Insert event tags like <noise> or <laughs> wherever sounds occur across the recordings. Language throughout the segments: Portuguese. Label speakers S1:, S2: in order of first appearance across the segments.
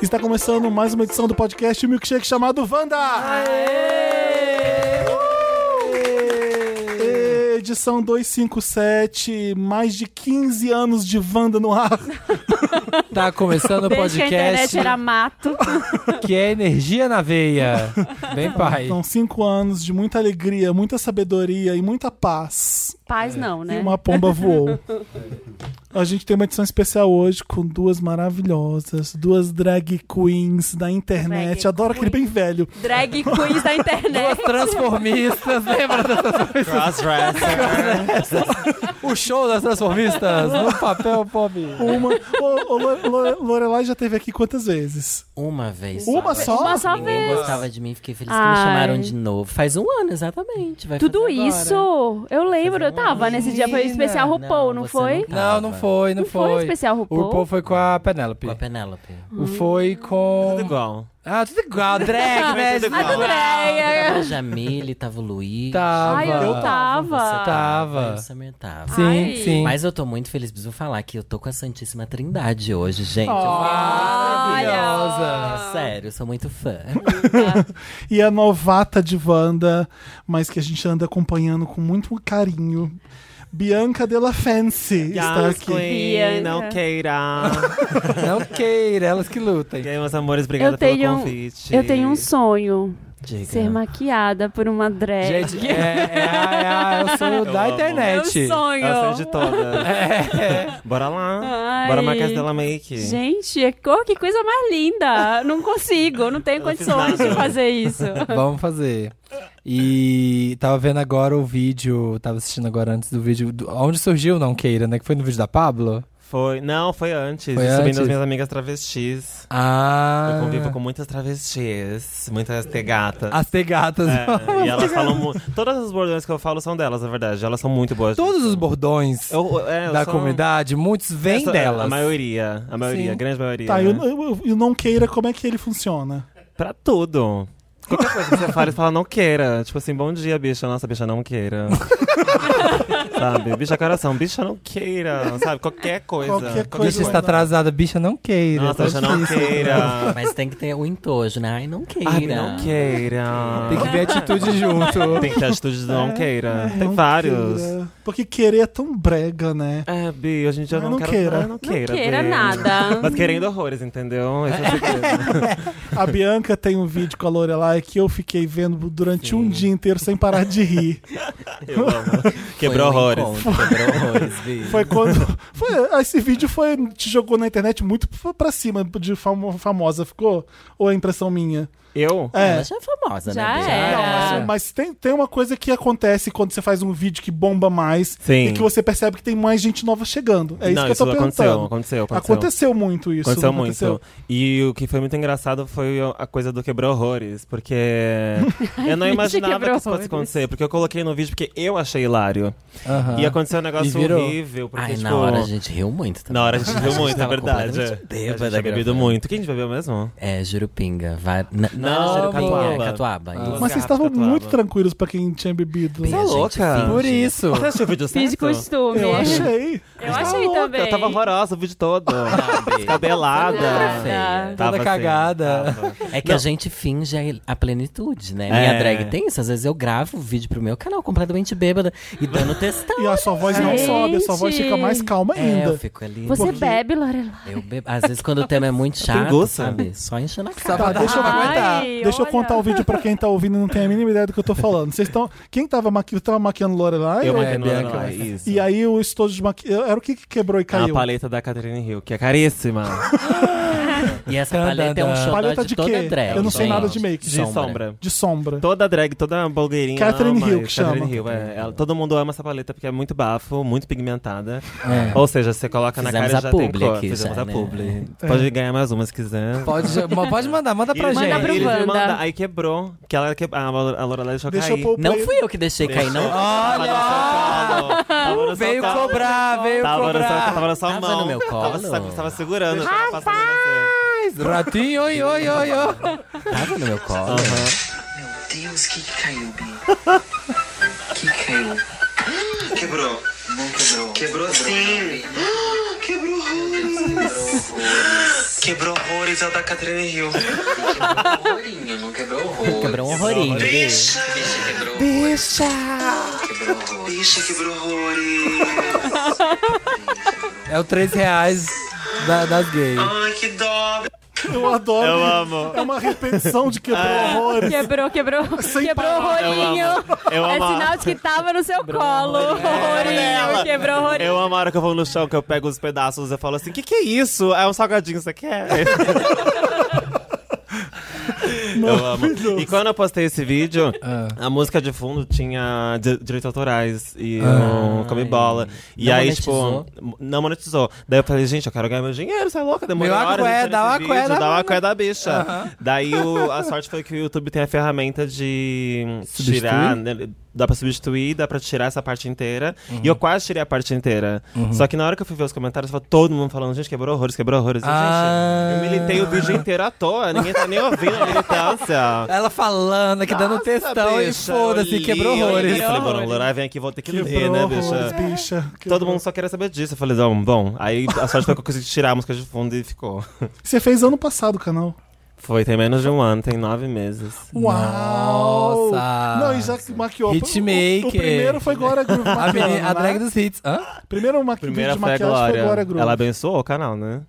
S1: Está começando mais uma edição do podcast Milkshake chamado Vanda. Edição 257, mais de 15 anos de Wanda no ar.
S2: Tá começando o
S3: Desde que a internet
S2: podcast
S3: era mato.
S2: <laughs> que é energia na veia. Vem, pai.
S1: São cinco anos de muita alegria, muita sabedoria e muita paz.
S3: Paz não,
S1: E
S3: né?
S1: uma pomba voou. A gente tem uma edição especial hoje com duas maravilhosas, duas drag queens da internet.
S3: Drag
S1: Adoro aquele bem velho.
S3: <laughs> Drag queens da internet.
S2: Transformistas, lembra das
S4: Crossdresser.
S2: O show das
S5: um
S2: transformistas
S3: Tá,
S2: no papel pop.
S1: Uma. Ô, ô, Lore- Lore- Lorelai já teve aqui quantas vezes?
S4: Uma vez.
S1: Uma só?
S3: Uma só
S4: Ninguém
S3: vez.
S2: Ah.
S4: gostava de mim, fiquei feliz que
S3: Ai.
S4: me chamaram de novo. Faz um ano, exatamente. vai
S3: Tudo
S4: fazer agora.
S3: isso. Eu lembro, eu
S4: Fazer um
S3: tava nesse dia. Foi o especial
S4: Não,
S3: RuPaul, não,
S4: você
S3: foi?
S2: Não, não foi, não
S3: Foi o
S2: foi.
S3: especial
S2: O
S3: RuPaul.
S2: RuPaul foi com a Penélope.
S4: Com a Penélope.
S2: O foi
S5: Tudo
S2: com.
S5: igual.
S2: Ah, tudo igual.
S3: Tá, <laughs>
S2: Drag, né?
S5: tudo
S3: A do Dreia.
S4: Tava a Jamile, tava o Luiz.
S2: Tava.
S3: Ai, eu tava.
S2: Tava.
S4: Eu também tava.
S2: Sim,
S3: Ai.
S2: sim.
S4: Mas eu tô muito feliz, preciso falar que eu tô com a Santíssima Trindade hoje, gente.
S2: Oh, Maravilhosa.
S4: Eu- Sério, eu sou muito fã.
S1: E a novata de Wanda, mas que a gente anda acompanhando com muito carinho. Bianca Della Fancy está
S5: Yas,
S1: aqui.
S5: Queen, não
S3: Bianca.
S5: queira.
S2: <laughs> Não queira, elas que lutem.
S5: e aí, meus amores, obrigada
S3: Eu tenho-
S5: pelo convite.
S3: Eu tenho um sonho.
S4: Diga.
S3: Ser maquiada por uma drag.
S2: Gente, é, é, é, eu sou da
S5: amo.
S3: Meu
S2: internet.
S3: sonho.
S5: Eu sei de todas.
S2: <laughs> É.
S5: Bora lá.
S3: Ai.
S5: Bora marcar dela make.
S3: Gente, é co- que coisa mais linda. Não consigo, não tenho
S5: Eu não fiz
S3: condições
S5: nada.
S3: de fazer isso.
S2: Vamos fazer. E tava vendo agora o vídeo, tava assistindo agora antes do vídeo. do- onde surgiu o Não Queira, né? Que foi no vídeo da Pablo?
S5: Foi. Não, foi antes.
S2: Foi
S5: eu subi
S2: antes?
S5: nas minhas amigas travestis.
S2: Ah.
S5: Eu convivo com muitas travestis, muitas tegatas.
S2: As tegatas. <laughs>
S5: É, e elas falam muito. Todas as bordões que eu falo são delas, na verdade. Elas são muito boas.
S2: Todos os bordões
S5: Eu- é, eu
S2: da
S5: sou-
S2: comunidade, muitos vêm
S5: Essa-
S2: delas.
S5: A maioria. A maioria,
S2: Sim.
S5: a grande maioria.
S1: Tá, e
S5: né?
S1: o- o- e o não queira, como é que ele funciona?
S5: Pra tudo. Qualquer coisa que você fala, você fala não queira. Tipo assim, bom dia, bicha. Nossa, bicha não
S2: <laughs>
S5: queira. Sabe? Bicha coração, bicha não queira. Sabe? Qualquer coisa.
S1: Qualquer coisa.
S2: Bicha tá está atrasada, bicha não queira.
S5: Nossa,
S2: tá
S5: bicha não
S2: difícil.
S5: queira.
S4: Mas tem que ter o entojo, né? Ai, não queira.
S5: Ai, não queira.
S2: Tem que ver a atitude junto.
S5: Tem que ter atitude de não queira. Tem
S1: Não
S5: vários.
S1: queira. Porque querer é tão brega, né?
S5: É, Bi, hoje em dia eu
S1: Ai,
S5: não,
S1: não
S5: quero.
S1: queira.
S5: Ai, não queira.
S3: queira
S5: Bi.
S3: nada.
S5: Mas querendo horrores, entendeu? Esse é o segredo.
S1: <laughs> A Bianca tem um vídeo com a Lorelai que eu fiquei vendo durante um dia inteiro sem parar de rir.
S5: <laughs> Eu amo.
S4: Foi
S5: <laughs> Quebrou
S4: um
S5: horrores.
S4: encontro, Quebrou horrores, Vi.
S1: <laughs> Foi quando. foi- esse vídeo foi, te jogou na internet muito pra cima de famo- famosa, ficou? Ou é impressão minha?
S5: Eu?
S1: É.
S4: Ela já é famosa,
S3: Já
S4: né? Bi?
S3: é.
S1: Não, mas, mas tem, tem uma coisa que acontece quando você faz um vídeo que bomba mais
S5: Sim.
S1: e que você percebe que tem mais gente nova chegando. É isso
S5: não,
S1: que eu tô
S5: isso aconteceu,
S1: perguntando.
S5: aconteceu, aconteceu.
S1: Aconteceu muito isso.
S5: Aconteceu
S1: não
S5: muito. E o que foi muito engraçado foi a coisa do quebrou horrores,
S3: <laughs>
S5: porque eu não
S3: Ai,
S5: imaginava que
S3: quebrou
S5: isso fosse
S3: horrores.
S5: acontecer, porque eu coloquei no vídeo porque eu achei hilário.
S2: Aham.
S5: E aconteceu um
S2: E
S5: negócio
S2: virou.
S5: horrível, porque
S4: Ai,
S5: tipo,
S4: na hora a gente riu muito também.
S5: na hora a gente riu muito, é
S4: tava
S5: verdade.
S4: completamente
S5: é. A
S4: bêbada
S5: gente tinha bebido
S4: gravando.
S5: muito. Quem a gente bebeu mesmo?
S4: É, Jurupinga. Vai... Não,
S5: Não,
S4: não Jurupinga, é
S5: Catuaba.
S4: Catuaba.
S2: Ah.
S4: isso.
S1: Mas vocês
S5: Lagarto,
S1: estavam
S5: catuaba.
S1: muito tranquilos pra quem tinha bebido.
S4: Bem,
S1: assim,
S5: Tá
S4: a gente
S5: louca?
S4: finge. né?
S2: Por isso.
S4: <laughs>
S5: Você achou o vídeo é
S3: Fiz de
S5: certo?
S3: costume.
S1: Eu achei.
S3: Eu
S5: Tá
S3: achei
S5: louca,
S3: também.
S5: Eu tava horrorosa o vídeo todo. Cabelada.
S4: Feia.
S3: Tá.
S2: Toda
S5: Tava
S2: cagada.
S5: assim, tava.
S4: É que a gente finge a- a plenitude, né?
S5: É.
S4: Minha drag tem isso. Às vezes eu gravo vídeo pro meu canal completamente bêbada e dando textão.
S1: E a sua voz não
S3: Gente.
S1: sobe, a sua voz fica mais calma
S4: É, eu
S1: ainda.
S4: fico ali.
S3: Você
S1: Porque-
S3: bebe, Lorelai?
S4: Eu bebo. Às vezes quando o tema é muito chato,
S5: gosto.
S4: sabe? Só enchendo a cara.
S2: Só pra
S1: Tá, deixa eu
S2: Ai,
S1: aguentar. Deixa eu
S3: olha.
S1: contar o vídeo pra quem tá ouvindo e não tem a mínima ideia do que eu tô falando. Vocês estão. Quem tava, maqui... tava maquiando Lorelai?
S5: Eu
S2: É,
S5: marquei no
S2: Bianca,
S5: Lorelai,
S2: mas-
S5: isso.
S1: E aí o estojo de maquiagem. Era o que, que quebrou e
S5: É uma
S1: caiu?
S5: paleta da Catherine Hill, que é caríssima.
S4: <laughs> E essa
S2: Tadadá.
S4: paleta é um xodó
S1: Paleta
S4: de,
S1: de
S4: toda
S1: quê?
S4: drag.
S1: Eu não sei
S4: gente.
S1: nada de make.
S5: De sombra.
S1: De sombra.
S5: Toda drag, toda blogueirinha.
S1: Catherine
S5: ama
S1: Hill
S5: isso,
S1: que
S5: Catherine
S1: chama.
S5: Hill, é. Ela- todo mundo ama essa paleta porque é muito bafo, muito pigmentada.
S2: É.
S5: Ou seja, você coloca na
S4: Fizemos
S5: cara
S4: a
S5: e já
S4: publi
S5: tem cor.
S4: aqui
S5: Fizemos
S4: já,
S5: a
S4: né?
S5: publi.
S1: É.
S5: Pode ganhar mais uma se quiser. <laughs>
S2: Pode, pode mandar, manda pra
S5: Eles-
S2: gente.
S3: Manda pro
S5: eles me
S3: Wanda.
S5: mandaram- Aí quebrou. Que ela que, a Lor- a Lorelai deixou
S1: Deixa
S5: cair.
S1: eu pôr o
S4: Não
S1: play-
S4: fui eu que deixei cair, não.
S5: Olha! Tava no seu
S2: Ah, Veio
S5: colo.
S2: cobrar, veio
S5: tá- Tava na sua,
S2: cobrar.
S5: tava na sua
S4: Tava
S5: mão.
S4: no meu
S5: Tava,
S4: colo.
S5: sabe, tava segurando. Tava passando em
S2: Ratinho, oi, oi, oi, oi.
S4: Tava no meu colo.
S5: você. Aham.
S6: Meu Deus, o que, que caiu, Bi? O que que caiu?
S7: Quebrou.
S6: Não quebrou.
S7: Quebrou sim.
S6: Quebrou horrores.
S7: Quebrou horrores é o da Catrina Hill. Quebrou horrorinho, não quebrou horror.
S4: Quebrou um horrorinho.
S7: Bicha! Bicha quebrou Bicha! Quebrou horrores. Bicha quebrou horrores.
S2: É o 3 reais da- das gays.
S7: Ai, que dó.
S1: Eu adoro.
S5: Eu amo. É.
S1: É uma repetição de quebrou horrores.
S3: Quebrou, quebrou, quebrou o rolinho.
S5: Eu amo. Eu
S3: É
S5: amo.
S3: sinal de que tava no seu colo. Rolinho, quebrou o rolinho.
S5: <laughs> Eu amo a hora que eu vou no chão, que eu pego os pedaços e falo assim: que que é isso? É um salgadinho,
S3: <laughs>
S5: você quer? eu amo. E quando eu postei esse vídeo,
S3: Ah.
S5: a música de fundo tinha di- direitos autorais
S3: Ah.
S5: e não comi bola. E
S4: Não
S5: aí,
S4: monetizou?
S5: tipo, m- não monetizou. Daí eu falei, gente, eu quero ganhar meu dinheiro, você é louca? Demorou
S2: Meu
S5: horas.
S2: aqué,
S5: mexendo
S2: dá
S5: nesse
S2: o aqué
S5: vídeo,
S2: da
S5: Dá o aqué da bicha. Daí o- a sorte foi que o YouTube tem a ferramenta de
S2: Substituir?
S5: tirar, né, Dá pra substituir, dá pra tirar essa parte inteira. E eu
S2: Uhum.
S5: quase tirei a parte inteira. Só que na hora que eu fui ver os comentários, tava todo mundo falando, gente, quebrou horrores, quebrou horrores. Eu,
S2: Ah.
S5: Gente, eu militei o vídeo inteiro à toa, ninguém tá nem ouvindo a
S2: <laughs>
S5: militância.
S2: Ela falando aqui, dando textão Então, e
S5: um bicha,
S2: foda-se,
S5: eu
S2: quebrou
S5: li, eu li,
S2: horrores.
S5: Eu falei, bora, Lorai, vem aqui, vou ter que ler,
S1: Quebrou
S5: né,
S1: horrores,
S5: bicha?
S1: bicha. Quebrou.
S5: Todo mundo só queria saber disso. Eu falei, não, bom. Aí a sorte foi que eu consegui tirar a música de fundo e ficou. <laughs>
S1: Você fez ano passado o canal.
S5: Foi, tem menos de um ano, tem nove meses.
S1: Uau!
S2: Nossa.
S1: Não, e já que maquiou.
S2: Hitmaker.
S1: O, o primeiro foi Glória
S5: <laughs>
S1: Groove
S2: A,
S1: maquiando,
S2: meni- a
S1: né?
S2: drag dos hits. Hã?
S1: Primeiro maqui...
S5: Primeira
S1: vídeo de
S5: foi a
S1: maquiagem foi Glória
S5: Glória.
S1: Groove.
S5: Ela abençoou o canal, né?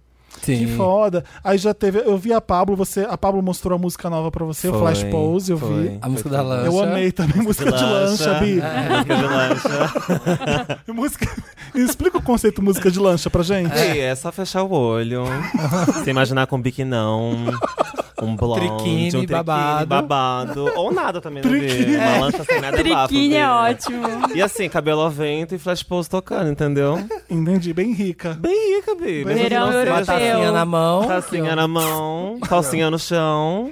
S2: Sim.
S1: Que foda. Aí já teve. Eu vi a Pablo, você. A Pablo mostrou a música nova pra você, o
S5: Foi,
S1: Flash Pose, eu
S5: foi.
S1: vi.
S2: A música da Lancha.
S1: Eu amei também música de lancha, Bi.
S5: É, música de lancha.
S1: <laughs> Música... Explica o conceito música de lancha pra gente.
S5: É, é só fechar o
S2: <laughs>
S5: olho. se imaginar com um biquinão. Um blonde,
S2: Triquine,
S5: um triquine
S2: babado.
S5: babado. <laughs> Ou nada também, né? Bi?
S1: Triquine.
S5: Uma lancha sem nada é bafo,
S3: Triquinha é
S5: Bi.
S3: ótimo.
S5: E assim, cabelo ao vento e flash pose tocando, entendeu?
S1: Entendi, bem rica.
S5: Bem rica, Bi. Mesmo que
S3: Verão
S1: assim,
S5: não
S2: Uma
S5: seja.
S3: europeu.
S2: tacinha na mão.
S5: Tacinha na mão, calcinha
S1: <laughs>
S5: no chão.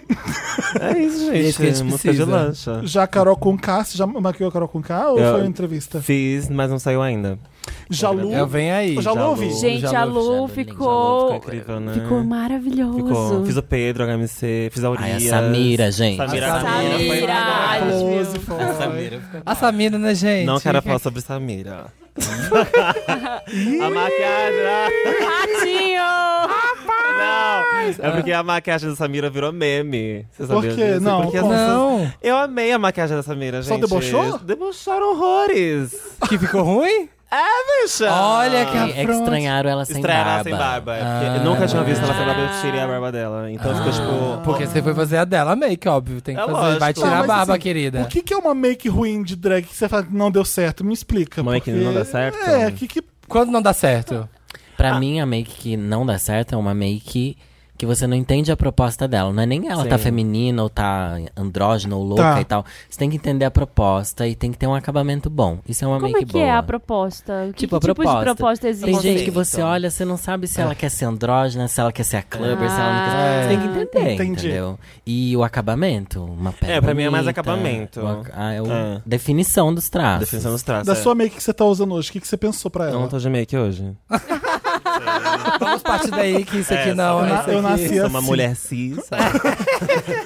S5: É isso, gente.
S2: isso que a gente
S5: Música de
S2: precisa.
S5: lancha.
S1: Já a Carol com K, você já maquiou a Carol com K ou
S5: Eu-
S1: foi uma entrevista?
S5: Fiz, mas não saiu ainda.
S1: Já Lu.
S2: Eu venho aí.
S1: Já
S5: Jalu.
S1: ouvi.
S3: Gente,
S2: já
S3: a
S2: lou- já
S3: Lu é
S4: lou-
S5: Ficou
S3: ficou...
S5: incrível, né?
S3: Ficou maravilhoso. é
S5: Ficou. Fiz o Pedro, HMC, fiz a Urias.
S4: Ai, a Samira, gente.
S5: Samira.
S2: A
S5: Samira. foi
S3: Samira. Ai, Deus meu.
S1: Close, foi.
S2: A Samira, né, gente?
S5: Não quero falar
S2: <laughs>
S5: sobre Samira. a maquiagem.
S3: Ratinho!
S5: Não! É porque a maquiagem da Samira virou meme. Você
S1: Por
S5: sabia
S1: quê?
S5: disso?
S1: Não,
S5: Porque
S1: como?
S5: as-
S2: Não.
S5: Eu amei a maquiagem da Samira,
S1: Só
S5: gente.
S1: debochou?
S5: Debocharam horrores.
S2: Que ficou ruim?
S5: É, bicha! É
S2: Olha é que
S4: E Estranharam ela sem
S5: Estreia
S4: barba.
S5: sem barba. é, porque eu nunca tinha visto ela sem barba, eu tirei a barba dela. Então ficou tipo.
S2: Porque você foi fazer a dela, make, óbvio. Tem que
S5: É
S2: fazer.
S5: lógico.
S2: Vai
S1: Tá,
S2: tirar a
S1: mas
S2: barba,
S1: assim,
S2: querida.
S1: O que, que é uma make ruim de drag que você fala que não deu certo? Me explica.
S5: Uma make que
S1: porque-
S5: não dá certo?
S1: É, que que.
S2: Quando não dá certo?
S4: Pra
S3: Ah.
S4: mim, a make que não dá certo é uma make que você não entende a proposta dela. Não é nem ela tá
S5: Sim.
S4: feminina ou tá andrógina ou louca
S1: Tá.
S4: e tal. Você tem que entender a proposta e tem que ter um acabamento bom. Isso é uma
S3: Como é
S4: make
S3: que
S4: boa.
S3: é a proposta? Que,
S4: Tipo,
S3: que
S4: a
S3: tipo de
S4: proposta.
S3: proposta
S4: Tem
S3: existe?
S4: gente que você olha, assim, você não sabe se
S5: É.
S4: ela quer ser andrógina, se ela quer ser a clubber, se ela não quer
S3: Ah,
S4: ser... Você tem que entender,
S1: entendi.
S4: entendeu? E o acabamento, uma pele
S5: É, pra mim é mais
S4: bonita,
S5: acabamento.
S4: o ac- a, é o-
S5: É.
S4: Definição dos traços.
S5: Definição dos traços.
S1: Da
S5: é.
S1: sua make que você tá usando hoje, o que, que você pensou pra
S5: Eu
S1: ela?
S5: não tô de make hoje.
S2: Vamos partir daí que isso aqui
S5: É,
S2: não. né?
S1: eu na-
S2: isso
S1: eu
S2: aqui-
S1: nasci- E
S5: Sou uma
S1: assim?
S5: mulher cis. sabe? <laughs>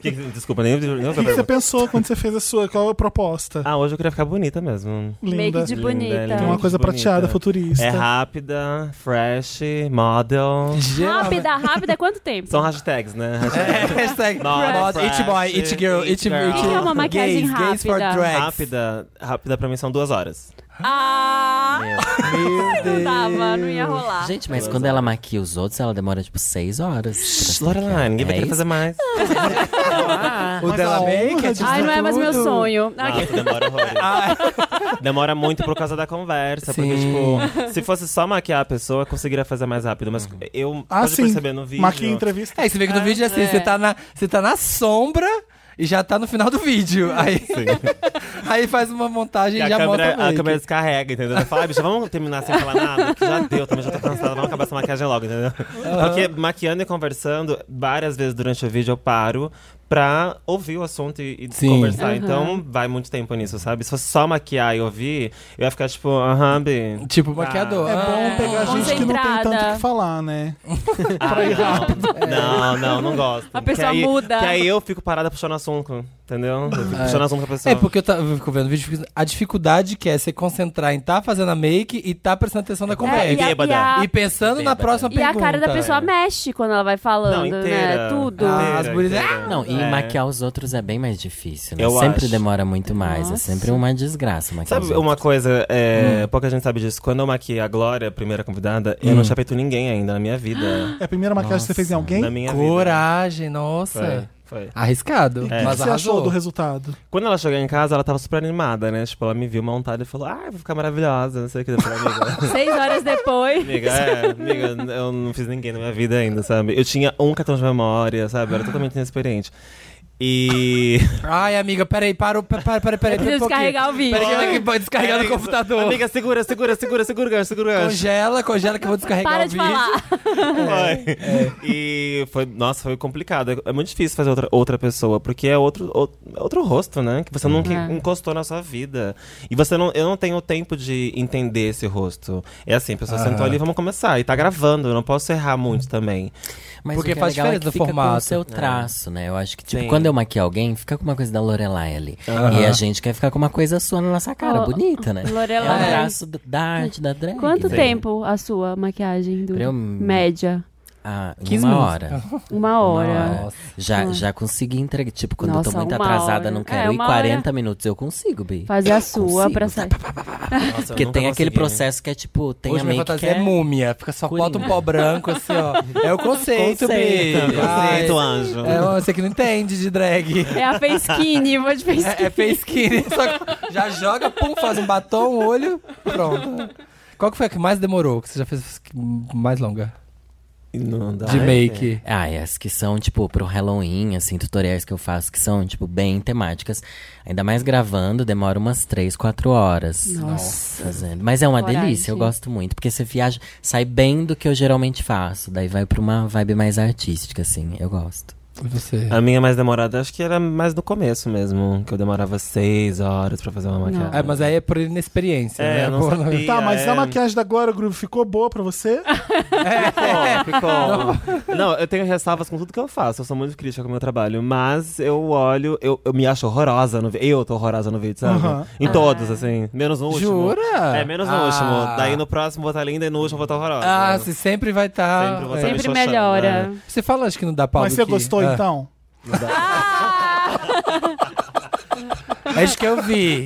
S5: Que que- desculpa, nem, nem outra
S1: O que, que você
S5: pergunta.
S1: pensou quando você fez a sua? Qual a proposta?
S5: Ah, hoje eu queria ficar bonita mesmo.
S1: Linda.
S3: Make de
S5: Linda,
S3: bonita.
S5: linda.
S1: Tem uma coisa
S5: Bonita.
S1: prateada, futurista.
S5: É rápida, fresh, model.
S2: Geralmente-
S3: Rápida, rápida, é quanto tempo?
S5: São hashtags, né? <laughs> Hashtag
S2: É, hashtag
S5: Not
S2: mod,
S5: fresh,
S2: it boy, it girl,
S5: it
S2: it, it,
S5: girl.
S2: it
S5: O que que é
S3: uma maquiagem
S2: gays, gays for
S3: rápida?
S2: drags.
S5: rápida. Rápida pra mim são duas horas.
S3: Ah!
S2: Meu
S3: Não
S2: Deus.
S3: dava, não ia rolar.
S4: Gente, mas quando ela maquia os outros, ela demora tipo seis horas. pra se maquiar.
S5: Loreline, ninguém
S4: É
S5: vai querer
S4: isso?
S5: fazer mais.
S4: Ah.
S2: O dela
S1: a
S2: make
S1: honra
S2: é
S1: de-
S2: tipo
S3: Ai, não é mais meu
S2: tudo.
S3: sonho. Ah,
S5: Nossa, demora horrores. Demora muito por causa da conversa. Porque,
S2: Sim.
S5: tipo, se fosse só maquiar a pessoa, eu conseguiria fazer mais rápido. Mas eu
S1: Ah,
S5: pode
S1: sim.
S5: perceber no vídeo.
S1: Maquia entrevista.
S2: É, você vê que no vídeo é assim, você tá, na, você tá na sombra e já tá no final do
S3: <laughs>
S2: vídeo. <laughs> Aí, aí faz uma montagem
S5: E
S2: e
S5: a,
S2: já
S5: câmera,
S2: mostra a
S5: a
S2: make.
S5: câmera descarrega, entendeu? Fala, ah, bicha, vamos terminar sem falar nada, que já deu, também já tô cansada, vamos acabar essa maquiagem logo, entendeu? Porque maquiando e conversando, várias vezes durante o vídeo eu paro pra ouvir o assunto e, e
S2: Sim.
S5: conversar.
S3: Aham.
S5: Então vai muito tempo nisso, sabe? Se fosse só maquiar e ouvir, eu ia ficar tipo, aham, Bi.
S2: Tipo maquiador.
S1: É bom pegar gente que não tem
S3: Ah. Concentrada.
S1: tanto o que falar,
S5: <laughs>
S1: né?
S5: Ah, não, não, não gosto.
S3: É. A pessoa
S5: que aí,
S3: muda.
S5: Que aí eu fico parada puxando assunto. Entendeu? Eu
S4: Ah,
S5: fico
S2: É.
S5: puxando assunto com a pessoa.
S2: É, porque eu, ta- eu fico vendo o vídeo, fico- a dificuldade que é se concentrar em tá fazendo a make e tá prestando atenção
S3: É,
S2: na
S3: e,
S2: conversa.
S3: a, e, a,
S2: e, pensando na
S4: Bêbada.
S2: próxima
S3: e a
S2: pergunta.
S3: cara da pessoa mexe quando ela vai falando,
S5: Não,
S3: né?
S5: inteira.
S3: Tudo.
S2: Ah, as gurias-
S4: Não, e maquiar os outros é bem mais difícil. Né?
S5: Eu
S4: sempre
S5: acho.
S4: demora muito mais. É
S3: Nossa.
S4: sempre uma Hum. desgraça maquiar os
S5: Sabe uma
S4: outros.
S5: coisa, é, pouca gente sabe disso. Quando eu maquiei a Glória, a primeira convidada,
S4: Hum.
S5: eu não tinha feito ninguém ainda na minha vida.
S1: <gasps> É a primeira maquiagem que você fez em alguém?
S5: na minha
S2: Coragem,
S5: vida.
S2: nossa.
S5: Foi, foi.
S2: Arriscado.
S1: E o que
S2: Mas
S1: você
S2: arrasou.
S1: achou do resultado?
S5: Quando ela chegou em casa, ela tava super animada, né? Tipo, ela me viu montada e falou, ah, eu vou ficar maravilhosa, não sei o que. Eu
S3: <laughs>
S5: falei, amiga,
S3: Seis horas depois.
S5: amiga, é, amiga, eu não fiz ninguém na minha vida ainda, sabe? Eu tinha um cartão de memória, sabe? Eu era totalmente inexperiente.
S2: <laughs>
S5: E...
S2: Ai, É, amiga, peraí, para, o- para, para, para, peraí. um
S3: Preciso descarregar o vídeo.
S2: Peraí, que eu tenho que pô- descarregar no
S5: Amiga,
S2: computador.
S5: Amiga, segura, segura, segura, segura o gancho, segura o gancho.
S2: Congela, congela que eu vou descarregar
S3: Para
S2: o
S3: de
S2: vídeo.
S3: falar.
S5: Foi. E foi, nossa, foi complicado. É- É muito difícil fazer outra, outra pessoa, porque é outro, ou- é outro rosto, né? Que você nunca
S3: É.
S5: encostou na sua vida. E você não, eu não tenho tempo de entender esse rosto. É assim, a pessoa sentou ali, vamos começar. E tá gravando, eu não posso errar muito também.
S4: Mas
S2: Porque
S4: o que é
S2: faz
S4: legal é
S2: diferença
S4: que
S2: no
S4: fica Com
S2: formato.
S4: o seu traço, né? Eu acho que, tipo,
S5: Sim.
S4: quando eu maquio
S5: é
S4: alguém, fica com uma coisa da Lorelai ali.
S2: Aham.
S4: E a gente quer ficar com uma coisa sua na nossa cara,
S3: Ó,
S4: bonita, né? É um
S3: Lorelai.
S4: traço do- da arte, da drag.
S3: Quanto
S4: né?
S3: tempo a sua maquiagem do
S4: Pra eu-
S3: média?
S4: Ah, em
S2: 15
S4: uma
S2: minutos.
S4: hora.
S3: <laughs> Uma hora. Hum.
S2: Nossa.
S4: Já, já consegui entregar. Tipo, quando eu
S3: Nossa,
S4: tô muito
S3: uma
S4: atrasada,
S3: hora.
S4: não
S3: É,
S4: quero ir
S3: uma hora.
S4: 40 minutos. Eu consigo, Bi.
S3: Fazer a sua
S4: Consigo.
S3: pra sair.
S5: Nossa, eu
S4: Porque
S5: nunca
S4: tem aquele
S5: consegui.
S4: processo que é tipo, tem
S2: né? Hoje
S4: a
S2: minha
S4: make que
S2: fantasia é múmia. Fica só
S4: Coringa.
S2: bota um pó branco assim,
S4: <laughs>
S2: <laughs> ó. É o conceito,
S5: Conceito,
S2: baby. Ai,
S5: conceito, anjo.
S2: É, você que não entende de drag.
S3: É a face skinny, vou de face skinny.
S2: <laughs> É, é face skinny, só que já joga, pum, faz um batom, um olho, pronto. Qual que foi a que mais demorou? Que você já fez mais longa?
S5: E não dá. né,
S2: De make.
S5: é.
S4: Ah, e as que são, tipo, pro Halloween, assim, tutoriais que eu faço que são, tipo, bem temáticas. Ainda mais gravando, demora umas 3, 4 horas.
S3: Nossa.
S4: Fazendo. Mas é uma
S3: Coragem.
S4: delícia, eu gosto muito. Porque você viaja, sai bem do que eu geralmente faço. Daí vai pra uma vibe mais artística, assim. Eu gosto.
S2: E
S1: É.
S2: você?
S5: A minha mais demorada, acho que era mais no começo mesmo, que eu demorava seis horas pra fazer uma maquiagem.
S2: Ah, mas aí é por inexperiência,
S5: É,
S2: né?
S5: eu não
S2: Por-
S5: sabia.
S1: Tá, mas
S5: é...
S1: a maquiagem da Glória Groove ficou boa pra você?
S5: Ficou, ficou. Não, eu tenho ressalvas com tudo que eu faço. Eu sou muito crítica com o meu trabalho. Mas eu olho, eu, eu me acho horrorosa no vídeo. Eu tô horrorosa no vídeo, sabe?
S1: Aham.
S4: Ah.
S5: Em todos, assim. Menos no último.
S2: Jura?
S5: É, menos no
S2: Ah.
S5: último. Daí no próximo vou estar linda e no último vou estar horrorosa.
S2: Ah, você sempre vai estar.
S5: Sempre vou tá me
S3: Sempre
S5: xoxando,
S3: melhora.
S2: Você fala, acho que Ah. não dá pau
S1: mas você gostou, então?
S2: <laughs> Acho que eu vi.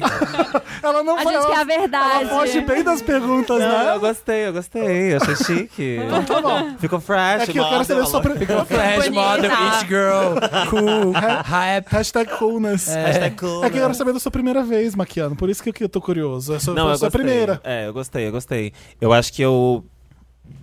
S1: Ela não
S3: A
S1: vai.
S3: gente quer a
S1: Ela
S3: verdade.
S1: foge bem das perguntas,
S5: Não, eu
S1: né?
S5: gostei, eu gostei.
S1: <laughs>
S5: Achei chique. Então tá bom. Ficou fresh.
S1: É que eu quero
S5: moda,
S1: saber
S5: maluco.
S1: só pra...
S2: Ficou flash,
S3: Bonita.
S2: model, it girl,
S1: <laughs>
S2: cool, hype.
S1: É. Hashtag coolness.
S5: Hashtag cool,
S1: É que eu quero
S5: né?
S1: saber da sua primeira vez maquiando, por isso que eu- que eu tô curioso. É sua,
S5: Não,
S1: foi a
S5: eu
S1: sua
S5: gostei.
S1: primeira.
S5: É, eu gostei, eu gostei. Eu acho que eu.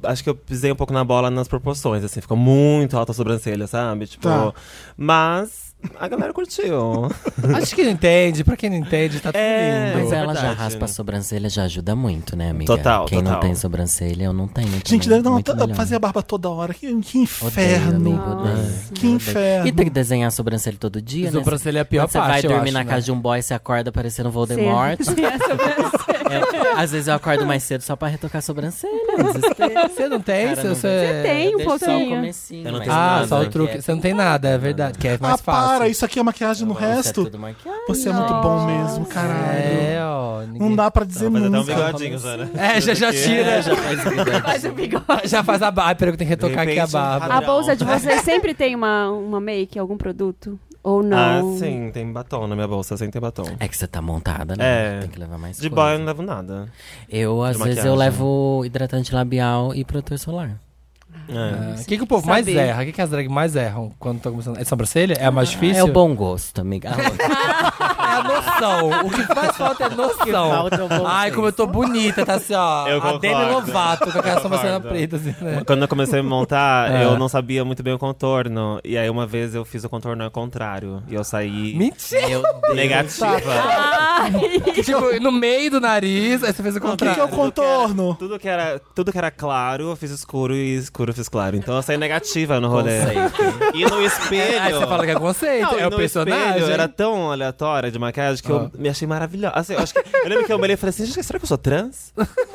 S5: Acho que eu pisei um pouco na bola nas proporções, assim, ficou muito alta a sobrancelha, sabe? Tipo.
S1: Tá.
S5: Mas a galera
S4: <laughs>
S5: curtiu.
S2: Acho que não entende, pra quem não entende, tá tudo
S5: É,
S2: lindo.
S4: Mas ela já
S5: verdade.
S4: raspa a sobrancelha, já ajuda muito, né, amiga?
S5: Total,
S4: Quem não
S5: total.
S4: tem sobrancelha, eu não tenho.
S1: Gente,
S4: também,
S1: deve dar uma
S4: muito
S1: vontade de
S4: melhor.
S1: fazer a barba toda hora. Que, que
S4: Odeio,
S1: inferno.
S4: amigo, odeio.
S3: Nossa.
S1: Que inferno.
S4: E tem que desenhar a sobrancelha todo dia, né?
S2: Sobrancelha é a pior
S4: Quando você vai
S2: parte, eu
S4: dormir
S2: acho,
S4: na
S2: né?
S4: casa de um boy, você acorda parecendo Voldemort.
S3: Sim, <laughs> a sobrancelha.
S4: Eu- às vezes eu acordo mais cedo só pra retocar a sobrancelha. um desespero.
S2: Você não tem?
S4: Cara,
S2: você,
S4: não
S2: você-
S3: tem um
S4: Deixa Só o
S3: pouquinho.
S4: comecinho.
S5: Eu não
S4: mas
S5: tenho
S2: Ah,
S5: nada,
S2: só o
S5: né?
S2: truque. Você não tem nada, é verdade. Que é mais
S1: ah,
S2: fácil.
S1: para, isso aqui é maquiagem no
S4: Isso é
S1: resto.
S4: tudo maquiagem.
S1: Você é muito bom mesmo, caralho.
S2: É, ó. Ninguém...
S1: Não dá pra dizer
S5: Vou fazer até um
S1: nunca.
S5: bigodinho, Zana.
S2: É, já, já tira. Já
S5: <laughs>
S2: faz,
S3: Faz o bigode.
S2: já faz a barba. Ai, peraí, que eu tenho que
S5: De
S2: retocar aqui a
S5: repente,
S2: barba.
S3: A bolsa de vocês sempre tem uma, uma make, algum produto? Ou não?
S5: Ah, sim, tem batom na minha bolsa, sem ter batom.
S4: É que você tá montada, né?
S5: É.
S4: Tem que levar mais
S5: De boy eu
S4: coisa.
S5: não levo nada.
S4: Eu, às
S5: de
S4: vezes, eu
S5: maquiagem.
S4: levo hidratante labial e protetor solar.
S5: É.
S2: Ah, O que, que o povo mais
S3: Saber.
S2: erra? O que, que as drag mais erram quando estão começando? É sobrancelha? É a mais
S4: Ah,
S2: difícil?
S4: é o bom gosto,
S2: <laughs>
S4: amiga.
S2: É a noção. O que faz falta é noção.
S4: falta é o bom
S2: Ai, como eu tô bonita, tá assim, ó.
S5: Eu
S2: a Demi
S5: concordo.
S2: Lovato com aquela
S5: Eu
S2: sobrancelha
S5: concordo.
S2: preta, assim, né?
S5: Quando eu comecei a me montar,
S2: <laughs> É.
S5: eu não sabia muito bem o contorno. E aí uma vez eu fiz o contorno ao contrário. E eu saí
S2: Mentira!
S4: Meu
S5: <laughs> negativa.
S3: Ah.
S2: <laughs> tipo, no meio do nariz, aí você fez o
S1: O que, que
S2: contrário.
S1: é o contorno?
S5: Tudo que, era, tudo que era claro, eu fiz escuro e escuro eu fiz claro. Então eu saí negativa no rolê. E no espelho.
S2: Aí você fala que é conceito,
S5: Não,
S2: é
S5: e
S2: o
S5: no
S2: personagem. Ah.
S5: espelho, eu era tão aleatória de maquiagem que eu me achei maravilhosa. Assim, eu, acho que- eu lembro que eu olhei e falei assim, gente, será que eu sou trans?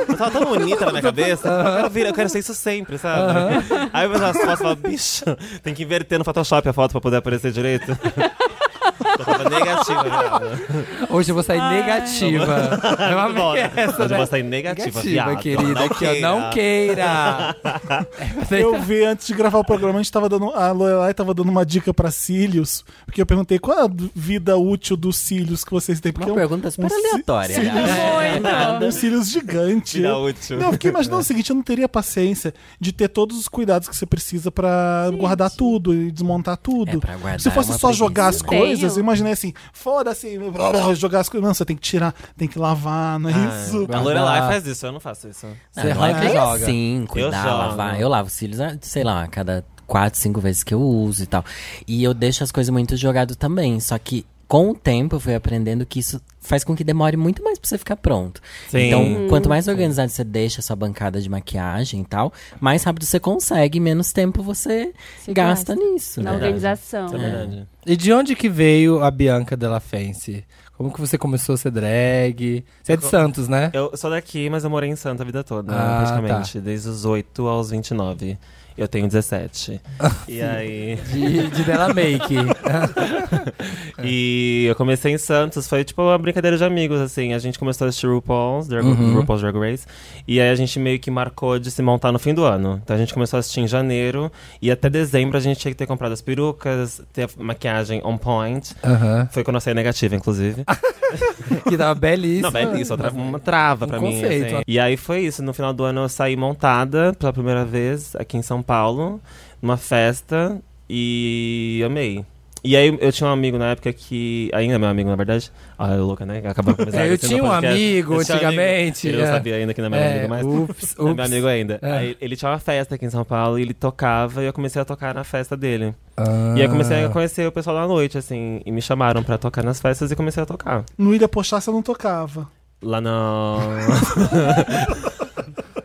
S5: Eu tava tão bonita na minha cabeça. Eu, quero vir, eu quero ser assim, isso sempre, sabe? <laughs> Aí eu vejo as fotos e falo, bicho, tem que inverter no Photoshop a foto pra poder aparecer direito. Eu tava negativa, viado.
S2: Hoje eu vou sair
S3: Ai.
S5: <laughs>
S2: negativa. Eu
S5: Muito bom,
S2: amei
S5: né?
S2: essa,
S5: Hoje eu
S2: né?
S5: vou sair negativa, viado.
S2: querida.
S5: Não
S2: aqui, ó, não queira.
S1: <laughs> Eu vi antes de gravar o programa, a gente tava dando. A Lorelai tava dando uma dica pra cílios, porque eu perguntei qual é a vida útil dos cílios que vocês têm. Porque
S4: Uma
S1: eu-
S4: pergunta super
S1: um ci-
S4: aleatória.
S2: É.
S1: cílios-
S4: aliás.
S1: um
S3: Muito.
S1: cílios gigante.
S5: Vida útil.
S1: Não,
S8: <laughs>
S1: eu
S8: É.
S1: fiquei imaginando assim, o seguinte, eu não teria paciência de ter todos os cuidados que você precisa pra guardar tudo e desmontar tudo.
S4: É, pra guardar
S1: Se fosse
S4: é uma
S1: só jogar as
S4: preguiça, né?
S1: coisas,
S3: Tenho.
S1: eu imaginei assim, <laughs> foda-se, jogar as coisas. Não, você tem que tirar, tem que lavar, não é
S4: Ah,
S1: isso?
S5: A Lorelai faz isso, eu não faço isso.
S4: Não,
S2: Você
S4: não
S2: arranca
S4: é
S2: e
S4: bem
S2: joga.
S4: assim, cuidar,
S5: jogo.
S4: lavar. Eu lavo os cílios, ah, sei lá, a cada quatro, cinco vezes que eu uso e tal. E eu deixo as coisas muito jogado também, só que com o tempo eu fui aprendendo que isso faz com que demore muito mais pra você ficar pronto.
S5: Sim.
S4: Então, quanto mais organizado você deixa a sua bancada de maquiagem e tal, mais rápido você consegue, menos tempo você
S3: Se
S4: gasta, nisso,
S3: Na
S4: né?
S3: organização.
S5: Isso é verdade.
S2: E de onde que veio a Bianca Della Fence? Como que você começou a ser drag? Você é de Santos, né?
S5: Eu sou daqui, mas eu morei em Santa a vida toda,
S2: Ah,
S5: praticamente. Desde os 8 aos 29. Eu tenho
S2: <laughs>
S5: 17. e aí.
S2: De, de Della Make.
S5: <laughs> E eu comecei em Santos, foi tipo uma brincadeira de amigos, assim. A gente começou a assistir RuPaul's Drag,
S2: Uhum.
S5: RuPaul's Drag Race. E aí a gente meio que marcou de se montar no fim do ano. Então a gente começou a assistir em janeiro. E até dezembro a gente tinha que ter comprado as perucas, ter a maquiagem on point.
S2: Aham.
S5: Foi quando eu saí negativa, inclusive.
S2: <laughs> Que tava
S5: Não,
S2: belíssima.
S5: belíssimo, outra, uma trava
S2: Um
S5: pra mim.
S2: conceito.
S5: assim. E aí foi isso. No final do ano eu saí montada pela primeira vez aqui em São Paulo, numa festa, e amei. E aí eu tinha um amigo na época que. Ainda é meu amigo, na verdade. Ah, é louca, né? Acabou com a amizade,
S2: <laughs> É, eu
S5: assim, no
S2: tinha um
S5: podcast.
S2: amigo
S5: Eu tinha um amigo.
S2: antigamente,
S5: Ele não
S2: é.
S5: sabia ainda que não é meu
S2: É,
S5: amigo, mas. <laughs>
S2: ups,
S5: É meu
S2: ups.
S5: amigo ainda.
S2: É.
S5: Aí ele tinha uma festa aqui em São Paulo e ele tocava e eu comecei a tocar na festa dele.
S2: Ah.
S5: E aí eu comecei a conhecer o pessoal da noite, assim, e me chamaram pra tocar nas festas e comecei a tocar.
S1: No Ilha Pochaça eu não tocava.
S5: Lá na.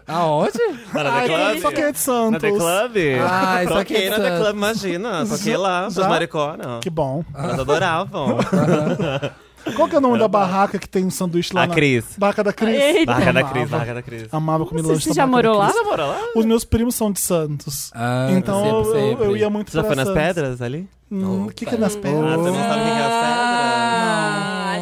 S2: Aonde?
S5: Lá na
S1: Ai,
S5: Declave?
S1: só quem é de
S5: Na The
S1: Santos.
S5: Club?
S2: Ai, só que
S5: Toquei na The
S2: essa-
S5: Club, imagina. Toquei lá,
S1: Já?
S5: pros mariconas.
S1: Que bom.
S5: Elas adoravam.
S1: Qual que é o nome da barraca que tem um sanduíche lá
S5: A
S1: na...
S5: Cris.
S1: Barraca da Cris.
S3: Eita.
S5: Barraca da
S1: Amava.
S5: Cris, barraca da Cris.
S1: Amava comer
S3: Você,
S1: lanche
S3: você
S1: da
S3: já
S1: Barraca da
S3: morou lá?
S1: Cris.
S5: mora lá?
S1: Os meus primos são de Santos.
S2: Ah,
S1: então eu-
S2: sempre,
S1: eu,
S2: sempre.
S1: eu ia muito
S5: Você já
S1: pra
S5: foi nas
S1: Santos.
S5: pedras ali?
S1: Hum, O que, que é nas
S5: Ah,
S1: pedras?
S5: você não sabe o que é as pedras?
S3: Ah.
S1: Fica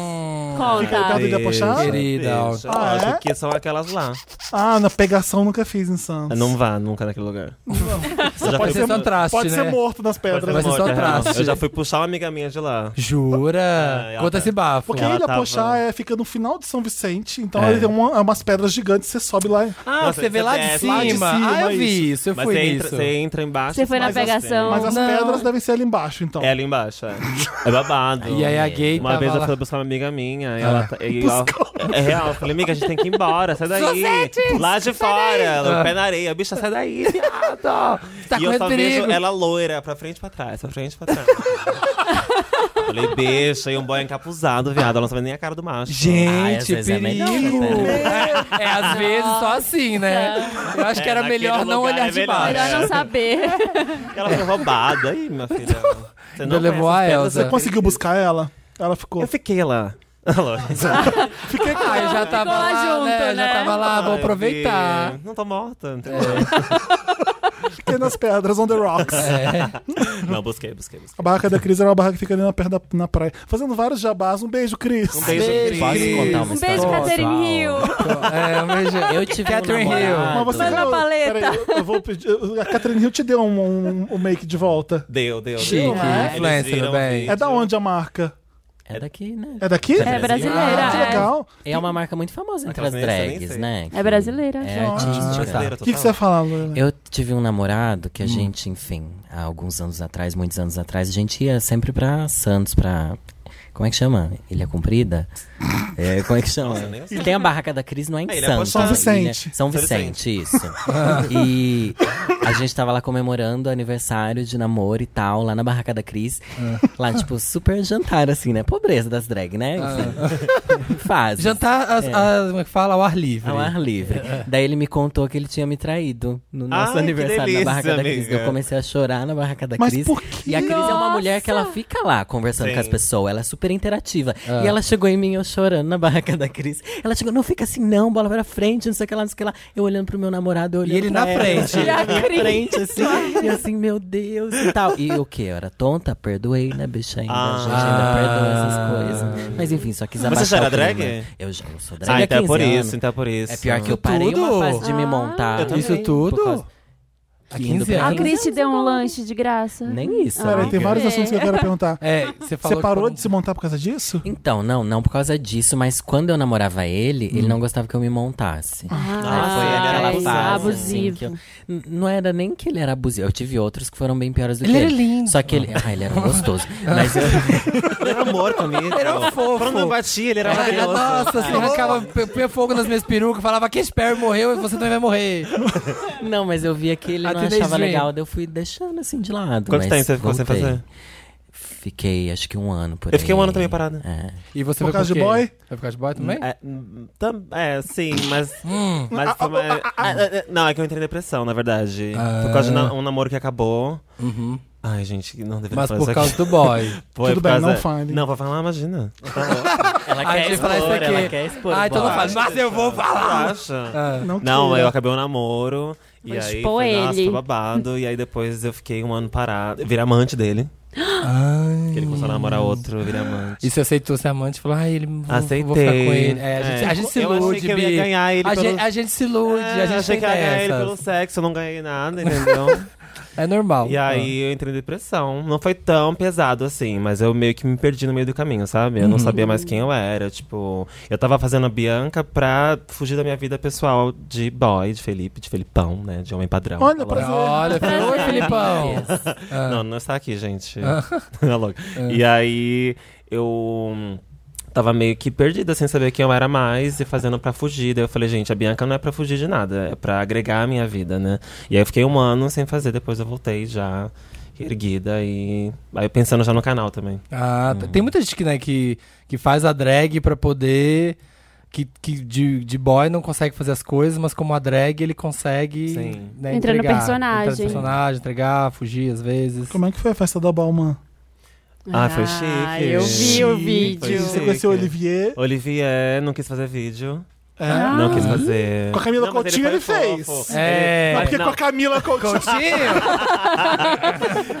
S3: Conta.
S1: aí. Ilha Pochá?
S2: Querida.
S5: Deixa.
S1: Tá Ah,
S5: Acho
S1: é?
S5: que são aquelas lá.
S1: Ah, na pegação nunca fiz em Santos.
S5: Não vá nunca naquele lugar. Você já
S2: Pode
S5: foi-
S2: ser só traste,
S1: um Pode
S2: né?
S1: ser um morto nas
S5: pode ser
S1: pedras.
S2: Vai ser só um
S5: morta, real.
S2: traste.
S5: né? Eu já fui puxar uma amiga minha de lá.
S2: Jura?
S5: Ah, ela
S2: Conta
S5: tá-
S2: esse bafo.
S1: Porque
S5: Ela
S1: Ilha
S5: tava-
S1: Pochá é, fica no final de São Vicente, então
S5: É.
S1: ele tem uma- umas pedras gigantes, você sobe lá.
S2: Ah,
S5: Nossa,
S2: você vê lá de,
S5: desce,
S2: cima.
S5: lá de
S1: cima,
S2: Ah, eu vi isso. Eu
S5: Mas
S2: fui
S5: você
S2: nisso.
S5: entra, você entra embaixo.
S3: Você foi na
S5: mas assim,
S3: pegação.
S1: Mas as
S2: Não.
S1: pedras devem ser ali embaixo, então.
S5: É ali embaixo, é. É babado.
S2: E aí a gay
S5: Uma
S2: tava
S5: vez eu
S2: lá.
S5: fui buscar uma amiga minha, e
S2: Ah.
S5: ela, tá- e ela- é real, eu falei, amiga, a gente tem que ir embora, sai daí. Lá Tá de fora, ela,
S2: Ah.
S5: o pé na areia, bicha, sai daí, viado.
S2: Tá
S5: e eu
S2: correndo
S5: só
S2: perigo.
S5: vejo ela loira, pra frente e pra trás, pra frente e pra trás. falei, bicha, e um boy encapuzado, viado, ela não sabe nem a cara do macho.
S4: Ai, às
S2: Gente,
S4: vezes é
S2: perigo.
S4: melhor,
S2: <laughs>
S5: né?
S2: É, é, às vezes só assim, né? Eu acho
S5: É,
S2: que era
S5: naquele
S2: melhor né? não
S5: lugar
S2: olhar
S5: é
S2: de
S5: melhor.
S2: baixo.
S3: Melhor não
S2: <laughs>
S3: saber.
S5: Ela foi roubada, aí, minha filha. Você
S2: Então, Ainda levou
S5: conhece
S2: a
S5: as pedras,
S2: Elsa.
S5: você-
S1: Conseguiu buscar ela? Ela ficou.
S5: Eu fiquei lá. <laughs> assim.
S1: Fiquei com
S2: Ah, eu já tava
S3: lá
S2: lá,
S3: junto,
S2: né? Já
S3: né?
S2: tava lá, vou
S5: Ai,
S2: aproveitar.
S5: Bi, Não tô morta, não tem
S1: <laughs> fiquei nas pedras, on the rocks.
S5: É.
S2: É.
S5: Não, busquei, busquei, busquei.
S1: A barraca da Cris era uma barraca que fica ali na, perto da, na praia. Fazendo vários jabás. Um beijo, Cris.
S5: Um beijo,
S2: Beijo,
S5: Cris.
S4: Posso contar uma
S3: Um beijo,
S4: história
S3: Catherine Hill.
S4: pessoal?
S2: É, um beijo.
S4: Eu tive
S2: Catherine
S4: um
S2: Hill.
S4: namorado.
S1: Mas você
S3: Manda a paleta.
S1: Peraí, eu- eu vou pedir. A Catherine Hill te deu um, um- um make de volta.
S5: Deu, deu.
S2: Chique,
S5: deu.
S2: né? influencer,
S5: Eles viram
S2: bem.
S5: o vídeo.
S1: É da onde a marca?
S4: É daqui, né?
S1: É daqui?
S5: É
S3: É
S5: brasileira,
S3: brasileira.
S1: Ah, que legal.
S4: É uma marca muito famosa entre as
S5: Aquelas meninas, eu nem
S4: drags,
S5: sei.
S4: né?
S3: É brasileira.
S4: É
S3: já.
S4: artística.
S5: Brasileira
S1: Ah, tá. O que, que
S5: total.
S1: você ia falar, Hum. Lorelai?
S4: Eu tive um namorado que a gente, enfim, há alguns anos atrás, muitos anos atrás, a gente ia sempre pra Santos, pra. Como é que chama? Ilha Comprida? É, como é que chama?
S5: Nossa, nem sei.
S4: Tem a barraca da Cris, não é em
S5: Ah, Ilha
S4: Santos.
S5: São
S4: é
S1: Vicente.
S4: Ilha- São
S5: São
S4: Vicente,
S1: <laughs>
S4: isso. e a gente tava lá comemorando o aniversário de namoro e tal, lá na barraca da Cris.
S1: É.
S4: <laughs> Lá, tipo, super jantar, assim, né? Pobreza das drag, né? <laughs> Faz.
S2: Ah. Jantar, as-
S4: É.
S2: as- como é que fala? Ao ar livre. É.
S4: Ao ar livre. Daí ele me contou que ele tinha me traído no nosso
S5: Ai, que
S4: aniversário
S5: delícia,
S4: na Barraca da Cris.
S5: amiga.
S4: Eu comecei a chorar na Barraca da
S1: Mas
S4: Cris.
S1: por quê?
S4: E a Cris é uma
S3: Nossa!
S4: mulher que ela fica lá conversando
S5: Sim.
S4: com as pessoas. ela é super interativa.
S2: Ah.
S4: E ela chegou em mim, eu chorando na barraca da Cris. <laughs> Ela chegou, não fica assim não, bola pra frente, não sei o que lá, não sei o que lá. Eu olhando pro meu namorado, eu olhando
S2: E ele
S4: pra
S2: assim, na
S4: ela. <laughs>
S2: frente.
S4: E a Cris. frente, assim. e eu assim, meu Deus, e tal. E o que? Eu era tonta? Perdoei, né, bicha? Ainda,
S5: Ah.
S4: A gente ainda perdoa essas coisas. Mas enfim, só quis abaixar
S5: já era
S4: o clima.
S5: drag?
S4: Eu já eu sou drag
S5: Ah,
S4: há
S5: então é por
S4: 15
S5: isso,
S4: anos.
S5: então é por isso.
S4: É pior que eu parei
S2: Tudo?
S4: uma fase de me
S3: Ah.
S4: montar.
S5: Eu também.
S2: Isso
S4: Por
S2: tudo?
S4: causa-
S2: Há
S4: Indo
S2: 15
S4: pra
S3: A
S2: anos. né?
S3: Cris te deu um lanche de graça? Ah.
S4: Nem isso.
S3: Peraí,
S1: Peraí,
S4: amiga.
S1: tem vários
S3: ok.
S1: assuntos que eu quero perguntar.
S2: É, você falou.
S1: Você
S2: que
S1: parou
S2: foi-
S1: de se montar por causa disso?
S4: Então, não, não por causa disso, mas quando eu namorava ele, ele não gostava que eu me montasse.
S5: Ah, foi, ele era
S4: Aí foi aquela fase, assim,
S3: abusivo.
S4: que eu- N- não era nem que ele era abusivo. Eu tive outros que foram bem piores do
S2: Ele
S4: que
S2: era
S4: ele.
S2: lindo.
S4: Só que ele. Ah, ele era um gostoso. Mas eu,
S5: Ele era amor comigo. Ele era
S2: fofo.
S5: Quando eu batia, ele era
S2: Ai,
S5: maravilhoso.
S2: nossa, você arrancava, p- punha fogo nas minhas perucas, falava que Sperry morreu e você também vai morrer.
S4: não, mas eu via que ele
S2: A
S4: não
S2: teenage
S4: achava
S2: dream. <laughs>
S4: legal, daí eu fui deixando assim de lado.
S5: Quanto
S4: mas
S5: tempo você ficou sem
S4: voltei.
S5: fazer?
S4: Fiquei acho que um ano por aí.
S5: Eu fiquei um ano também parada.
S4: É.
S2: E você
S1: Por
S2: foi
S1: causa
S2: por
S1: de
S2: quê?
S1: boy?
S2: Foi por causa de boy também?
S5: É, hum, tam- é, sim, mas.
S2: Hum.
S5: mas foi uma- Ah, ah, ah, não, é que eu entrei em depressão, na verdade.
S2: Ah.
S5: Por causa de na- um namoro que acabou.
S2: Uhum.
S5: Ai, gente, não deveria
S2: Mas
S5: falar
S2: por
S5: isso
S2: causa
S5: aqui.
S2: do boy.
S5: <laughs> Foi
S1: Tudo
S5: por
S1: bem,
S5: causa-
S1: não fale.
S5: Não, vou falar, imagina. Tá
S4: Ela
S2: Ai,
S4: quer
S2: Ah, deixa eu falar isso
S4: expor,
S2: aqui.
S4: ela quer expor.
S2: Ah, então não
S4: bora.
S2: faz. Mas eu vou falar.
S5: Acha?
S2: <laughs> Ah.
S1: Não,
S5: Não,
S1: queira.
S5: eu acabei o namoro. E
S3: Vou
S5: aí,
S3: expor
S5: foi, nossa,
S3: ele.
S5: foi babado. E aí depois eu fiquei um ano parado. Eu Virei amante dele.
S2: <gasps> Ai.
S5: Que ele começou a namorar outro, eu virei amante.
S2: E você aceitou ser amante e falou, ah, ele vou, vou
S5: Aceitei.
S2: ficar com ele. É, a gente,
S5: É.
S2: a gente se
S5: Eu achei
S2: ilude,
S5: que eu ia
S2: Bi.
S5: ganhar ele
S2: a,
S5: pelo-
S2: gente, a gente se ilude,
S5: É,
S2: a gente
S5: achei
S2: tem
S5: que ia ganhar ele
S2: dessas.
S5: pelo sexo, eu não ganhei nada, <laughs> entendeu?
S2: É normal.
S5: e aí eu entrei em depressão. Não foi tão pesado assim, mas eu meio que me perdi no meio do caminho, sabe? Eu
S2: Uhum.
S5: não sabia mais quem eu era. Tipo, eu tava fazendo a Bianca pra fugir da minha vida pessoal de boy, de Felipe, de Felipão, né? De homem padrão.
S1: Olha,
S5: Tá
S2: Ah.
S1: prazer.
S2: Olha, falou, oi,
S3: Prazer.
S2: Filipão. Ah.
S5: Não, não está aqui, gente. <laughs> É louco. E aí eu tava meio que perdida, sem saber quem eu era mais e fazendo pra fugir. Daí eu falei, gente, a Bianca não é pra fugir de nada, é pra agregar a minha vida, né? E aí eu fiquei um ano sem fazer, depois eu voltei já erguida e aí pensando já no canal também.
S2: Ah, tá. tem muita gente que, né, que, que faz a drag pra poder. Que, que de, de boy não consegue fazer as coisas, mas como a drag ele consegue.
S5: Sim.
S2: Né,
S3: Entra no
S2: entregar.
S3: personagem.
S2: Entrar no personagem, entregar, fugir às vezes.
S1: Como é que foi a festa da Balmain?
S5: Ah, foi
S3: Ah,
S5: chique.
S3: eu vi o
S5: Chique, foi
S3: vídeo.
S1: Você
S5: chique.
S1: conheceu o Olivier?
S5: Olivier não quis fazer vídeo.
S1: É.
S3: Ah.
S5: Não quis fazer.
S1: Com a Camila
S5: Não, mas
S1: Coutinho ele
S5: foi
S1: fez.
S5: fofo.
S2: É.
S5: Ele-
S1: Mas porque
S5: Não,
S1: com a Camila Coutinho.
S2: Coutinho?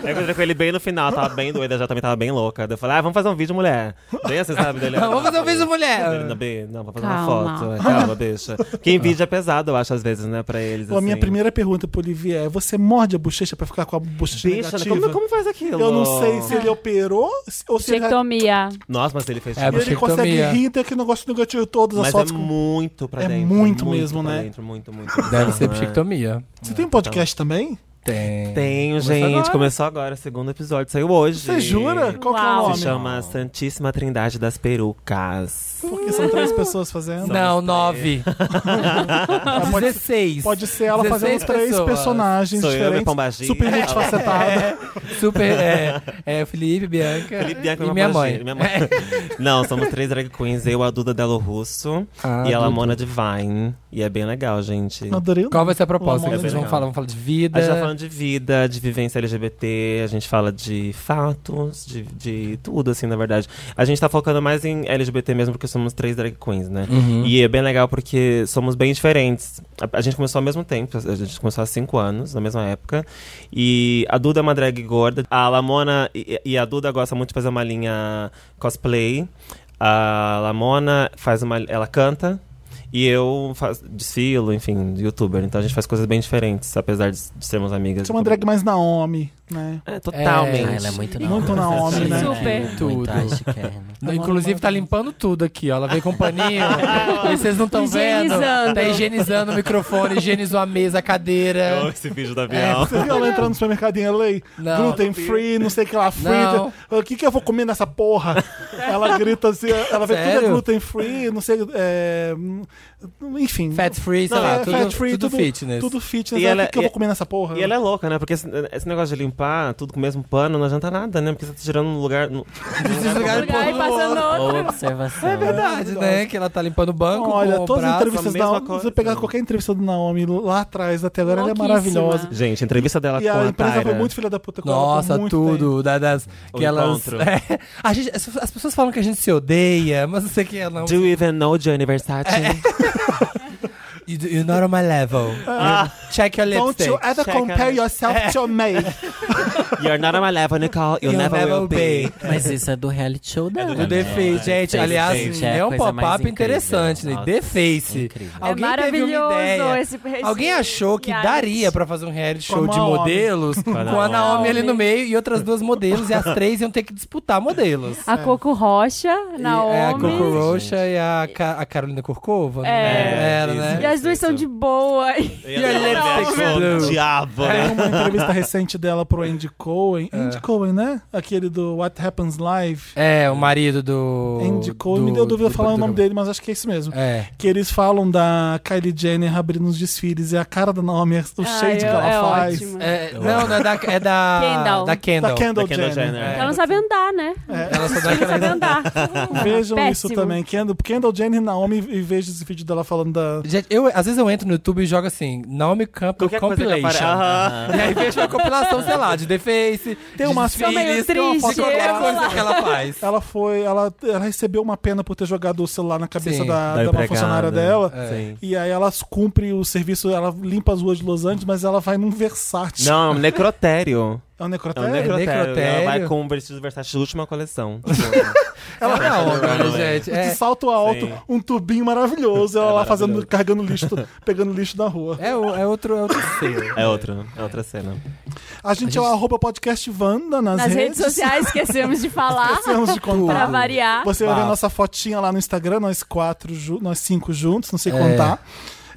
S1: <laughs>
S5: Eu encontrei com ele bem no final, tava bem doida, já também tava bem louca. Daí eu falei, ah, vamos fazer um vídeo, mulher. Bem assim, sabe? Dele,
S2: Vamos fazer um vídeo,
S5: Dele,
S2: mulher.
S5: não, B, não, vamos fazer
S3: Calma.
S5: uma foto. né, Calma, deixa. Porque em vídeo é pesado, eu acho, às vezes, né, pra eles.
S1: A minha
S5: assim.
S1: primeira pergunta pro Olivier é: você morde a bochecha pra ficar com a bochecha
S5: Deixa, né?
S1: negativa?
S5: como, como faz aquilo?
S1: Eu não sei se
S5: é
S1: ele operou ou se ele,
S3: Chectomia.
S5: Nossa, mas ele fez.
S2: É,
S5: tipo-
S1: ele consegue
S2: Chectomia.
S1: rir daquele negócio negativo todas as
S5: mas
S1: fotos.
S5: é
S1: com-
S5: muito pra
S1: É
S5: dentro.
S1: muito mesmo,
S5: pra
S1: né?
S5: Dentro, muito, muito.
S2: Deve ser
S5: Não, é.
S2: psicotomia.
S1: Você tem um podcast também?
S2: Tem.
S5: Tenho,
S2: Começou
S5: gente.
S2: agora.
S5: Começou agora, segundo episódio, saiu hoje.
S1: Você jura? Qual que é o
S3: Uau.
S1: nome?
S5: Se chama Santíssima Trindade das Perucas.
S1: Porque são três pessoas fazendo. <laughs>
S2: Não, nove. Dezesseis.
S1: Pode ser ela fazendo
S2: 16
S1: três
S2: pessoas.
S1: personagens
S5: Sou eu, meu É.
S1: diferentes.
S5: pombagira.
S1: super multifacetada.
S2: <laughs>
S5: <laughs>
S2: Super. É, é o Felipe, Bianca.
S5: Felipe Bianca
S2: e
S5: é
S2: minha
S5: uma
S2: mãe.
S5: magia, minha mãe. <laughs> Não, somos três drag queens. Eu, a Duda Delo Russo
S2: Ah,
S5: e a
S2: Duda.
S5: Lamona Divine. E é bem legal, gente.
S1: Não <laughs> adorei. o
S2: Qual vai ser a proposta?
S1: Uma
S2: Que vocês vão
S5: moda.
S2: falar, vão falar de vida.
S5: A gente tá falando de vida, de vivência LGBT, a gente fala de fatos, de, de tudo, assim, na verdade. A gente tá focando mais em LGBT mesmo, porque somos três drag queens, né?
S2: Uhum.
S5: E é bem legal porque somos bem diferentes. A, a gente começou ao mesmo tempo, a gente começou há cinco anos, na mesma época. E a Duda é uma drag gorda. A Lamona e, e a Duda gostam muito de fazer uma linha cosplay. A Lamona faz uma. Ela canta. E eu faço, desfilo, enfim, youtuber. Então a gente faz coisas bem diferentes, apesar de, de sermos
S1: <laughs>
S5: amigas.
S1: Você é uma drag mais Naomi, né?
S5: É,
S2: É,
S5: totalmente.
S4: Ah, ela é muito na
S1: Muito na homem, né?
S3: Super.
S4: Muito
S2: Tudo.
S1: é.
S4: achiquérrima.
S2: Não, Inclusive, tá limpando tudo aqui, ó. Ela veio com um paninho. e vocês não estão vendo.
S3: Higienizando.
S2: Tá higienizando o microfone, higienizou a mesa, a
S5: Eu amo
S2: cadeira.
S5: esse vídeo da
S2: É,
S5: Bial.
S1: Você viu ela entrando no supermercado em LA?
S2: Não.
S1: Gluten free, não sei o que lá,
S2: Não.
S1: frita. O que, que eu vou comer nessa
S2: <laughs>
S1: porra? ela grita assim, ela vê tudo é
S2: Sério?
S1: gluten free, não sei. é, hum, enfim.
S2: Fat free, sei
S1: Não,
S2: lá.
S1: é
S2: tudo,
S1: fat free,
S2: tudo, fitness.
S1: Tudo fitness.
S5: E
S1: ela,
S5: ela-
S1: o que, que eu
S5: e-
S1: vou comer nessa porra?
S5: E ela é louca, né? Porque esse, esse negócio de limpar tudo com o mesmo pano, não adianta nada, né? Porque você tá tirando um
S1: <laughs>
S5: lugar. no-
S2: Desligar e
S3: Lugar e passando
S4: Ou
S3: outro.
S4: observação.
S2: É verdade, né? Que ela tá limpando o banco.
S1: Olha,
S2: com o
S1: todas as
S2: braço,
S1: entrevistas
S5: a
S1: da
S5: mesma
S1: Naomi, se
S5: coisa.
S1: você pegar qualquer entrevista do Naomi lá atrás, até agora ela é
S3: Louquíssima.
S1: maravilhosa.
S5: Gente, a entrevista dela
S1: E
S5: com
S1: a
S5: a
S1: empresa foi
S5: Tyra.
S1: muito filha da puta com ela
S2: Nossa,
S1: por muito tempo.
S2: tudo. Da, das,
S5: O
S2: que elas,
S5: encontro.
S2: é, <laughs> a gente, as, as pessoas falam que a gente se odeia, mas eu sei que ela não. É.
S5: Do you even know Gianni Versace?
S2: <laughs> You, do- you're not on my level.
S5: Ah,
S2: You- Check your
S1: Don't
S2: lipstick.
S1: you ever
S5: Check
S1: compare
S5: out.
S2: É.
S1: yourself to me.
S5: You're not on my level, <laughs> Nicole. You
S2: You'll
S5: never,
S2: never
S5: will be.
S4: Mas isso é do reality show dela.
S2: O The Face, gente,
S4: Face,
S2: aliás,
S4: gente, é
S2: é,
S4: a
S2: um
S4: coisa mais
S2: pop-up
S4: incrível.
S2: interessante, né?
S4: Nossa,
S2: The Face.
S4: incrível.
S3: É
S2: Alguém teve uma
S3: maravilhoso
S2: ideia.
S3: esse esse
S2: Alguém achou que
S3: reality.
S2: daria pra fazer um reality
S1: Com
S2: show
S1: a
S2: de
S1: Naomi.
S2: modelos com a
S5: Naomi.
S2: Naomi ali no meio e outras duas modelos, e as três iam ter que disputar modelos.
S3: A Coco Rocha,
S2: É. E
S3: Naomi.
S2: É a Coco
S4: Gente.
S2: Rocha e a, Ca- a Carolina Corcova, né?
S3: É.
S2: Era, né?
S3: E as duas são
S5: Isso.
S3: de boa. <laughs>
S5: E
S2: Your lipstick's blue.
S5: diabo,
S1: <laughs> Tem
S2: É,
S5: né?
S1: uma entrevista recente dela pro Andy Cohen. Andy Cohen, né? Aquele do What Happens Live.
S2: <laughs> É, o marido do.
S1: Andy Cohen,
S2: do-
S1: me deu dúvida
S2: do-
S1: falar o
S2: do-
S1: nome dele, mas acho que é isso mesmo.
S2: É.
S1: Que eles falam da Kylie Jenner abrindo os desfiles e a cara da Naomi, o shade
S3: Ai,
S1: que ela
S3: Ah, é
S1: faz.
S3: ótima.
S2: É, não, não é da. É da.
S3: Kendall.
S2: Da Kendall. é.
S1: Da Kendall,
S5: Da Kendall
S1: Jenner.
S5: Jenner.
S3: Ela não sabe andar, né?
S2: Ela só
S3: <laughs>
S2: dá
S3: Ela não sabe
S2: aquela.
S3: andar.
S1: Vejam isso
S3: Péssimo.
S1: também. Kendall, Kendall Jenner e Naomi, e vejo esse vídeo dela falando da.
S2: Gente, eu, às vezes eu entro no YouTube e jogo assim, Naomi Campbell
S5: Qualquer coisa que aparece.
S2: Compilation.
S5: Aham.
S2: E aí vejo uma compilação, sei lá, de The Face.
S1: Tem
S2: de
S1: umas
S2: desfiles,
S3: Tô meio
S2: tem uma
S3: triste,
S2: foto de qualquer
S3: eu
S2: coisa
S3: lá.
S2: que ela faz.
S1: Ela foi. Ela, ela recebeu uma pena por ter jogado o celular na cabeça
S2: Sim,
S1: da, da
S5: da
S1: uma
S5: empregada.
S1: funcionária dela.
S2: É.
S5: Sim.
S1: E aí ela cumpre o serviço, ela limpa as ruas de Los Angeles, mas ela vai num Versace.
S5: Não, é um necrotério.
S1: É um
S5: É um
S1: necrotério?
S5: necrotério.
S2: necrotério.
S5: Ela vai com o vestido Versace da
S1: <laughs>
S5: última coleção.
S2: Ela não,
S5: Ela-
S2: né, gente.
S1: De
S2: É,
S1: salto alto,
S5: Sim.
S1: um tubinho maravilhoso, ela
S5: É
S1: lá fazendo,
S5: maravilhoso.
S1: carregando lixo, pegando lixo na rua.
S2: é, o- é outro, é outro selo.
S5: é outra, é outra cena.
S1: A gente, é o arroba podcast Wanda nas,
S3: Nas redes sociais esquecemos de falar.
S1: Esquecemos de
S3: pra
S1: contar.
S3: variar.
S1: Você vai ver
S2: Bafo.
S1: nossa fotinha lá no Instagram, nós quatro, ju- nós cinco juntos, não sei
S2: É.
S1: contar.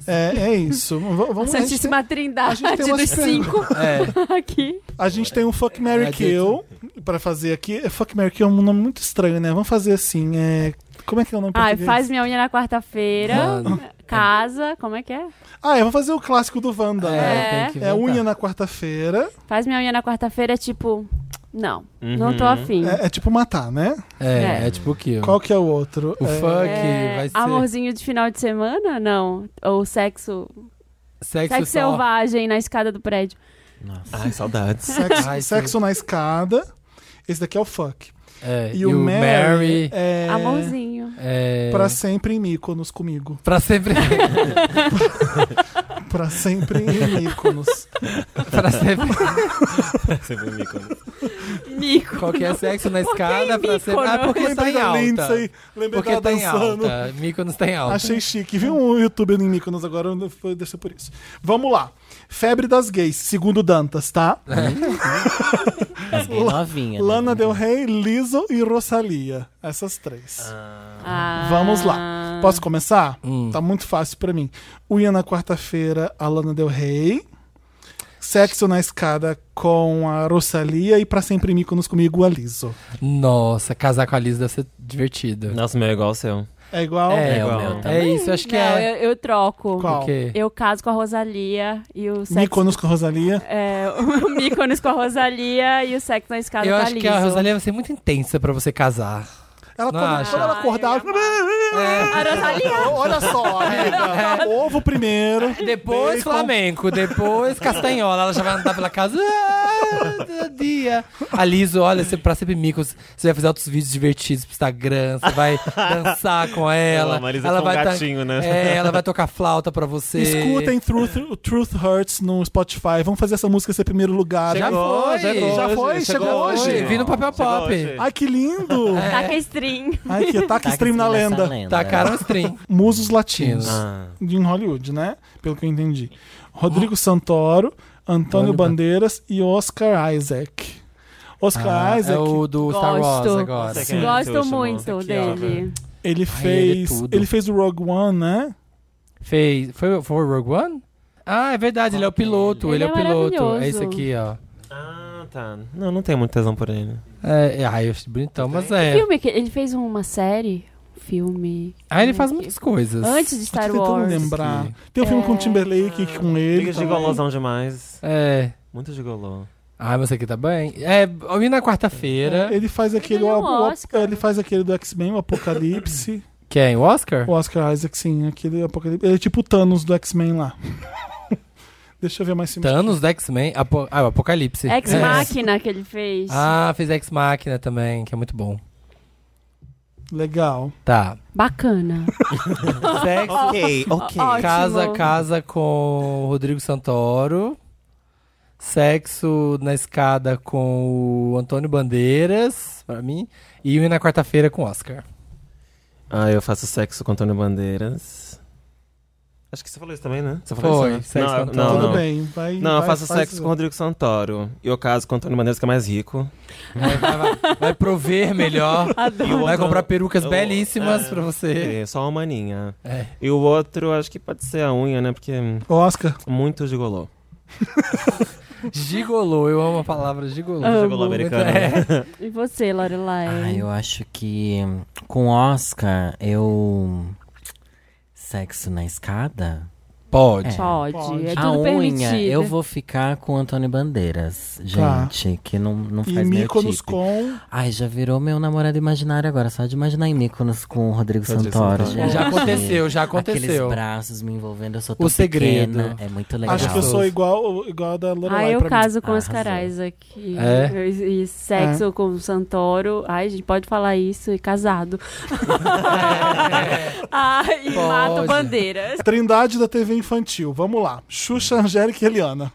S1: É, é isso. V- vamos a gente, tem,
S3: Santíssima
S1: a
S3: Trindade
S1: gente tem umas
S3: <laughs> dos cinco <laughs>
S2: É.
S3: aqui.
S1: a gente tem um Fuck
S2: A
S1: Mary
S2: gente-
S1: Kill pra fazer aqui. Fuck Mary Kill é um nome muito estranho, né? Vamos fazer assim. é, Como é que é o nome em
S3: Ai,
S1: português?
S3: faz minha unha na quarta-feira.
S2: Mano.
S3: Casa, como é que é?
S1: Ah, eu vou fazer o clássico do Wanda. né?
S3: É.
S2: tem que
S1: É unha
S2: inventar.
S1: na quarta-feira.
S3: Faz minha unha na quarta-feira é tipo. Não, não tô afim.
S1: É, é tipo matar, né?
S2: Uhum. É,
S3: É.
S2: é tipo o que?
S1: Qual que é o outro?
S2: O
S1: É,
S2: funk
S3: É,
S2: vai ser
S3: Amorzinho de final de semana? Não. Ou sexo.
S2: sexo,
S3: Sexo
S2: só.
S3: selvagem na escada do prédio.
S5: Ai, saudades.
S1: sexo,
S2: tipo, Ai, sim.
S1: sexo na escada. Esse daqui é o fuck.
S2: É,
S1: E, o Mary, é
S3: Amorzinho.
S2: é,
S1: pra sempre em Mykonos comigo.
S2: pra sempre,
S1: <laughs> Pra sempre em Mykonos.
S2: pra sempre
S5: Você viu o Mykonos.
S3: Mico.
S2: Qualquer é sexo na
S3: Por que
S2: escada, pra
S3: Mykonos?
S2: sempre. Ah, porque tá
S1: Lembrei
S2: em
S1: da
S2: alta.
S1: Lindsay, lembrei
S2: Porque
S1: dela
S2: tá em
S1: dançando.
S2: alta. Mykonos tá em alta.
S1: Achei chique. Vi um youtuber em Mykonos agora, eu vou descer por isso. Vamos lá. Febre das gays, segundo Dantas, tá?
S4: Mas bem novinha. né?
S1: <laughs> Lana Del Rey, Lizzo e Rosalia. Essas três.
S3: Ah.
S1: Vamos lá. Posso começar?
S2: Hum.
S1: Tá muito fácil pra mim. Unha na quarta-feira, a Lana Del Rey. Sexo na escada com a Rosalia e pra sempre Mykonos comigo, a Lizzo.
S2: Nossa, casar com a Liz deve ser divertido.
S5: Nossa, o meu é igual ao seu.
S1: É igual?
S2: é,
S4: É, o
S5: igual.
S4: meu
S2: é
S4: também.
S2: isso, acho que
S3: Não,
S2: é.
S3: eu, eu troco.
S1: Qual?
S2: O quê?
S3: Eu caso com a Rosalia e o sexo.
S1: Mykonos com a Rosalia.
S3: É, o <laughs> Míconos com a Rosalia e o sexo na escada
S2: Eu
S3: com a
S2: acho que a
S3: Lizzo.
S2: Rosalia vai ser muito intensa pra você casar.
S1: Ela,
S2: Não
S1: quando,
S2: acho.
S1: quando ela acordava.
S3: A Rosalia.
S1: Olha só, amiga. Ovo primeiro.
S2: Depois
S1: Bacon.
S2: Flamengo, depois Castanhola. Ela já vai andar pela casa. Ah, todo dia. A Liz, olha, você, pra sempre micos, você vai fazer outros vídeos divertidos pro Instagram, você vai dançar
S5: <laughs>
S2: com ela.
S5: amo a Liz, é
S2: ela
S5: só um
S2: vai tá-
S5: gatinho, né?
S2: É, ela vai tocar flauta pra
S1: <laughs>
S2: você.
S1: Escutem Truth, Truth Hurts no Spotify. Vamos fazer essa música ser primeiro lugar.
S2: Já foi,
S1: já foi, chegou hoje.
S2: Vi no Papel
S5: Chegou
S2: Pop. É.
S5: hoje.
S1: Ai, que
S4: né?
S1: lindo!
S3: Taca stream.
S1: Ai, que taca
S4: Tá
S1: stream na
S4: nessa
S1: lenda.
S2: Tacaram os trem.
S1: <laughs> Musos latinos.
S5: Ah,
S1: Em Hollywood, né? Pelo que eu entendi. Rodrigo Santoro, Antônio
S2: Antônio Ba-
S1: Bandeiras e Oscar Isaac. Oscar
S2: Ah,
S1: Isaac,
S2: é o do Star Wars
S3: Gosto.
S2: agora.
S5: Sim.
S3: Gosto
S5: Esse
S3: muito
S5: último.
S3: dele.
S1: ele
S2: ele é
S1: fez.
S2: tudo.
S1: ele fez o Rogue One, né?
S2: Fez. Foi, foi o Rogue One? Ah, é verdade, ele é o piloto. Ele,
S3: Ele
S2: é o
S3: é
S2: piloto.
S3: maravilhoso.
S2: É esse aqui, ó.
S5: Ah, tá. Não, não tenho muito tesão por ele.
S2: É, é, ai, eu achei bonitão, mas é.
S3: Filme que ele fez uma série, um filme.
S2: Ah, ele faz muitas coisas.
S3: Antes de
S1: Tô
S3: Star
S1: tentando
S3: Wars.
S1: lembrar. Tem um filme
S3: É.
S1: com o Timberlake que com ele.
S5: Ele é
S1: também.
S5: gigolosão demais.
S2: É.
S5: Muito gigolô.
S2: Ah, você aqui tá bem? É, eu ia na quarta-feira.
S1: É, Ele faz aquele.
S3: ganhou
S1: o-
S3: o
S1: o-
S3: Oscar.
S1: ele faz aquele do X-Men, o Apocalipse.
S2: Quem? O Oscar?
S1: o Oscar Isaac, sim, aquele Apocalipse. Ele é tipo o Thanos do X-Men lá. <laughs> Deixa eu ver mais filmes.
S2: Thanos, do X-Men, Apo- ah, o Apocalipse.
S3: Ex
S2: É.
S3: Machina que ele fez.
S2: Ah, fez Ex Machina também, que é muito bom.
S1: Legal.
S2: Tá.
S3: Bacana. <laughs>
S5: <laughs>
S2: Sexo,
S5: Ok, ok.
S3: Ó,
S2: casa,
S3: Ótimo.
S2: casa com o Rodrigo Santoro. Sexo na escada com o Antônio Bandeiras, pra mim. E o na quarta-feira com o Oscar.
S5: Ah, eu faço sexo com Antônio Bandeiras. Acho que você falou isso também, né? Você falou
S2: Foi,
S5: isso, né?
S2: sexo
S5: não,
S2: com
S5: não,
S2: Antônio.
S1: Tudo
S5: não.
S1: bem. Vai,
S5: Não, eu
S1: vai,
S5: faço
S1: faz-
S5: sexo com o Rodrigo Santoro. E eu caso com o Antônio Bandeiras, que é mais rico.
S2: Vai, vai, vai- vai prover melhor. Vai comprar perucas
S5: Eu-
S2: belíssimas
S5: é.
S2: pra você.
S5: É, só uma maninha.
S2: É.
S5: E o outro, acho que pode ser a unha, né? Porque hum,
S1: Oscar.
S5: muito gigolô.
S2: Gigolô, eu amo a palavra gigolô.
S3: Amo.
S5: Gigolô americano.
S2: <laughs> É.
S5: né?
S3: <laughs> E você, Lorelai?
S4: Ah, eu acho que hum, com Oscar, eu. Sexo na escada?
S2: Pode.
S4: É.
S3: Pode,
S1: Pode.
S3: é
S4: a
S3: tudo
S4: unha,
S3: permitido.
S4: eu vou ficar com o Antônio Bandeiras,
S1: Tá.
S4: gente, que não, não
S1: E
S4: faz meu
S1: Míconos
S4: tipo.
S1: com.
S4: Ai, já virou meu namorado imaginário agora, só de imaginar em Míconos com o Rodrigo
S5: Rodrigo
S4: Santoro.
S5: Santoro.
S4: gente.
S2: Já aconteceu, já
S4: Aqueles
S2: aconteceu.
S4: braços me envolvendo, eu sou tão
S2: segredo.
S4: pequena, é muito legal.
S1: Acho que eu sou
S2: Gostoso.
S1: igual, igual a da Lorelai.
S3: Ah, eu
S1: pra mim.
S3: caso com os
S4: Arrasou.
S3: carais aqui.
S2: É?
S3: Eu- E sexo com o Santoro. Ai, a gente pode falar isso e casado. Ai, <laughs> e
S2: Pode.
S3: mato bandeiras.
S1: Trindade da TV infantil. Vamos lá. Xuxa, Angélica
S3: <laughs>
S1: e Eliana.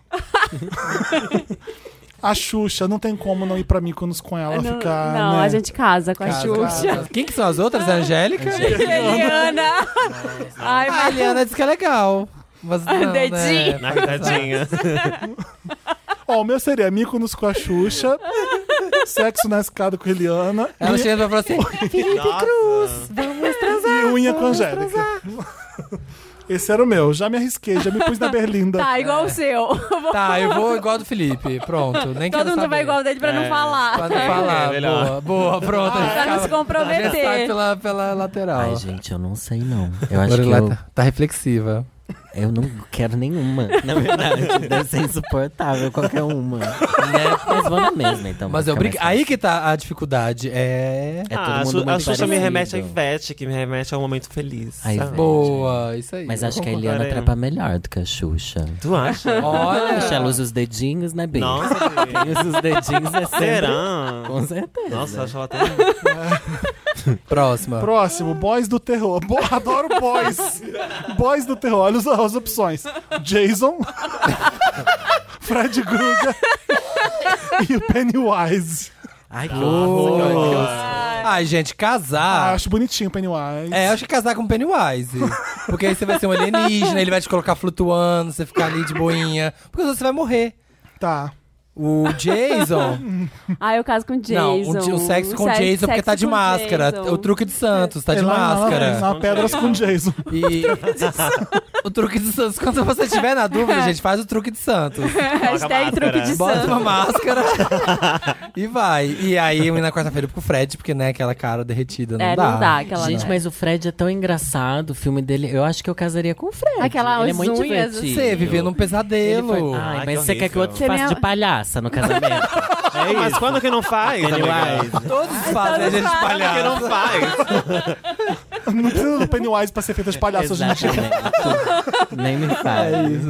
S1: a Xuxa, não tem como não ir pra Míconos com ela
S3: não,
S1: ficar.
S3: não,
S1: né?
S3: a gente casa com
S2: Casa,
S3: a Xuxa.
S2: casa. Quem que são as outras? É A Angélica?
S3: Eliana. Ai,
S2: A
S3: mas Ah,
S2: Eliana disse que é legal. Mas não, né?
S3: Dedinho.
S5: Na risadinha.
S1: Ó, o meu seria Míconos com a Xuxa, Sexo na Escada com a Eliana
S2: Ela chega assim, pra
S1: <laughs>
S2: você.
S5: Cruz.
S1: e Unha com a Angélica. Esse era o meu. Já me arrisquei, já me
S3: <laughs>
S1: pus na berlinda.
S3: tá igual o seu.
S2: <laughs> É. Tá, eu vou igual a do Felipe. Pronto. Nem quero
S3: Todo mundo
S2: saber.
S3: vai igual o dele pra não
S5: É.
S2: Pra
S3: falar.
S2: não
S5: É,
S2: falar.
S5: melhor.
S2: boa, boa, pronto.
S3: Pra não se
S2: Já sai
S3: comprometer.
S2: pela, pela lateral.
S4: Ai, gente, eu não sei não. Eu acho que
S2: Lorelai
S4: eu,
S2: tá, tá reflexiva.
S4: eu não quero nenhuma, na
S2: <laughs>
S4: verdade. Deve ser insuportável qualquer uma. Né? Mas vamos na mesma, então.
S2: Mas
S4: vai
S2: eu
S4: ficar
S2: brinco.
S4: mais
S2: Aí que tá a dificuldade. É.
S4: É todo
S5: ah, a
S4: mundo
S5: Xu-
S4: muito
S5: a Xuxa me
S4: parecido.
S5: remete a Ivete, que me remete a um momento feliz.
S4: Ai,
S5: sabe?
S2: Boa, isso aí.
S4: Mas
S2: Eu
S4: acho que a
S2: concordo.
S4: Eliana
S5: concordarei.
S4: trapa melhor do que a Xuxa.
S5: Tu acha?
S2: Olha.
S4: Xuxa, ela usa os dedinhos, né, Bia?
S5: Nossa,
S4: <laughs> Quem usa os dedinhos é sempre...
S5: será?
S4: Com certeza.
S5: Nossa, eu acho ela até.
S1: <laughs>
S2: Próxima.
S1: Próximo, Boys do Terror. Bo- adoro
S3: <laughs>
S1: Boys. Boys do Terror. Olha as, as opções: Jason, <laughs> Fred Krueger <laughs> e o Pennywise.
S4: Ai, que
S2: Boa.
S4: horror.
S2: Ai, gente,
S1: Ah,
S2: casar.
S1: acho bonitinho o Pennywise.
S2: É, acho que casar com
S3: <laughs>
S2: o Pennywise. Porque aí você vai ser um alienígena, ele vai te colocar flutuando, você ficar ali de boinha. Porque senão você vai morrer.
S1: Tá.
S2: O Jason.
S3: Ah, eu caso com
S2: Não,
S3: <laughs> Jason.
S2: o, J- o sexo com o
S3: Se-
S2: Jason porque
S3: sexo
S2: tá de
S3: com
S2: máscara.
S3: Jason.
S2: O truque de Santos, tá de
S1: Lá- lá-
S2: máscara.
S1: lá- pedras com Jason.
S2: <laughs> E. o truque de Santos. Quando você tiver na <laughs> dúvida, gente, faz o truque de Santos.
S3: <laughs> Hashtag truque
S5: né?
S3: de
S2: Bota uma
S3: santo.
S2: máscara e vai. E aí eu ia na quarta-feira pro Fred, porque, né, aquela cara derretida não
S3: É,
S2: dá.
S3: não dá aquela.
S4: Gente, mas o Fred é tão engraçado, o filme dele. Eu acho que eu casaria com o Fred.
S3: Aquela
S4: ele é muito
S3: Ah, unhas, assim.
S4: divertido.
S2: Você vivendo um
S4: Ele
S2: pesadelo.
S4: foi- Ai,
S5: Ai,
S4: mas
S5: que
S4: você quer que o outro
S3: horrível.
S4: faça
S3: Você me-
S4: de palhaça no
S5: <laughs>
S4: casamento?
S5: É Mas quando que não <laughs> faz? é
S4: Pennywise.
S5: amiga?
S2: Todos fazem a gente
S3: fazem.
S5: Quando que
S2: palhaço.
S5: não faz?
S1: Não precisa do Pennywise pra ser feita de palhaço hoje em dia.
S4: Exatamente. Nem me
S1: É
S4: fale.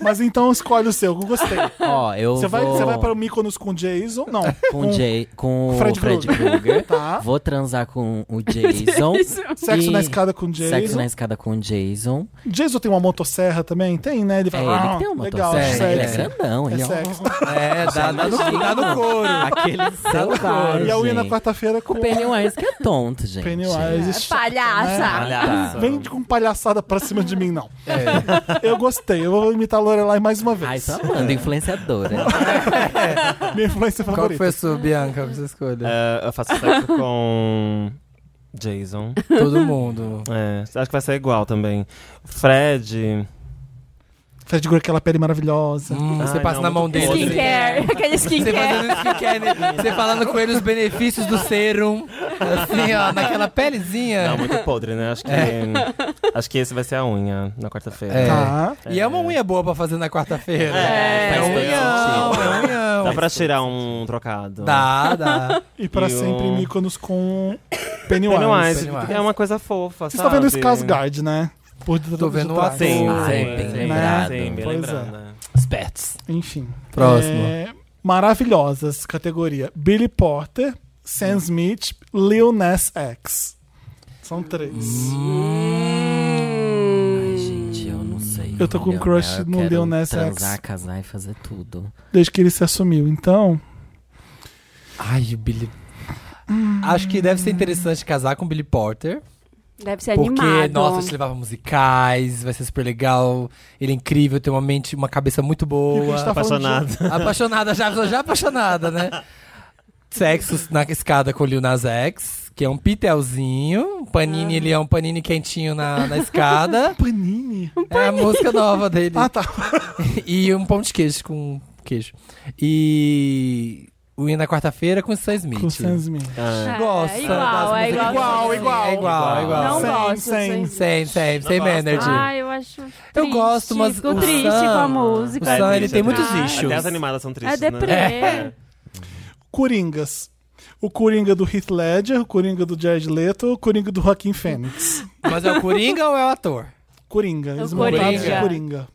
S1: Mas então escolhe o seu, eu gostei.
S4: Ó, eu
S1: Você vai,
S4: vou
S1: você vai para o Mykonos com Jason? Não. Um,
S4: com, o Jay, com o
S1: Fred
S4: Fred,
S1: Krueger.
S4: Krueger.
S1: Tá.
S4: Vou transar com
S3: <laughs>
S4: o Jason.
S1: Sexo
S4: E-
S1: na escada com Jason.
S4: Sexo na escada com o Jason.
S1: Jason tem uma motosserra também? Tem, né? Ele
S4: É
S1: vai.
S4: ele
S1: "Ah,
S4: que tem uma
S1: legal,
S4: motosserra.
S1: sexo.
S4: Ele é
S2: sexy.
S4: grandão.
S1: É
S4: ele <laughs> é um-
S1: sexo.
S2: É, <laughs> dá, dá no, dá no couro.
S4: Aquele selvagem.
S1: E a unha na quarta-feira com
S4: O Pennywise
S1: <laughs>
S4: que é tonto, gente.
S3: É
S1: Pennywise.
S2: é
S1: chato,
S3: Palhaça.
S4: Palhaça.
S1: né? Vem com palhaçada pra cima de mim, não. Eu gostei. Eu vou imitar a Lorelai mais uma
S4: Ai,
S1: vez. É.
S4: só manda influenciadora.
S1: Minha influência
S2: Qual que
S1: favorita.
S2: foi a sua, Bianca, que você escolha?
S5: É, eu faço sexo com. Jason.
S2: Todo mundo.
S5: É, acho que vai ser igual também. Fred.
S1: Você segura aquela pele maravilhosa.
S2: Hum, você
S5: Ai,
S2: passa
S5: não,
S2: na mão
S5: muito
S2: dele.
S5: podre.
S2: <laughs>
S3: Skincare. Aquele
S2: Você
S3: skincare.
S2: fazendo skincare, né? você falando com ele os benefícios do serum. Assim, ó, naquela pelezinha.
S5: Não, muito podre, né? Acho que, acho que esse vai ser a unha na quarta-feira.
S2: É.
S1: Tá.
S2: E é uma unha boa pra fazer na quarta-feira.
S5: É,
S2: é
S5: faz
S2: um
S5: todo
S2: unhão,
S5: sentido.
S2: é um
S5: Dá
S2: unhão.
S5: pra tirar um trocado.
S2: Dá, dá.
S1: E pra
S5: E o-
S1: sempre Mykonos com Pennywise.
S5: Pennywise,
S2: Pennywise.
S5: é uma coisa fofa,
S1: Vocês
S5: sabe?
S1: estão vendo Skarsgård, né? Por detrás
S2: Tô
S1: de
S2: vendo o
S1: trás.
S2: ator.
S5: Sim,
S4: Ai,
S5: sim,
S4: bem
S5: sim.
S4: lembrado.
S5: Sim, bem
S1: Pois
S5: lembrado,
S1: é.
S5: né?
S2: Espertos.
S1: Enfim.
S2: Próximo.
S1: É, maravilhosas, categoria. Billy Porter, Sam Smith, Lil Nas X. São três.
S4: Ai, gente, eu não sei.
S1: Eu tô com
S4: Leonel,
S1: crush
S4: eu
S1: no
S4: quero
S1: Leonel X.
S4: Transar, casar e fazer tudo.
S1: Desde que ele se assumiu. Então,
S2: Ai, o Billy. Hum. Acho que deve ser interessante casar com o Billy Porter.
S3: Deve ser
S2: Porque,
S3: animado.
S2: nossa, te levar pra musicais, vai ser super legal. Ele é incrível, tem uma mente, uma cabeça muito
S1: E o que a
S2: boa.
S1: gente tá
S5: Apaixonado.
S1: <laughs>
S2: Apaixonada, já, já apaixonada, né? Sexos na escada com o Lil Nas X, que é um pitelzinho. Um panini, ele é um panini quentinho Tá na, na
S1: <laughs>
S2: <laughs> escada.
S1: Panini.
S2: é a música nova dele.
S1: Ah, tá.
S2: <laughs> e um pão de queijo com queijo. E o Ia na quarta-feira com o Sam Smith.
S1: Com Sam Smith.
S5: Ah.
S3: É,
S2: Gosta
S3: é
S2: das
S3: igual, é
S2: músicas.
S3: igual.
S1: Igual,
S3: Sam
S1: igual.
S2: É igual, é igual.
S3: Não
S1: Sam,
S3: gosto,
S1: Sam.
S3: Sam.
S2: Same, same,
S5: Não
S2: same
S5: gosta.
S2: energy.
S3: Ah, eu acho
S2: Eu
S3: triste,
S2: gosto, mas
S3: Fico
S2: o
S3: triste
S2: Sam-
S3: com a música.
S2: o Sam,
S3: é
S2: ele tem
S5: triste,
S2: muitos
S5: é triste.
S2: issues.
S5: Até as animadas são tristes,
S3: É
S5: né?
S3: deprê.
S1: Coringas. O Coringa do Heath Ledger, o Coringa do Jared Leto, o Coringa do Joaquim Fênix.
S2: Mas é o Coringa ou é o ator?
S1: Coringa.
S3: É O
S1: Eles montaram de
S2: Coringa.
S1: É Coringa.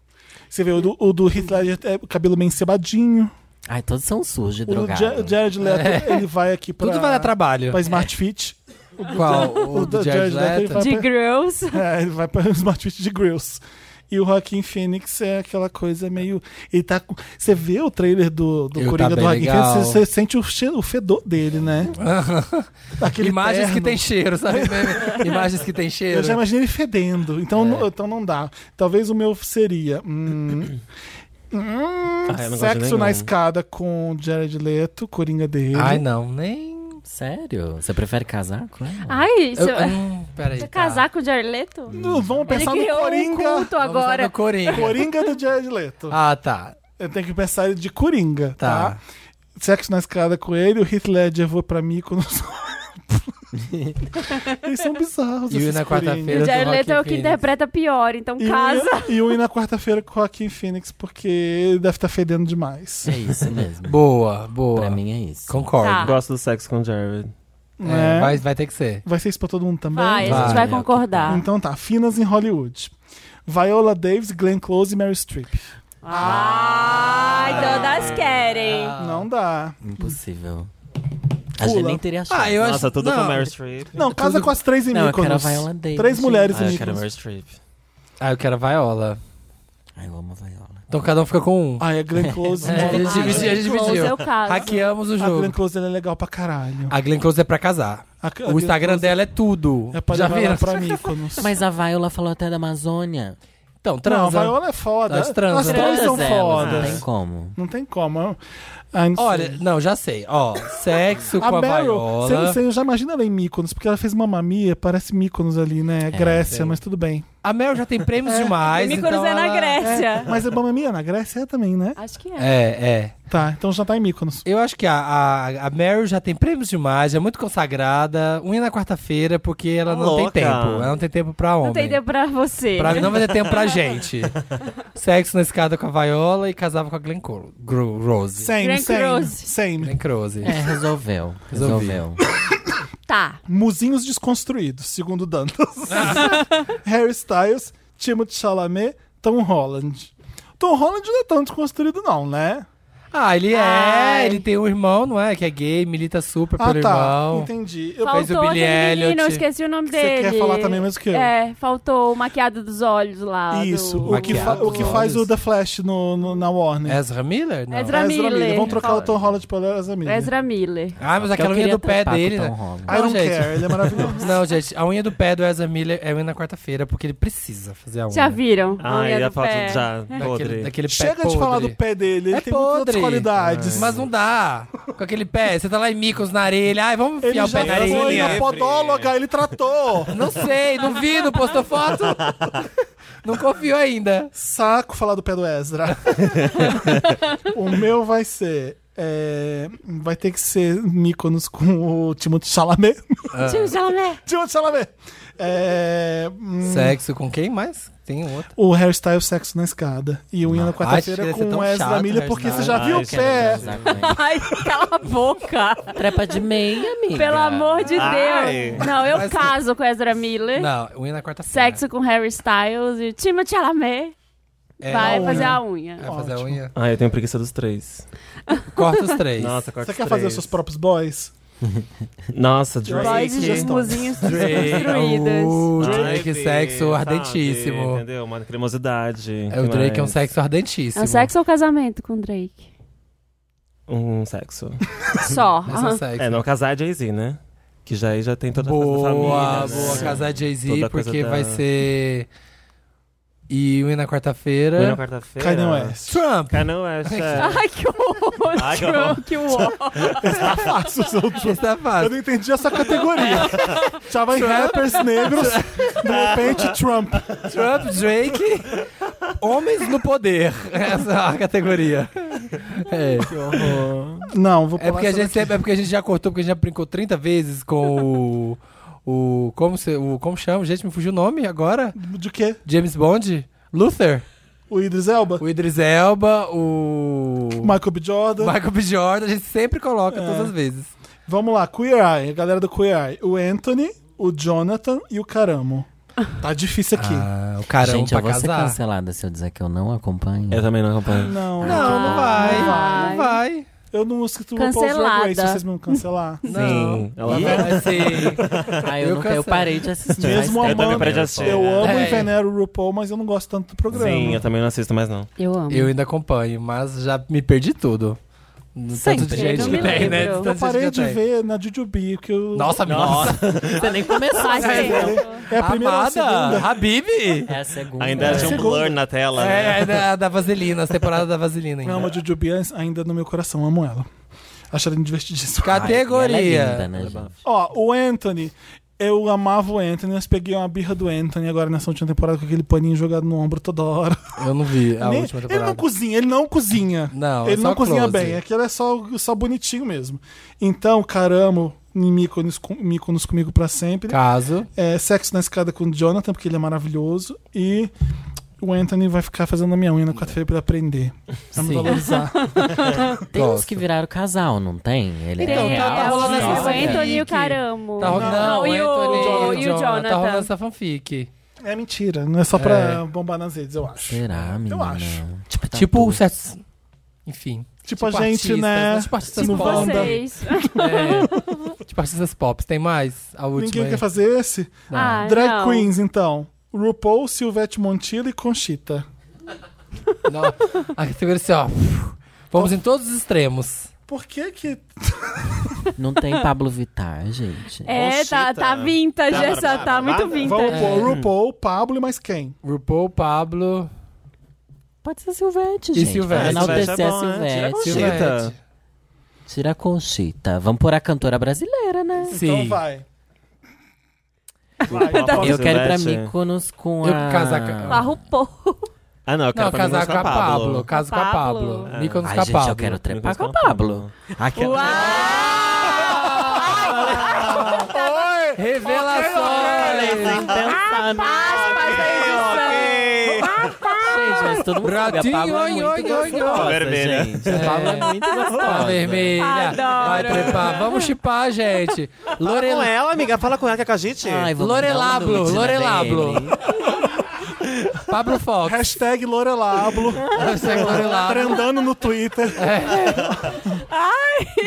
S1: Você vê, o do, o do Heath Ledger é o cabelo meio encebadinho.
S4: Ai, todos são sujos,
S1: O do
S4: drogados.
S1: Ja- Jared Leto, ele vai aqui pra...
S2: Tudo vai dar trabalho.
S1: Pra Smart Fit.
S2: Qual?
S1: o
S2: O
S1: do
S2: do
S1: Jared
S2: Jared
S1: Leto, ele
S2: Leto?
S1: faz-
S3: De Girls.
S1: <laughs> É, ele vai pra Smart Fit de Grills. E o Joaquim Phoenix é aquela coisa meio. Ele tá. com- Você vê o trailer do, do
S2: Ele tá
S1: Coringa do
S2: bem
S1: Joaquim
S2: legal.
S1: Phoenix, você, você sente o, cheiro, o fedor dele,
S2: <laughs>
S1: né? Aquele
S2: Imagens que
S1: terno.
S2: tem cheiro, sabe? meme? <laughs> Imagens que tem cheiro. É.
S1: Eu já imaginei ele fedendo. Então, não, então não dá. Talvez o meu seria.
S2: <coughs>
S1: hum, hum,
S5: Ah, eu não gosto de
S1: sexo
S5: nenhum.
S1: na escada com o Jared Leto, Coringa dele.
S2: Ai, não, nem.
S4: Sério? Você prefere casar com ela?
S3: Ai, isso.
S2: Eu, hum, peraí.
S3: Você
S2: tá.
S3: Ah, casar com o Jarleto?
S1: Não, Vamos
S3: Ele
S1: pensar no
S3: criou um
S1: Coringa.
S3: culto
S2: Vamos lá
S3: agora.
S2: no Coringa.
S1: Coringa do Jared Leto.
S2: Ah, tá.
S1: Eu tenho que pensar ele de Coringa, tá?
S2: Tá.
S1: Sexo na escada com ele, o Heath Ledger vou pra mim quando
S2: <laughs>
S1: Eles são bizarros.
S2: E o
S1: esses
S2: na
S1: Coringas.
S2: quarta-feira.
S3: E o
S2: do
S3: Jared Leto é o
S2: Joaquin
S3: que
S2: Phoenix.
S3: interpreta pior, então
S1: E o-
S3: casa. <laughs>
S1: E o ir na quarta-feira com o Joaquim Phoenix, porque ele deve estar fedendo demais.
S4: É isso mesmo.
S2: Boa, boa.
S4: pra mim é isso.
S2: Concordo.
S3: Tá.
S5: Gosto do sexo com o Jared.
S1: né?
S2: É, vai, vai ter que ser.
S1: Vai ser isso pra todo mundo também?
S3: Vai, a gente
S2: Vai,
S3: vai
S2: é o que
S3: concordar.
S1: Então tá, Finas em Hollywood. Viola Davis, Glenn Close e Mary Streep.
S3: Ai,
S1: Ah.
S3: todas querem.
S1: Não dá.
S4: Impossível. Ah. A gente
S1: Pula.
S4: nem teria achado.
S2: Ah, eu acho.
S5: Nossa, tudo
S2: não, É
S5: com Meryl Streep.
S1: Não, casa
S2: tudo-
S1: com as três em
S4: Não, eu quero a
S1: Mykonos.
S4: Viola Davis.
S1: Três mulheres
S5: Ah,
S1: em
S5: eu quero
S1: Mykonos.
S5: Meryl Streep.
S2: Ah, eu quero a Viola.
S4: Ai, eu amo a Viola.
S2: Então cada um fica com um.
S1: Ah, é Glenn Close.
S2: <laughs> É, a gente
S1: Viola Davis.
S2: dividiu. A gente
S3: Close
S2: dividiu.
S3: eu caso.
S2: Hackeamos o
S1: A Glenn
S2: jogo.
S1: Close ela é legal pra caralho.
S2: A Glenn Close é pra casar.
S1: A- a Glenn
S2: O Instagram
S1: Close
S2: dela é tudo.
S1: É pra
S2: Já
S1: levar
S2: viram?
S1: lá pra Mykonos.
S4: Mas a Viola falou até da Amazônia.
S2: Então,
S1: Não,
S2: transa.
S1: a Viola é foda.
S2: Elas transam.
S1: As três são
S4: Todas elas,
S1: fodas.
S4: Não tem como.
S1: Não tem
S2: é
S1: como. Ah, não sei.
S2: Olha, não, já sei. Ó, sexo com
S1: a
S2: a
S1: Meryl, você,
S2: Viola.
S1: você já imagina ela em Mykonos, porque ela fez mamamia, parece Mykonos ali, né? Grécia,
S2: sei.
S1: mas tudo bem.
S2: A Meryl já tem prêmios demais.
S3: Mykonos
S2: então
S3: é na
S2: ela-
S3: Grécia.
S1: Mas a mamamia na Grécia é também, né?
S3: Acho que é.
S2: É, é.
S1: Tá, então já tá em Mykonos.
S2: Eu acho que a, a, a Meryl já tem prêmios demais, é muito consagrada. Unha na quarta-feira, porque ela
S5: Tá
S2: não tem
S5: louca.
S2: tempo. Ela não tem tempo pra homem.
S3: Não tem tempo pra você.
S2: Pra mim não vai ter tempo pra
S3: <laughs>
S2: gente. Sexo na escada com a Viola e casava com a Glenn Clo- Gro- Rose.
S1: Same,
S3: Grand
S1: same,
S3: Close.
S1: same.
S2: Glenn Close.
S4: É, resolveu.
S2: Resolvi.
S4: Resolveu.
S3: Tá.
S1: Muzinhos desconstruídos, segundo Dantas. Harry Styles, Timothée Chalamet, Tom Holland. Tom Holland não é tão desconstruído não, né?
S2: Ah, ele é.
S3: Ai.
S2: Ele tem um irmão, não é? Que é gay, milita super
S1: Ah,
S2: pelo
S1: tá.
S2: irmão.
S1: Entendi. Eu
S2: Fala- fez o
S3: Faltou
S2: Billy
S3: aquele menino, eu
S2: Elliot.
S3: esqueci o nome
S1: Você
S3: dele.
S1: quer falar também mesmo que eu?
S3: É, faltou o maquiado dos olhos lá.
S1: Isso,
S3: do-
S1: o que, fa- o que faz o The Flash no, no- na Warner.
S2: Ezra Miller? Não.
S3: Ezra- Miller. é
S1: Vamos trocar o Tom Holland pelo Ezra Miller.
S3: Ezra Miller.
S2: Ah, mas
S4: Porque eu
S2: aquela unha
S4: queria
S2: do pé
S4: trepar com o
S2: dele,
S4: Tom
S2: né?
S4: Holland.
S1: I don't
S2: Não, gente.
S1: care, ele é maravilhoso.
S2: Não, gente, a unha do pé do Ezra Miller é unha na quarta-feira, porque ele precisa fazer a unha.
S3: Já viram?
S5: Ah,
S3: Unha
S5: e a
S3: do
S5: foto
S3: pé.
S5: já
S3: É.
S2: Daquele,
S5: podre.
S2: daquele pé
S1: Chega de
S2: podre.
S1: falar do pé dele, ele
S2: É
S1: tem muitas outras
S2: podre. É. Ah.
S1: qualidades.
S2: Mas não dá. Com aquele pé, você tá lá em Micos na areia, ai, vamos
S1: ele
S2: enfiar o
S1: já
S2: pé na areia.
S1: foi na
S5: né?
S1: podóloga, ele tratou.
S2: Não sei, não vi, não postou foto. Não confiou ainda.
S1: Saco falar do pé do
S2: <laughs>
S1: Ezra. o meu vai ser. é, vai ter que ser Míconos com o Timothée Chalamet.
S3: <laughs> Tio Chalamet.
S1: Timothée Chalamet! É, hum,
S2: <laughs> Sexo com quem mais? Tem um outro.
S1: o hairstyle Sexo na Escada. E o Unha na quarta-feira
S2: acho que ia ser
S1: com
S2: tão
S1: o Ezra
S2: chato,
S1: Miller, porque você
S2: hairstyle. né?
S1: já viu
S5: Ai,
S1: o
S5: quero
S1: pé.
S5: ver.
S3: <laughs> Ai, cala a boca.
S4: Trepa de meia, amiga.
S3: Pelo amor de
S5: Ai.
S3: Deus. Não, eu
S2: Mas-
S3: caso com Ezra Miller.
S2: Não, é unha na quarta-feira.
S3: Sexo com Harry Styles e Timothée Chalamet
S2: É,
S3: vai
S1: a
S3: fazer
S1: unha.
S3: a unha.
S2: Vai fazer a
S1: Ótimo.
S2: unha.
S5: Ai, Ah, eu tenho preguiça dos três.
S2: Corta os três.
S5: Nossa, corta
S1: Você
S5: os
S1: quer
S5: três.
S1: fazer os seus próprios boys?
S5: Nossa,
S3: Voz
S5: Drake.
S3: de
S1: Drake.
S3: musinhos
S2: Drake,
S3: desconstruídas.
S2: o
S5: Ai,
S2: Drake,
S5: Fê,
S2: sexo
S5: sabe,
S2: ardentíssimo.
S5: Entendeu? Uma cremosidade.
S2: É, o Drake é um
S5: mais?
S2: sexo ardentíssimo.
S3: É o sexo ou casamento com o Drake?
S5: Um sexo.
S3: Só.
S2: Esse é o
S3: Aham.
S2: sexo.
S5: É, não casar é Jay-Z, né? Que já aí já tem toda a coisa da
S2: Boa,
S5: família.
S2: boa.
S5: né?
S2: Casar é Jay-Z,
S5: Toda a coisa
S2: porque
S5: da-
S2: vai ser. E o na
S5: Foi na
S2: quarta-feira.
S5: quarta-feira.
S1: Kanye West.
S2: Trump!
S5: Kanye West, é.
S3: Ai, que horror,
S5: Ai, que
S3: João,
S5: horror.
S3: que horror.
S1: Tá fácil,
S3: <laughs>
S1: seu
S2: Esse tá
S1: Eu
S2: fácil.
S1: não entendi essa categoria.
S2: <laughs>
S1: Já vai rappers negros, de
S3: <laughs>
S1: repente Trump.
S2: Tá. Trump, Drake, homens no poder. Essa é a categoria. É.
S1: Não, vou pular
S2: É porque, a
S1: essa
S2: gente sempre- é porque a gente já cortou, porque a gente já brincou 30 vezes com o. O. Como, se, o, como chama? Gente, me fugiu o nome agora.
S1: daqui. De quê?
S2: James Bond? Luther?
S1: O Idris Elba?
S2: O Idris Elba, o.
S1: Michael B. Jordan?
S2: Michael B. Jordan, a gente sempre coloca todas as vezes.
S1: É. Vamos lá, Queer Eye, a galera do Queer Eye. O Anthony, o Jonathan e o Caramo. Tá difícil aqui.
S2: Ah, o caramba
S4: Gente, eu
S2: pra
S4: vou ser
S2: casar.
S4: cancelada se eu dizer que eu não acompanho.
S5: Eu também não acompanho.
S1: Não,
S2: Não, não vai.
S3: vai.
S2: Não vai.
S1: eu não escuto o RuPaul's Drag
S3: Cancelada.
S1: Race, vocês vão cancelar.
S2: <laughs> Não.
S5: Sim, ela
S2: Ih,
S5: vai.
S4: <laughs>
S2: vai ser-
S4: Ah, eu,
S2: Eu
S4: nunca, eu
S2: cancelo.
S4: parei de assistir.
S1: Mesmo
S4: faz
S1: amando,
S4: tempo.
S1: assim. Eu também
S5: parei de assistir.
S1: Eu amo
S2: É.
S1: e venero o RuPaul, mas eu não gosto tanto do programa.
S5: Sim, eu também não assisto mais, não.
S3: Eu amo.
S2: Eu ainda acompanho, mas já me perdi tudo. No
S4: Sempre.
S2: Tanto de gente
S3: Eu não
S2: que
S3: me
S2: tem, né?
S3: lembro.
S2: De
S3: Eu
S2: tanto
S1: Eu
S2: gente
S1: parei
S2: que
S1: de
S2: tem.
S1: ver na Jujubi, que eu...
S2: Nossa, nossa.
S4: Você nem começou a
S3: Faz
S4: ver.
S3: tempo.
S1: É a primeira ou a segunda?
S2: Amada, Habib.
S4: É a segunda.
S5: Ainda
S4: é.
S5: tinha um blur na tela. né?
S2: É, é da, da Vaselina, as temporadas da Vaselina ainda.
S1: Não, mas Jujubi ainda no meu coração, amo ela. Acho ela divertidíssima.
S4: Ela
S2: Categoria.
S4: é linda, né, gente?
S1: Ó, o Anthony. Eu amava o Anthony, mas peguei uma birra do Anthony agora nessa última temporada com aquele paninho jogado no ombro toda hora.
S2: Eu não vi a
S1: Nem-
S2: última
S1: ele não
S2: temporada.
S1: cozinha, ele não cozinha.
S2: Não, é
S1: ele
S2: só
S1: não cozinha
S2: close.
S1: bem, aquilo é só, só bonitinho mesmo. Então, caramba, em Mykonos, com- Mykonos comigo pra sempre.
S2: Caso.
S1: É, Sexo na escada com o Jonathan, porque ele é maravilhoso. E o Anthony vai ficar fazendo a minha unha na quarta-feira pra ele aprender. Pra me
S2: Sim. <laughs>
S1: valorizar.
S4: <laughs> Tem uns
S2: Gosto.
S4: que viraram casal, não tem? Ele
S2: Então,
S4: é real.
S2: tá- tá rolando
S3: É,
S2: essa
S3: o Anthony e
S2: fanfic.
S3: o Caramo.
S2: Tá, ro-
S1: Não,
S2: não,
S3: e o-
S2: Anthony,
S3: e o
S2: Tá
S3: Jonathan.
S2: rolando essa fanfic.
S1: é mentira, não é só pra bombar nas redes, eu acho.
S4: Será, menina?
S1: Eu acho.
S4: Tipo, tá
S2: tipo,
S4: tudo.
S2: certos. Enfim.
S1: Tipo, a gente, né?
S2: Tipo artistas
S1: Tipo
S2: pop.
S1: Wanda. <laughs>
S3: Vocês.
S2: É. tipo artistas pop. Tem mais? A última.
S1: Ninguém
S2: aí.
S1: quer fazer esse?
S3: <laughs>
S2: Não.
S3: Ah,
S1: Drag
S3: não.
S1: Queens, então. RuPaul, Silvete Montilla e Conchita.
S2: Não. A categoria assim, ó. Vamos em todos os extremos.
S1: Por que que...
S2: <laughs>
S4: Não tem Pablo Vittar, gente.
S3: É, tá, tá
S5: Conchita.
S3: vintage
S5: Bárbara,
S3: essa, tá
S5: Bárbara,
S3: muito
S5: Bárbara.
S1: Vamos
S3: vintage.
S1: pôr RuPaul, Pablo e mais quem?
S2: É. RuPaul, Pablo.
S4: Pode ser Silvete,
S2: E
S4: gente.
S2: Silvete.
S4: Vai enaltecer
S5: Silvete é
S4: a
S5: bom, né? Tira
S4: Silvete.
S5: Conchita.
S2: Silvete.
S4: Tira a Conchita. Vamos pôr a cantora brasileira, né?
S2: Sim.
S1: Então vai.
S5: Vai,
S4: Eu
S5: Silvete.
S4: quero ir pra Mykonos com
S2: Eu
S4: a...
S2: casar com-
S3: A RuPaul.
S5: Ah, não, eu quero
S2: Não,
S5: ir pra
S2: casar
S5: Mykonos
S2: com a Pablo. Caso com a
S3: Pablo.
S2: Pablo.
S5: É.
S2: Mykonos
S4: Ai,
S2: com a
S4: gente, eu
S2: Pablo.
S4: quero trepar
S5: Mykonos
S4: É. com a Pablo. é- Aquela...
S2: Revelações!
S3: Ah,
S4: Gente, mas todo mundo sabe, a Pablo é muito
S2: Bratinho, oi, oi, oi,
S4: gostosa,
S5: oi. Vermelha.
S4: gente. A Pablo é muito
S2: Tá
S4: gostosa.
S2: vermelha. Vai
S3: Adoro.
S2: trepar. Vamos chipar, gente. Lorela.
S5: ela, amiga. Fala com ela que é com a gente.
S4: Ai, vou
S2: Lorelablo,
S4: mandar um nude na
S2: Lorelablo.
S4: DM.
S2: Pablo Fox.
S1: Hashtag Lorelablo.
S2: Hashtag Lorelablo. É.
S1: Trendando no Twitter.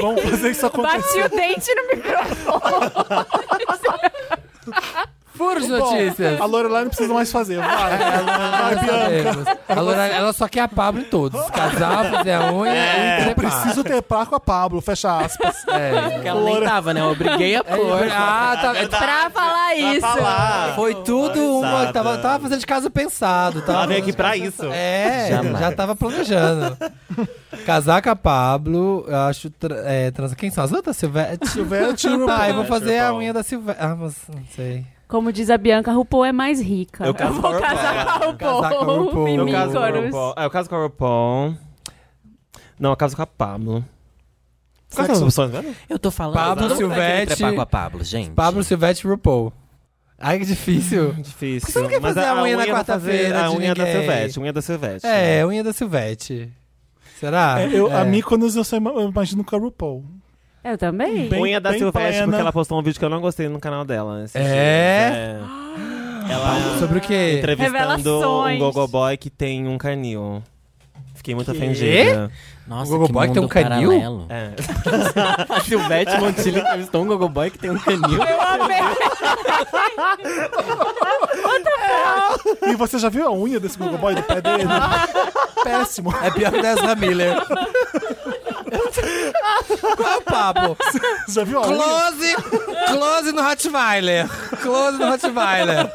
S1: Vamos fazer isso
S3: Bati
S1: acontecer.
S3: o dente no microfone.
S2: Furo de notícias. É,
S1: A Lorelai não precisa mais fazer. Vai, vai Bianca.
S2: Sabemos. A Lorelai, ela só quer a Pablo em todos. Casar, fazer a unha
S3: É,
S2: é
S5: É.
S2: e trepar.
S1: Preciso ter par com a Pablo, fecha aspas.
S2: É.
S4: Porque ela nem tava, né? Eu obriguei a pôr.
S2: Foi, ah, tá-
S3: pra falar isso.
S2: foi tudo uma.
S5: Coisada.
S2: Tava, tava fazendo de caso pensado.
S5: Ela
S2: Tava,
S5: veio aqui pra isso.
S2: É,
S4: Jamais.
S2: já tava planejando. Casar com a Pablo, eu acho. tra- é, trans... Quem são as outras?
S5: <laughs>
S2: Silvete?
S1: Silvete e RuPaul. é
S2: Ah, eu vou fazer a
S5: RuPaul.
S2: unha da Silvete. Ah, mas não sei.
S3: Como diz a Bianca, a RuPaul é mais rica.
S5: Eu caso com a
S3: vou casar com a RuPaul.
S2: Casar com a RuPaul.
S3: Em
S5: Eu caso, com a
S3: Mykonos.
S5: RuPaul. É, eu caso com a RuPaul. Não, eu caso com a Pablo. Quais são
S1: Sexo.
S5: as opções, velho?
S4: Eu tô falando.
S2: Pablo
S4: não vai querer
S2: Silvestre-
S4: trepar com a Pablo, <laughs> gente.
S2: Pablo Silvete e RuPaul. Ai, que difícil.
S5: Difícil.
S2: Por que você não quer fazer a unha na
S5: eu vou fazer-
S2: quarta-feira
S5: A
S2: de
S5: unha da
S2: ninguém?
S5: Silvete, unha da Silvete.
S2: É, unha da Silvete. Será?
S1: É, eu, A
S2: É.
S1: Mykonos eu, só ima- eu imagino com a RuPaul.
S3: Eu também.
S1: Bem-
S5: unha da
S1: bem
S5: Silvete,
S1: plena.
S5: porque ela postou um vídeo que eu não gostei no canal dela. esses
S2: É?
S5: dias. É. Ela
S2: <gasps> Sobre o quê?
S5: entrevistando um
S3: Revelações.
S5: gogoboy que tem um canil. Fiquei muito ofendida.
S4: Nossa,
S2: O Gogoboy
S4: que
S2: tem um
S4: mundo
S2: canil?
S4: paralelo.
S5: É. <laughs>
S4: A Silvete Montilho
S2: <laughs>
S5: Então,
S4: entrevistou um Gogoboy que tem um canil.
S1: E você já viu a unha desse Google Boy do pé
S2: <laughs>
S1: dele? Péssimo.
S2: É pior que o Ezra Miller. Qual é o papo?
S1: <laughs> Já viu a unha?
S2: Close! Close no Rottweiler. Close no Rottweiler.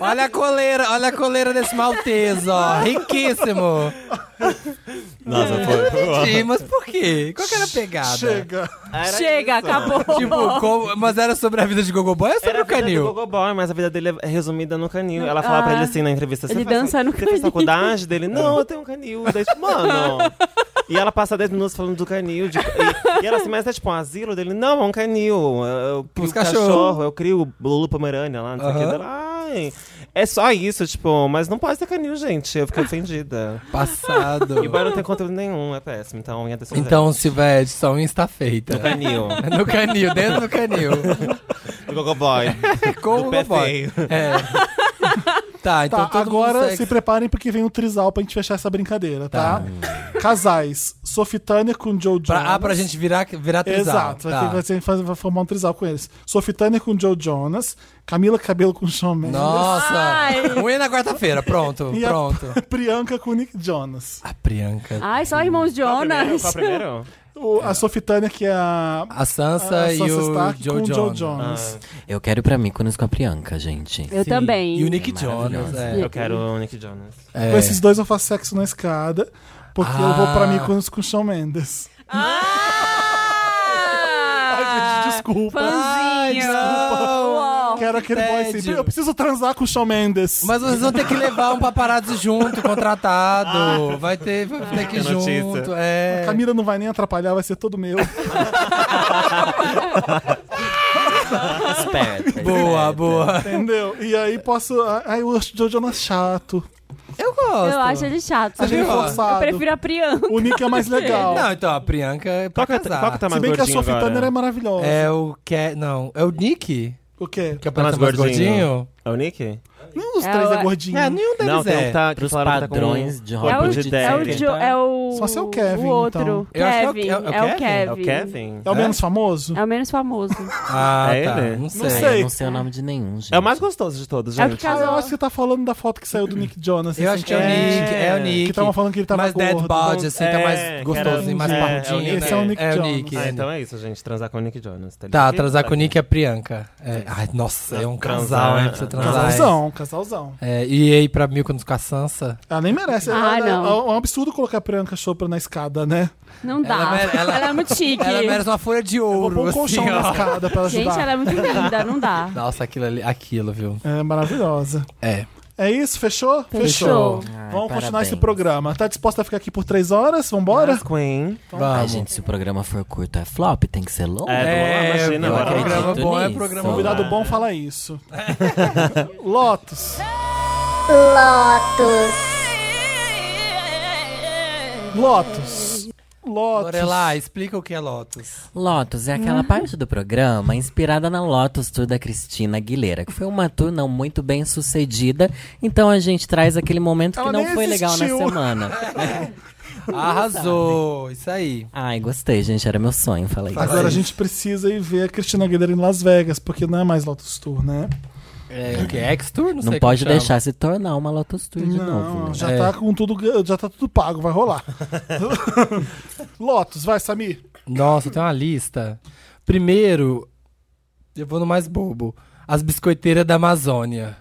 S2: Olha a coleira, olha a coleira desse maltês, ó. Riquíssimo.
S5: Nossa,
S2: <laughs>
S5: foi.
S2: Sim, mas por quê? Qual que era a pegada?
S1: Chega.
S5: Era
S3: Chega,
S5: isso.
S3: acabou.
S2: Tipo, como- mas era sobre a vida de Gogoboy ou sobre
S5: Era
S2: o
S5: a vida do
S2: canil?
S5: Gogoboy, mas a vida dele é resumida no canil. Ela falava
S3: Ah.
S5: pra ele assim na entrevista. "Você
S3: Ele
S5: faz-
S3: dança no
S5: Você fez
S3: canil."
S5: faculdade dele? Não, eu tenho um canil. Daí, tipo, mano... E ela passa 10 minutos falando do canil. de- E, e ela assim, mas é tipo um asilo dele? Não, é um canil. Eu, eu crio um
S2: Os
S5: cachorro.
S2: cachorro,
S5: eu crio Lulu Pomerânia lá, não sei o que.
S2: Aham.
S5: Dela, Ai, é só isso, tipo, mas não pode ter canil, gente. Eu fiquei ofendida.
S2: Passado.
S5: E o boy não tem conteúdo nenhum, é péssimo. Então, ia descer
S2: Então, Silvete, só um está feita.
S5: no canil.
S2: <laughs> No canil, dentro do canil.
S5: Do Gogoboy.
S2: <laughs> Com o
S5: Do pé
S2: Gogoboy.
S5: feio.
S2: É. Tá, então
S1: Tá,
S2: todo mundo
S1: agora
S2: sexy.
S1: se preparem porque vem um trisal pra gente fechar essa brincadeira, tá? Casais. Sofitânia com Joe Jonas.
S2: Pra, ah, pra gente virar, virar trisal.
S1: Exato, vai,
S2: Tá.
S1: ter- vai, ser- faz- vai formar um trisal com eles. Sofitânia com Joe Jonas, Camila Cabelo com Shawn Mendes
S2: Nossa!
S3: Ai.
S2: Unha na quarta-feira, pronto,
S1: e
S2: pronto. Ah,
S1: a <laughs> Priyanka com Nick Jonas.
S2: A Priyanka.
S3: Ai, só irmãos Jonas.
S5: Qual primeiro?
S1: O- a Sofitânia que é a,
S2: A Sansa
S1: Ah, a
S2: e
S1: Sansa
S2: o
S1: Stark
S2: Joe
S1: com
S2: Jonas.
S1: Joe Jonas.
S4: Ah. Eu quero ir pra Mykonos com a Priyanka, gente.
S3: Eu
S2: Sim,
S3: também.
S2: E o Nick
S4: É
S2: Jonas.
S4: maravilhoso.
S2: É.
S5: Eu quero o Nick Jonas.
S2: É.
S1: Com esses dois eu faço sexo na escada, porque eu vou pra
S2: Ah.
S1: Mykonos com Shawn Mendes.
S3: Ah!
S1: Ai, gente, desculpa.
S2: Ai,
S3: Fãzinho.
S2: não.
S3: Uau.
S1: Quero aquele boy
S2: tédio.
S1: sempre. Eu preciso transar com o Shawn Mendes.
S2: Mas vocês vão ter que levar um paparazzo junto, contratado. Vai ter, vai ter que ir
S5: Que notícia.
S2: junto. É.
S1: Camila não vai nem atrapalhar, vai ser todo meu.
S4: Esperta,
S2: <laughs> Boa,
S5: <laughs>
S4: esperta.
S2: boa.
S1: Entendeu? E aí posso. ah, Ai, eu acho o Joe Jonas chato.
S2: Eu gosto.
S3: Eu acho ele chato.
S1: Acho ele
S2: viu?
S1: forçado.
S3: Eu prefiro a Priyanka.
S1: O Nick é mais
S3: <laughs>
S1: legal.
S2: Não, então, a Priyanka é pra
S5: Qual que,
S2: casar.
S5: qual que tá mais
S1: Se bem que a
S5: gordinho
S1: Sophie
S5: agora?
S1: Turner é maravilhosa.
S2: É o que... Não, é o Nick.
S1: O quê?
S2: Que é o
S5: mais
S2: mais
S5: gordinho.
S2: gordinho.
S5: É o Nick?
S1: Nenhum dos
S3: É,
S1: três
S3: eu-
S1: é gordinho.
S2: É, nenhum deles
S5: não, tem
S2: é.
S5: um tá, que
S4: Pros
S5: falaram que tá com
S4: padrões
S5: um
S4: de
S5: corpo
S3: É o,
S4: Robert
S5: de
S3: Jo- é o,
S5: Derek.
S3: Jo- é o-
S1: Só se é o Kevin,
S3: outro.
S2: então. Eu acho que
S3: Kevin.
S2: é o-
S3: É o
S5: É o
S3: Kevin.
S5: Kevin?
S1: É o menos famoso?
S3: É o menos famoso.
S2: Ah,
S5: É
S2: tá.
S5: ele?
S2: Não
S1: Não
S2: sei.
S1: sei.
S4: Eu não sei o nome de nenhum, gente.
S5: É o mais gostoso de todos,
S3: É o
S5: gente.
S3: que
S1: Ah,
S3: casou.
S1: eu acho que você tá falando da foto que saiu do Nick Jonas. assim,
S2: Eu acho que é o
S1: recentemente.
S2: Nick, é o Nick.
S1: Que tava falando que ele tava
S2: mais dead
S1: gordo.
S2: body, assim, tá
S5: É,
S2: mais
S5: que
S2: gostosinho,
S5: era-
S2: mais
S5: é, é
S2: parrudinho.
S5: o Nick,
S1: esse é o Nick
S2: É o
S1: Jones.
S2: Nick.
S5: Ah, então é isso, gente. Transar com o Nick Jonas.
S2: Tá,
S5: ligado?
S2: transar com o
S5: ligado?
S2: Nick é a Priyanka. É, ai, nossa, é um casal,
S5: Transar.
S2: hein? Precisa transar. hein?
S1: Casalzão, casalzão.
S2: É, e aí pra mil quando com a Sansa?
S1: Ela nem merece.
S3: Ah,
S1: Ela-
S3: não.
S1: É um absurdo colocar a Priyanka Chopra na escada, né?
S3: Não dá.
S2: Ela
S3: Ela,
S2: mere- <laughs> ela-
S3: é muito chique.
S2: Ela merece uma folha de
S1: Vou
S2: ouro,
S1: pôr um
S2: assim,
S1: colchão na
S2: ó.
S1: escada pra ajudar.
S3: Gente, ela é muito linda. Não dá.
S2: Nossa, aquilo ali, aquilo, viu?
S1: É maravilhosa.
S2: É.
S1: É isso? Fechou?
S3: Fechou.
S4: Ai,
S1: Vamos continuar
S4: parabéns.
S1: esse programa. Tá disposta a ficar aqui por três horas? Vambora? Então tá,
S5: Mas, Queen.
S4: Ai,
S2: Vamos.
S4: gente, se o programa for curto é flop, tem que ser longo.
S5: É,
S2: É,
S5: imagina,
S2: eu
S5: agora.
S2: programa
S4: acredito
S2: bom é
S4: nisso.
S2: programa bom.
S1: Convidado bom fala
S2: <laughs>
S1: isso. Lotus. Lotus. Lotus.
S2: Lorelai, explica o que é Lotus.
S4: Lotus é
S3: Uhum.
S4: aquela parte do programa inspirada na Lotus Tour da Cristina Aguilera, que foi uma tour não muito bem sucedida, então a gente traz aquele momento
S1: Ela
S4: que não
S1: nem
S4: foi legal na
S1: existiu.
S4: semana.
S1: <laughs>
S2: Arrasou, isso aí.
S4: Ai, gostei, gente, era meu sonho, falei.
S1: Agora a gente precisa ir ver a Cristina Aguilera em Las Vegas, porque não é mais Lotus Tour, né?
S2: É, o que? Ex-Tour? Não, sei
S4: Não
S2: como
S4: pode
S2: chama.
S4: deixar se tornar uma Lotus Tour de novo.
S1: Não,
S4: né?
S1: já
S2: É.
S1: tá com tudo, já tá tudo pago, vai rolar.
S2: <laughs>
S1: Lotus, vai, Samir.
S2: Nossa, tem uma lista. Primeiro, eu vou no mais bobo. As biscoiteiras da Amazônia.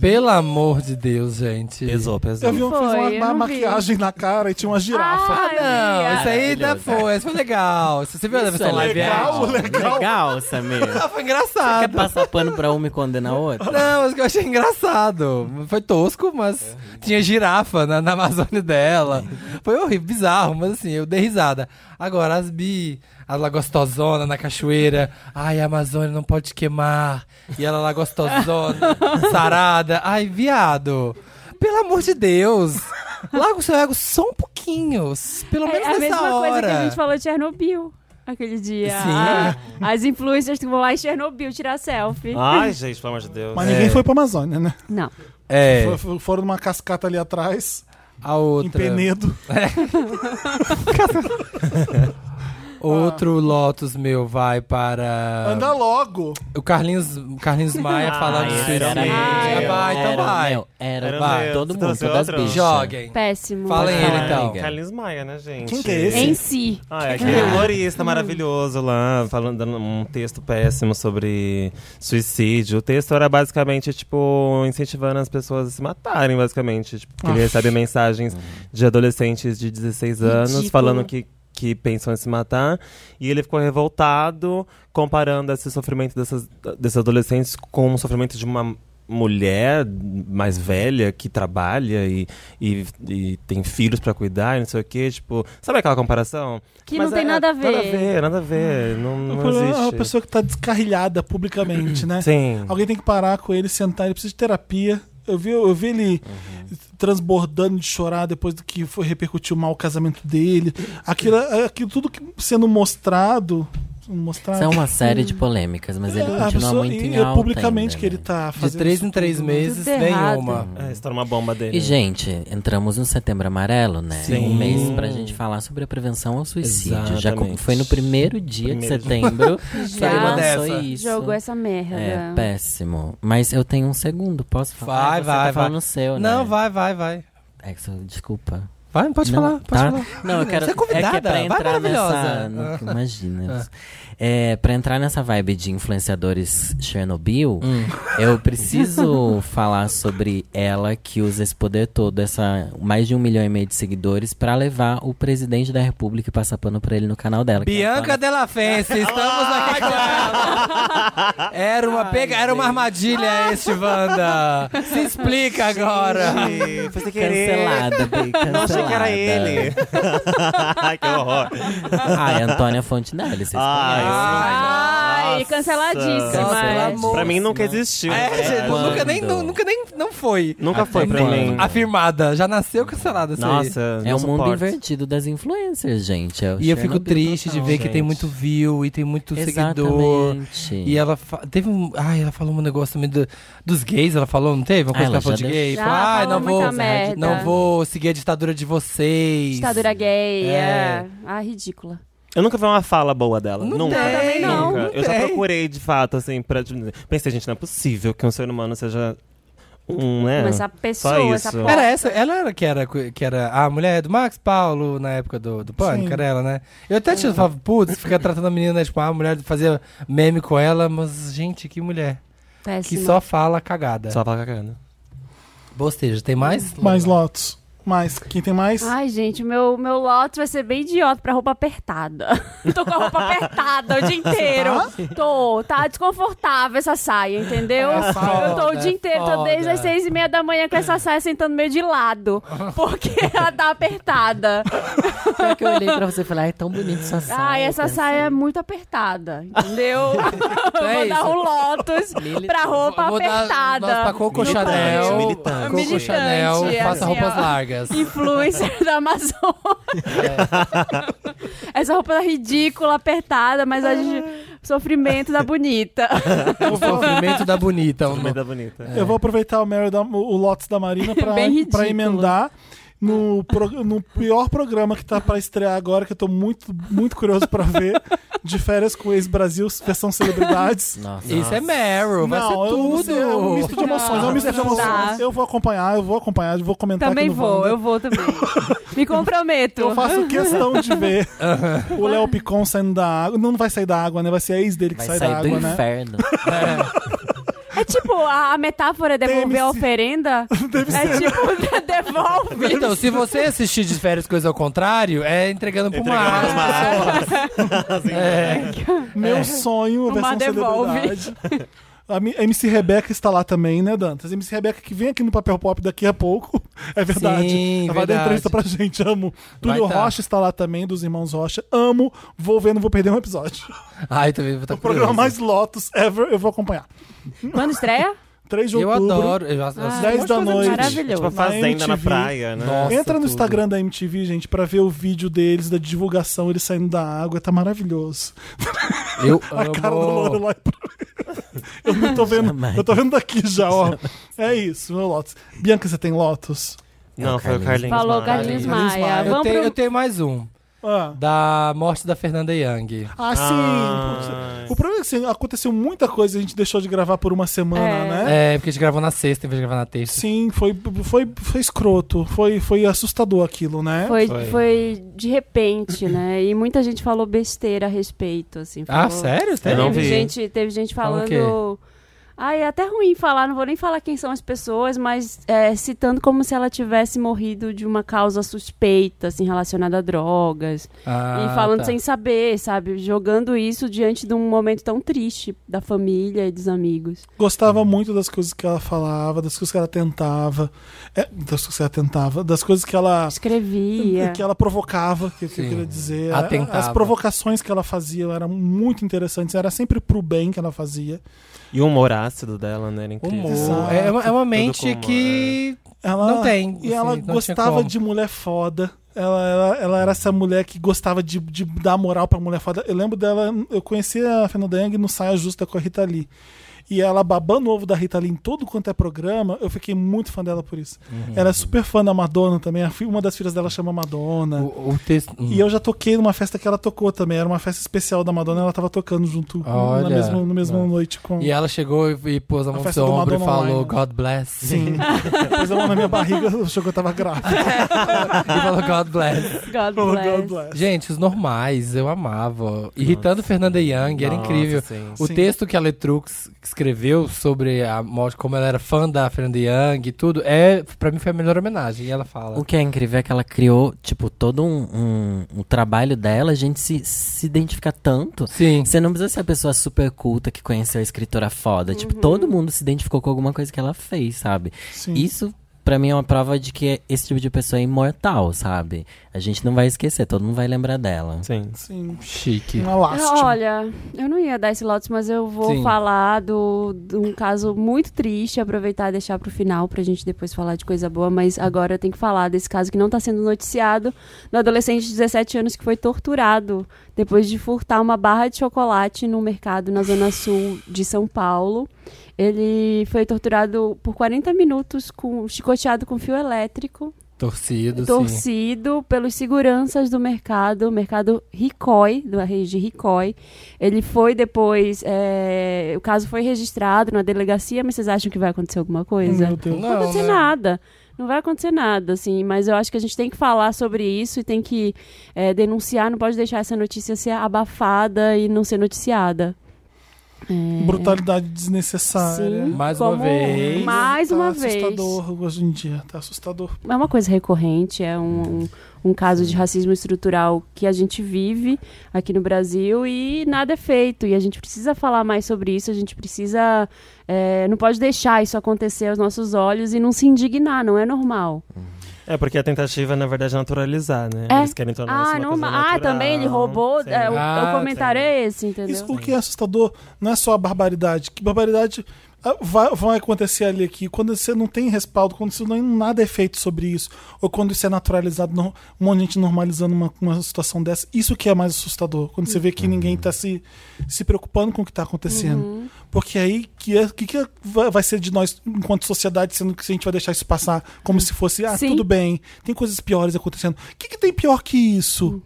S2: Pelo amor de Deus, gente.
S5: Pesou, pesou.
S1: Eu vi um
S3: Foi,
S1: fez
S3: eu
S1: uma,
S3: não
S1: uma
S3: vi.
S1: maquiagem na cara e tinha uma girafa.
S3: Ah, eu
S2: Não,
S3: vi.
S2: isso aí ainda
S4: Maravilhoso.
S2: foi. Isso foi legal. Se você viu a
S4: é
S2: versão live
S1: legal.
S2: action,
S1: legal.
S4: Legal, Samir.
S2: é <laughs> ah,
S4: Quer
S2: foi engraçado.
S4: passar pano pra uma e condenar a outra?
S2: Não, mas que eu achei engraçado. Foi tosco, mas tinha girafa na, na Amazônia dela. Foi horrível, bizarro, mas assim, eu dei risada. Agora, as bi, a lá gostosona na cachoeira. Ai, a Amazônia não pode queimar. E ela lá gostosona, sarada. Ai, viado. Pelo amor de Deus. Larga o seu ego só um pouquinho. s- Pelo menos
S3: É a
S2: nessa
S3: mesma
S2: hora.
S3: coisa que a gente falou de Chernobyl aquele dia.
S2: Sim.
S3: Ah, as influencers que vão lá em Chernobyl tirar selfie.
S5: Ai, gente, pelo amor de Deus.
S1: Mas ninguém foi pra Amazônia, né?
S3: Não.
S2: É,
S1: Foi- foi- Foram numa cascata ali atrás,
S2: a
S1: em
S2: outra.
S1: Penedo.
S2: <laughs> Outro Lotus meu vai para.
S1: Anda <laughs> logo!
S2: O Carlinhos, o
S5: <laughs>
S2: Carlinhos Maia falando de
S4: era
S2: suicídio.
S4: meu,
S2: Ah, vai, então
S4: era
S2: vai.
S4: meu, Era,
S5: Era
S4: vai.
S5: meu.
S4: Todo
S5: Você
S4: mundo,
S5: trouxe
S4: todas
S5: outro?
S4: bichas.
S2: Joguem.
S3: Péssimo.
S2: Fala aí, ele,
S5: Ai,
S2: então.
S5: Carlinhos Maia, né, gente?
S1: Quem que é esse?
S3: Em si.
S5: Ah, é aquele humorista maravilhoso lá, falando dando um texto péssimo sobre suicídio. O texto era basicamente, tipo, incentivando as pessoas a se matarem, basicamente. Tipo, porque ele recebe mensagens de adolescentes de 16 anos
S3: Ridículo.
S5: falando que. Que pensam em se matar, e ele ficou revoltado comparando esse sofrimento dessas, desses adolescentes com o sofrimento de uma mulher mais velha que trabalha e, e, e tem filhos pra cuidar, e não sei o quê. Tipo, sabe aquela comparação?
S3: Que
S5: Mas
S3: não tem
S5: é-
S3: nada a ver. Ah.
S5: Nada a ver, nada a ver. Não,
S1: É
S5: não
S1: uma
S5: existe.
S1: pessoa que tá descarrilhada publicamente, né?
S5: Sim.
S1: Alguém tem que parar com ele, sentar, ele precisa de terapia. Eu vi, eu vi ele transbordando de chorar depois do que foi repercutiu mal o casamento dele. Aquilo, é, aquilo tudo que sendo mostrado. Mostrado.
S4: Isso é uma série de polêmicas, mas ele
S1: É,
S2: Ah,
S4: continua muito em
S1: e é
S4: alta
S1: publicamente
S4: ainda,
S1: que ele
S4: né?
S1: tá fazendo.
S2: De três
S1: isso
S2: em três
S1: tudo.
S2: meses,
S3: Tudo errado.
S2: nenhuma.
S5: É, estoura uma bomba dele.
S4: E, gente, entramos no setembro amarelo, né?
S2: Sim.
S4: Um mês pra gente falar sobre a prevenção ao suicídio. Já co-
S5: Exatamente.
S4: foi no primeiro dia de
S5: Primeiro <laughs>
S2: <laughs>
S4: setembro que
S3: Já
S4: ele lançou
S2: dessa.
S4: isso.
S3: Jogou essa merda.
S4: É, péssimo. Mas eu tenho um segundo, posso falar?
S2: Vai,
S4: Ah, você
S2: vai,
S4: tá falando
S2: vai.
S4: o seu, né?
S2: Não, vai, vai, vai.
S4: É, que eu- desculpa.
S2: Vai, pode
S4: Não,
S2: falar, pode
S4: tá?
S2: falar.
S4: Não, eu quero.
S2: Você é convidada,
S4: é que é pra
S2: vai
S4: entrar
S2: maravilhosa. Ah.
S4: nessa. no- Imagina. É, pra entrar nessa vibe de influenciadores Chernobyl, eu preciso <laughs> falar sobre ela que usa esse poder todo, essa mais de um milhão e meio de seguidores, pra levar o presidente da república e passar pano pra ele no canal dela. que é a
S2: Bianca
S4: Ana- <laughs>
S2: Della Fence, estamos aqui com ela. Era uma, pega, era uma
S4: Ah,
S2: armadilha este,
S4: <laughs>
S2: Wanda. Se explica agora.
S5: Ih, Foi sem querer.
S4: Cancelada, Bi, cancelada.
S5: Não achei que era ele. Ai, <laughs> que horror. Ah,
S4: Ai, Ah, é Antônia Fontinelli, vocês Ah,
S5: Ai,
S3: Ai,
S5: Nossa.
S3: canceladíssima. É.
S4: Canceladíssima.
S5: Pra mim nunca
S2: Nossa.
S5: existiu.
S2: É, gente,
S4: Quando?
S2: nunca nem, nu- nunca nem não foi.
S5: Nunca foi pra
S4: Quando?
S5: mim.
S2: Afirmada, já nasceu cancelada. isso aí.
S5: Nossa,
S4: É
S5: não
S4: o mundo
S5: suporto.
S4: invertido das influencers, gente. É o
S2: E eu fico
S4: Chernobyl
S2: triste de
S4: total.
S2: ver que tem
S5: gente.
S2: muito view e tem muito seguidor.
S4: Exatamente.
S2: E ela fa- teve um. Ai, ela falou um negócio também do- dos gays, ela falou, não teve? Uma coisa
S4: Ah,
S2: que ela
S4: ela
S2: falou de
S4: já
S2: gay.
S4: deixou.
S2: Falou,
S3: Já
S2: ai, não
S3: falou
S2: vou.
S3: muita merda.
S2: Não vou seguir a ditadura de vocês.
S3: É, tá. Ditadura gay. É.
S2: É.
S3: Ah, ridícula.
S5: Eu nunca vi uma fala boa dela.
S2: Não
S5: nunca.
S2: tem. Eu também
S3: não,
S5: Nunca.
S2: não
S5: eu já
S2: tem.
S5: procurei, de fato, assim, pra. diminuir. Pensei, gente, não é possível que um ser humano seja um, né?
S3: Mas essa
S5: só
S3: pessoa,
S5: isso.
S3: essa porra.
S2: Era essa, ela era que era, que era a mulher do Max Paulo na época do, do Pânico,
S1: Sim.
S2: era ela, né? Eu até
S3: É.
S2: tinha falava, putz, fica tratando a menina, tipo, ah, a mulher fazia meme com ela, mas, gente, que mulher. Que
S3: Péssima.
S2: só fala cagada.
S5: Só fala cagando.
S2: Bosteja, tem mais?
S1: <laughs> Mais Lotus. Mais. Quem tem mais?
S3: Ai, gente, o meu, meu lote vai ser bem idiota pra roupa apertada. <laughs> Tô com a roupa apertada o dia
S2: tá
S3: inteiro.
S2: assim?
S3: Tô, tá desconfortável essa saia, entendeu?
S2: É foda,
S3: eu tô o
S2: é
S3: dia inteiro, tô desde
S2: foda.
S3: as seis e meia da manhã com essa saia sentando meio de
S2: <laughs>
S3: lado. Porque ela tá apertada.
S5: é.
S4: Só que eu olhei pra você e falei, ai, é tão bonito sua saia.
S3: Ai, essa saia é muito
S2: <laughs>
S3: apertada, entendeu?
S2: Então é
S3: vou dar
S2: isso.
S3: um Lotus pra roupa
S2: Vou dar
S3: apertada.
S2: nós pra Coco
S5: Militante,
S2: Chanel.
S5: militante.
S2: Coco
S3: Militante,
S2: Chanel,
S3: é assim,
S2: faça roupas
S3: ó.
S2: largas.
S3: Influencer da Amazônia.
S2: <laughs>
S3: Essa roupa tá ridícula, apertada, mas a gente. Sofrimento da bonita.
S2: O sofrimento da bonita. É. o
S5: Mas
S2: nome.
S5: tá bonita.
S1: Eu
S4: é.
S1: vou aproveitar o, Mary da- o Lotus da Marina pra,
S3: Bem ridículo.
S1: pra emendar no, pro- no pior programa que tá pra estrear agora, que eu tô muito, muito curioso pra ver. De férias com o ex-Brasil, versão celebridades.
S4: <laughs> Nossa.
S2: Isso é Meryl, vai
S1: Não,
S2: ser
S1: eu não
S2: tudo.
S1: sei, é um misto de emoções, é um misto de
S3: Não, não dá.
S1: emoções. Eu vou acompanhar, eu vou acompanhar, eu vou comentar
S3: também
S1: aqui no
S3: vou,
S1: Wanda.
S3: eu vou
S1: <laughs>
S3: também. Me comprometo.
S1: <laughs> Eu faço questão de
S2: <laughs>
S1: ver o Léo Picon saindo da água. Não vai sair da água, né? Vai ser a ex dele
S4: Vai
S1: que sai
S4: sair
S1: da
S4: do
S1: água, né?
S4: inferno.
S3: É tipo, a, a metáfora é devolver a
S1: <laughs>
S3: oferenda. É tipo, <laughs> devolve.
S2: Então, se você assistir de férias coisas ao contrário, é entregando É. pra uma
S5: Entregando
S2: árvore.
S5: pra uma <laughs>
S2: <laughs>
S1: Meu sonho, a
S3: Uma
S1: versão
S3: devolve.
S1: celebridade. A mi- MC Rebeca está lá também, né, Dantas? MC Rebeca que vem aqui no Papel Pop daqui a pouco. <laughs> É verdade.
S2: Sim,
S1: Ela vai dar
S2: verdade.
S1: entrevista pra gente, amo. Túlio
S2: tá.
S1: Rocha está lá também, dos Irmãos Rocha. Amo. Vou ver, não vou perder um episódio. <laughs>
S2: Ai, também vou estar
S1: O programa mais Lotus ever, eu vou acompanhar.
S3: Quando estreia?
S1: 3 de
S2: Eu
S1: outubro.
S2: adoro. Eu, eu-
S3: Ah, um
S1: dez
S3: monte de
S1: da
S3: coisa
S1: noite.
S5: Tipo, a
S3: Maravilhoso.
S5: fazenda na
S1: MTV.
S5: praia, né?
S2: Nossa,
S1: Entra no
S2: tudo.
S1: Instagram da MTV, gente, pra ver o vídeo deles, da divulgação, eles saindo da água. Tá maravilhoso.
S2: eu
S1: <laughs> A cara do Loro
S2: amo.
S1: lá. Eu não tô vendo.
S4: Jamais.
S1: Eu tô vendo daqui já, ó. É isso, meu Lotus. Bianca, você tem Lotus?
S5: Não, foi o Carlinhos
S3: Falou
S5: Maia.
S3: Carlinhos
S1: Carlinhos Maia.
S3: Maia.
S2: Eu
S3: Vamos
S2: tenho, eu
S3: pro...
S2: tenho mais um.
S1: Ah,
S2: Da morte da Fernanda Young.
S1: Ah, sim.
S5: Ah.
S1: O problema é que assim, aconteceu muita coisa, a gente deixou de gravar por uma semana,
S3: É.
S1: né?
S2: É, porque a gente gravou na sexta em vez de gravar na terça.
S1: Sim, foi, foi, foi escroto. Foi, foi assustador aquilo, né?
S3: Foi,
S5: Foi.
S3: foi de repente, né? E muita gente falou besteira a respeito, assim.
S2: Ah,
S3: falou-
S2: sério?
S5: Eu
S2: Sério?
S5: não
S3: teve
S5: vi.
S3: gente, teve gente
S2: Falando o quê?
S3: falando. Ai, é até ruim falar, não vou nem falar quem são as pessoas, mas é, citando como se ela tivesse morrido de uma causa suspeita, assim, relacionada a drogas.
S2: Ah,
S3: e falando
S2: tá.
S3: sem saber, sabe? Jogando isso diante de um momento tão triste da família e dos amigos.
S1: Gostava muito das coisas que ela falava, das coisas que ela tentava. É, das coisas que ela tentava, das coisas que ela.
S3: Escrevia.
S1: que ela provocava, que, que eu
S2: Sim.
S1: queria dizer.
S2: Atentava.
S1: As provocações que ela fazia eram muito interessantes, era sempre pro bem que ela fazia.
S5: E o humor ácido dela, né? Era incrível.
S2: Humor. É uma, é uma mente
S5: com-
S2: que.
S1: É. Ela,
S2: Não tem,
S1: E ela
S2: assim, não tinha
S1: gostava
S2: como.
S1: de mulher foda. Ela, ela, ela era essa mulher que gostava de, de dar moral pra mulher foda. Eu lembro dela, eu conheci a Fernanda Young no Saia Justa com a Rita Lee. E ela babando o ovo da Rita Lee em todo quanto é programa, eu fiquei muito fã dela por isso.
S2: Uhum.
S1: Ela é super fã da Madonna também, a fi- uma das filhas dela chama Madonna.
S2: O, o texto. hum.
S1: E eu já toquei numa festa que ela tocou também. Era uma festa especial da Madonna, ela tava tocando junto com- na
S2: Olha.
S1: mesma, na mesma
S2: Nossa.
S1: noite com.
S2: E ela chegou e, e pôs a mão no
S1: festa
S2: seu
S1: do
S2: ombro e
S1: Madonna
S2: falou,
S1: Online.
S2: God bless.
S1: Sim. Depois ela na minha barriga <laughs> achou que eu tava grávida.
S2: <laughs> e falou, God bless.
S3: God
S1: Oh,
S3: bless.
S1: God bless.
S2: Gente, os normais, eu amava. Irritando Fernanda Young, era
S5: Nossa,
S2: incrível.
S5: sim.
S2: O
S1: Sim.
S2: texto que a Letrux escreveu sobre a morte, como ela era fã da Fernanda Young e tudo, é, pra mim foi a melhor homenagem. E ela fala.
S4: O que é incrível é que ela criou, tipo, todo um, um, um trabalho dela, a gente se, se identifica tanto.
S2: Sim.
S4: Você não precisa ser a pessoa super culta que conheceu a escritora foda. Tipo,
S2: Uhum.
S4: todo mundo se identificou com alguma coisa que ela fez, sabe?
S1: Sim.
S4: Isso, pra mim, é uma prova de que esse tipo de pessoa é imortal, sabe? A gente não vai esquecer, todo mundo vai lembrar dela.
S5: Sim.
S1: Sim.
S2: Chique.
S4: é
S1: Uma lástima.
S3: Olha, eu não ia dar esse Lotus, mas eu vou
S2: Sim.
S3: falar do, de um caso muito triste, aproveitar e deixar pro final pra gente depois falar de coisa boa, mas agora eu tenho que falar desse caso que não tá sendo noticiado, do adolescente de 17 anos que foi torturado depois de furtar uma barra de chocolate no mercado na zona sul de São Paulo. Ele foi torturado por 40 minutos com chicoteado com fio elétrico
S2: Torcido, sim.
S3: torcido pelos seguranças do mercado, o mercado Ricói, da rede Ricói. Ele foi depois, é, o caso foi registrado na delegacia, mas vocês acham que vai acontecer alguma coisa?
S1: Meu Deus.
S3: Não vai acontecer
S2: né?
S3: nada. Não vai acontecer nada, assim, mas eu acho que a gente tem que falar sobre isso e tem que é, denunciar, não pode deixar essa notícia ser abafada e não ser noticiada. É,
S1: Brutalidade desnecessária.
S3: Sim.
S2: Mais uma
S3: Como-
S2: vez.
S3: Mais
S1: tá
S3: uma vez.
S1: assustador hoje em dia. Tá assustador.
S3: é uma coisa recorrente, é um, um- um caso de racismo estrutural que a gente vive aqui no Brasil e nada é feito. E a gente precisa falar mais sobre isso, a gente precisa. é, não pode deixar isso acontecer aos nossos olhos e não se indignar, não é normal.
S5: É, porque a tentativa, na verdade, é naturalizar, né?
S3: É.
S5: Eles querem tornar isso
S3: ah,
S5: uma
S3: não,
S5: coisa
S3: ah,
S5: natural.
S3: também ele roubou.
S5: Sim.
S3: é, o,
S2: Ah,
S3: o comentário
S5: sim.
S3: é esse, entendeu?
S1: Isso, o que é assustador não é só a barbaridade. Que barbaridade ah, vai, vai acontecer ali aqui. Quando você não tem respaldo, quando isso não nada é feito sobre isso, ou quando isso é naturalizado, não, um monte de gente normalizando uma, uma situação dessa, isso que é mais assustador. Quando você vê que ninguém tá se, se preocupando com o que tá acontecendo.
S3: Uhum.
S1: Porque aí que é, que, que é- vai vai ser de nós enquanto sociedade, sendo que a gente vai deixar isso passar como se fosse, ah,
S3: Sim.
S1: tudo bem, tem coisas piores acontecendo. O que, que tem pior que
S3: Uhum.
S1: isso?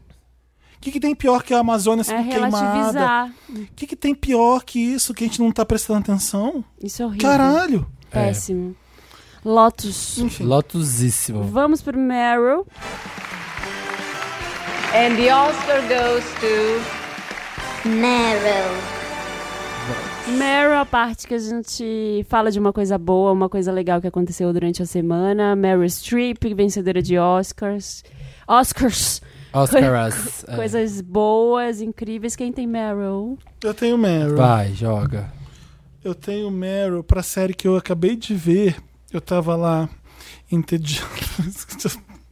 S1: O que, que tem pior que a Amazônia
S3: É
S1: sendo queimada?
S3: relativizar.
S1: O que, que tem pior que isso que a gente não tá prestando atenção?
S3: Isso é horrível.
S1: Caralho!
S3: Péssimo.
S5: É.
S3: Lotus.
S1: Enfim.
S2: Lotusíssimo.
S3: Vamos pro Meryl.
S9: And the Oscar goes to
S10: Meryl.
S3: Meryl é a parte que a gente fala de uma coisa boa, uma coisa legal que aconteceu durante a semana. Meryl Streep, vencedora de Oscars. Oscars. <laughs>
S2: Oscaras. é.
S3: Coisas boas, incríveis. Quem tem Meryl?
S1: Eu tenho Meryl.
S2: Vai, joga.
S1: Eu tenho Meryl pra série que eu acabei de ver. Eu tava lá entediado. <laughs>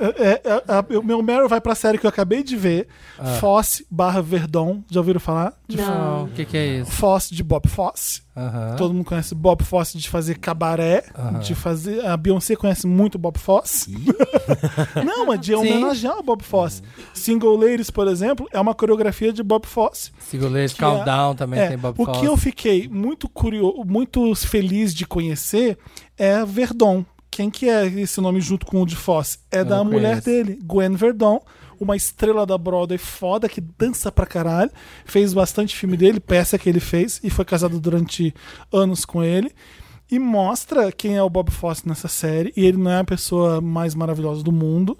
S1: É, é, é, o meu Meryl vai pra série que eu acabei de ver. Fosse barra Verdon. Já ouviram falar? De
S3: Não.
S2: Ah. O que, que é isso?
S1: Fosse de Bob Fosse.
S2: Aham.
S1: Todo mundo conhece Bob Fosse de fazer cabaré, de fazer. A Beyoncé conhece muito Bob Fosse. Não, mas de homenagear o Bob Fosse.
S2: Uhum.
S1: Single Ladies, por exemplo, é uma coreografia de Bob Fosse.
S2: Segulês,
S1: que
S2: Countdown também
S1: É,
S2: tem Bob
S1: o
S2: Fosse.
S1: que eu fiquei muito curioso, muito feliz de conhecer é Verdon. Quem que é esse nome junto com o de Foz? É da
S2: não
S1: mulher
S2: conheço.
S1: dele, Gwen Verdon, uma estrela da Broadway foda que dança pra caralho, fez bastante filme dele, peça que ele fez e foi casado durante anos com ele. E mostra quem é o Bob Fosse nessa série. E ele não é a pessoa mais maravilhosa do mundo.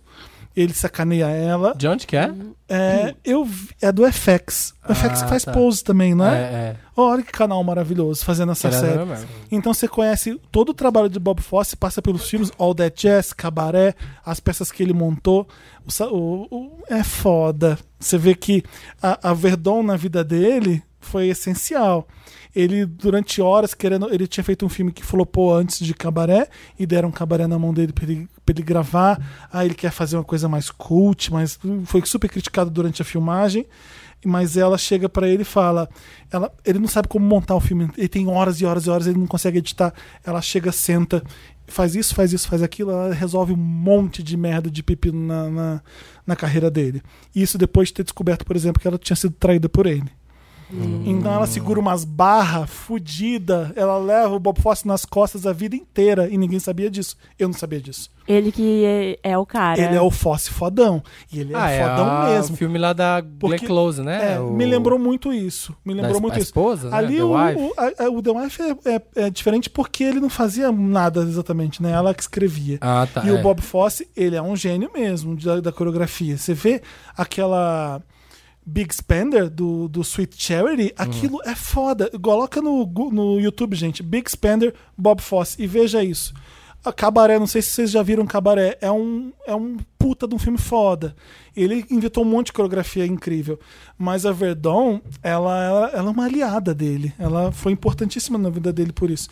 S1: Ele sacaneia ela.
S2: De onde que é?
S1: É, eu vi- é do FX. O FX que faz
S2: tá.
S1: pose também, não é?
S2: É, é.
S1: Olha que canal maravilhoso fazendo essa
S2: Era
S1: série.
S2: mesmo. Uhum.
S1: Então você conhece todo o trabalho de Bob Fosse, passa pelos filmes All That Jazz, Cabaré, as peças que ele montou. O sa- o- o- é foda. Você vê que a, a Verdon na vida dele foi essencial. Ele, durante horas, querendo. Ele tinha feito um filme que flopou antes de Cabaré e deram Cabaré na mão dele pra ele, pra ele gravar. Aí ele quer fazer uma coisa mais cult, mas hum, foi super criticado durante a filmagem mas ela chega pra ele e fala, ela, ele não sabe como montar o filme, ele tem horas e horas e horas, ele não consegue editar. Ela chega, senta, faz isso, faz isso, faz aquilo, ela resolve um monte de merda de pipi na, na, na carreira dele. Isso depois de ter descoberto, por exemplo, que ela tinha sido traída por ele. Então ela segura umas barras fudida, ela leva o Bob Fosse nas costas a vida inteira e ninguém sabia disso. Eu não sabia disso.
S3: Ele que é, é o cara.
S1: Ele é o Fosse fodão e ele é
S2: Ah, é
S1: fodão
S2: a-
S1: mesmo.
S2: o filme lá da
S1: Porque-
S2: Black Close, né?
S1: É,
S2: O-
S1: me lembrou muito isso. Me
S2: da
S1: lembrou
S2: es-
S1: muito
S2: a
S1: isso.
S2: esposa, né?
S1: Ali
S2: The
S1: o,
S2: Wife.
S1: o, a- a- o The Wife é, é- é diferente porque ele não fazia nada exatamente, né? Ela que escrevia.
S2: Ah, tá.
S1: e
S2: é.
S1: o Bob Fosse, ele é um gênio mesmo da, da coreografia. Você vê aquela Big Spender do, do Sweet Charity, aquilo é foda. Coloca no, Gu- no YouTube, gente, Big Spender, Bob Fosse, e veja isso. A Cabaré, não sei se vocês já viram Cabaré, é um, é um puta de um filme foda. Ele inventou um monte de coreografia incrível. Mas a Verdon, ela, ela, ela é uma aliada dele. Ela foi importantíssima na vida dele por isso.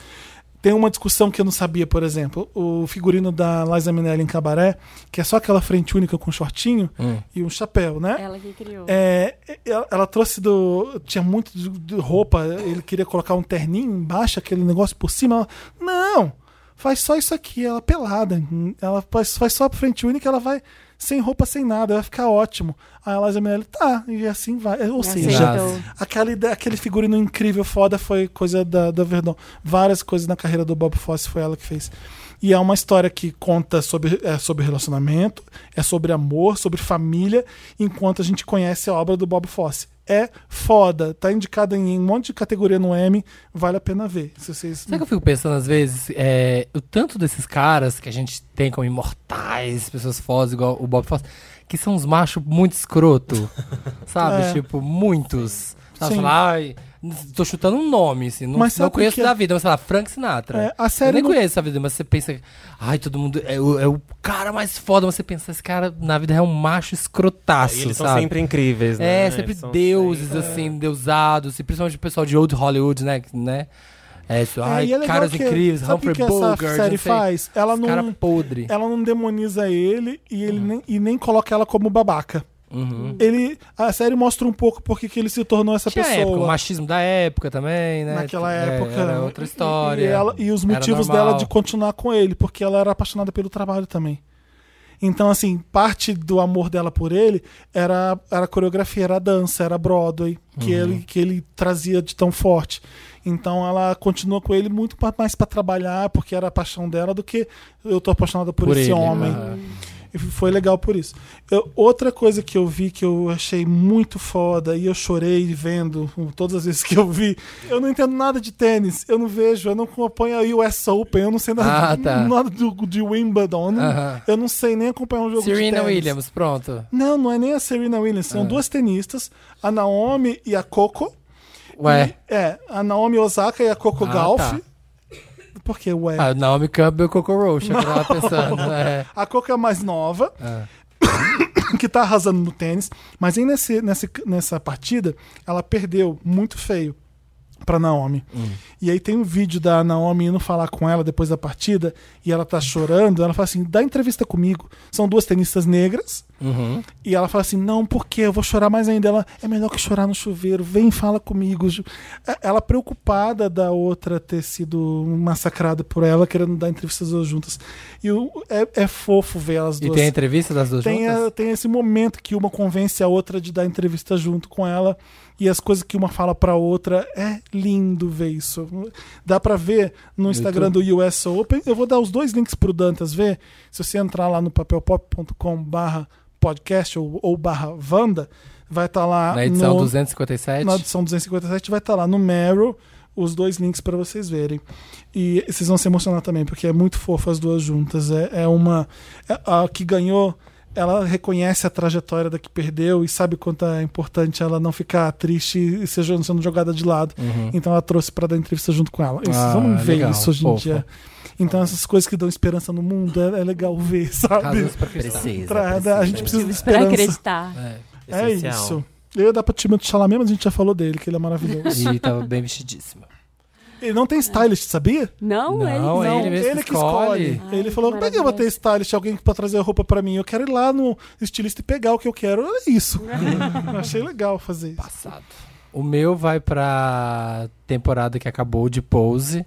S1: Tem uma discussão que eu não sabia, por exemplo. O figurino da Liza Minnelli em Cabaré, que é só aquela frente única com shortinho
S2: Hum.
S1: e um chapéu, né?
S3: Ela que criou.
S1: É, ela, ela trouxe do. Tinha muito de, de roupa, ele queria colocar um terninho embaixo, aquele negócio por cima. Ela, não! Faz só isso aqui, ela pelada. Ela faz, faz só a frente única, ela vai sem roupa, sem nada, vai ficar ótimo. Aí a Liza Minnelli, tá, e assim vai. Ou seja,
S3: aceitou.
S1: aquela ideia, aquele figurino incrível, foda, foi coisa da, da Verdão. Várias coisas na carreira do Bob Fosse foi ela que fez. E é uma história que conta sobre, é sobre relacionamento, é sobre amor, sobre família, enquanto a gente conhece a obra do Bob Fosse. É foda, tá indicada em um monte de categoria no M, vale a pena ver. Se vocês.
S2: Sabe o que eu fico pensando às vezes? É, o tanto desses caras que a gente tem como imortais, pessoas fodas, igual o Bob Fosse, que são uns machos muito
S1: <laughs>
S2: escroto. sabe?
S1: É.
S2: Tipo, muitos. Sabe,
S1: Sim.
S2: sei lá, ai, tô chutando um nome, assim. Não,
S1: Mas sabe
S2: não
S1: o que
S2: conheço
S1: que é?
S2: da vida, mas sei lá, Frank Sinatra.
S1: É, a série
S2: Eu nem
S1: não-
S2: conheço a vida, mas você pensa. Ai, todo mundo. É, o- é o cara mais foda, mas você pensa, esse cara na vida é um macho escrotaço.
S5: É, Eles são
S2: sabe?
S5: sempre incríveis, né?
S2: É, sempre
S5: Eles são é.
S2: deuses, assim, deusados, e principalmente o pessoal de old Hollywood, né? que- né? É, isso,
S1: É,
S2: ai,
S1: e é legal
S2: caras
S1: que-
S2: incríveis,
S1: sabe o que
S2: Humphrey
S1: que essa
S2: Bogart,
S1: série
S2: não sei,
S1: faz? Ela
S2: os
S1: não-
S2: cara podre. Uhum.
S1: Ela não demoniza ele e, ele nem, e nem coloca ela como babaca. Ele, a série mostra um pouco porque que ele se tornou essa
S2: Hum. Tinha
S1: pessoa.
S2: época, o machismo da época também, né?
S1: naquela
S2: É,
S1: época.
S2: Era outra história.
S1: E, ela- e os
S2: Era
S1: motivos
S2: normal.
S1: dela de continuar com ele, porque ela era apaixonada pelo trabalho também. Então, assim, parte do amor dela por ele era, era a coreografia, era a dança, era a Broadway, que,
S2: Uhum.
S1: ele, que ele trazia de tão forte. Então ela continua com ele muito pa- mais pra trabalhar, porque era a paixão dela, do que eu tô apaixonada por,
S2: Por
S1: esse
S2: ele,
S1: homem.
S2: aham.
S1: E foi legal por isso. Eu- outra coisa que eu vi que eu achei muito foda e eu chorei vendo todas as vezes que eu vi. Eu não entendo nada de tênis, eu não vejo, eu não acompanho a US Open, eu não sei nada,
S2: Ah, tá.
S1: nada do, de Wimbledon, eu não,
S2: Aham.
S1: eu não sei nem acompanhar um jogo de
S2: Serena
S1: tênis.
S2: Williams, pronto. Ah.
S1: Não, não é nem a Serena Williams, são duas tenistas, a Naomi e a Coco.
S2: Ué.
S1: É, a Naomi Osaka e a Coco
S2: Ah,
S1: Gauff.
S2: tá.
S1: Por que ué?
S2: Ah, Naomi Campbell e Coco Roach, eu
S1: <laughs>
S2: tava pensando. É.
S1: A Coco é a mais nova,
S2: É.
S1: <coughs> que tá arrasando no tênis, mas aí nesse, nesse, nessa partida ela perdeu muito feio pra Naomi. E aí tem um vídeo da Naomi indo falar com ela depois da partida e ela tá chorando. Ela fala assim: dá entrevista comigo. São duas tenistas negras.
S2: Uhum.
S1: E ela fala assim: não, por quê? Eu vou chorar mais ainda. Ela é melhor que chorar no chuveiro. Vem, fala comigo. Ju." É- Ela preocupada da outra ter sido massacrada por ela, querendo dar entrevistas duas juntas. E o- é, é fofo ver elas
S2: E
S1: duas
S2: tem a entrevista das duas
S1: tem, a-
S2: juntas?
S1: tem esse momento que uma convence a outra de dar entrevista junto com ela e as coisas que uma fala pra outra. É lindo ver isso. Dá pra ver no Instagram do US Open. Eu vou dar os dois links pro Dantas ver. Se você entrar lá no papelpop.com barra podcast ou, ou barra Vanda, vai estar lá
S2: Na edição
S1: no,
S2: 257?
S1: na edição 257 vai estar lá no Meryl os dois links para vocês verem. E vocês vão se emocionar também, porque é muito fofo as duas juntas. É, é uma. é- a que ganhou, ela reconhece a trajetória da que perdeu e sabe quanto é importante ela não ficar triste e ser jo- sendo jogada de lado. Então ela trouxe para dar entrevista junto com ela. E Vocês
S2: Uhum. Ah,
S1: vão ver
S2: legal,
S1: isso hoje em
S2: fofo.
S1: dia. Então essas coisas que dão esperança no mundo é, é legal ver, sabe?
S2: Casas pra Cristal.
S4: Precisa.
S1: Tra- a gente precisa de
S3: Pra
S1: esperança.
S3: acreditar.
S2: É.
S1: É
S5: Essencial.
S1: isso. Eu ia dar pra Timothée Chalamet, mas a gente já falou dele, que ele é maravilhoso.
S2: <laughs> E tá- tava bem vestidíssima.
S1: Ele não tem stylist, sabia?
S3: Não, ele.
S2: Não,
S1: Não,
S2: ele mesmo
S1: ele que
S2: escolhe.
S1: escolhe.
S3: Ai,
S1: ele falou:
S3: que
S1: pra que eu vou ter
S3: maravilhoso.
S1: stylist, alguém pra trazer roupa pra mim? Eu quero ir lá no estilista e pegar o que eu quero.
S3: <laughs>
S1: É isso. Eu Achei legal fazer isso.
S2: Passado. O meu vai pra temporada que acabou de Pose.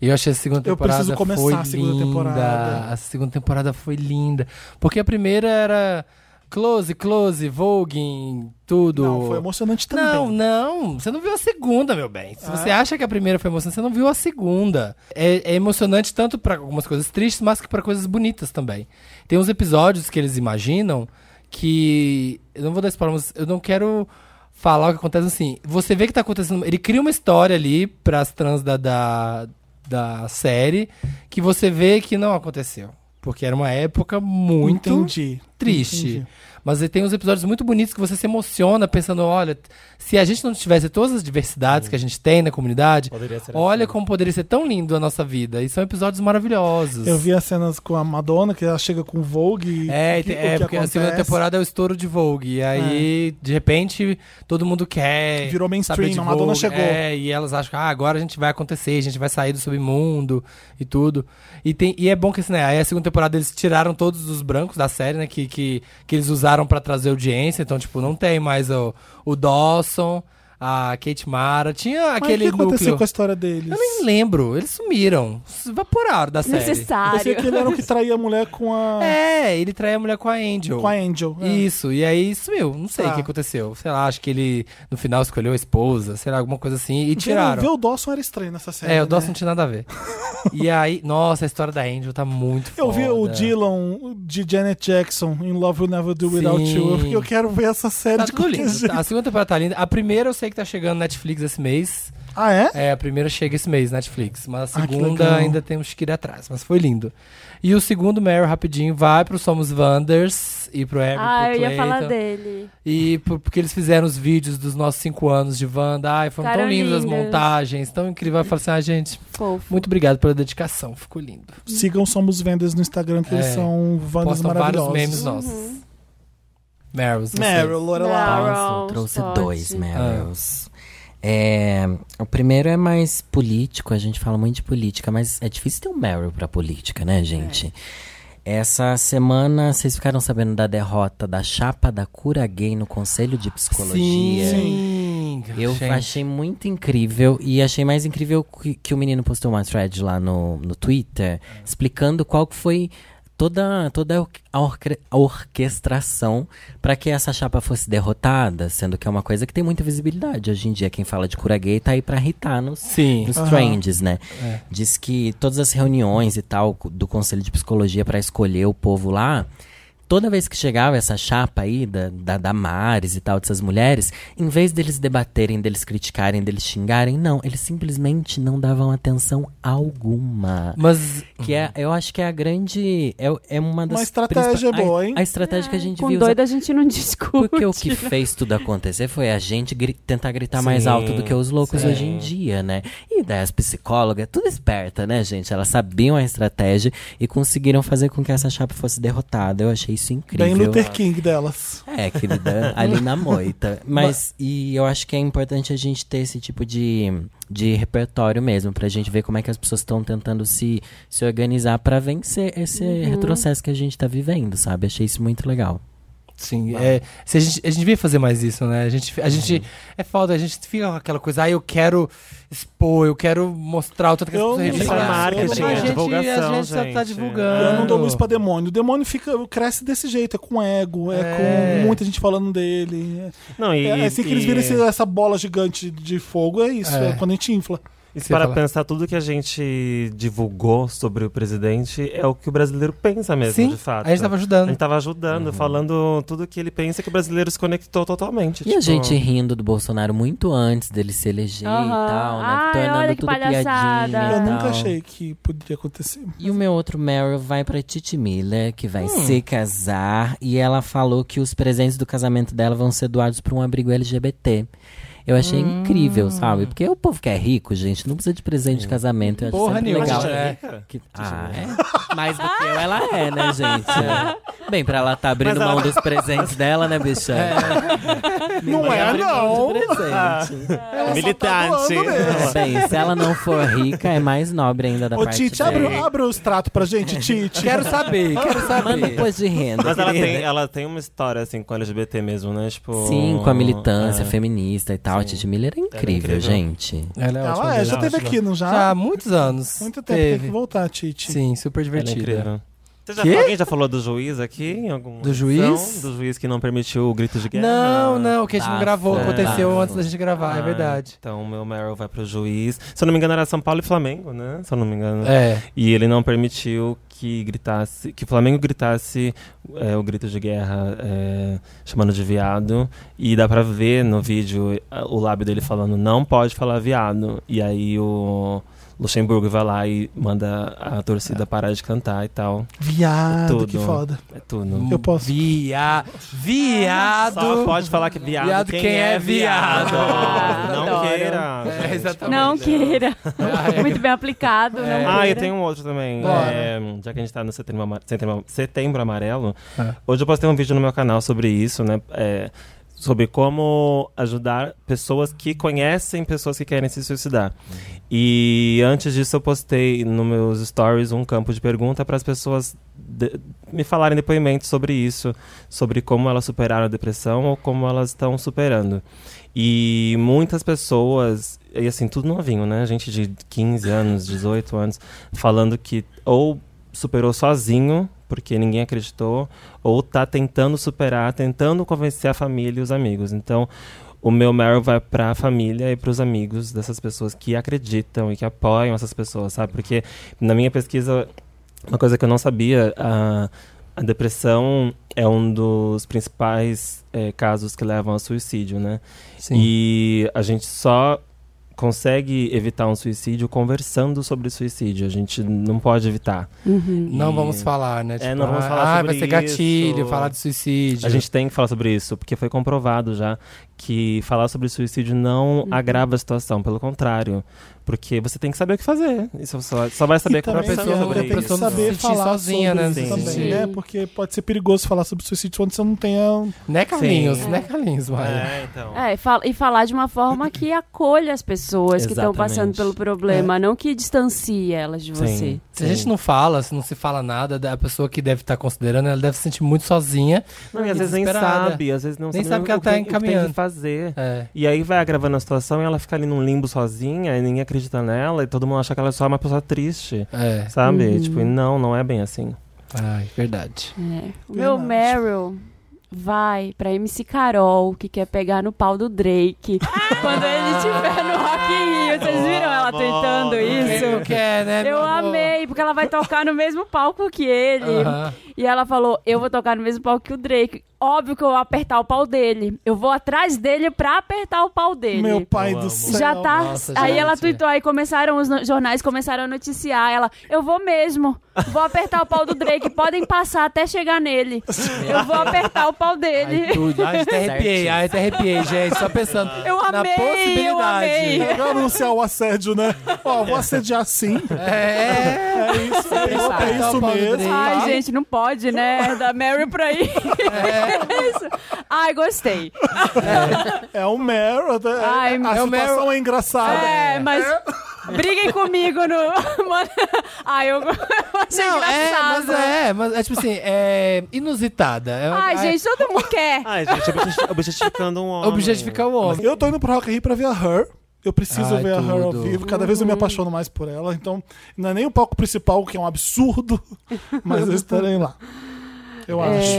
S2: E eu achei a segunda
S1: Eu
S2: temporada
S1: preciso começar
S2: foi
S1: a segunda
S2: linda.
S1: temporada.
S2: A segunda temporada foi linda. Porque a primeira era close, close, voguing, tudo.
S1: Não, foi emocionante também.
S2: Não, não. Você não viu a segunda, meu bem. Se
S1: Ah.
S2: você acha que a primeira foi emocionante, você não viu a segunda. É, é emocionante tanto pra algumas coisas tristes, mas que pra coisas bonitas também. Tem uns episódios que eles imaginam que. Eu não vou dar spoiler, mas eu não quero falar o que acontece assim. Você vê que tá acontecendo. Ele cria uma história ali pras trans da, da, da série que você vê que não aconteceu. Porque era uma época muito
S1: Entendi.
S2: triste.
S1: Entendi.
S2: Mas tem uns episódios muito bonitos que você se emociona pensando, olha, se a gente não tivesse todas as diversidades que a gente tem na comunidade,
S5: Poderia ser
S2: olha
S5: assim.
S2: como poderia ser tão lindo a nossa vida. E são episódios maravilhosos.
S1: Eu vi as cenas com a Madonna, que ela chega com Vogue. e
S2: É,
S1: o que-
S2: e
S1: o
S2: te- é
S1: que acontece.
S2: porque
S1: É.
S2: a segunda temporada é o estouro de Vogue. E aí, de repente, todo mundo quer.
S1: Virou mainstream,
S2: saber de
S1: a Madonna
S2: Vogue.
S1: chegou.
S2: É, e elas acham que ah, agora a gente vai acontecer, a gente vai sair do submundo e tudo. E, tem, e é bom que assim, né? Aí a segunda temporada eles tiraram todos os brancos da série, né? Que, que, que eles usaram pra trazer audiência. Então, tipo, não tem mais o, o Dawson, a Kate Mara. Tinha
S1: Mas o
S2: aquele
S1: que aconteceu
S2: núcleo.
S1: com a história deles?
S2: Eu nem lembro. Eles sumiram. Se evaporaram da série.
S1: Eu sei
S3: Necessário.
S1: que ele era o que traía a mulher com a,
S2: É, ele trai a mulher com a Angel.
S1: com a Angel. é.
S2: Isso, e aí sumiu. Não sei
S1: Tá.
S2: o que aconteceu. Sei lá, acho que ele no final escolheu a esposa, sei lá, alguma coisa assim, e
S1: Ver
S2: tiraram.
S1: o Dawson era estranho nessa série.
S2: É, o Dawson
S1: né?
S2: não tinha nada
S1: <laughs>
S2: a ver. e aí, nossa, a história da Angel tá muito foda.
S1: Eu vi o Dylan de Janet Jackson em Love Will Never Do Without
S2: Sim.
S1: You. Eu fiquei, Eu quero ver essa série
S2: Tá
S1: de
S2: tudo
S1: qualquer
S2: lindo.
S1: jeito.
S2: A segunda temporada tá linda. A primeira eu sei que tá chegando na Netflix esse mês.
S1: Ah, é?
S2: É, a primeira chega esse mês, Netflix. Mas a
S1: Ah, que
S2: segunda
S1: legal.
S2: ainda temos que ir atrás, mas foi lindo. E o segundo, Meryl, rapidinho, vai pro Somos Wanders e pro Ever,
S3: Ah,
S2: pro
S3: eu ia falar
S2: Clayton.
S3: dele.
S2: E por- porque eles fizeram os vídeos dos nossos cinco anos de Wanda. Ai, foram
S3: Ficaram
S2: tão lindas as
S3: lindas.
S2: montagens, tão incrível. Eu falei assim, ah, gente,
S3: Fofo.
S2: muito obrigado pela dedicação, ficou lindo.
S1: Sigam Somos Vendas no Instagram, que eles
S2: É.
S1: são vandas
S2: Postam vários
S1: maravilhosos.
S2: memes nossos. Meryl, vocês.
S1: Meryl, Lorelai.
S3: Meryl.
S4: Nossa, eu
S3: Meryl,
S4: trouxe
S3: sorte.
S4: dois
S2: Ah.
S4: Meryls. É, o primeiro é mais político, a gente fala muito de política, mas é difícil ter um Meryl pra política, né, gente? Essa semana, vocês ficaram sabendo da derrota da chapa da cura gay no Conselho de Psicologia?
S2: Sim.
S4: Eu
S2: Gente,
S4: achei muito incrível e achei mais incrível que, que o menino postou uma thread lá no, no Twitter explicando qual que foi toda, toda a, orque- a orquestração para que essa chapa fosse derrotada, sendo que é uma coisa que tem muita visibilidade. Hoje em dia, quem fala de cura gay tá aí pra irritar nos,
S2: Sim.
S4: nos
S1: Aham.
S4: trends, né?
S2: É.
S4: Diz que todas as reuniões e tal do Conselho de Psicologia para escolher o povo lá toda vez que chegava essa chapa aí da, da Damares e tal, dessas mulheres, em vez deles debaterem, deles criticarem, deles xingarem, não, eles simplesmente não davam atenção alguma.
S2: Mas
S4: Que é, eu acho que é a grande. É, é uma das.
S1: estratégia
S4: principais-
S1: boa, hein?
S4: A, a estratégia que a gente
S3: Ah, Com
S4: viu.
S3: doida a gente <laughs> não discute.
S4: Porque o que fez tudo acontecer foi a gente gri- tentar gritar mais
S5: Sim,
S4: alto do que os loucos
S5: sim.
S4: hoje em dia, né? E daí as psicólogas, é tudo esperta, né, gente? Elas sabiam a estratégia e conseguiram fazer com que essa chapa fosse derrotada. Eu achei isso
S1: Bem
S4: incrível.
S1: Luther King delas.
S4: É, querida, ali na
S5: <laughs>
S4: moita. Mas, e eu acho que é importante a gente ter esse tipo de, de repertório mesmo, pra gente ver como é que as pessoas estão tentando se, se organizar pra vencer esse retrocesso que a gente tá vivendo, sabe? Achei isso muito legal.
S2: Sim, é, se a, gente, a gente devia fazer mais isso, né? A gente, a
S4: Uhum.
S2: gente é foda, a gente fica com aquela coisa, ah, eu quero expor, eu quero mostrar o tanto que as
S1: Eu
S2: pessoas
S1: não
S5: Isso é
S1: faço,
S2: reparam.
S1: eu
S5: marketing,
S1: não-
S5: é
S1: a gente-
S5: divulgação,
S2: a gente só tá
S5: gente.
S2: divulgando.
S1: Eu não dou luz pra demônio. O demônio fica, cresce desse jeito, é com ego, é,
S2: É.
S1: com muita gente falando dele. É,
S5: Não, e,
S1: é assim que eles
S5: e-
S1: viram esse- essa bola gigante de fogo, é isso,
S2: É.
S1: é quando a gente infla.
S5: E se
S2: Você ia
S5: para
S2: falar.
S5: pensar tudo que a gente divulgou sobre o presidente é o que o brasileiro pensa mesmo,
S2: Sim,
S5: de fato.
S2: a gente tava
S5: A
S2: ajudando.
S5: gente tava ajudando,
S4: Uhum.
S5: falando tudo que ele pensa que o brasileiro se conectou totalmente.
S4: E a
S5: tipo-
S4: gente rindo do Bolsonaro muito antes dele se eleger
S3: Aham.
S4: e tal, né?
S3: Ai,
S4: Tornando
S3: olha que
S4: tudo
S3: palhaçada.
S4: piadinha. e
S1: Eu nunca
S4: tal.
S1: achei que podia acontecer.
S4: E o meu outro Meryl vai pra Titi Miller, que
S3: Hum.
S4: vai se casar. E ela falou que os presentes do casamento dela vão ser doados pra um abrigo LGBT. Eu achei
S3: Hum.
S4: incrível, sabe? Porque o povo que é rico, gente, não precisa de presente de casamento. Eu acho
S2: Porra
S4: sempre
S2: nenhuma,
S4: legal.
S2: gente, é.
S4: Que- Ah,
S3: né?
S4: é? Mais do que eu, ela
S3: <laughs>
S4: é, né, gente? Bem, pra ela tá abrindo
S5: Mas ela-
S4: mão dos presentes dela, né, bicha?
S1: Não é, não. <laughs> É, Ela Só tá
S5: Militante.
S1: doando mesmo.
S4: Bem, se ela não for rica, é mais nobre ainda da
S1: Ô,
S4: parte
S1: Tite,
S4: dela.
S1: abre, o- abre o extrato pra gente, Tite.
S2: Quero saber, quero
S4: Ah, Manda
S1: um
S2: saber.
S4: depois de renda.
S5: Mas ela
S4: querida.
S5: tem, ela tem uma história assim com LGBT mesmo, né? Tipo,
S4: Sim, com a militância
S5: é.
S4: feminista e tal. A Titi Miller é incrível,
S5: incrível.
S4: gente.
S2: Ela
S5: Então,
S2: é ótima.
S1: Ela é, já
S5: Não,
S1: teve
S5: ótimo.
S1: aqui, não
S2: Já
S1: já?
S2: há muitos anos.
S1: Muito tempo, tem que voltar, Tite.
S2: Sim, super
S5: Ela é
S2: divertida.
S5: incrível. Você já,
S2: Quê?
S5: alguém já falou do juiz aqui? Em algum
S2: Do juiz?
S5: Do juiz que não permitiu o grito de guerra?
S2: Não, não, que a gente não
S4: Bafo,
S2: gravou,
S5: é,
S2: aconteceu
S4: bafo.
S2: antes da gente gravar, é
S5: Ah,
S2: verdade.
S5: Então o meu Meryl vai pro juiz. Se eu não me engano, era São Paulo e Flamengo, né? Se eu não me engano.
S2: É.
S5: E ele não permitiu que gritasse, que o Flamengo gritasse é, o grito de guerra é, chamando de viado. E dá pra ver no vídeo a- o lábio dele falando não pode falar viado. E aí o Luxemburgo vai lá e manda a torcida parar de cantar e tal.
S1: Viado,
S5: Tudo.
S1: que foda.
S5: É tudo.
S1: Eu posso.
S2: Via...
S5: Só
S2: Viado.
S5: pode falar que viado,
S2: Viado
S5: quem,
S2: quem
S5: é
S2: é
S5: viado.
S2: <laughs>
S3: viado.
S5: não
S3: Adoro.
S5: queira.
S2: É,
S5: gente.
S2: exatamente.
S3: Não queira.
S2: Ah, é.
S3: Muito bem aplicado. né? não
S5: Ah,
S2: É.
S5: eu
S3: queira.
S5: tenho um outro também.
S2: Bora.
S5: É, já que a gente tá no setembro, Ama- setembro, setembro amarelo,
S2: É.
S5: hoje eu postei um vídeo no meu canal sobre isso, né? É, sobre como ajudar pessoas que conhecem pessoas que querem se suicidar. E antes disso, eu postei nos meus stories um campo de pergunta para as pessoas de- me falarem depoimentos sobre isso, sobre como elas superaram a depressão ou como elas estão superando. E muitas pessoas, e assim, tudo novinho, né? Gente de 15 anos, 18 anos, falando que ou superou sozinho, porque ninguém acreditou, ou tá tentando superar, tentando convencer a família e os amigos. Então, o meu Meryl vai pra família e pros amigos dessas pessoas que acreditam e que apoiam essas pessoas, sabe? Porque na minha pesquisa, uma coisa que eu não sabia, a, a depressão é um dos principais eh, casos que levam ao suicídio, né?
S2: Sim.
S5: E a gente só consegue evitar um suicídio conversando sobre suicídio. A gente não pode evitar.
S3: Uhum.
S2: Não
S5: E-
S2: vamos falar, né?
S5: É, não vamos falar
S2: ah,
S5: sobre
S2: vai ser gatilho,
S5: isso.
S2: falar de suicídio.
S5: A gente tem que falar sobre isso, porque foi comprovado já que falar sobre suicídio não agrava a situação, pelo contrário. Porque você tem que saber o que fazer. Isso só, só vai saber
S1: E
S5: quando
S1: também
S5: você
S2: pessoa-
S1: tem
S5: sobre
S1: que
S5: isso.
S2: pessoa não
S1: saber
S2: se sentir
S1: falar
S2: sozinha,
S1: sobre
S2: né,
S1: isso
S5: se
S1: também,
S5: sentir-
S1: né? Porque pode ser perigoso falar sobre suicídio quando você não tenha... um
S2: Né, Carlinhos?
S5: Sim.
S2: Né, Carlinhos? Maia?
S5: É, então.
S3: É, e, fal- e falar de uma forma que acolha as pessoas que estão
S4: Exatamente.
S3: passando pelo problema, não que distancie elas de você.
S2: Se a gente não fala, se não se fala nada, da pessoa que deve estar considerando, ela deve se sentir muito sozinha.
S5: Não, e às
S2: E
S5: vezes nem
S2: desesperada.
S5: sabe, às vezes não
S2: Nem sabe
S5: o
S2: que ela tá
S5: o o tem
S2: encaminhando.
S5: que fazer.
S2: É.
S5: E aí vai agravando a situação e ela fica ali num limbo sozinha e ninguém acredita nela e todo mundo acha que ela é só uma pessoa triste.
S2: É.
S5: Sabe?
S3: Uhum.
S5: Tipo, e não, não é bem assim.
S2: Ai, verdade.
S3: É. O meu
S1: Verdade.
S3: Meryl vai pra MC Carol, que quer pegar no pau do Drake.
S2: Ah!
S3: Quando tipo, ele estiver no Rock in Rio. Vocês viram ela tweetando
S5: amor.
S2: Quem não
S3: isso?
S2: quer, né?
S3: Eu
S2: meu amor?
S3: amei, porque que ela vai tocar no mesmo palco que ele.
S2: Aham.
S3: E ela falou: Eu vou tocar no mesmo palco que o Drake. Óbvio que eu vou apertar o pau dele. Eu vou atrás dele pra apertar o pau dele.
S1: Meu pai
S5: Eu
S1: do
S5: amo.
S1: céu.
S3: Já tá.
S2: Nossa,
S3: aí
S2: gente.
S3: ela tweetou, aí começaram os no- jornais começaram a noticiar. Ela, eu vou mesmo, vou apertar o pau do Drake, podem passar até chegar nele. Eu vou apertar o pau dele.
S2: Ai,
S3: <laughs>
S2: tudo. Ai, até arrepiei, ai, até arrepiei, gente. Só pensando
S3: Eu
S2: na
S3: amei, eu
S2: possibilidade.
S3: amei. <laughs>
S1: Eu vou anunciar o assédio, né? Ó, vou assediar sim.
S2: É,
S1: É isso, é isso, é isso mesmo.
S3: Ai, gente, não pode, né? Da Mary pra ir. Isso. Ai, gostei.
S1: É o Meryl. né?
S3: Ai,
S1: a
S2: é o
S1: situação
S2: Meryl.
S1: é engraçada.
S3: É, mas. Briguem comigo no. Mano, Ai, eu, eu achei
S2: não, é, mas
S3: engraçado.
S2: é, mas é tipo assim, é inusitada. É,
S3: Ai,
S2: é-
S3: gente, todo mundo quer.
S5: Ai, gente, objeti- objetificando um homem.
S2: Objetificar o homem.
S1: Eu tô indo pro Rock in Rio pra ver a Her. Eu preciso
S2: Ai,
S1: ver a Her ao
S2: tudo.
S1: vivo. Cada vez eu me apaixono mais por ela. Então, não é nem o palco principal, que é um absurdo, <laughs> mas eu estarei lá. Eu acho.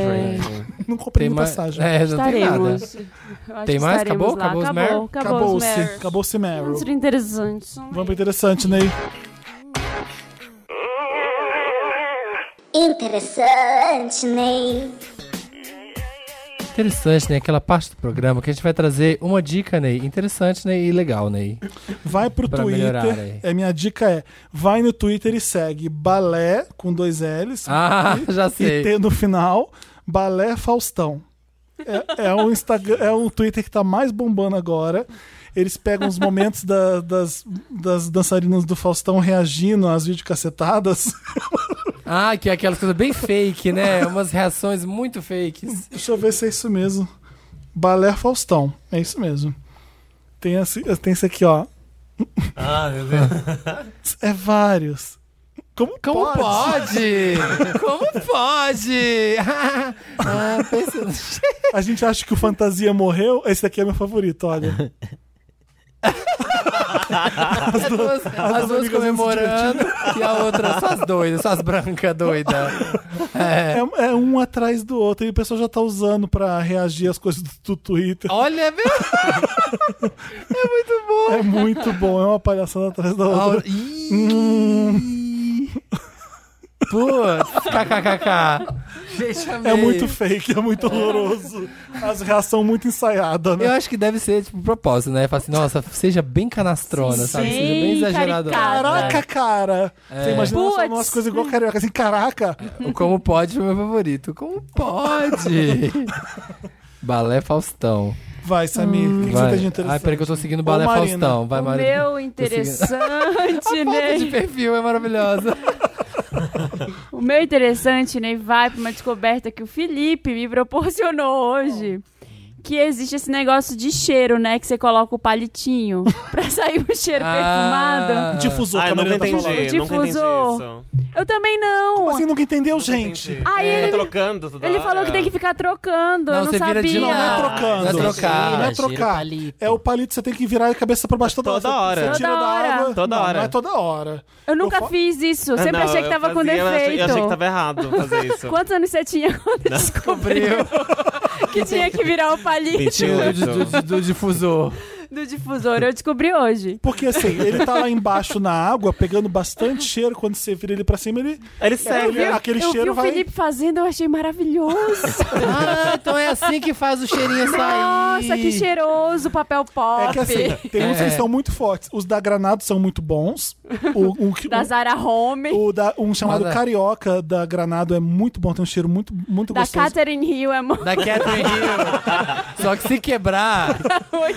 S1: Não comprei minha passagem.
S2: É, não tem nada.
S3: Estaremos. Eu acho
S2: Tem
S3: que
S2: mais?
S3: estaremos
S2: Acabou?
S3: lá.
S2: Acabou os Meryl?
S3: Acabou, acabou os
S1: Acabou-se.
S3: Meryl.
S1: Acabou-se Meryl.
S3: Vamos pro interessante.
S1: Vamos pro interessante, Ney.
S9: Interessante, Ney.
S2: <laughs> Interessante, né? Aquela parte do programa que a gente vai trazer uma dica, Ney. Interessante, Ney, e legal, Ney.
S1: Vai pro
S2: Pra melhorar aí.
S1: Twitter. É, minha dica é: vai no Twitter e segue balé com dois L's
S2: Ah, <laughs> já
S1: e
S2: sei.
S1: T no final, balé Faustão. É, é um Instagram, é um Twitter que tá mais bombando agora. Eles pegam os momentos da- das, das dançarinas do Faustão reagindo às <laughs> videocacetadas.
S2: Ah, que é aquelas coisas bem fake, né? Umas reações muito fakes.
S1: Deixa eu ver se é isso mesmo. Balé Faustão. É isso mesmo. Tem esse, tem esse aqui, ó.
S5: Ah, meu Deus.
S1: <laughs> É vários. Como,
S2: Como
S1: pode?
S2: pode?
S1: <laughs>
S2: Como pode? <laughs> ah, pensa...
S1: A gente acha que o Fantasia morreu. Esse daqui é meu favorito, olha.
S2: <laughs> As duas, as duas
S1: amigas
S2: comemorando e a outra, só as doidas, só as brancas doidas.
S1: É,
S2: É.
S1: é um atrás do outro. E o pessoal já tá usando pra reagir às coisas do, do Twitter.
S2: Olha,
S1: <laughs>
S2: meu. É muito bom.
S1: É muito bom. É uma palhaçada atrás da
S2: Ah,
S1: outra. <laughs>
S2: Ih. Putz, kkkk. Gente,
S1: É
S2: amei.
S1: muito fake, é muito horroroso. As reações muito ensaiadas,
S2: Eu
S1: né?
S2: acho que deve ser, tipo, propósito, né? Fala assim, nossa, seja bem canastrona, sabe? Seja bem
S3: Sim,
S2: exagerado.
S3: caricata.
S1: Caraca, cara! Você imagina só
S3: Puts.
S1: umas coisas igual carioca, assim, caraca!
S2: O Como Pode foi meu favorito. Como
S1: <laughs>
S2: Pode? Balé Faustão.
S1: Vai, Samir, o que, que você
S2: Vai.
S1: tem de interessante?
S2: Ai, peraí que eu tô seguindo o
S1: Ô,
S2: Balé
S1: Marina,
S2: Faustão. Vai,
S3: o
S2: Marina.
S3: meu interessante, né?
S2: Foto de
S3: Ney.
S2: perfil é maravilhosa.
S3: <laughs> O meu interessante, Ney, vai pra uma descoberta que o Felipe me proporcionou hoje. Que existe esse negócio de cheiro, né? Que você coloca o palitinho pra sair um cheiro
S2: Ah.
S3: perfumado.
S1: Difusor,
S5: Ai,
S1: que a
S5: nunca
S1: Marina tá
S5: Ah, entendi,
S1: falando.
S5: nunca entendi
S3: Difusor.
S5: isso.
S3: Eu também não.
S1: Assim, nunca entendeu,
S5: Nunca
S1: gente.
S5: entendi.
S3: Aí
S5: Tá
S3: ele,
S5: trocando toda
S3: ele
S5: hora.
S3: falou que tem que ficar trocando. eu não
S2: você
S3: sabia.
S2: vira de
S1: Não, não é
S2: lado.
S1: trocando.
S2: Não é trocar.
S1: Não é
S4: Gira o
S1: trocar.
S4: palito.
S1: É o palito, você tem que virar a cabeça pra baixo toda,
S5: Toda
S1: Você-
S5: hora.
S1: Você tira
S3: Toda
S1: da
S3: hora.
S1: água.
S5: Toda
S1: não,
S5: hora.
S1: Não é toda hora.
S3: Eu nunca
S1: fa-
S3: fiz isso. Eu sempre
S5: Ah, Não,
S3: achei que
S5: eu
S3: tava com
S5: fazia, eu achei-
S3: defeito.
S5: Eu achei, que tava errado fazer
S3: <laughs>
S5: isso.
S3: Quantos anos você tinha
S5: <laughs>
S3: quando descobriu que tinha que virar o palito
S2: Tio do,
S5: 28.
S2: do- do difusor.
S3: do difusor? Eu descobri hoje.
S1: Porque assim, ele tá lá embaixo na água,
S3: <laughs>
S1: pegando bastante cheiro. Quando você vira ele pra cima, ele.
S5: Ele né?
S1: aquele-
S5: serve.
S1: aquele
S3: eu vi
S1: cheiro
S3: o
S1: vai.
S3: Felipe fazendo, eu achei maravilhoso.
S2: <laughs> Ah, então é assim que faz o cheirinho sair.
S3: Nossa, que cheiroso papel pop.
S1: É que assim, tem uns
S2: É.
S1: que são muito fortes. Os da Granado são muito bons. O, o, que-
S3: da Zara Home,
S1: o da- um chamado
S2: Mas é.
S1: Carioca da Granado é muito bom, tem um cheiro muito, muito
S3: da
S1: gostoso.
S3: Catherine Hill, é muito <laughs>
S2: Da Catherine Hill. Só que
S1: <laughs>
S2: se quebrar,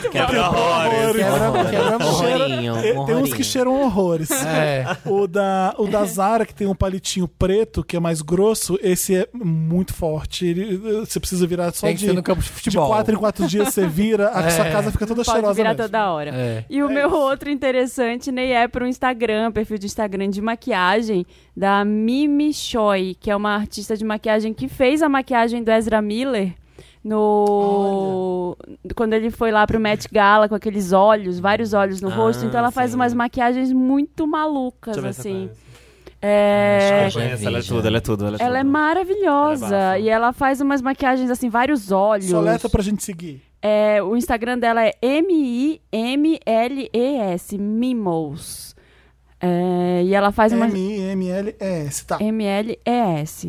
S5: Quebra horrores.
S2: quebra, quebra muito.
S1: <laughs>
S4: Horrorinho,
S1: É, Tem uns que
S4: horrorinho.
S1: cheiram horrores.
S2: <laughs> É.
S1: O da, o da Zara, que tem um palitinho preto, que é mais grosso, esse é muito forte. Ele- você precisa virar só
S2: Tem que
S1: de,
S2: ser no campo de
S1: de
S2: futebol.
S1: quatro em quatro dias você vira, a
S2: <laughs> É.
S1: sua casa fica toda
S3: pode
S1: cheirosa.
S3: virar
S1: mesmo.
S3: toda hora.
S2: É.
S3: E o meu outro interessante, Ney, é pro Instagram, perfil de Instagram de maquiagem da Mimi Choi, que é uma artista de maquiagem que fez a maquiagem do Ezra Miller no quando ele foi lá pro Met Gala com aqueles olhos, vários olhos no
S5: Ah,
S3: rosto, então ela faz
S5: sim.
S3: uma's maquiagens muito malucas
S5: Deixa eu ver se
S3: assim.
S5: eu
S3: É...
S5: conheço. Eu conheço, Ela é tudo, ela é tudo. Ela é,
S3: Ela é
S5: tudo.
S3: maravilhosa
S5: Ela é bafo.
S3: e ela faz umas maquiagens assim, vários olhos.
S1: Soleta pra gente seguir.
S3: É, o Instagram dela é M-I-M-L-E-S, Mimos. É, e ela faz uma.
S1: M-I-M-L-E-S, tá.
S3: MLES.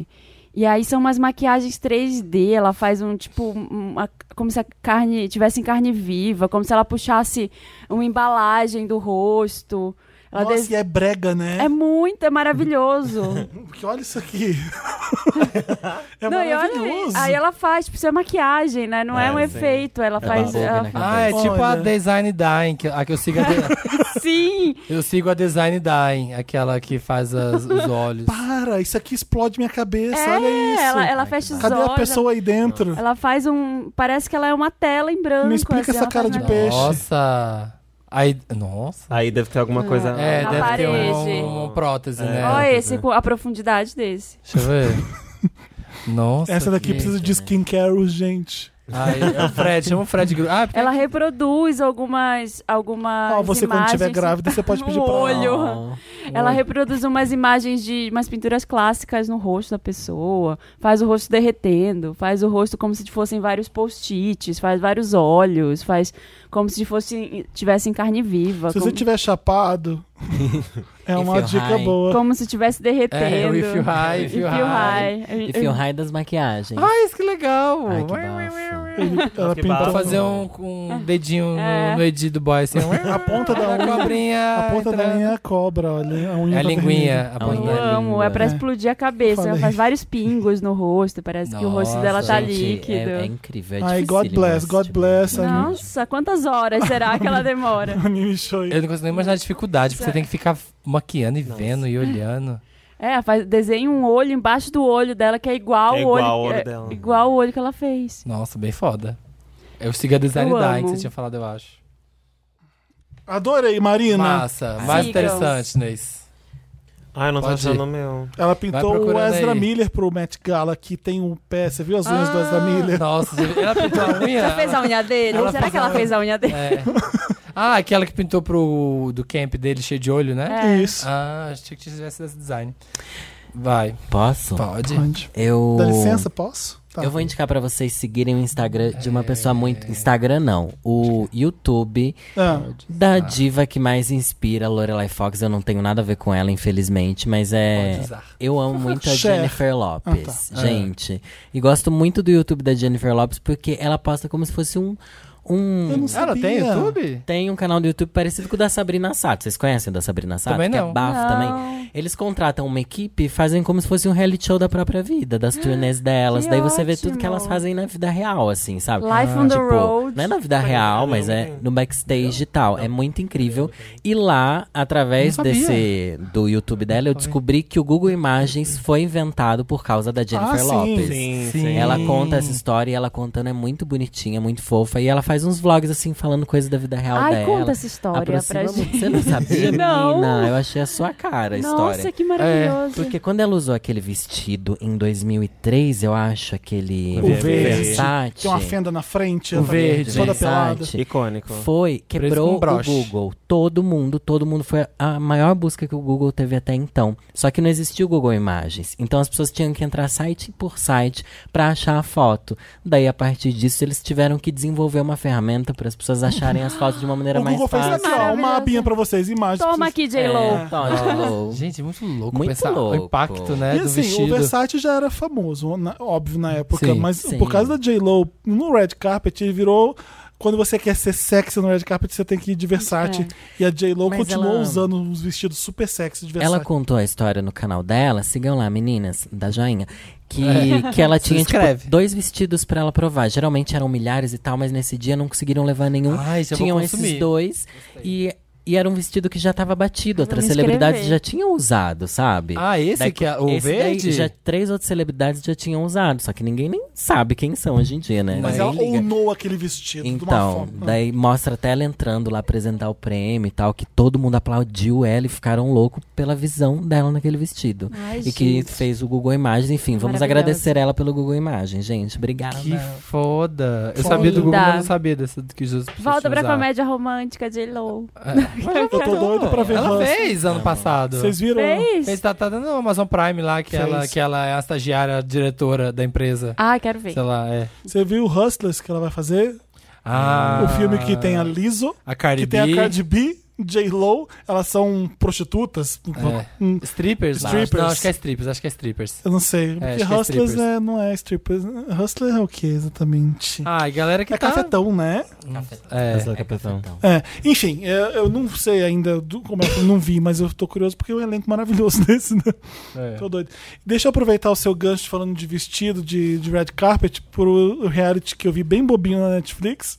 S3: E aí são umas maquiagens 3D, ela faz um tipo uma- como se a carne tivesse em carne viva, como se ela puxasse uma embalagem do rosto. Ela
S1: Nossa,
S3: des-
S1: e é brega,
S3: é...
S1: né?
S3: muito, é maravilhoso.
S1: <laughs> Porque Hum, olha isso aqui. é
S3: Não, e olha aí,
S1: maravilhoso.
S3: aí ela faz, tipo, isso é maquiagem, né? Não é,
S5: É,
S3: um
S5: sim.
S3: efeito, ela
S4: É
S3: faz,
S4: uma boca
S3: ela
S4: na
S3: faz-
S2: Ah, é tipo a
S1: né, Olha.
S2: Design Dying, que, a que eu sigo a, de-
S3: <laughs> sim.
S2: eu sigo a Design Dying, aquela que faz
S1: <laughs>
S2: as-
S3: <laughs>
S2: os olhos.
S1: Para, isso aqui explode minha cabeça,
S3: É,
S1: olha isso.
S3: ela, ela
S4: Ai,
S3: fecha os
S1: Cadê
S3: olhos.
S1: a pessoa aí dentro?
S3: Ela faz um, parece que ela é uma tela em branco.
S1: Me explica
S3: assim,
S1: essa
S3: ela
S1: cara
S3: faz
S1: de
S3: uma-
S1: peixe.
S2: Nossa. Aí, nossa.
S5: Aí deve ter alguma coisa.
S2: É,
S3: Hum. Na
S2: deve ter
S3: parede.
S2: um- uma prótese, né?
S3: Olha esse, com a profundidade desse.
S2: Deixa eu ver. Nossa.
S1: Essa daqui
S2: que-
S1: precisa de skincare urgente.
S2: Ai, é o Fred, chama o Fred Gru- Ah,
S3: Ela reproduz algumas algumas
S1: É Ó, você quando
S3: imagens.
S1: estiver grávida,
S3: <laughs>
S1: você pode
S3: Um
S1: pedir pra
S3: olho.
S4: Oh.
S3: Ela reproduz umas imagens de umas pinturas clássicas no rosto da pessoa, faz o rosto derretendo, faz o rosto como se fossem vários post-its, faz vários olhos, faz como se fosse tivesse em carne viva,
S1: Se
S3: como,
S1: você tiver
S2: <laughs>
S1: chapado, é
S4: If
S1: uma
S4: you're
S1: dica
S4: high.
S1: boa.
S3: como se estivesse derretendo.
S2: É, o If You High, If
S3: If
S2: You
S3: You
S2: High.
S3: High.
S4: E fio raio das maquiagens.
S2: Ai, isso que legal.
S4: Ai, que bafo.
S1: Ela
S5: Que
S1: pintou
S2: Vou
S5: bafo.
S2: fazer um, com um dedinho
S3: É.
S2: no, no Edi do boy, assim.
S1: a <laughs> ponta da
S2: A
S1: unha.
S2: cobrinha.
S1: A ponta da
S2: entrando.
S1: unha é a cobra, olha. A unha
S2: É a
S1: tá
S2: linguinha. A
S4: A unha.
S2: ponta
S3: Eu
S2: da
S3: amo,
S2: língua.
S3: é pra
S1: né?
S3: explodir a cabeça.
S1: Falei.
S3: Ela faz vários pingos no rosto, parece que o rosto dela tá
S4: Gente,
S3: líquido.
S4: É, é incrível, é
S1: Ai,
S4: dificílimo
S1: God bless,
S4: esse
S1: God
S4: tipo
S1: bless,
S4: de-
S1: ai.
S3: Nossa, quantas horas será
S5: <laughs>
S3: que ela demora?
S1: vermelha. Anime show.
S2: Eu não consigo nem imaginar a dificuldade, porque você tem que ficar maquiando e vendo e olhando.
S3: É, faz, desenha um olho embaixo do olho dela que é igual,
S5: Que é
S3: o olho,
S5: igual ao olho
S3: é,
S5: dela.
S3: igual o olho que ela fez.
S2: Nossa, bem foda. Eu sigo a Design
S3: Eu
S2: Dying, que você
S3: amo.
S2: tinha falado, eu acho.
S1: Adorei, Marina.
S2: Massa, mais
S3: Sigam.
S2: interessante, Neis.
S5: Ai, não tô
S2: Pode ir.
S5: achando o meu.
S1: Ela pintou o
S2: procurando
S1: Ezra
S2: aí.
S1: Miller pro Met Gala, que tem um pé. Você viu as unhas do
S3: Ah.
S1: Ezra Miller?
S2: Nossa,
S3: <laughs>
S2: ela pintou a unha?
S3: Ela fez a unha dele?
S2: Ela
S3: será
S2: fez
S3: que ela
S2: a-
S3: fez a unha dele?
S2: É. Ah, aquela que pintou pro do camp dele cheio de olho, né?
S3: É.
S1: Isso.
S2: Ah, achei que tivesse esse design. Vai,
S4: Posso?
S2: pode.
S1: Pode.
S4: Eu...
S1: Dá licença, posso? Tá.
S4: Eu vou indicar pra vocês seguirem o Instagram de uma pessoa
S2: É.
S4: muito. Instagram não. O YouTube
S1: Ah,
S4: da diva que mais inspira, Lorelai Fox. Eu não tenho nada a ver com ela, infelizmente, mas é.
S2: Pode usar.
S4: Eu amo muito a
S1: Cher.
S4: Jennifer
S1: Ah, tá.
S4: Lopes,
S1: É.
S4: gente. E gosto muito do YouTube da Jennifer Lopes porque ela posta como se fosse um.
S1: Eu
S4: um
S1: não sei.
S2: Ela tem
S1: Sabia.
S2: YouTube?
S4: tem um canal do YouTube parecido com o da Sabrina Sato. Vocês conhecem o da Sabrina Sato?
S2: Também
S4: Que é
S2: não.
S4: bafo
S3: Não.
S4: também. É. Eles contratam uma equipe e fazem como se fosse um reality show da própria vida, das turnês delas.
S3: Ah, que
S4: Daí você vê tudo
S3: ótimo.
S4: que elas fazem na vida real, assim, sabe?
S3: Life on the
S4: Tipo,
S3: road.
S4: Não é na vida real, mas é no backstage e tal. É muito incrível. E lá, através
S2: Não sabia.
S4: desse do YouTube dela, eu descobri que o Google Imagens foi inventado por causa da Jennifer
S1: Ah, sim.
S4: Lopes.
S5: Sim,
S2: Sim.
S5: sim.
S4: Ela conta essa história e ela contando é muito bonitinha, muito fofa. E ela faz uns vlogs assim, falando coisa da vida real
S3: Ai,
S4: dela.
S3: conta essa história
S4: Aproxima
S3: pra
S4: muito.
S3: gente.
S4: Você não
S3: <laughs>
S4: sabia,
S3: Não.
S4: menina? Eu achei a sua cara a
S3: Nossa,
S4: história. É,
S3: que maravilhoso.
S4: Porque quando ela usou aquele vestido em 2003, eu acho, aquele
S1: O verde.
S4: Versace,
S1: Tem uma fenda na frente.
S2: O
S1: ela tá
S2: verde.
S1: Toda
S4: Versace,
S1: pelada.
S5: Icônico.
S4: foi,
S2: com
S1: um
S4: quebrou o
S2: broche.
S4: Google. Todo mundo, todo mundo foi a maior busca que o Google teve até então. Só que não existia o Google Imagens. Então as pessoas tinham que entrar site por site pra achar a foto. Daí a partir disso eles tiveram que desenvolver uma ferramenta para as pessoas acharem as fotos de uma maneira
S1: O
S4: mais
S1: Google fez
S4: fácil.
S1: aqui, ó, uma
S3: Maravilhoso.
S1: abinha pra vocês, imagens.
S3: Toma aqui, J-Lo.
S4: É, toma, J-Lo.
S2: Gente, muito louco
S4: Muito
S2: pensar o
S4: louco.
S2: impacto, né,
S1: E
S2: do
S1: assim, o
S2: vestido.
S1: Versace já era famoso, na- óbvio, na época.
S2: Sim,
S1: mas
S4: sim.
S1: por causa da J-Lo, no Red Carpet, ele virou. Quando você quer ser sexy no Red Carpet, você tem que ir de Versace.
S3: É.
S1: E a J-Lo
S4: Mas
S1: continuou
S4: ela-
S1: usando uns vestidos super sexy de Versace.
S4: Ela contou a história no canal dela, sigam lá, meninas, da joinha. Que, que ela
S2: É. <laughs> Se
S4: tinha tipo,
S2: inscreve.
S4: dois vestidos pra ela provar. Geralmente eram milhares e tal, mas nesse dia não conseguiram levar nenhum.
S2: Ai, já vou
S4: Tinham
S2: consumir.
S4: esses dois. E, e era um vestido que já tava batido. Outras
S3: me
S4: celebridades
S3: inscrever.
S4: já tinham usado, sabe?
S2: Ah, esse
S4: Daí-
S2: que é o
S4: esse daí
S2: verde?
S4: já, três outras celebridades já tinham usado. Só que ninguém nem sabe quem são hoje em dia, né?
S1: Mas
S2: é
S4: Ninguém
S1: ela
S4: liga.
S1: ownou aquele vestido de uma
S4: Então,
S1: forma.
S3: Ah.
S4: daí mostra até ela entrando lá apresentar o prêmio e tal, que todo mundo aplaudiu ela e ficaram loucos pela visão dela naquele vestido.
S3: Ai,
S4: e que
S3: gente.
S4: fez o Google Imagens, enfim, vamos
S3: Maravilhosa.
S4: agradecer ela pelo Google Imagens, gente. Obrigada.
S2: Que foda. Eu sabia do Google,
S3: Linda.
S2: mas não sabia dessa do que Jesus
S3: Volta pra comédia romântica, J-Lo. <laughs>
S2: É.
S1: é, Eu tô doido pra ver
S2: Ela
S1: Hustle.
S2: fez
S4: É.
S2: ano passado.
S1: Vocês viram?
S2: Fez,
S3: Fez?
S2: tá, tá dando no Amazon Prime lá, que
S1: Fez.
S2: ela, que ela é a estagiária, a diretora da empresa.
S3: Ah, quero ver.
S2: Sei lá, é.
S1: Você viu o Hustlers que ela vai fazer?
S2: Ah,
S1: O filme que tem a Liso,
S2: a Cardi
S1: que tem a
S2: B.
S1: Cardi B J-Lo, elas são prostitutas. Hum,
S2: É. Strippers? lá.
S1: Strippers.
S2: Não, acho que é strippers, acho que é strippers.
S1: Eu não sei.
S2: É,
S1: porque
S2: acho que é
S1: Hustlers
S2: strippers.
S1: é- não é strippers. Hustler é o que exatamente?
S2: Ai, galera que
S1: é
S2: tá...
S1: cafetão, né?
S2: É,
S5: Essa é a capitão.
S1: É, enfim, é, eu não sei ainda do- como é que eu não vi, mas eu tô curioso porque é um elenco maravilhoso <laughs> desse, né?
S2: é.
S1: Tô doido. Deixa eu aproveitar o seu gancho falando de vestido, de, de red carpet, pro reality que eu vi bem bobinho na Netflix,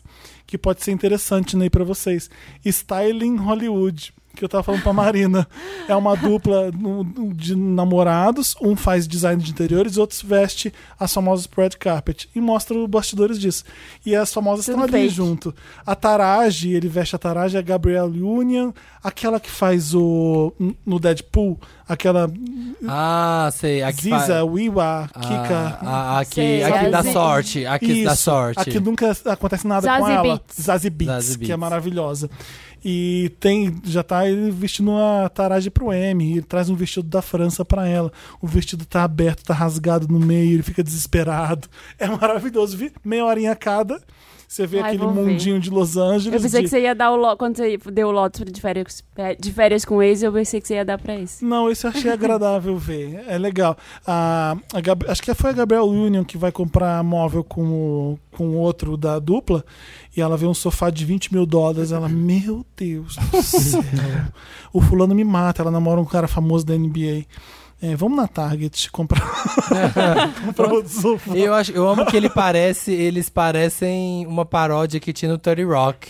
S1: que pode ser interessante né, pra vocês. Styling Hollywood, que eu tava falando pra Marina. É uma dupla no- de namorados, um faz design de interiores, outros veste as famosas pro red carpet. E mostra os bastidores disso. E as famosas
S3: Tudo
S1: estão ali
S3: fake.
S1: junto. A Taraji, ele veste a Taraji, a Gabrielle Union, aquela que faz o. no Deadpool, aquela
S2: Ah, sei. Aqui
S1: Ziza, Wiwa,
S2: Kika.
S1: Kika.
S2: Ah, A, a, a que,
S3: Sei,
S2: a que
S3: a
S2: dá
S3: Zizi.
S2: sorte. A que dá
S1: Isso,
S2: sorte.
S1: A que nunca acontece nada com
S3: Zazie
S1: ela.
S3: Beetz.
S1: Zazie Beats,
S2: Zazie
S1: que é
S2: Beetz.
S1: maravilhosa. E tem, já tá ele vestindo uma tarage pro M, ele traz um vestido da França pra ela. O vestido tá aberto, tá rasgado no meio, ele fica desesperado. É maravilhoso, vi? Meia horinha cada. Você vê
S3: Ai,
S1: aquele
S3: vou ver.
S1: mundinho de Los Angeles.
S3: Eu pensei
S1: de-
S3: que você ia dar o Lotus. Quando você deu o Lotus de férias, é, de férias com o ex, eu pensei que você ia dar pra esse.
S1: Não, esse eu Então, achei
S3: <laughs>
S1: agradável ver. É legal. A, a Gab- acho que foi a Gabriel Union que vai comprar móvel com o com o outro da dupla. E ela vê um sofá de 20 mil dólares. Ela, meu Deus
S2: <laughs>
S1: do céu. O fulano me mata. Ela namora um cara famoso da NBA. É, vamos na Target comprar,
S2: <laughs>
S1: comprar outro sofá.
S2: Eu, acho, eu amo que ele parece, eles parecem uma paródia que tinha no 30 Rock,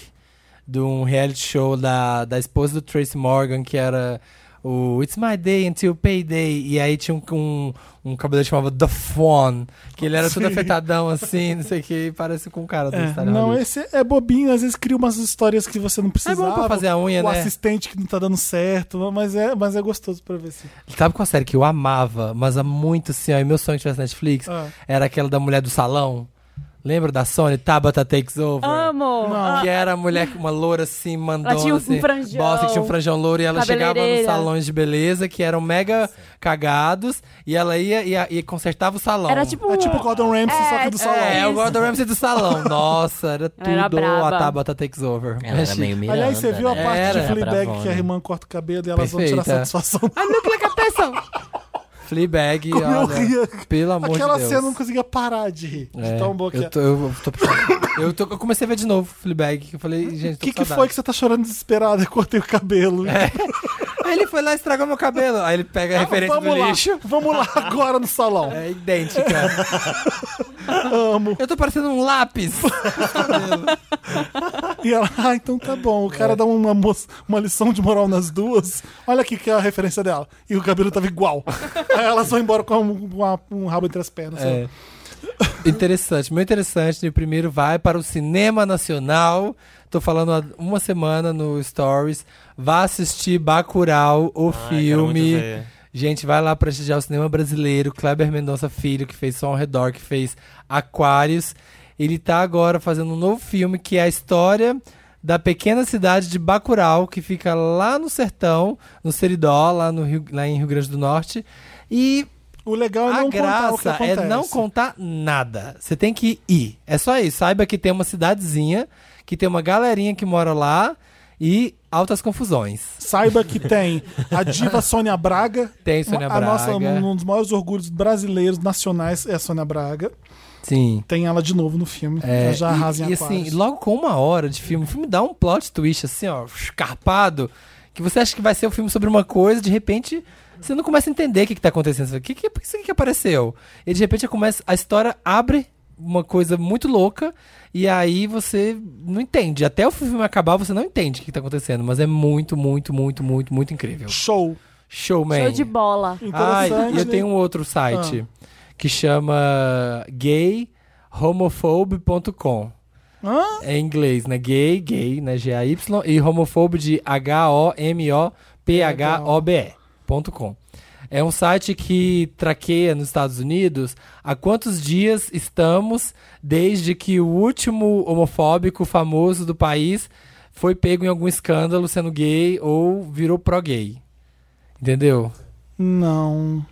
S2: de um reality show da, da esposa do Tracy Morgan, que era o It's My Day Until Payday. E aí tinha um, um, um cabelo que chamava The Fawn, que ele era todo
S1: Sim.
S2: afetadão assim, não sei o que, e parece com o cara tá do
S1: É,
S2: Star
S1: não,
S2: Hollywood.
S1: esse é bobinho, às vezes cria umas histórias que você não
S2: É
S1: precisava.
S2: bom pra fazer a unha,
S1: o
S2: né?
S1: assistente que não tá dando certo, mas é, mas é gostoso pra ver se.
S2: Sabe qual série que eu amava, mas há muito assim, ó, e meu sonho que tivesse Netflix?
S1: Ah.
S2: Era aquela da mulher do salão. Lembra da Sony? Tabata Takes Over.
S3: Amo! Ah,
S2: Que era a mulher com uma loura assim, mandona.
S3: Ela tinha um
S2: assim,
S3: franjão.
S2: Bosta, que tinha um franjão louro. E ela chegava nos
S3: Cabeleireira.
S2: salões de beleza que eram mega cagados. E ela ia e, a- e consertava o salão.
S3: Era tipo.
S1: É tipo o Gordon Ramsay, só que do
S3: é,
S1: salão.
S2: É,
S3: isso.
S2: o Gordon Ramsay
S3: <laughs>
S2: do salão. Nossa, era tudo
S3: era brava.
S2: a Tabata Takes Over.
S4: Ela era
S2: Achei-
S4: meio Miranda,
S1: Aliás, você viu a
S4: né?
S1: parte
S2: Era.
S1: de
S4: Era
S1: Fleabag
S4: bravona.
S1: que a irmã corta o cabelo e elas vão tirar
S2: Perfeita.
S1: satisfação.
S2: Fleabag,
S1: Como eu
S2: olha,
S1: ria.
S2: pelo amor
S1: Aquela
S2: de Deus.
S1: cena eu não conseguia parar de rir. De
S2: É,
S1: tão boa que
S2: eu,
S1: é.
S2: tô, eu, tô, precisando- eu, tô, eu comecei a ver de novo Fleabag, que eu falei, gente,
S1: O
S2: tô
S1: que,
S2: com
S1: que foi
S2: saudade. É.
S1: que você tá chorando desesperado? <laughs> Eu cortei o cabelo. <laughs>
S2: Aí ele foi lá e estragou meu cabelo. Aí ele pega a
S1: Ah,
S2: referência
S1: vamos
S2: do
S1: lá,
S2: lixo.
S1: <laughs> Vamos lá agora no salão.
S2: É idêntica.
S1: <laughs> Amo.
S2: Eu tô parecendo um lápis.
S1: <laughs> E ela, ah, então tá bom. O
S2: É.
S1: cara dá uma, moça- uma lição de moral nas duas. Olha aqui que é a referência dela. E o cabelo tava
S2: <laughs>
S1: igual. Aí elas vão embora com um, uma- um rabo entre as pernas. né?
S2: É. Interessante, muito interessante. O primeiro vai para o cinema nacional. Tô falando há uma semana no Stories. Vá assistir Bacurau, o filme. Gente, vai lá prestigiar o cinema brasileiro. Kleber Mendonça Filho, que fez Som ao Redor, que fez Aquários. Ele tá agora fazendo um novo filme que é a história da pequena cidade de Bacurau, que fica lá no sertão, no Seridó, lá, no Rio, lá em Rio Grande do Norte. E
S1: O legal é
S2: a
S1: não contar o que
S2: graça
S1: acontece.
S2: é não contar nada. Você tem que ir. É só isso. Saiba que tem uma cidadezinha, que tem uma galerinha que mora lá e altas confusões.
S1: Saiba que tem a diva Sônia Braga.
S2: Tem É Sônia
S1: A nossa,
S2: Braga.
S1: um dos maiores orgulhos brasileiros nacionais é a Sônia Braga.
S2: Sim.
S1: Tem ela de novo no filme.
S2: É,
S1: ela já arrasa
S2: e,
S1: em
S2: e
S1: Aquários.
S2: assim, logo com uma hora de filme, o filme dá um plot twist assim, ó, escarpado, que você acha que vai ser um filme sobre uma coisa, de repente você não começa a entender o que, que tá acontecendo. Você fala, "Que- que- Por que isso aqui que apareceu? E de repente começa, a história abre uma coisa muito louca, e aí você não entende. Até o filme acabar, você não entende o que, que tá acontecendo. Mas é muito, muito, muito, muito, muito incrível.
S1: Show.
S2: Showman.
S3: Show de bola.
S1: Interessante. né?
S2: Ai, e eu tenho um outro site que chama gayhomophobe.com.
S1: Hã?
S2: É em inglês, né? Gay, gay, né? G-A-Y. E homophobe de H-O-M-O-P-H-O-B-E.com. É um site que traqueia nos Estados Unidos há quantos dias estamos desde que o último homofóbico famoso do país foi pego em algum escândalo sendo gay ou virou pró-gay. Entendeu?
S1: Não.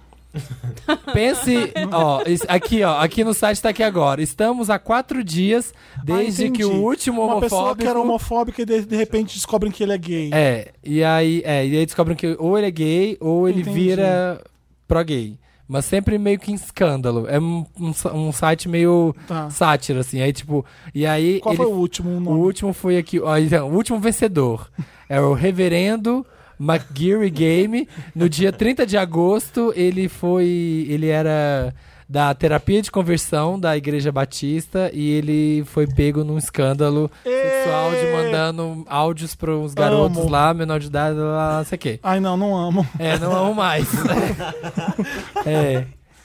S2: Pense, ó, isso- aqui, ó, aqui no site tá aqui agora. Estamos há quatro dias desde
S1: Ah, entendi.
S2: que o último
S1: Uma
S2: homofóbico.
S1: pessoa que era homofóbica e de, de repente descobrem que ele é gay.
S2: É, e aí, é, e aí descobrem que ou ele é gay ou ele
S1: Entendi.
S2: vira pró-gay. Mas sempre meio que em escândalo. É um, um sa- um site meio
S1: Tá.
S2: sátira, assim. Aí, tipo, e aí.
S1: Qual
S2: ele-
S1: foi o último
S2: o
S1: nome?
S2: último foi aqui. ó, então, o último vencedor <laughs> é o Reverendo McGeary Game. No dia 30 de agosto, ele foi. Ele era da terapia de conversão da Igreja Batista e ele foi pego num escândalo sexual de
S1: Ê!
S2: mandando áudios para uns garotos
S1: Amo.
S2: lá, menor de idade, lá, lá, lá, não sei o quê.
S1: Ai, não, não amo.
S2: É, não amo mais. é.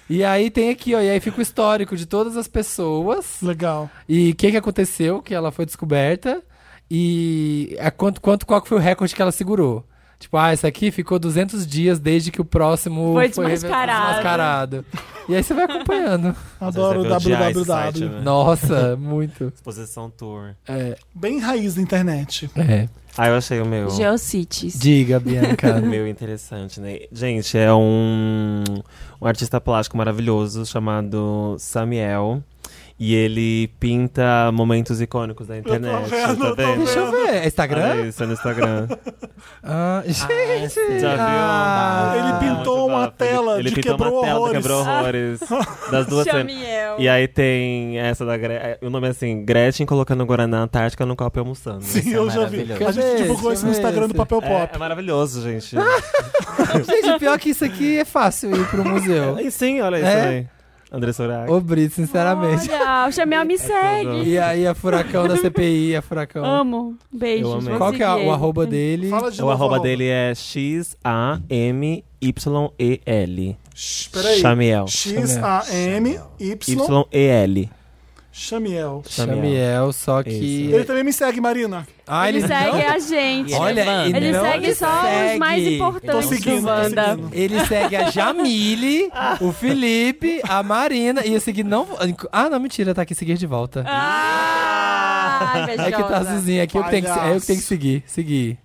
S2: E aí tem aqui, ó, e aí fica o histórico de todas as pessoas.
S1: Legal.
S2: E o que, que aconteceu? Que ela foi descoberta e a quanto, quanto, qual que foi o recorde que ela segurou? Tipo, ah, esse aqui ficou 200 dias desde que o próximo
S3: Foi
S2: reve-
S3: desmascarado.
S2: desmascarado. E aí você
S1: <laughs>
S2: vai acompanhando.
S1: <laughs> Adoro o
S5: Você deve odiar esse site,
S1: www.
S5: né? <laughs>
S2: Nossa, <laughs> muito.
S5: Exposição tour.
S2: É,
S1: Bem raiz da internet.
S2: é.
S5: Ah, eu achei o meu.
S3: Geocities.
S2: Diga, Bianca.
S5: <laughs> Meu interessante, né? Gente, é um, um artista plástico maravilhoso chamado Samuel. E ele pinta momentos icônicos da
S1: vendo,
S5: internet. tá
S1: eu tô
S5: vendo?
S2: Deixa eu ver. É Instagram?
S5: Olha isso, é no
S2: <laughs>
S5: Instagram.
S2: Ah, gente.
S5: Já viu?
S2: Ah.
S1: Ele pintou
S5: muito
S1: uma
S5: bafo.
S1: tela
S5: ele,
S1: de
S5: pintou
S1: quebrou
S5: uma tela
S1: horrores.
S5: de quebrou horrores.
S1: <laughs>
S5: Das duas cenas.
S3: Chamiel.
S5: E aí tem essa da Gretchen. O nome é assim: Gretchen colocando Guaraná Antártica no copo e almoçando.
S1: Sim,
S4: é
S1: eu já vi.
S4: maravilhoso.
S1: A gente
S2: Cadê
S1: divulgou
S2: esse?
S1: isso no Instagram do
S2: Cadê
S1: Papel
S5: É, é
S1: Pop.
S5: maravilhoso, gente.
S2: <laughs> Gente, pior que isso aqui é fácil ir
S5: <laughs>
S2: pro museu.
S5: e sim, olha isso
S2: É.
S5: aí. André Surak.
S2: Ô, Brito, sinceramente.
S3: Olha, o
S5: <laughs> É
S3: Chamiel me segue.
S2: E aí a furacão da CPI, a furacão.
S3: Amo. Beijos.
S5: Eu amei.
S3: vou
S2: Qual que é
S3: seguir
S2: o
S3: ele.
S2: arroba dele?
S1: Fala de
S5: O
S1: novo,
S5: arroba dele é X-A-M-Y-E-L.
S1: Shh, Peraí.
S5: Chamiel.
S1: X-A-M-Y.
S5: Y-E-L.
S1: Chamiel.
S2: Chamiel, só
S5: Isso.
S1: Ele
S2: que.
S1: também me segue, Marina.
S2: Ah,
S3: Ele, segue a gente.
S4: Ele
S2: Olha,
S4: é fã.
S2: e
S3: Ele
S2: não
S3: segue só os mais
S2: segue.
S3: importantes
S1: Tô seguindo,
S3: do
S1: tô
S3: Wanda.
S1: seguindo.
S2: Ele segue a Jamile, o Felipe, a Marina e eu segui não. Ah, não, mentira, tá aqui seguir de volta.
S3: Ah,
S2: é que tá azulzinho aqui, eu que tenho que, é eu que tenho que seguir, seguir.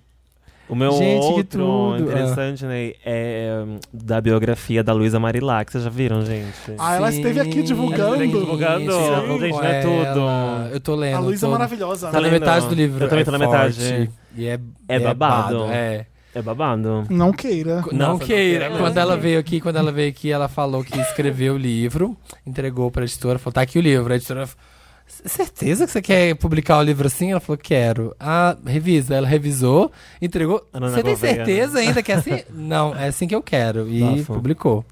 S5: O meu
S2: Gente, que
S5: outro
S2: tudo.
S5: interessante, né, é hum, da biografia da Luísa Marilac. Vocês já viram, gente?
S1: Ah, ela esteve aqui divulgando.
S5: Ela esteve aqui divulgando.
S2: Sim.
S5: Gente, não é tudo.
S2: Ela- Eu tô lendo.
S1: A Luísa é
S2: tô-
S1: maravilhosa.
S2: Tá na
S5: lendo?
S2: metade do livro.
S5: Eu também tô na
S2: é
S5: metade.
S2: forte E é,
S5: É babado.
S2: É.
S5: É babado.
S1: Não queira.
S2: Não
S5: Nossa,
S2: queira.
S5: não queira.
S2: Quando ela veio aqui, quando ela veio aqui, ela falou que escreveu o livro, entregou pra editora, falou: tá aqui o livro. A editora falou: certeza que você quer publicar o livro assim? Ela falou: quero. Ah, revisa. Ela revisou, entregou.
S5: Ana
S2: Você tem
S5: Gouveia,
S2: certeza ainda que é assim? Não, é assim que eu quero. E
S5: Bafo.
S2: publicou.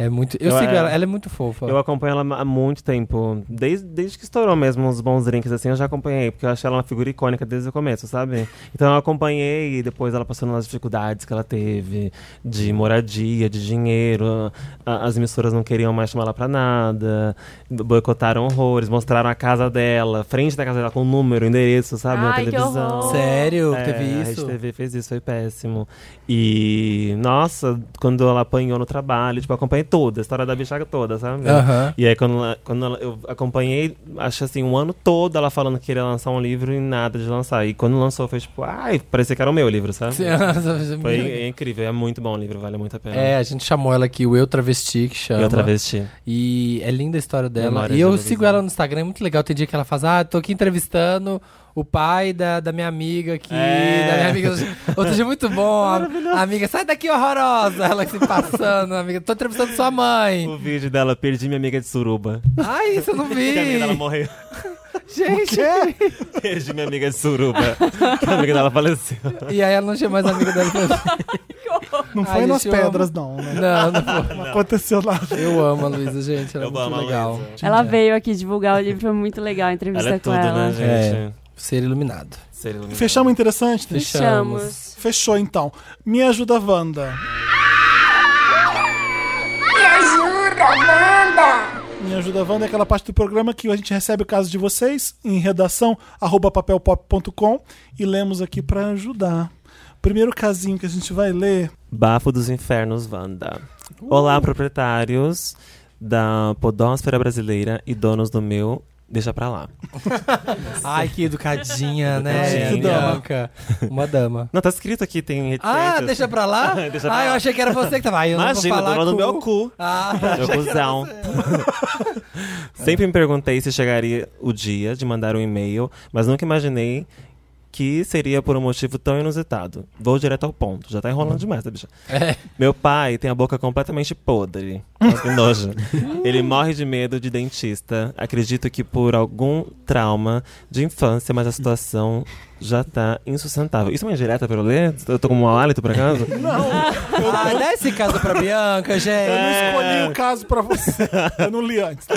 S2: É muito. Eu,
S5: Eu-
S2: sigo
S5: é-
S2: ela, ela é muito fofa.
S5: Eu acompanho ela há muito tempo. Desde, desde que estourou mesmo uns bons drinks, assim, eu já acompanhei. Porque eu achei ela uma figura icônica desde o começo, sabe? Então eu acompanhei e depois ela passando nas dificuldades que ela teve. De moradia, de dinheiro. a- as emissoras não queriam mais chamar ela pra nada. Boicotaram horrores. Mostraram a casa dela. Frente da casa dela com número, endereço, sabe? na
S3: Ai, que
S5: televisão.
S3: horror.
S2: Sério, que
S5: É,
S2: teve
S5: A
S2: isso?
S5: Rede TV fez isso, foi péssimo. E, nossa, quando ela apanhou no trabalho, tipo, eu acompanhei toda, a história da bichaca toda, sabe?
S2: Aham.
S5: E aí, quando, ela- quando ela- eu acompanhei, acho assim, um ano todo ela falando que queria lançar um livro e nada de lançar. E quando lançou, foi tipo, ai, parecia que era o meu livro, sabe?
S2: <laughs>
S5: Foi é incrível, é muito bom o livro, vale muito a pena.
S2: É, a gente chamou ela aqui, o Eu Travesti, que chama.
S5: E outra travesti.
S2: E é linda a história dela.
S5: Memórias
S2: e eu
S5: de
S2: sigo
S5: Eurovisão.
S2: ela no Instagram, é muito legal. Tem dia que ela faz, ah, tô aqui entrevistando o pai da, da minha amiga aqui.
S5: É.
S2: Da minha amiga. Outro dia muito bom. A, a amiga, sai daqui, horrorosa. Ela se passando, a amiga, tô entrevistando sua mãe.
S5: O vídeo dela, perdi minha amiga de suruba.
S2: Ai, isso eu não
S5: Que a amiga dela
S2: vi.
S5: morreu.
S2: Gente.
S5: Perdi minha amiga de suruba. que a amiga dela faleceu.
S2: E aí ela não chama mais a amiga dela.
S1: Não
S2: Ai,
S1: foi nas
S2: gente, eu
S1: pedras, não. Né?
S2: Não, não foi.
S1: Não aconteceu nada.
S2: Eu amo a Luísa, gente. Ela é
S5: Eu
S2: muito
S5: amo a
S2: legal.
S5: Luísa.
S3: Ela veio aqui divulgar o livro, foi muito legal a entrevista
S5: Ela é
S3: com
S5: tudo,
S3: ela.
S5: né, gente?
S2: É. Ser iluminado.
S5: Ser iluminado.
S1: Fechamos interessante?
S2: Fechamos.
S1: Fechou, então. Me ajuda, Wanda.
S9: Me ajuda, Wanda!
S1: Me ajuda, Wanda, é aquela parte do programa que a gente recebe o caso de vocês em redação arroba papelpop.com e lemos aqui pra ajudar. Primeiro casinho que a gente vai ler
S5: Bafo dos Infernos, Wanda.
S2: Uh.
S5: Olá, proprietários da Podósfera Brasileira e donos do meu Deixa pra lá.
S2: Ai, que educadinha, né?
S5: Gente.
S2: Que dama. Uma dama.
S5: Não, tá escrito aqui, tem reticências.
S2: Ah, deixa pra lá?
S5: <laughs> Deixa pra
S2: ah, eu
S5: lá.
S2: achei que era você que tava. Ai, eu
S5: Imagina,
S2: não vou
S5: tô
S2: falar
S5: falando do
S2: com-
S5: meu cu.
S2: Ah,
S5: Meu cuzão. <laughs> Sempre me perguntei se chegaria o dia de mandar um e-mail, mas nunca imaginei que seria por um motivo tão inusitado. Vou direto ao ponto. Já tá enrolando demais, tá, bicha?
S2: É.
S5: Meu pai tem a boca completamente podre. Nossa, que
S2: <laughs>
S5: nojo. Ele morre de medo de dentista. Acredito que por algum trauma de infância, mas a situação já tá insustentável. Isso é uma indireta pra eu ler? Eu tô com um hálito, por
S2: <laughs>
S5: acaso?
S2: <laughs> ah, dá esse caso pra Bianca, gente.
S5: É.
S1: Escolhi o caso pra você. Eu não li antes.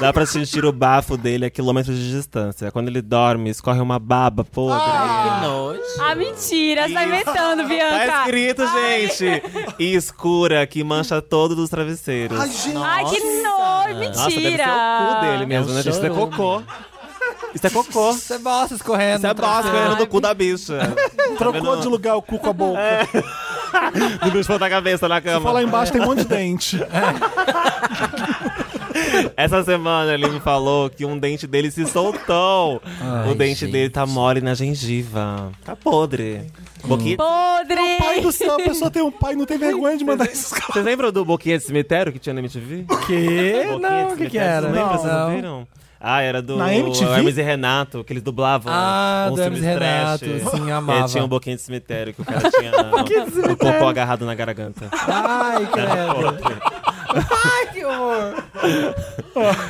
S5: Dá pra sentir o bafo dele a quilômetros de distância. Quando ele dorme, escorre uma baba podre.
S3: Ah, mentira, você tá inventando, Bianca.
S5: Tá escrito, gente! E escura, que mancha todos os travesseiros.
S1: Ai, gente.
S3: Ai, que nojo, mentira.
S5: Nossa, deve ser o cu dele mesmo, né? gente? Isso é
S4: chorume.
S5: cocô. Isso é cocô.
S2: Isso é bosta escorrendo.
S5: Isso é
S2: no
S5: bosta,
S2: travesseiro.
S5: ganhando do cu da bicha.
S1: <laughs>
S5: Tá É.
S1: Trocou de lugar o cu com a boca.
S5: <laughs> Do bicho da cabeça na cama.
S1: Fala lá embaixo, tem um monte
S5: <laughs>
S1: de dente.
S5: Essa semana ele me falou que um dente dele se soltou. o dente
S4: gente.
S5: dele tá mole na gengiva. Tá podre.
S2: Hum.
S5: Boquinha
S3: Podre.
S1: Pai do céu, a pessoa tem um pai, não tem vergonha de mandar isso.
S5: Vocês lembram do Boquinha de Cemitério que tinha na MTV?
S2: Quê?
S5: Boquinha de
S2: Não, o que que
S5: Cemitério,
S2: era?
S5: Vocês lembram? Vocês não
S2: Não.
S5: viram? Ah, era do
S1: Na MTV?
S5: Hermes e Renato, que eles dublavam.
S2: Ah,
S5: uns
S2: do Hermes
S5: filmes
S2: e Renato,
S5: trash.
S2: sim,
S5: E
S2: amava.
S5: tinha um Boquinha de Cemitério que o cara
S2: <laughs>
S5: tinha o popô agarrado na garganta.
S2: Ai,
S5: Era
S2: credo.
S5: podre.
S2: <laughs> Ai, que horror.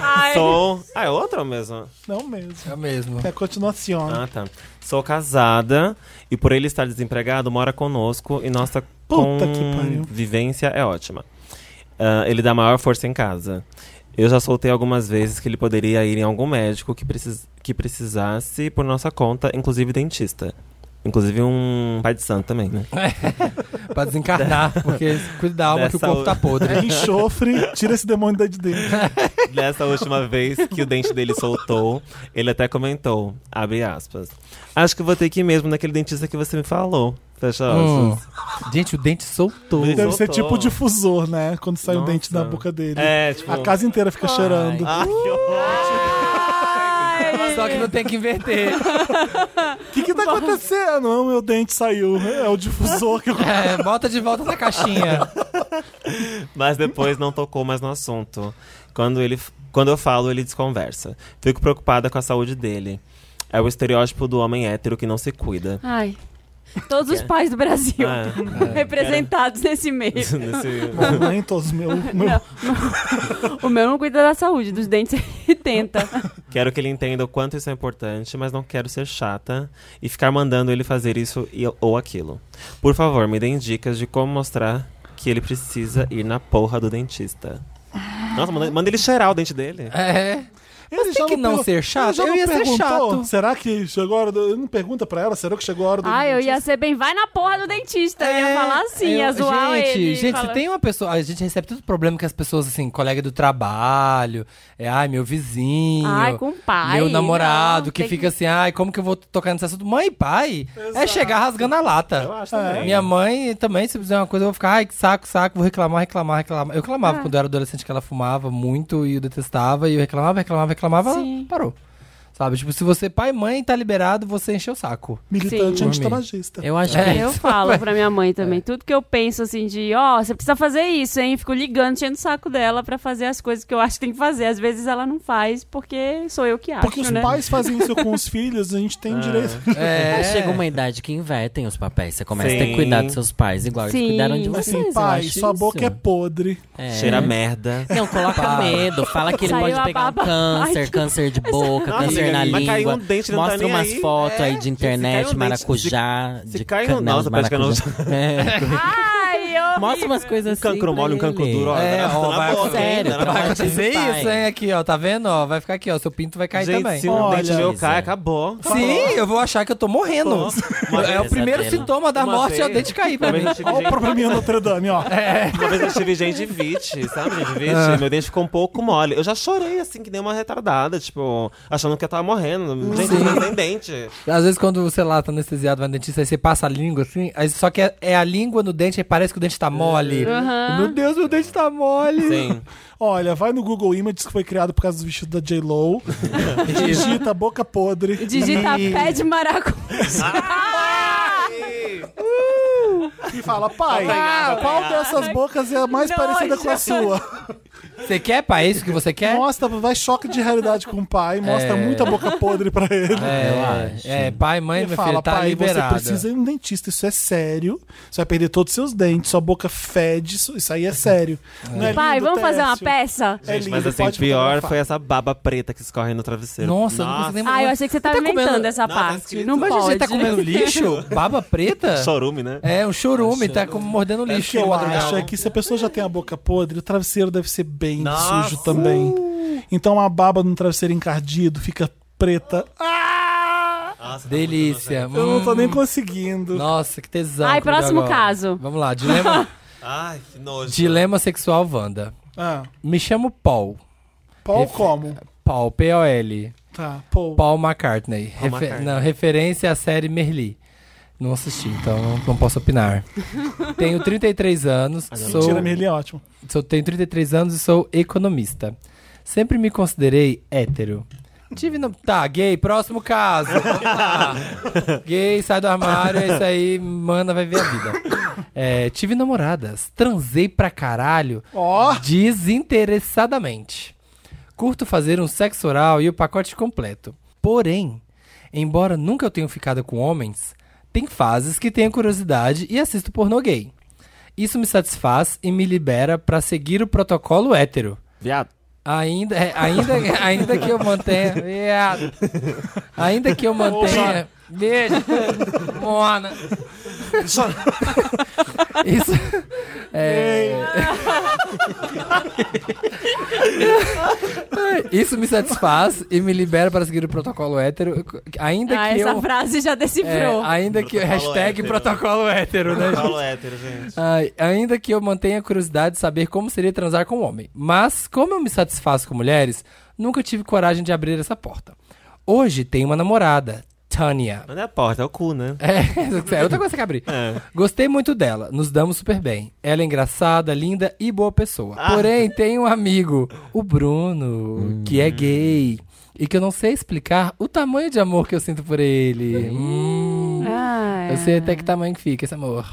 S3: Ai.
S5: Sou... Ah, é outro mesmo?
S1: Não mesmo.
S2: É mesmo.
S1: É a continuação.
S5: Ah, tá. Sou casada e por ele estar desempregado, mora conosco e nossa
S1: Puta que pariu.
S5: convivência é ótima. Ah, ele dá maior força em casa. Eu já soltei algumas vezes que ele poderia ir em algum médico que, precis que precisasse por nossa conta, inclusive dentista. Inclusive um pai de santo também, né? <laughs>
S2: Pra desencarnar, porque cuida da alma que o
S5: Dessa
S2: corpo tá podre.
S1: É enxofre, tira esse demônio daí de
S5: <laughs>
S1: dentro.
S5: Dessa última vez que o dente dele soltou, ele até comentou, abre aspas, acho que vou ter que ir mesmo naquele dentista que você me falou, fecha aspas.
S2: Hum. Gente, o dente soltou.
S5: Ele
S1: Deve ser
S5: Soltou.
S1: tipo o difusor, né? Quando sai o
S5: Nossa.
S1: dente da boca dele.
S5: É, tipo... Ah.
S1: A casa inteira fica cheirando.
S5: Ai, que horror!
S3: Ai.
S2: Só que não tem que inverter.
S1: O que que
S5: <laughs>
S1: tá acontecendo? Não, meu dente saiu. É o difusor que eu...
S2: É, bota de volta na caixinha.
S5: <laughs> Mas depois não tocou mais no assunto. Quando, ele, quando eu falo, ele desconversa. Fico preocupada com a saúde dele. É o estereótipo do homem hétero que não se cuida.
S3: Ai. Todos os pais do Brasil
S5: Ah,
S3: <laughs> representados nesse meio.
S5: nesse-
S1: Mamãe, todos meu, meu...
S3: O meu não <laughs> cuida da saúde, dos dentes <laughs> ele tenta.
S5: Quero que ele entenda o quanto isso é importante, mas não quero ser chata e ficar mandando ele fazer isso e- ou aquilo. Por favor, me deem dicas de como mostrar que ele precisa ir na porra do dentista. Nossa, manda, manda ele cheirar o dente dele.
S2: É.
S1: Ele
S2: tem que não
S1: pergun-
S2: ser chato?
S1: Ele já
S2: Eu
S1: não
S2: ia ser
S1: perguntou?
S2: chato.
S1: Será que chegou a hora do... Ele não pergunta pra ela, será que chegou a hora do...
S3: Ai, Ah, eu ia ser bem, vai na porra do dentista. Eu ia falar assim,
S2: eu-
S3: ia zoar
S2: gente,
S3: ele.
S2: Gente,
S3: falar-
S2: se tem uma pessoa. A gente recebe tanto problema que as pessoas, assim, colega do trabalho, é, ai, meu vizinho.
S3: Ai, com o pai,
S2: Meu namorado,
S3: não,
S2: que
S3: tem
S2: fica assim, ai, como que eu vou tocar nesse assunto? Mãe e pai é chegar rasgando a
S5: Eu
S2: lata.
S5: acho também.
S2: Minha mãe também, se fizer uma coisa, eu vou ficar, ai, que saco, saco, vou reclamar, reclamar, reclamar. Eu reclamava
S3: Ah.
S2: quando eu era adolescente que ela fumava muito e eu detestava, e eu reclamava, reclamava, reclamava, ela
S3: Sim.
S2: parou. Sabe? Tipo, se você, pai e mãe, tá liberado, você encheu o saco.
S1: Militante
S3: Sim.
S1: antitabagista.
S4: Eu acho
S2: É.
S4: que.
S3: Eu
S2: <laughs>
S3: falo pra minha mãe também. Tudo que eu penso assim de, ó, você precisa fazer isso, hein? Fico ligando, enchendo o saco dela pra fazer as coisas que eu acho que tem que fazer. Às vezes ela não faz porque sou eu que acho,
S1: Porque os
S3: né?
S1: pais fazem isso com os filhos, a gente
S5: Ah.
S1: tem direito...
S2: É.
S4: Mas Chega
S5: um
S4: uma idade que invertem os papéis. Você começa a ter
S5: Sim.
S4: que cuidar dos seus pais, igual
S3: Sim.
S4: eles cuidaram de
S3: Mas
S4: vocês.
S1: Assim,
S4: eu
S1: pai,
S4: acho
S1: sua
S4: isso.
S1: boca é podre.
S4: É.
S5: Cheira a merda.
S4: Não, coloca
S2: Para.
S4: medo. Fala que ele
S3: Saiu a
S4: pode pegar um
S3: baba.
S4: câncer,
S3: Ai, que-
S4: câncer de boca,
S5: Nossa,
S4: câncer
S5: amiga,
S4: na
S5: mas caiu
S4: língua.
S5: um dente, não tá
S4: Mostra
S5: nem
S4: umas
S5: aí.
S4: fotos aí de
S5: caiu um
S4: internet,
S5: dente,
S4: maracujá,
S5: <laughs> se
S4: de
S5: caiu um-
S4: canela
S5: Nossa,
S4: de
S5: parece que eu não-
S4: maracujá. <laughs>
S3: <laughs>
S4: É.
S3: Ai, <laughs> eu.
S4: Mostra umas coisas assim.
S5: <laughs> cancro mole, um
S4: pra ele.
S5: cancro duro, ó.
S2: É,
S5: na-
S2: ó,
S5: na
S2: vai-
S5: boca,
S4: sério,
S5: né? Na
S4: trabalho-
S2: Vai
S5: boca.
S2: acontecer
S4: Pai.
S2: isso, hein? Aqui, ó, tá vendo? Ó, vai ficar aqui, ó. Seu pinto vai cair
S5: Gente,
S2: também.
S5: se um dente
S1: Olha.
S5: meu cai, acabou.
S2: Sim, eu vou achar que eu tô morrendo.
S5: Uma
S2: é o
S4: vez,
S2: <laughs> primeiro
S4: Isabela.
S2: sintoma da
S5: Uma
S2: morte é o
S5: vez-
S2: dente cair pra
S5: Uma
S2: mim.
S5: vez eu tive É.
S1: Olha o
S5: gen-
S1: probleminha Notre Dame,
S5: <laughs>
S1: ó.
S5: uma vez eu tive gengivite, sabe? Gengivite, meu dente ficou um pouco mole. Eu já chorei, assim, que nem uma retardada, tipo, achando que eu tava morrendo. Gente,
S2: Sim.
S5: não tem dente.
S2: Às vezes, quando, sei lá, tá anestesiado, vai no dentista, aí você passa a língua assim, aí só que é, é a língua no dente, aí parece que o dente tá mole.
S3: Aham.
S2: Meu Deus, meu dente tá mole.
S5: Sim.
S1: Olha, vai no Google Images que foi criado por causa dos vestidos da
S5: <laughs>
S1: J-Lo. digita boca podre.
S3: Digita
S2: Ih.
S3: pé de maracujá.
S1: E fala, pai, qual dessas bocas é a mais
S3: Não,
S1: parecida com a
S3: gente.
S1: sua?
S2: Você quer, pai? É isso que você quer?
S1: Mostra, vai choque de realidade com o pai, mostra
S2: É.
S1: muita boca podre pra ele.
S2: É,
S4: Eu acho.
S2: é, pai, mãe,
S1: Ele
S2: meu
S1: fala,
S2: filho, tá
S1: pai,
S2: liberado.
S1: você precisa ir num dentista, isso é sério. Você vai perder todos os seus dentes, sua boca fede, isso, isso aí é sério. Não é
S3: Pai,
S1: lindo,
S3: vamos fazer uma
S1: Técio?
S3: peça?
S1: É lindo,
S5: Mas assim,
S1: pode
S5: pior
S1: fotografar.
S5: foi essa baba preta que escorre no travesseiro.
S2: Nossa, eu não consigo nem
S3: Ah, eu achei que você tava
S2: tá comendo-
S3: inventando essa
S5: Não, tá
S3: parte.
S5: escrito.
S3: Não
S2: Imagina,
S3: pode.
S2: você tá comendo lixo? Baba
S5: <laughs>
S2: preta?
S5: Chorume, né?
S2: É, um chorume, tá como mordendo
S1: O
S2: lixo.
S1: que eu
S2: no madrugal.
S1: acho é que se a pessoa já tem a boca podre, o travesseiro deve ser bem
S5: Nossa.
S1: sujo também. Então uma baba num travesseiro encardido fica preta. Ah!
S5: Nossa, tá
S2: Delícia.
S1: Eu não tô
S2: Hum,
S1: nem conseguindo.
S2: Nossa, que tesão.
S3: Ai,
S2: que me deu
S3: próximo
S2: agora.
S3: caso.
S2: Vamos lá, dilema,
S5: Ai, que nojo.
S2: dilema sexual Wanda.
S1: Ah,
S2: Me chamo Paul.
S1: Paul
S2: Refe-
S1: como?
S2: Paul, P-O-L.
S1: Tá, Paul.
S2: Paul McCartney.
S5: Paul
S2: Refe-
S5: McCartney.
S2: Não, referência à série Merli. Não assisti, então não- não
S1: <laughs>
S2: posso opinar. Tenho 33 anos. Sou...
S1: Mentira, Merlin é ótimo.
S2: Sou, tenho 33 anos e sou economista. Sempre me considerei hétero. Tive no... Tá, gay,
S5: <laughs>
S2: próximo caso. Vamos lá. gay, sai do armário, é isso aí, mana, vai ver a vida. É, tive namoradas, transei pra caralho,
S1: Ó.
S2: desinteressadamente. Curto fazer um sexo oral e o pacote completo. Porém, embora nunca eu tenha ficado com homens, tem fases que tenho curiosidade e assisto pornô gay. Isso me satisfaz e me libera pra seguir o protocolo hétero.
S5: Viado.
S2: Ainda, é, ainda, ainda que eu mantenha. Viado. Ainda que eu mantenha. Beijo. Mona. Isso. É. Isso me satisfaz e me libera para seguir o protocolo hétero. Ainda
S3: Ah,
S2: que
S3: essa
S2: eu.
S3: frase já
S2: é,
S3: decifrou.
S2: ainda que.
S5: Protocolo
S2: Hashtag
S5: hétero.
S2: protocolo hétero, né, gente?
S5: Falo hétero, gente.
S2: Ai, ainda que eu mantenha a curiosidade de saber como seria transar com um homem. Mas, como eu me satisfaço com mulheres, nunca tive coragem de abrir essa porta. Hoje tenho uma namorada, Tânia.
S5: Mas não é a porta, é o cu, né?
S2: <laughs> É, é outra coisa que abri. Gostei muito dela, nos damos super bem. Ela é engraçada, linda e boa pessoa.
S5: Ah,
S2: Porém, tem um amigo, o Bruno, que é gay. E que eu não sei explicar o tamanho de amor que eu sinto por ele. Hum.
S3: Ah, é.
S2: Eu sei até que tamanho que fica esse amor.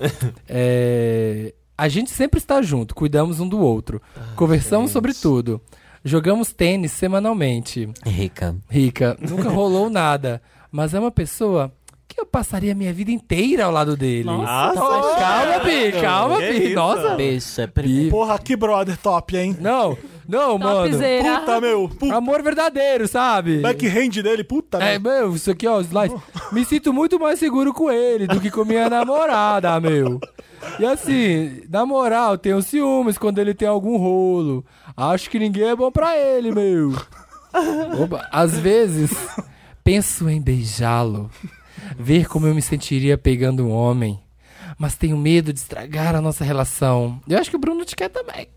S2: <laughs> É, a gente sempre está junto, cuidamos um do outro. conversamos sobre tudo. Jogamos tênis semanalmente.
S4: Rica.
S2: Rica, nunca rolou nada. Mas é uma pessoa que eu passaria a minha vida inteira ao lado dele.
S5: Nossa,
S2: calma, Bi, calma,
S5: Que
S2: Bi.
S5: isso?
S2: Nossa, Bi.
S4: Bicha, primeiro.
S1: Porra, Ah, que brother top, hein?
S2: Não, não, mano.
S3: Topzera.
S1: Puta, meu. Puta,
S2: Amor verdadeiro, sabe?
S1: backhand dele, puta,
S2: É,
S1: meu.
S2: meu, isso aqui, ó, slice. Me sinto muito mais seguro com ele do que com minha <laughs> namorada, meu. E assim, na moral, tenho ciúmes quando ele tem algum rolo. Acho que ninguém é bom pra ele, meu. Opa, às vezes, penso em beijá-lo. Ver como eu me sentiria pegando um homem. Mas tenho medo de estragar a nossa relação. Eu acho que o Bruno te quer também.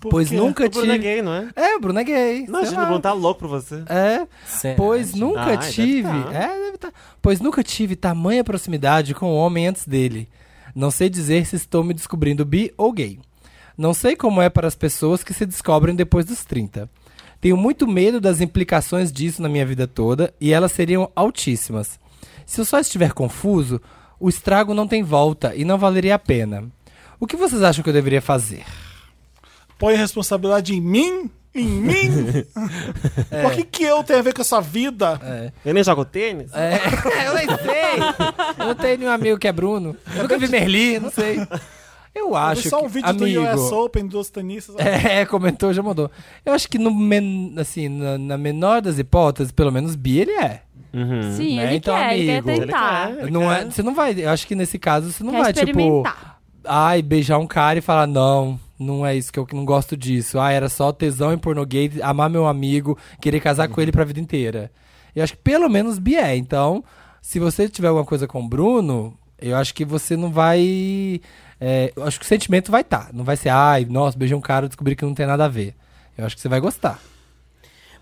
S1: Por
S2: pois
S1: quê?
S2: nunca
S5: o Bruno é
S2: tive.
S5: gay, não é?
S2: É, o Bruno é gay. sei
S5: Imagina, o
S2: lá.
S5: Bruno tá louco por você.
S2: É,
S4: Será,
S2: Pois
S4: gente?
S2: nunca
S5: Ah, deve
S2: tive.
S5: tá.
S2: É, deve tá. Pois nunca tive tamanha proximidade com o homem antes dele. Não sei dizer se estou me descobrindo bi ou gay. Não sei como é para as pessoas que se descobrem depois dos 30. Tenho muito medo das implicações disso na minha vida toda e elas seriam altíssimas. Se eu só estiver confuso, o estrago não tem volta e não valeria a pena. O que vocês acham que eu deveria fazer?
S1: Põe a responsabilidade em mim? Em
S2: <laughs>
S1: mim? Por que, que eu tenho a ver com a sua vida?
S5: Eu nem jogo tênis.
S2: É, eu nem sei. Eu não tenho nenhum amigo que
S1: <laughs>
S2: é Bruno. Eu nunca vi Merli, não sei. Eu
S1: Eu vi
S2: acho
S1: só um
S2: que,
S1: vídeo
S2: amigo,
S1: do US Open dos tenistas.
S2: É, comentou, já mandou. Eu acho que no men- assim, na, na menor das hipóteses, pelo menos bi ele é.
S5: Uhum.
S3: Sim,
S2: né?
S3: ele
S2: Então,
S3: quer, ele
S2: amigo.
S3: quer
S2: Ele
S3: tentar.
S5: quer.
S2: Não é, você não vai, eu acho que nesse caso você não
S3: Quer
S2: vai tipo,
S3: experimentar.
S2: ai, beijar um cara e falar não, não é isso que eu não gosto disso. Ah, era só tesão em pornô gay, amar meu amigo, querer casar com ele pra vida inteira. Eu acho que pelo menos bi é. Então, se você tiver alguma coisa com o Bruno, eu acho que você não vai é, eu acho que o sentimento vai estar. Não vai ser, ai, nossa, beijei um cara e descobri que não tem nada a ver. Eu acho que você vai gostar.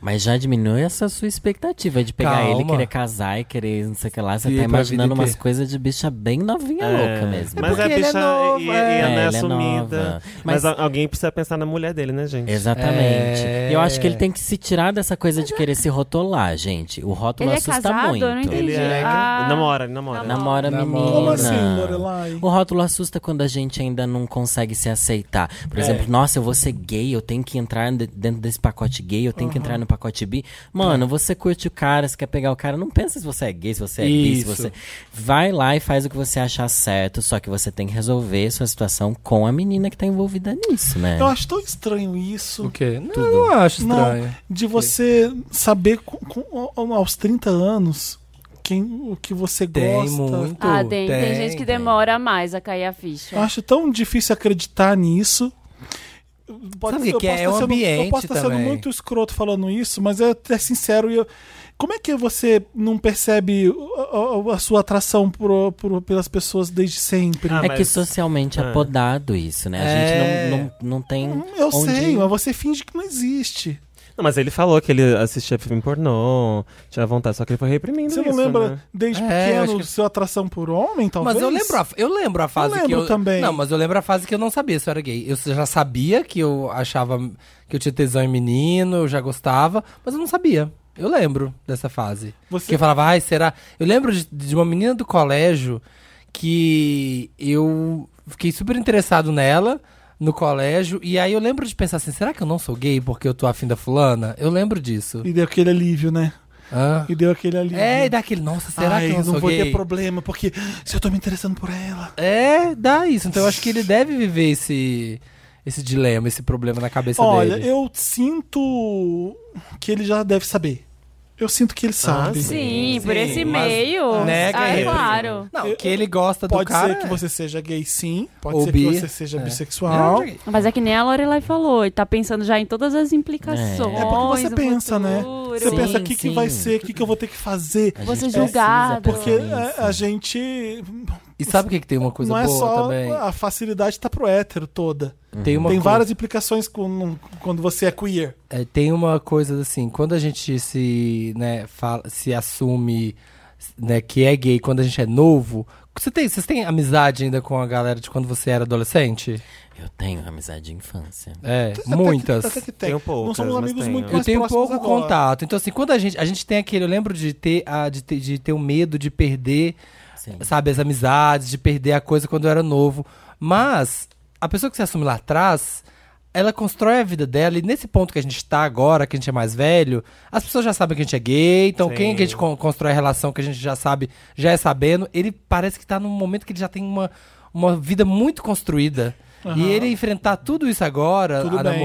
S4: Mas já diminui essa sua expectativa de pegar
S2: Calma.
S4: ele, querer casar e querer não sei o que lá. Você
S2: E
S4: tá
S2: pra vida
S4: imaginando umas
S2: inteira.
S4: coisas de bicha bem novinha louca mesmo.
S5: Mas
S2: porque
S5: a
S2: ele é
S5: bicha
S2: novo,
S5: e,
S2: é.
S5: e ela
S4: É,
S5: é
S4: ele é
S5: sumida.
S4: nova. Mas-
S5: Mas, a- alguém precisa pensar na mulher dele, né, gente?
S4: Exatamente.
S2: É.
S4: E Eu acho que ele tem que se tirar dessa coisa de querer se rotular, gente. O rótulo
S3: Ele é
S4: assusta
S3: casado?
S4: muito.
S3: Eu não entendi.
S5: Ele é.
S3: Ah.
S5: Namora, ele namora.
S4: Namora,
S2: Namora.
S4: menina.
S1: Como assim, Lorelai?
S4: O rótulo assusta quando a gente ainda não consegue se aceitar. Por
S5: É.
S4: exemplo, nossa, eu vou ser gay, eu tenho que entrar de- dentro desse pacote gay, eu tenho que
S5: Uhum.
S4: entrar no pacote bi. Mano, você curte o cara, você quer pegar o cara, não pensa se você é gay, se você é bi, se
S2: Isso.
S4: você. Vai lá e faz o que você achar certo, só que você tem que resolver sua situação com a menina que tá envolvida nisso, né?
S1: Eu acho tão estranho isso.
S2: O quê? Não, eu não acho estranho.
S4: Ah,
S1: Não, de você saber com, com- aos 30 anos quem, o que você
S2: Tem
S1: gosta.
S2: muito.
S3: <laughs> Ah, tem, tem, gente que
S2: tem.
S3: demora mais a cair a ficha.
S1: Eu acho tão difícil acreditar nisso. Ah, Pode-
S2: Sabe o que que é?
S1: estar
S2: É o
S1: sendo- Eu
S2: ambiente
S1: posso estar sendo
S2: também.
S1: muito escroto falando isso, mas é até sincero. e eu- como é que você não percebe a, a- a sua atração por- por- pelas pessoas desde sempre?
S5: Ah,
S4: É
S5: mas-
S4: que socialmente é
S5: Ah.
S4: podado isso, né? A
S2: É.
S4: gente não, não, não tem.
S1: Hum, eu
S4: onde...
S1: sei, mas você finge que não existe.
S5: Não, mas ele falou que ele assistia filme pornô, tinha vontade, só que ele foi reprimindo
S1: Você
S5: isso,
S1: não lembra
S5: né?
S1: desde
S2: É, eu acho
S1: pequeno
S2: que-
S1: sua atração por homem, talvez?
S2: Mas eu lembro, a, eu lembro a fase que
S1: lembro
S2: eu
S1: também.
S2: Não, mas eu lembro a fase que eu não sabia se eu era gay. Eu já sabia que eu achava que eu tinha tesão em menino, eu já gostava, mas eu não sabia. Eu lembro dessa fase.
S1: Você-
S2: Que eu falava, ai, será? Eu lembro de, de uma menina do colégio que eu fiquei super interessado nela no colégio e aí eu lembro de pensar assim, será que eu não sou gay porque eu tô afim da fulana? Eu lembro disso.
S1: E deu aquele alívio, né?
S2: Hã?
S1: E deu aquele alívio.
S2: É, e daquele, nossa, será
S1: Ai,
S2: que eu não,
S1: não
S2: sou
S1: vou
S2: gay?
S1: ter problema, porque se eu tô me interessando por ela.
S2: É, dá isso. Então eu acho que ele deve viver esse, esse dilema, esse problema na cabeça
S1: Olha,
S2: dele.
S1: eu sinto que ele já deve saber. Eu sinto que ele sabe.
S3: Sim, por
S2: Ah, Sim,
S3: esse
S2: mas
S3: meio.
S2: nega
S3: ah, é
S2: ele.
S3: claro.
S2: Não, que ele gosta do
S1: Pode
S2: cara. é.
S1: ser que você seja gay, sim. Pode
S2: Ou
S1: ser
S2: bi.
S1: que você seja
S2: É.
S1: bissexual.
S2: É,
S3: Mas é que nem a Lorelai falou, e tá pensando já em todas as implicações.
S4: É.
S1: É porque você
S3: o
S1: pensa, né?
S3: futuro.
S1: Você
S4: Sim,
S1: pensa o que, que
S4: sim.
S1: vai ser, o que, que eu vou ter que fazer.
S4: A gente
S3: Você
S4: precisa
S3: julgado.
S4: pensar
S1: Porque
S4: nisso.
S1: é, a gente.
S2: E sabe o que, que tem uma coisa
S1: não é
S2: boa
S1: só.
S2: também?
S1: A facilidade tá pro hétero toda.
S2: Tem, uma
S1: Tem
S2: co-
S1: várias implicações com- quando você é queer.
S2: é, tem uma coisa assim, quando a gente se, né, fala, se assume né, que é gay quando a gente é novo. Você tem, vocês têm amizade ainda com a galera de quando você era adolescente?
S4: Eu tenho amizade de infância.
S2: É,
S1: Até que-
S2: muitas. um
S1: até que tem.
S5: Tenho poucas,
S1: Não somos
S5: mas
S1: amigos
S5: tenho.
S1: muito
S5: Eu
S2: Eu
S1: mais
S2: tenho
S1: próximos
S2: pouco
S1: agora.
S2: contato. Então, assim, quando a gente. A gente tem aquele. Eu lembro de ter, a, de, ter, de ter o medo de perder,
S4: Sim.
S2: sabe, as amizades, de perder a coisa quando eu era novo. Mas a pessoa que se assume lá atrás, ela constrói a vida dela. E nesse ponto que a gente tá agora, que a gente é mais velho, as pessoas já sabem que a gente é gay. Então,
S5: Sim.
S2: quem que a gente con- constrói a relação que a gente já sabe, já é sabendo. Ele parece que tá num momento que ele já tem uma, uma vida muito construída. E ele enfrentar tudo isso agora,
S1: Tudo
S2: a
S1: bem.
S2: namorar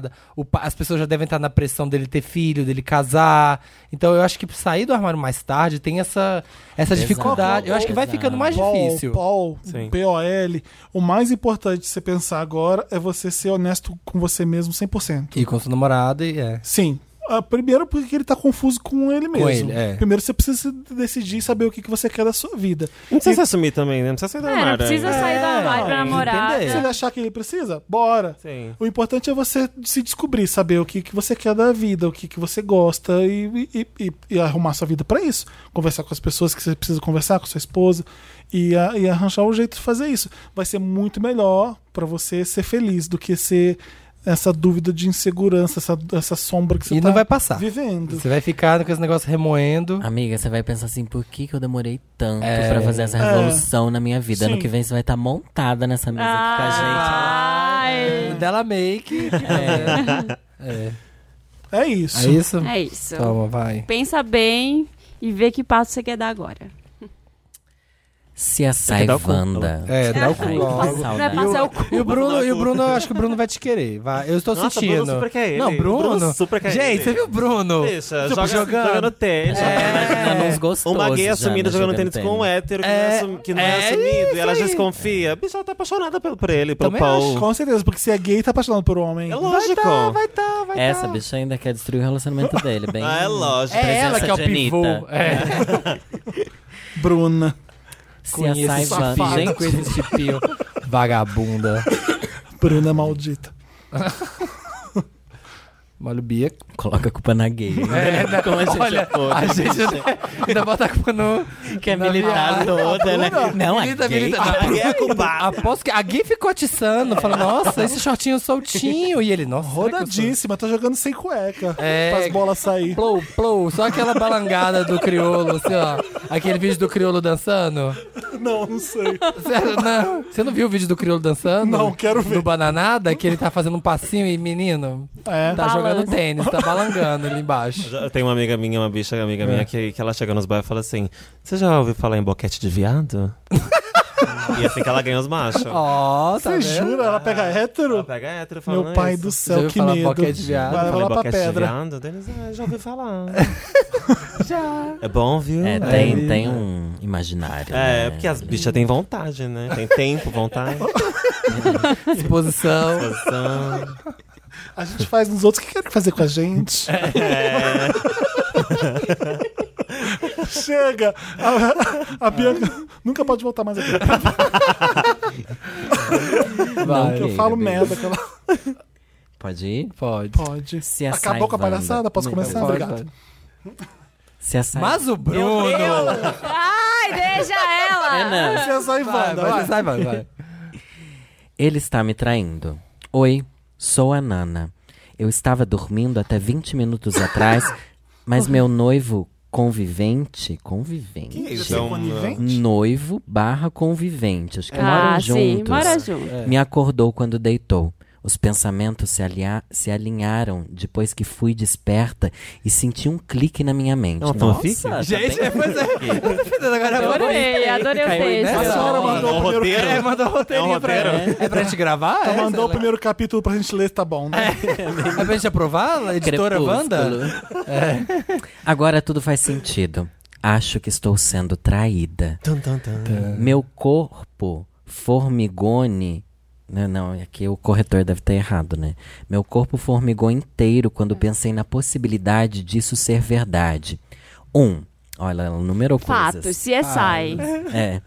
S2: namorada, o pa- as pessoas já devem estar na pressão dele ter filho, dele casar. Então eu acho que sair do armário mais tarde tem essa, essa
S4: Exato.
S2: dificuldade. Eu acho que vai
S4: Exato.
S2: ficando mais
S1: Paul,
S2: difícil.
S1: Paul,
S5: Sim.
S1: P-O-L. O mais importante de você pensar agora é você ser honesto com você mesmo 100%.
S2: E com sua namorada, e é.
S1: Sim. Ah, Primeiro porque ele tá confuso com ele mesmo.
S2: ele, é.
S1: Primeiro você precisa se decidir e saber o que que você quer da sua vida.
S5: Não precisa se assumir também, né? Não precisa sair da
S3: É, não
S5: armário.
S3: precisa sair do armário pra
S2: não,
S3: namorar.
S2: entender.
S1: Se ele achar que ele precisa, bora.
S5: É, Sim.
S1: O importante é você se descobrir, saber o que, que você quer da vida, o que, que você gosta e, e- e- e arrumar sua vida pra isso. Conversar com as pessoas que você precisa conversar, com sua esposa e, a- e arranjar um jeito de fazer isso. Vai ser muito melhor pra você ser feliz do que ser essa dúvida de insegurança, essa, essa sombra que você
S2: E
S1: tá
S2: não vai passar.
S1: vivendo.
S2: Você vai ficar com esse negócio remoendo.
S4: Amiga, você vai pensar assim, por que, que eu demorei tanto
S2: É.
S4: pra fazer essa revolução na minha vida?
S1: Sim.
S4: Ano que vem você vai estar montada nessa mesa
S2: Ah.
S3: Ai.
S2: Dela make. É. É.
S1: É isso.
S2: É isso?
S3: É isso.
S2: Toma, vai.
S3: Pensa bem e vê que passo você quer dar agora.
S4: aqui com a gente. Se
S5: que dar
S4: a
S5: o cu.
S4: Wanda.
S2: É, dá o cu
S4: Ai,
S2: logo.
S4: que
S3: Não é
S4: saudade.
S3: passar o cu.
S2: E o Bruno, e o Bruno, eu acho que o Bruno vai te querer. Vai. Eu estou
S5: Nossa, o
S2: sentindo.
S5: Bruno super quer ele.
S2: Não, Bruno.
S5: O Bruno super quer
S2: Gente,
S5: ele.
S2: você viu o Bruno?
S5: Deixa,
S2: Tipo,
S5: joga,
S2: jogando.
S5: joga no tênis.
S4: Tá imaginando uns gostosos
S5: Uma gay
S4: já,
S5: assumida
S4: né,
S5: jogando tênis com um hétero que, não, é,
S2: É,
S5: assum- que não é
S2: é
S5: assumido. E ela
S2: isso
S5: já
S2: aí.
S5: desconfia. A bicha ela tá apaixonada pelo, por ele, pelo
S2: Também
S5: Paul.
S1: Com certeza, porque se é gay, tá apaixonado por homem.
S5: É lógico.
S2: Vai tá, vai
S4: Essa
S2: tá.
S4: bicha ainda quer destruir o relacionamento dele, bem.
S5: Ah, é lógico.
S2: É ela
S4: Presença
S2: que é o
S4: de Anitta.
S2: pivô.
S5: <laughs>
S2: É.
S1: <laughs> Bruna.
S4: Se a
S2: Conheço safada.
S4: Saivan.
S2: Vem com esse tipinho.
S5: <laughs>
S2: Vagabunda. <laughs>
S1: Bruna maldita.
S2: Molho Bia.
S4: Coloca a culpa na gay.
S2: <laughs> É,
S4: <laughs>
S2: na-
S4: Como a gente
S2: olha,
S4: é podre.
S2: a gente
S4: <laughs>
S2: até- ainda bota a culpa no.
S4: Que é
S2: na
S4: militar
S2: viagem.
S4: toda, né? Não, a
S2: Milita,
S4: gay.
S2: milita.
S5: A gay é culpada.
S2: <laughs> Aposto que a gay ficou atiçando, falando, nossa, esse shortinho soltinho. E ele, nossa, será que eu sou-
S1: Rodadíssima, tá jogando sem cueca.
S2: É.
S1: Pra as bolas sair.
S2: Plou, plou, só aquela balangada do criolo, assim, ó. Aquele vídeo do criolo dançando.
S1: Não, não sei.
S2: É. Você não, você não viu o vídeo do criolo dançando?
S1: Não, quero ver.
S2: Do Bananada, que ele tá fazendo um passinho e, menino,
S1: É.
S2: tá
S3: Balança.
S2: jogando tênis, tá balangando ali embaixo. É.
S5: Eu tenho uma amiga minha, uma bicha amiga minha, que, que ela chega nos bairros e fala assim: Você já ouviu falar em boquete de viado? e é assim que ela ganha os machos.
S2: Ó, tá
S1: Você
S2: vendo?
S1: jura? Ela pega
S5: É. Ela
S1: hétero?
S5: pega hétero falando
S1: Meu pai
S5: isso.
S1: do
S2: Já
S1: céu,
S2: ouviu
S1: que
S2: falar
S1: medo.
S2: boquete de viado?
S1: Vai
S5: Falei,
S1: lá pra
S5: boquete de
S1: pedra.
S5: viado? Deles, ah, já ouvi <laughs> falar. É bom, viu?
S4: É, tem, tem um imaginário.
S5: É,
S4: né?
S5: porque as bichas têm vontade, né? Tem tempo, vontade. É.
S2: Exposição.
S5: disposição.
S1: A gente faz nos outros. O que querem fazer com a gente?
S2: É.
S1: Chega! A, a Bianca nunca pode voltar mais aqui.
S2: Vai.
S1: Eu falo
S4: Bianca.
S1: merda que ela
S4: <laughs> Pode ir?
S2: Pode.
S1: pode.
S4: Se a
S1: Acabou com a
S4: Saivanda-
S1: palhaçada? Posso
S4: Não,
S1: começar?
S2: Pode.
S1: Obrigado.
S4: Se a Sai-
S2: Mas o Bruno.
S3: Ai, deixa
S4: É,
S3: ela!
S4: não.
S1: Se a
S2: Vai,
S1: Saivanda,
S2: vai,
S1: vai.
S2: vai, vai, vai.
S4: Ele está me traindo. Oi, sou a Nana. Eu estava dormindo até 20 minutos atrás,
S3: <laughs>
S4: mas meu noivo convivente. Convivente.
S3: é
S5: Então,
S4: Noivo barra convivente. Acho que
S3: Ah,
S4: moram
S3: sim,
S4: juntos.
S3: mora junto.
S4: Me acordou quando deitou. Os pensamentos se, alia- se alinharam depois que fui desperta e senti um clique na minha mente.
S5: É uma fanfic?
S4: Nossa, tá
S2: Gente,
S4: bem-
S2: é, pois é. Agora eu vou-
S3: Adorei, adorei o
S4: Caiu aí, né?
S1: A
S3: texto.
S1: senhora mandou o primeiro
S5: roteiro.
S2: É, mandou um roteirinho
S5: É um
S2: pra
S5: roteiro?
S2: É pra gente gravar?
S1: Ela
S2: é,
S1: mandou o
S2: sei lá.
S1: primeiro capítulo pra gente ler, tá bom, né?
S2: É pra gente aprovar? A editora Wanda?
S4: Crepúsculo. É. Agora tudo faz sentido. Acho que estou sendo traída.
S5: Tum, tum, tum.
S4: Meu corpo formigone. Não, não, aqui o corretor deve ter errado, né? Meu corpo formigou inteiro quando pensei na possibilidade disso ser verdade. Um, olha, ela numerou
S3: Fato,
S4: coisas.
S3: CSI.
S4: É.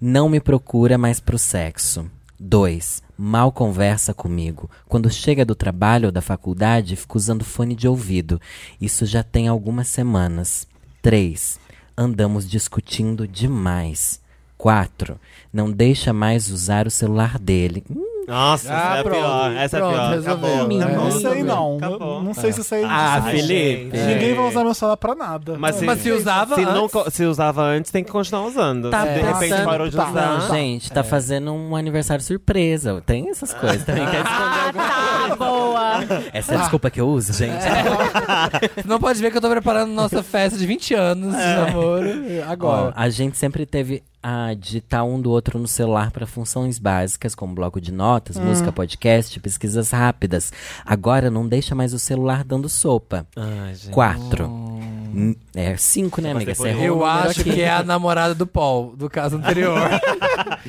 S4: Não me procura mais pro sexo. 2. Mal conversa comigo. Quando chega do trabalho ou da faculdade, fica usando fone de ouvido. Isso já tem algumas semanas. 3. Andamos discutindo demais. 4. Não deixa mais usar o celular dele. Hum,
S5: Nossa, essa
S2: Ah,
S5: é a
S2: pronto.
S5: pior. Essa é a
S2: Pronto,
S5: pior.
S2: resolveu.
S5: Acabou.
S2: Menino.
S1: Não
S2: É.
S1: sei, não.
S5: Acabou.
S1: Não sei se isso aí.
S5: Ah,
S1: disso.
S5: Felipe.
S1: Ninguém vai usar meu celular pra nada.
S5: Mas se,
S2: Mas se usava
S5: se não
S2: antes.
S5: co- se usava antes, tem que continuar usando.
S4: Tá
S5: se de repente
S4: pensando-
S5: parou de
S1: tá.
S5: usar.
S4: não, gente,
S2: É.
S4: tá fazendo um aniversário surpresa. Tem essas coisas também.
S5: <laughs>
S4: Quer esconder alguma
S3: Tá, boa.
S4: coisa? Essa é a desculpa que eu uso, gente.
S2: Ah, Não pode ver que eu tô preparando nossa festa de 20 anos de
S1: É.
S2: namoro
S4: Ó,
S2: agora.
S4: a gente sempre teve a digitar um do outro no celular para funções básicas, como bloco de notas,
S2: Hum.
S4: música, podcast, pesquisas rápidas. Agora não deixa mais o celular dando sopa.
S5: Ai, gente.
S4: Quatro. Hum, É cinco, né, amiga? Você
S5: depois-
S4: errou o
S2: Eu
S4: número
S2: acho
S4: aqui.
S2: que é a namorada do Paul, do caso
S5: <laughs>
S2: anterior.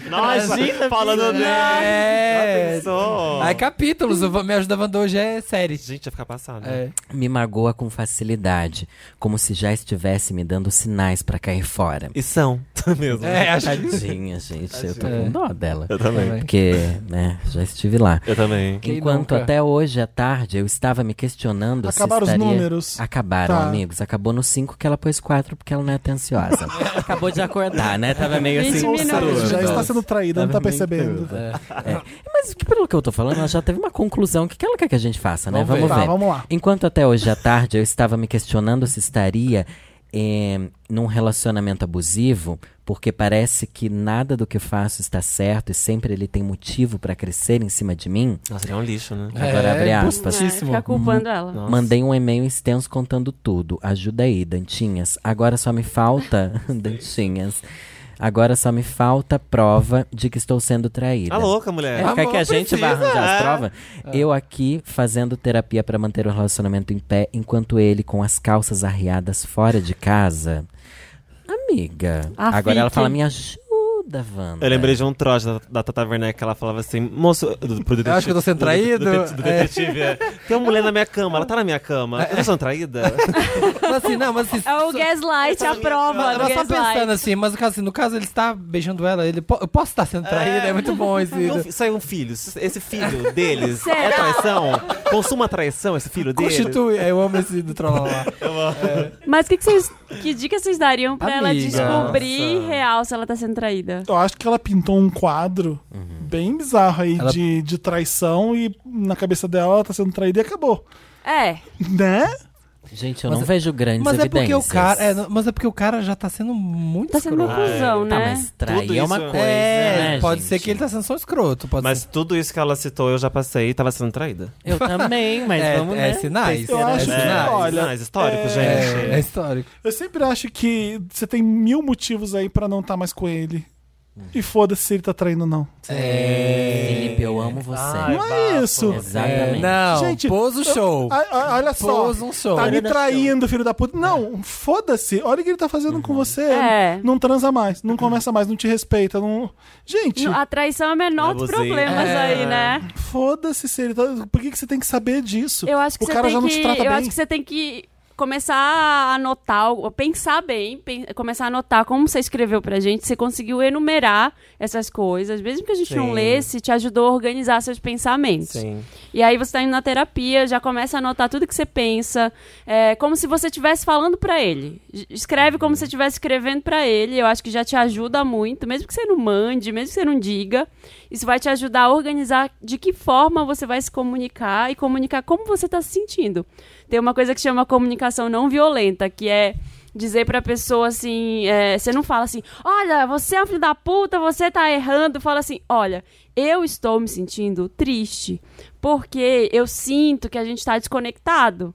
S5: Nossa, falando nele.
S2: é.
S5: Pensou?
S2: Aí capítulos, o Va- Me Ajuda Wanda hoje é série.
S5: Gente, ia ficar passado.
S2: É.
S4: Me magoa com facilidade, como se já estivesse me dando sinais para cair fora.
S5: E são. <laughs> tá Mesmo.
S2: É, acho que
S4: né?
S2: <laughs>
S4: Tadinha, gente. Eu tô
S2: É.
S4: com dó dela.
S5: Eu também.
S2: também.
S4: Porque, né, já estive lá.
S5: Eu também.
S2: Quem
S4: Enquanto
S2: nunca?
S4: até hoje à tarde eu estava me questionando
S1: Acabaram
S4: se
S1: os
S4: estaria...
S1: números?
S4: Acabaram,
S1: Tá.
S4: amigos. Acabou no 5 que ela pôs 4 porque ela não é
S1: <laughs>
S4: atenciosa. Acabou de acordar, né? Tava meio assim...
S3: 20 minutos.
S4: tudo.
S1: Já está sendo traída, não tá
S4: Tava meio
S1: percebendo.
S4: tudo. É. Mas que- pelo que eu tô falando, ela já teve uma conclusão. O que que ela quer que a gente faça, né?
S2: Vamos
S4: Vamos,
S2: ver.
S1: Tá,
S4: ver.
S1: vamos lá.
S4: Enquanto até hoje à tarde eu estava me questionando se estaria eh, num relacionamento abusivo, porque parece que nada do que faço está certo e sempre ele tem motivo para crescer em cima de mim,
S5: Nossa, ele é um lixo, né?
S4: Agora abre
S2: É,
S4: aspas.
S2: bustíssimo.
S3: É, Fica culpando ela.
S5: Nossa.
S4: Mandei um e-mail extenso contando tudo. Ajuda aí, Dantinhas. Agora só me
S2: <laughs>
S4: falta. Dantinhas. Agora só me falta prova de que estou sendo traída.
S5: Tá louca, mulher.
S4: É, quer
S2: Amor,
S4: que a gente vá
S2: precisa.
S4: arranjar as
S5: É.
S4: provas? Eu aqui fazendo terapia para manter o relacionamento em pé, enquanto ele com as calças arriadas fora de casa. Amiga.
S3: Ah,
S4: né? agora ela
S3: fique.
S4: fala: me ajuda. da Wanda.
S5: Eu lembrei de um trote da, da Tata Werneck que ela falava assim, moço, do, pro detetive.
S2: acho que eu tô sendo
S5: do- do- do-
S2: traído.
S5: Do, do
S2: É.
S5: detetive, é. Tem uma mulher na minha cama, ela tá na minha cama. Eu tô sendo traída?
S4: <laughs>
S2: Mas assim, não, mas assim,
S3: É o gaslight, a prova do
S2: Ela só pensando
S3: gaslight.
S2: assim, mas no caso, assim, no caso ele está beijando ela, ele po- eu posso estar sendo traído, é, muito bom esse
S5: É um fi- Saiu um filho. Esse filho deles é
S3: Será?
S5: traição? Consuma traição esse filho deles?
S2: Constitui, É. eu amo esse do Trololá.
S3: Mas que, que, vocês, que dica vocês dariam pra ela
S2: Amiga.
S3: descobrir real se ela tá sendo traída?
S1: Eu acho que ela pintou um quadro
S5: Uhum.
S1: bem bizarro aí
S2: Ela-
S1: de, de traição e na cabeça dela ela tá sendo traída e acabou.
S3: É,
S1: Né?
S4: Gente, eu
S2: Mas
S4: não
S2: é-
S4: vejo grandes
S2: Mas é
S4: evidências.
S2: porque o cara. é, não- mas é porque o cara já tá sendo muito
S3: tá sendo um
S2: escroto.
S3: cuzão,
S4: Tá,
S3: né?
S4: mas trair
S5: Tudo
S4: é
S5: isso-
S4: uma coisa,
S2: É,
S4: né,
S2: pode
S4: gente?
S2: ser que ele tá sendo só um escroto. Pode
S5: Mas
S2: ser.
S5: tudo isso que ela citou eu já passei e tava sendo traída.
S4: Eu também, mas
S2: é,
S4: vamos,
S2: é
S4: né?
S2: sinais.
S1: Eu
S2: é
S1: acho que-
S2: sinais.
S1: olha,
S5: sinais históricos, gente.
S2: É, é histórico.
S1: Eu sempre acho que você tem mil motivos aí pra não estar mais com ele. E foda-se se ele tá traindo ou não.
S2: É.
S4: Felipe, eu amo você.
S1: não é isso.
S4: Exatamente.
S2: Não,
S1: Gente,
S2: pôs o
S1: eu-
S2: show.
S1: a- a- olha só.
S2: Pôs um show.
S1: Tá me
S4: Olha
S1: traindo, filho da puta. Não, foda-se. Olha o que ele tá fazendo
S2: Uhum.
S1: com você.
S3: É.
S1: Não transa mais, não conversa mais, não te respeita. Não... Gente,
S3: A traição é o menor dos
S5: Abusei.
S3: problemas
S2: É.
S3: aí, né?
S1: foda-se se ele tá. Por que, que você tem que saber disso?
S3: Eu acho que
S1: o
S3: você
S1: cara
S3: tem
S1: já
S3: que,
S1: não te trata
S3: eu
S1: bem.
S3: acho que você tem que começar a anotar, ou pensar bem, pen- começar a anotar como você escreveu pra gente, você conseguiu enumerar essas coisas, mesmo que a gente não
S5: Sim.
S3: lesse, te ajudou a organizar seus pensamentos.
S5: Sim.
S3: E aí você tá indo na terapia, já começa a anotar tudo que você pensa, é, como se você estivesse falando pra ele. J- Escreve como se você estivesse escrevendo pra ele, eu acho que já te ajuda muito, mesmo que você não mande, mesmo que você não diga, isso vai te ajudar a organizar de que forma você vai se comunicar e comunicar como você tá se sentindo. Tem uma coisa que chama comunicação não violenta, que é dizer pra pessoa assim, é, você não fala assim, olha, você é um filho da puta, você tá errando, fala assim, olha, eu estou me sentindo triste, porque eu sinto que a gente tá desconectado.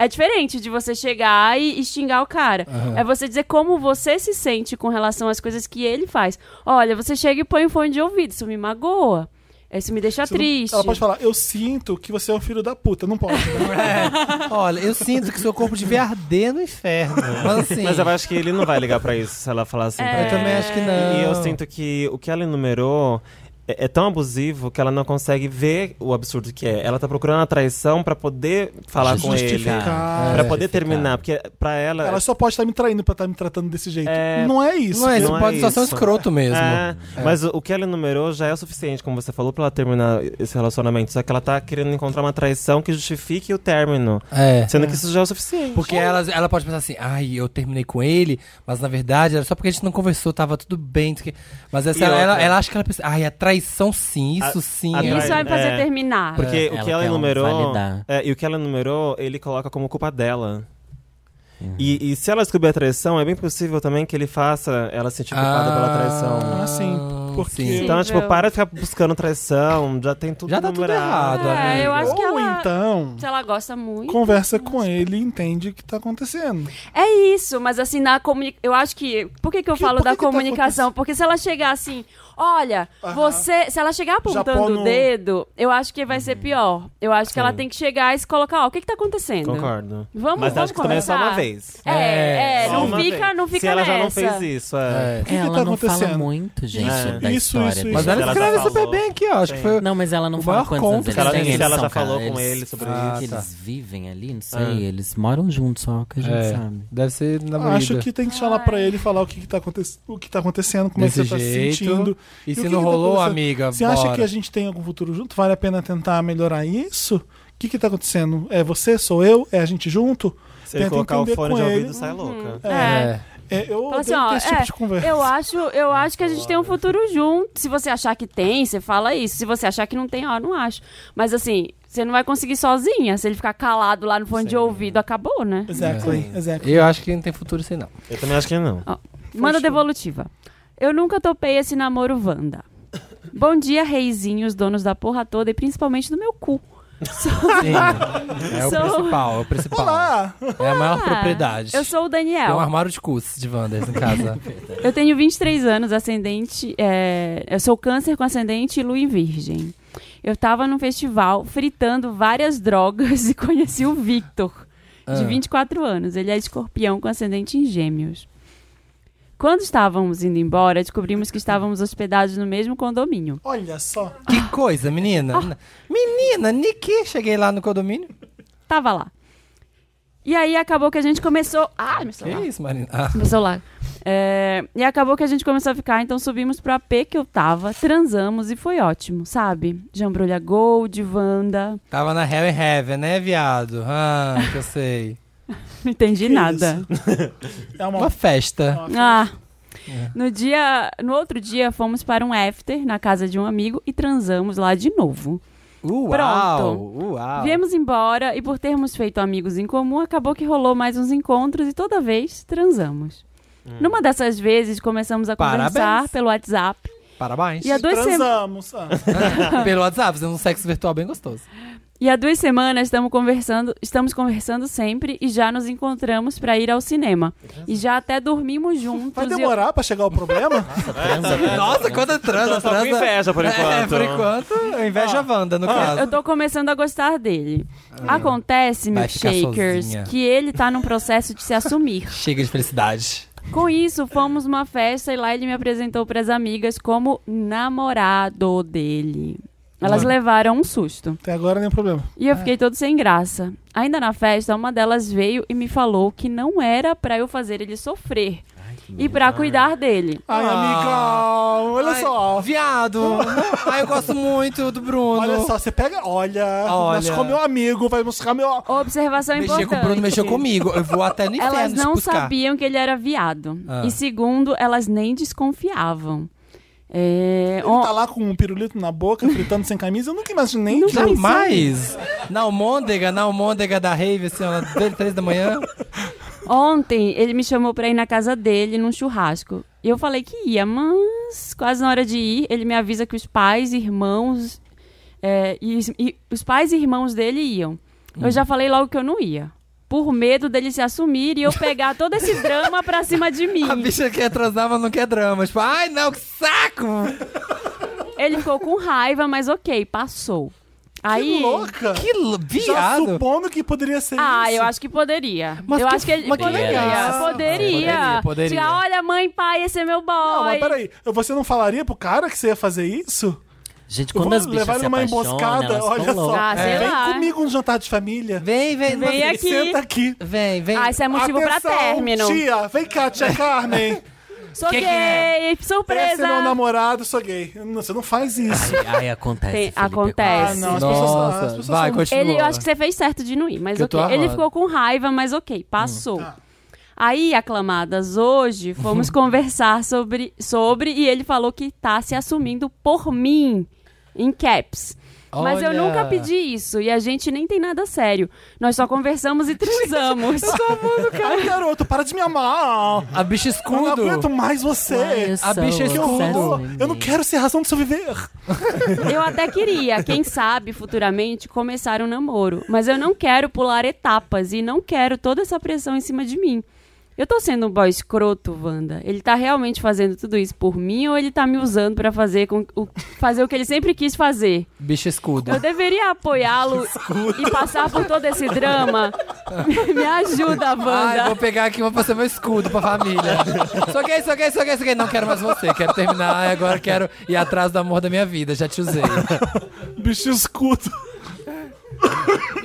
S3: É diferente de você chegar e, e xingar o cara. É você dizer como você se sente com relação às coisas que ele faz. Olha, você chega e põe um fone de ouvido, isso me magoa. Isso me deixa
S1: Você não-
S3: triste.
S1: Ela pode falar, eu sinto que você é um filho da puta. Não
S2: <laughs>
S1: pode. né?
S2: É, olha, eu sinto que seu corpo devia arder no inferno. Mas assim.
S5: É. Mas eu acho que ele não vai ligar pra isso se ela falar assim. pra
S2: Eu também acho que não.
S5: E eu sinto que o que ela enumerou é, é tão abusivo que ela não consegue ver o absurdo que é. Ela tá procurando a traição pra poder falar com ele.
S1: Justificar. É.
S5: Pra poder terminar, porque pra ela.
S1: Ela só pode estar me traindo pra estar me tratando desse jeito.
S5: É.
S1: Não é isso.
S2: Não é, isso
S5: não é
S2: pode só ser um
S5: isso.
S2: escroto mesmo.
S5: É, Mas o- o que ela enumerou já é o suficiente, como você falou, pra ela terminar esse relacionamento. Só que ela tá querendo encontrar uma traição que justifique o término.
S2: É.
S5: Sendo que isso já é o suficiente.
S2: Porque ela, ela pode pensar assim, ai, eu terminei com ele, mas na verdade era só porque a gente não conversou, tava tudo bem. tudo que- Mas essa,
S5: E
S2: ela, ela,
S5: outra-
S2: ela acha que ela pensa, ai, a traição sim, isso
S5: A-
S2: sim.
S5: a
S2: é-
S3: Isso vai me fazer
S5: É.
S3: terminar.
S5: Porque
S4: É,
S5: o
S4: ela
S5: que ela
S4: quer um
S5: enumerou.
S4: validar.
S5: é, e o que ela enumerou, ele coloca como culpa dela. E, e se ela descobrir a traição, é bem possível também que ele faça ela se sentir culpada pela traição.
S1: Ah, sim. Porque-
S2: sim.
S5: Então, tipo,
S3: Possível.
S5: para de ficar buscando traição, já tem tudo
S2: Já tá tudo
S5: numerado.
S2: errado, amiga.
S3: É, eu acho que
S1: Ou
S3: ela,
S1: então,
S3: se ela gosta muito.
S1: conversa com ele e entende o que tá acontecendo.
S3: É isso, mas assim, na comuni... eu acho que. Por que, que eu
S1: Que-
S3: falo
S1: por que
S3: da
S1: que tá
S3: comunicação? Porque se ela chegar assim, olha, você. Se ela chegar apontando
S1: põe no-
S3: o dedo, eu acho que vai ser pior. Eu acho que ela
S5: Uhum. Sim.
S3: tem que chegar e se colocar, ó, o que, que tá acontecendo?
S5: Concordo.
S3: Vamos,
S5: Mas
S3: vamos
S5: acho que também é só uma
S3: conversar.
S5: vez.
S3: É, é,
S5: Só
S3: não,
S5: uma
S3: fica,
S5: vez.
S3: não fica
S5: Se ela
S3: nessa.
S5: já não fez isso, é.
S1: O que que
S4: ela
S1: tá
S4: não fala
S1: acontecendo?
S4: muito, gente,
S5: Isso,
S4: da
S1: isso,
S4: história
S1: isso,
S4: dele.
S2: Mas
S5: Ela
S2: ela,
S5: já
S2: escreve super
S5: falou.
S2: bem aqui, ó. Acho que foi.
S4: Não, mas ela não
S2: O
S4: fala
S2: maior
S4: quantos
S2: conto
S4: anos
S2: que
S4: eles
S5: ela
S4: têm.
S5: tem, se
S4: Eles
S5: ela
S4: são
S5: já falou
S4: caras,
S5: com
S4: eles-
S5: ele sobre Ah.
S2: Ah,
S4: que
S2: tá.
S4: eles vivem ali, não sei. Eles moram juntos só, que a gente
S2: É,
S4: sabe.
S2: Deve ser namorada.
S1: Acho que tem que falar pra ele falar o que, que tá aconte- o que tá acontecendo, como é
S2: Desse
S1: que você
S2: jeito.
S1: tá se sentindo.
S2: E
S1: E
S2: se
S1: o que
S2: não
S1: que tá
S2: rolou,
S1: acontecendo?
S2: amiga,
S1: Você
S2: bora.
S1: acha que a gente tem algum futuro junto? Vale a pena tentar melhorar isso? O que, que tá acontecendo? É você? Sou eu? É a gente junto?
S5: isso. Se ele
S1: Tenta
S5: colocar o
S1: entender
S5: fone
S1: com
S5: de
S1: ele.
S5: ouvido, sai
S3: Uhum.
S5: louca.
S2: É.
S1: É, eu
S3: Fala
S1: odeio
S3: assim, ó,
S1: ter esse tipo
S3: é,
S1: de conversa.
S3: eu acho, eu acho que a gente tem um futuro junto. Se você achar que tem, você fala isso. Se você achar que não tem, ó, não acho. Mas assim, você não vai conseguir sozinha. Se ele ficar calado lá no fone de ouvido, acabou, né?
S1: Exactly, exactly.
S2: É. Eu acho que não tem futuro sem não.
S5: Eu também acho que não.
S3: Manda devolutiva. Eu nunca topei esse namoro Wanda. Bom dia, reizinhos, donos da porra toda e principalmente do meu cu.
S2: Sim. é o
S3: Sou-
S2: principal, é o principal.
S1: Olá!
S2: É a maior
S3: Ah,
S2: propriedade.
S3: Eu sou o
S2: Tem um
S3: Daniel.
S2: armário de cursos de Wanders
S3: <laughs>
S2: em casa.
S3: Eu tenho 23 anos, ascendente. é, eu sou câncer com ascendente e lua em virgem. Eu tava num festival fritando várias drogas <laughs> e conheci o Victor, de
S2: Ah.
S3: 24 anos. Ele é escorpião com ascendente em gêmeos. Quando estávamos indo embora, descobrimos que estávamos hospedados no mesmo condomínio.
S1: Olha só.
S2: Que coisa,
S3: Ah.
S2: menina. Menina, Niki, cheguei lá no condomínio.
S3: Tava lá. E aí acabou que a gente começou. Ah, meu
S2: Que
S3: celular.
S2: isso, Marina? Ah,
S3: Meu celular. É, e acabou que a gente começou a ficar, então subimos pro AP que eu tava, transamos e foi ótimo, sabe? Jambrulha Gold, Wanda. <laughs>
S2: tava na Hell and Heaven, né, viado? Ah, que eu sei.
S3: Não entendi
S1: Que
S3: nada.
S1: É uma.
S2: Uma É. festa.
S3: Ah. No dia, no outro dia fomos para um after na casa de um amigo e transamos lá de novo.
S2: Uau! Uau!
S3: Viemos embora e por termos feito amigos em comum, acabou que rolou mais uns encontros e toda vez transamos. Numa dessas vezes começamos a
S2: Hum. Parabéns.
S3: conversar pelo WhatsApp
S2: Parabéns.
S3: e há duas semanas
S1: Transamos.
S2: É.
S1: Ah.
S2: <laughs> Pelo WhatsApp, fazendo um sexo virtual bem gostoso.
S3: E há duas semanas estamos conversando, estamos conversando sempre e já nos encontramos para ir ao cinema. E já até dormimos juntos.
S1: Vai
S3: e eu-
S1: demorar pra chegar o problema?
S2: Nossa, quanta transa,
S5: Tô né? só com
S2: transa.
S5: inveja, por
S2: É,
S5: enquanto.
S2: por <laughs> enquanto, eu invejo
S1: Ah.
S2: a Wanda, no caso. Ah.
S3: Eu tô começando a gostar dele. Acontece,
S2: Vai
S3: meus
S2: ficar
S3: shakers,
S2: sozinha.
S3: que ele tá num processo de se
S2: <laughs>
S3: assumir.
S2: Chega de felicidade.
S3: Com isso, fomos numa festa e lá ele me apresentou pras amigas como namorado dele. Elas levaram um susto.
S1: Até agora nenhum problema.
S3: E eu
S2: É.
S3: fiquei todo sem graça. Ainda na festa, uma delas veio e me falou que não era pra eu fazer ele sofrer. e pra cuidar dele.
S1: Ai,
S2: Ah,
S1: amigão, olha
S2: Ai,
S1: só.
S2: Viado! Ai, eu gosto muito do Bruno.
S1: Olha só, você pega. Olha,
S2: Olha.
S1: machucou meu amigo, vai machucar meu.
S3: Observação
S2: Mexer com o
S3: importante.
S2: Bruno, mexeu comigo. Eu vou até no inferno
S3: Elas
S2: te
S3: não
S2: buscar.
S3: sabiam que ele era viado.
S2: Ah.
S3: E segundo, elas nem desconfiavam. É,
S1: Ele
S3: on-
S1: tá lá com um pirulito na boca, gritando sem camisa, eu nunca imaginei. que-
S2: Jamais! Na almôndega, na almôndega da Rave, assim, ó, três- três da manhã.
S3: Ontem ele me chamou pra ir na casa dele num churrasco. E eu falei que ia, mas quase na hora de ir, ele me avisa que os pais, irmãos. é, e, e os pais e irmãos dele iam. Eu
S2: Hum.
S3: já falei logo que eu não ia. Por medo dele se assumir e eu pegar todo
S2: <laughs>
S3: esse drama pra cima de mim.
S2: A bicha quer transar, mas não quer drama. Tipo, ai não, que saco!
S3: Ele ficou com raiva, mas ok, passou. Aí.
S1: Que louca!
S2: Que l-
S1: Já
S2: viado!
S1: supondo que poderia ser
S3: Ah,
S1: isso.
S3: eu acho que poderia.
S2: Mas
S3: eu
S2: que-
S3: acho que ele
S2: mas que
S3: Ah, poderia.
S2: legal.
S3: Poderia.
S2: Poderia, poderia.
S3: Tirar, olha, mãe, pai, esse é meu boy.
S1: Não, mas peraí, você não falaria pro cara que você ia fazer isso?
S4: Gente,
S1: Eu
S4: quando
S1: vou
S4: as bichas
S1: levar
S4: se
S1: ele numa
S4: apaixonam,
S1: emboscada,
S4: elas
S1: olha
S4: ficam
S1: só.
S4: loucas.
S3: Ah, sei
S1: Vem
S3: lá.
S1: comigo no jantar de família.
S2: Vem, vem,
S3: Vem
S2: manda-
S3: aqui.
S1: Senta aqui.
S2: Vem, vem.
S3: Ah, isso é motivo
S1: Atenção,
S3: pra término.
S1: Tia, vem
S4: <laughs>
S1: cá, tia Carmen.
S3: Sou
S2: Que que
S3: gay,
S1: Esse é meu
S3: surpresa.
S1: namorado, sou gay. Não, Você não faz isso.
S4: Ai, ai, acontece.
S3: Tem-
S4: Felipe,
S3: acontece.
S1: Ah, não, as pessoas- as
S2: Nossa,
S1: pessoas
S2: vai,
S1: são-
S2: continua.
S3: Ele, eu acho que você fez certo de não ir, mas
S2: Que eu
S3: ok.
S2: tô Hum.
S3: Ele
S2: armado.
S3: ficou com raiva, mas ok, passou.
S1: Ah.
S3: Aí, aclamadas hoje, fomos
S2: Uhum.
S3: conversar sobre, sobre e ele falou que tá se assumindo por mim, em caps. Mas eu
S2: Olha.
S3: nunca pedi isso e a gente nem tem nada sério. Nós só conversamos
S1: <laughs>
S3: e transamos.
S1: tá Ai, garoto, para de me amar.
S2: A bicha
S1: Eu não aguento
S2: escudo.
S1: mais você.
S4: Olha
S2: A bicha
S4: só,
S1: Que horror.
S4: é um sucesso,
S1: Eu não
S4: menino.
S1: quero ser razão de sobreviver.
S3: Eu até queria, quem sabe, futuramente, começar um namoro. Mas eu não quero pular etapas e não quero toda essa pressão em cima de mim. Eu tô sendo um boy escroto, Wanda. Ele tá realmente fazendo tudo isso por mim ou ele tá me usando pra fazer, com, o, fazer o que ele sempre quis fazer?
S2: Bicha escudo.
S3: Eu deveria apoiá-lo e passar por todo esse drama? <laughs> Me ajuda,
S2: Ai, vou
S3: Wanda.
S2: pegar aqui, vou passar meu escudo pra família. sou gay, sou gay, sou gay, sou gay. Não quero mais você. Quero terminar, ai, agora quero ir atrás do amor da minha vida. Já te usei.
S1: Bicho escudo.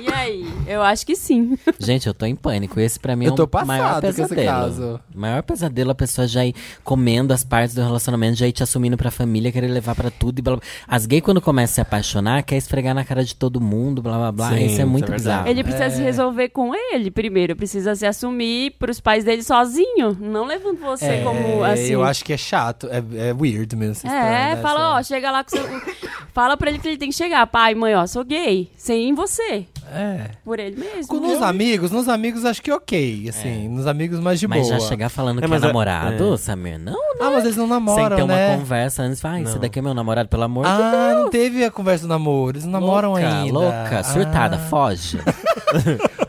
S3: E aí? Eu acho que sim.
S4: <laughs> Gente, eu tô em pânico. Esse pra mim é
S2: Eu tô
S4: o maior
S2: passado com esse
S4: pesadelo.
S2: caso.
S4: Maior pesadelo a pessoa já ir comendo as partes do relacionamento, já ir te assumindo pra família, querer levar pra tudo e blá blá. As gays, quando começam a se apaixonar, quer esfregar na cara de todo mundo, blá blá blá.
S5: Sim,
S4: Isso
S5: isso é
S4: é muito
S5: verdade.
S2: Ah,
S4: bizarro.
S3: Ele precisa
S2: é.
S3: se resolver com ele primeiro, precisa se assumir pros pais dele sozinho. Não levando você
S2: É,
S3: como assim.
S2: Eu acho né, que é chato. É, é weird mesmo.
S3: É, fala,
S2: assim.
S3: ó, chega lá com seu. fala pra ele que ele tem que chegar. Pai, mãe, ó, sou gay. Sem você.
S2: É.
S3: Por ele mesmo.
S2: Com- Nos amigos, nos amigos acho que ok, assim. Nos amigos mais de
S4: É. Mas
S2: boa.
S4: já chegar falando
S5: É,
S4: que é
S5: mas é-
S4: namorado, Samir, não, né?
S2: Ah, mas eles não
S4: Sem
S2: namoram,
S4: ter uma
S2: né?
S4: conversa antes, fala, ah, esse daqui é meu namorado, pelo amor de Deus.
S2: Ah, não teve a conversa do namoro. Eles não namoram
S4: louca,
S2: ainda.
S4: louca, surtada,
S2: Ah, <laughs>
S4: foge.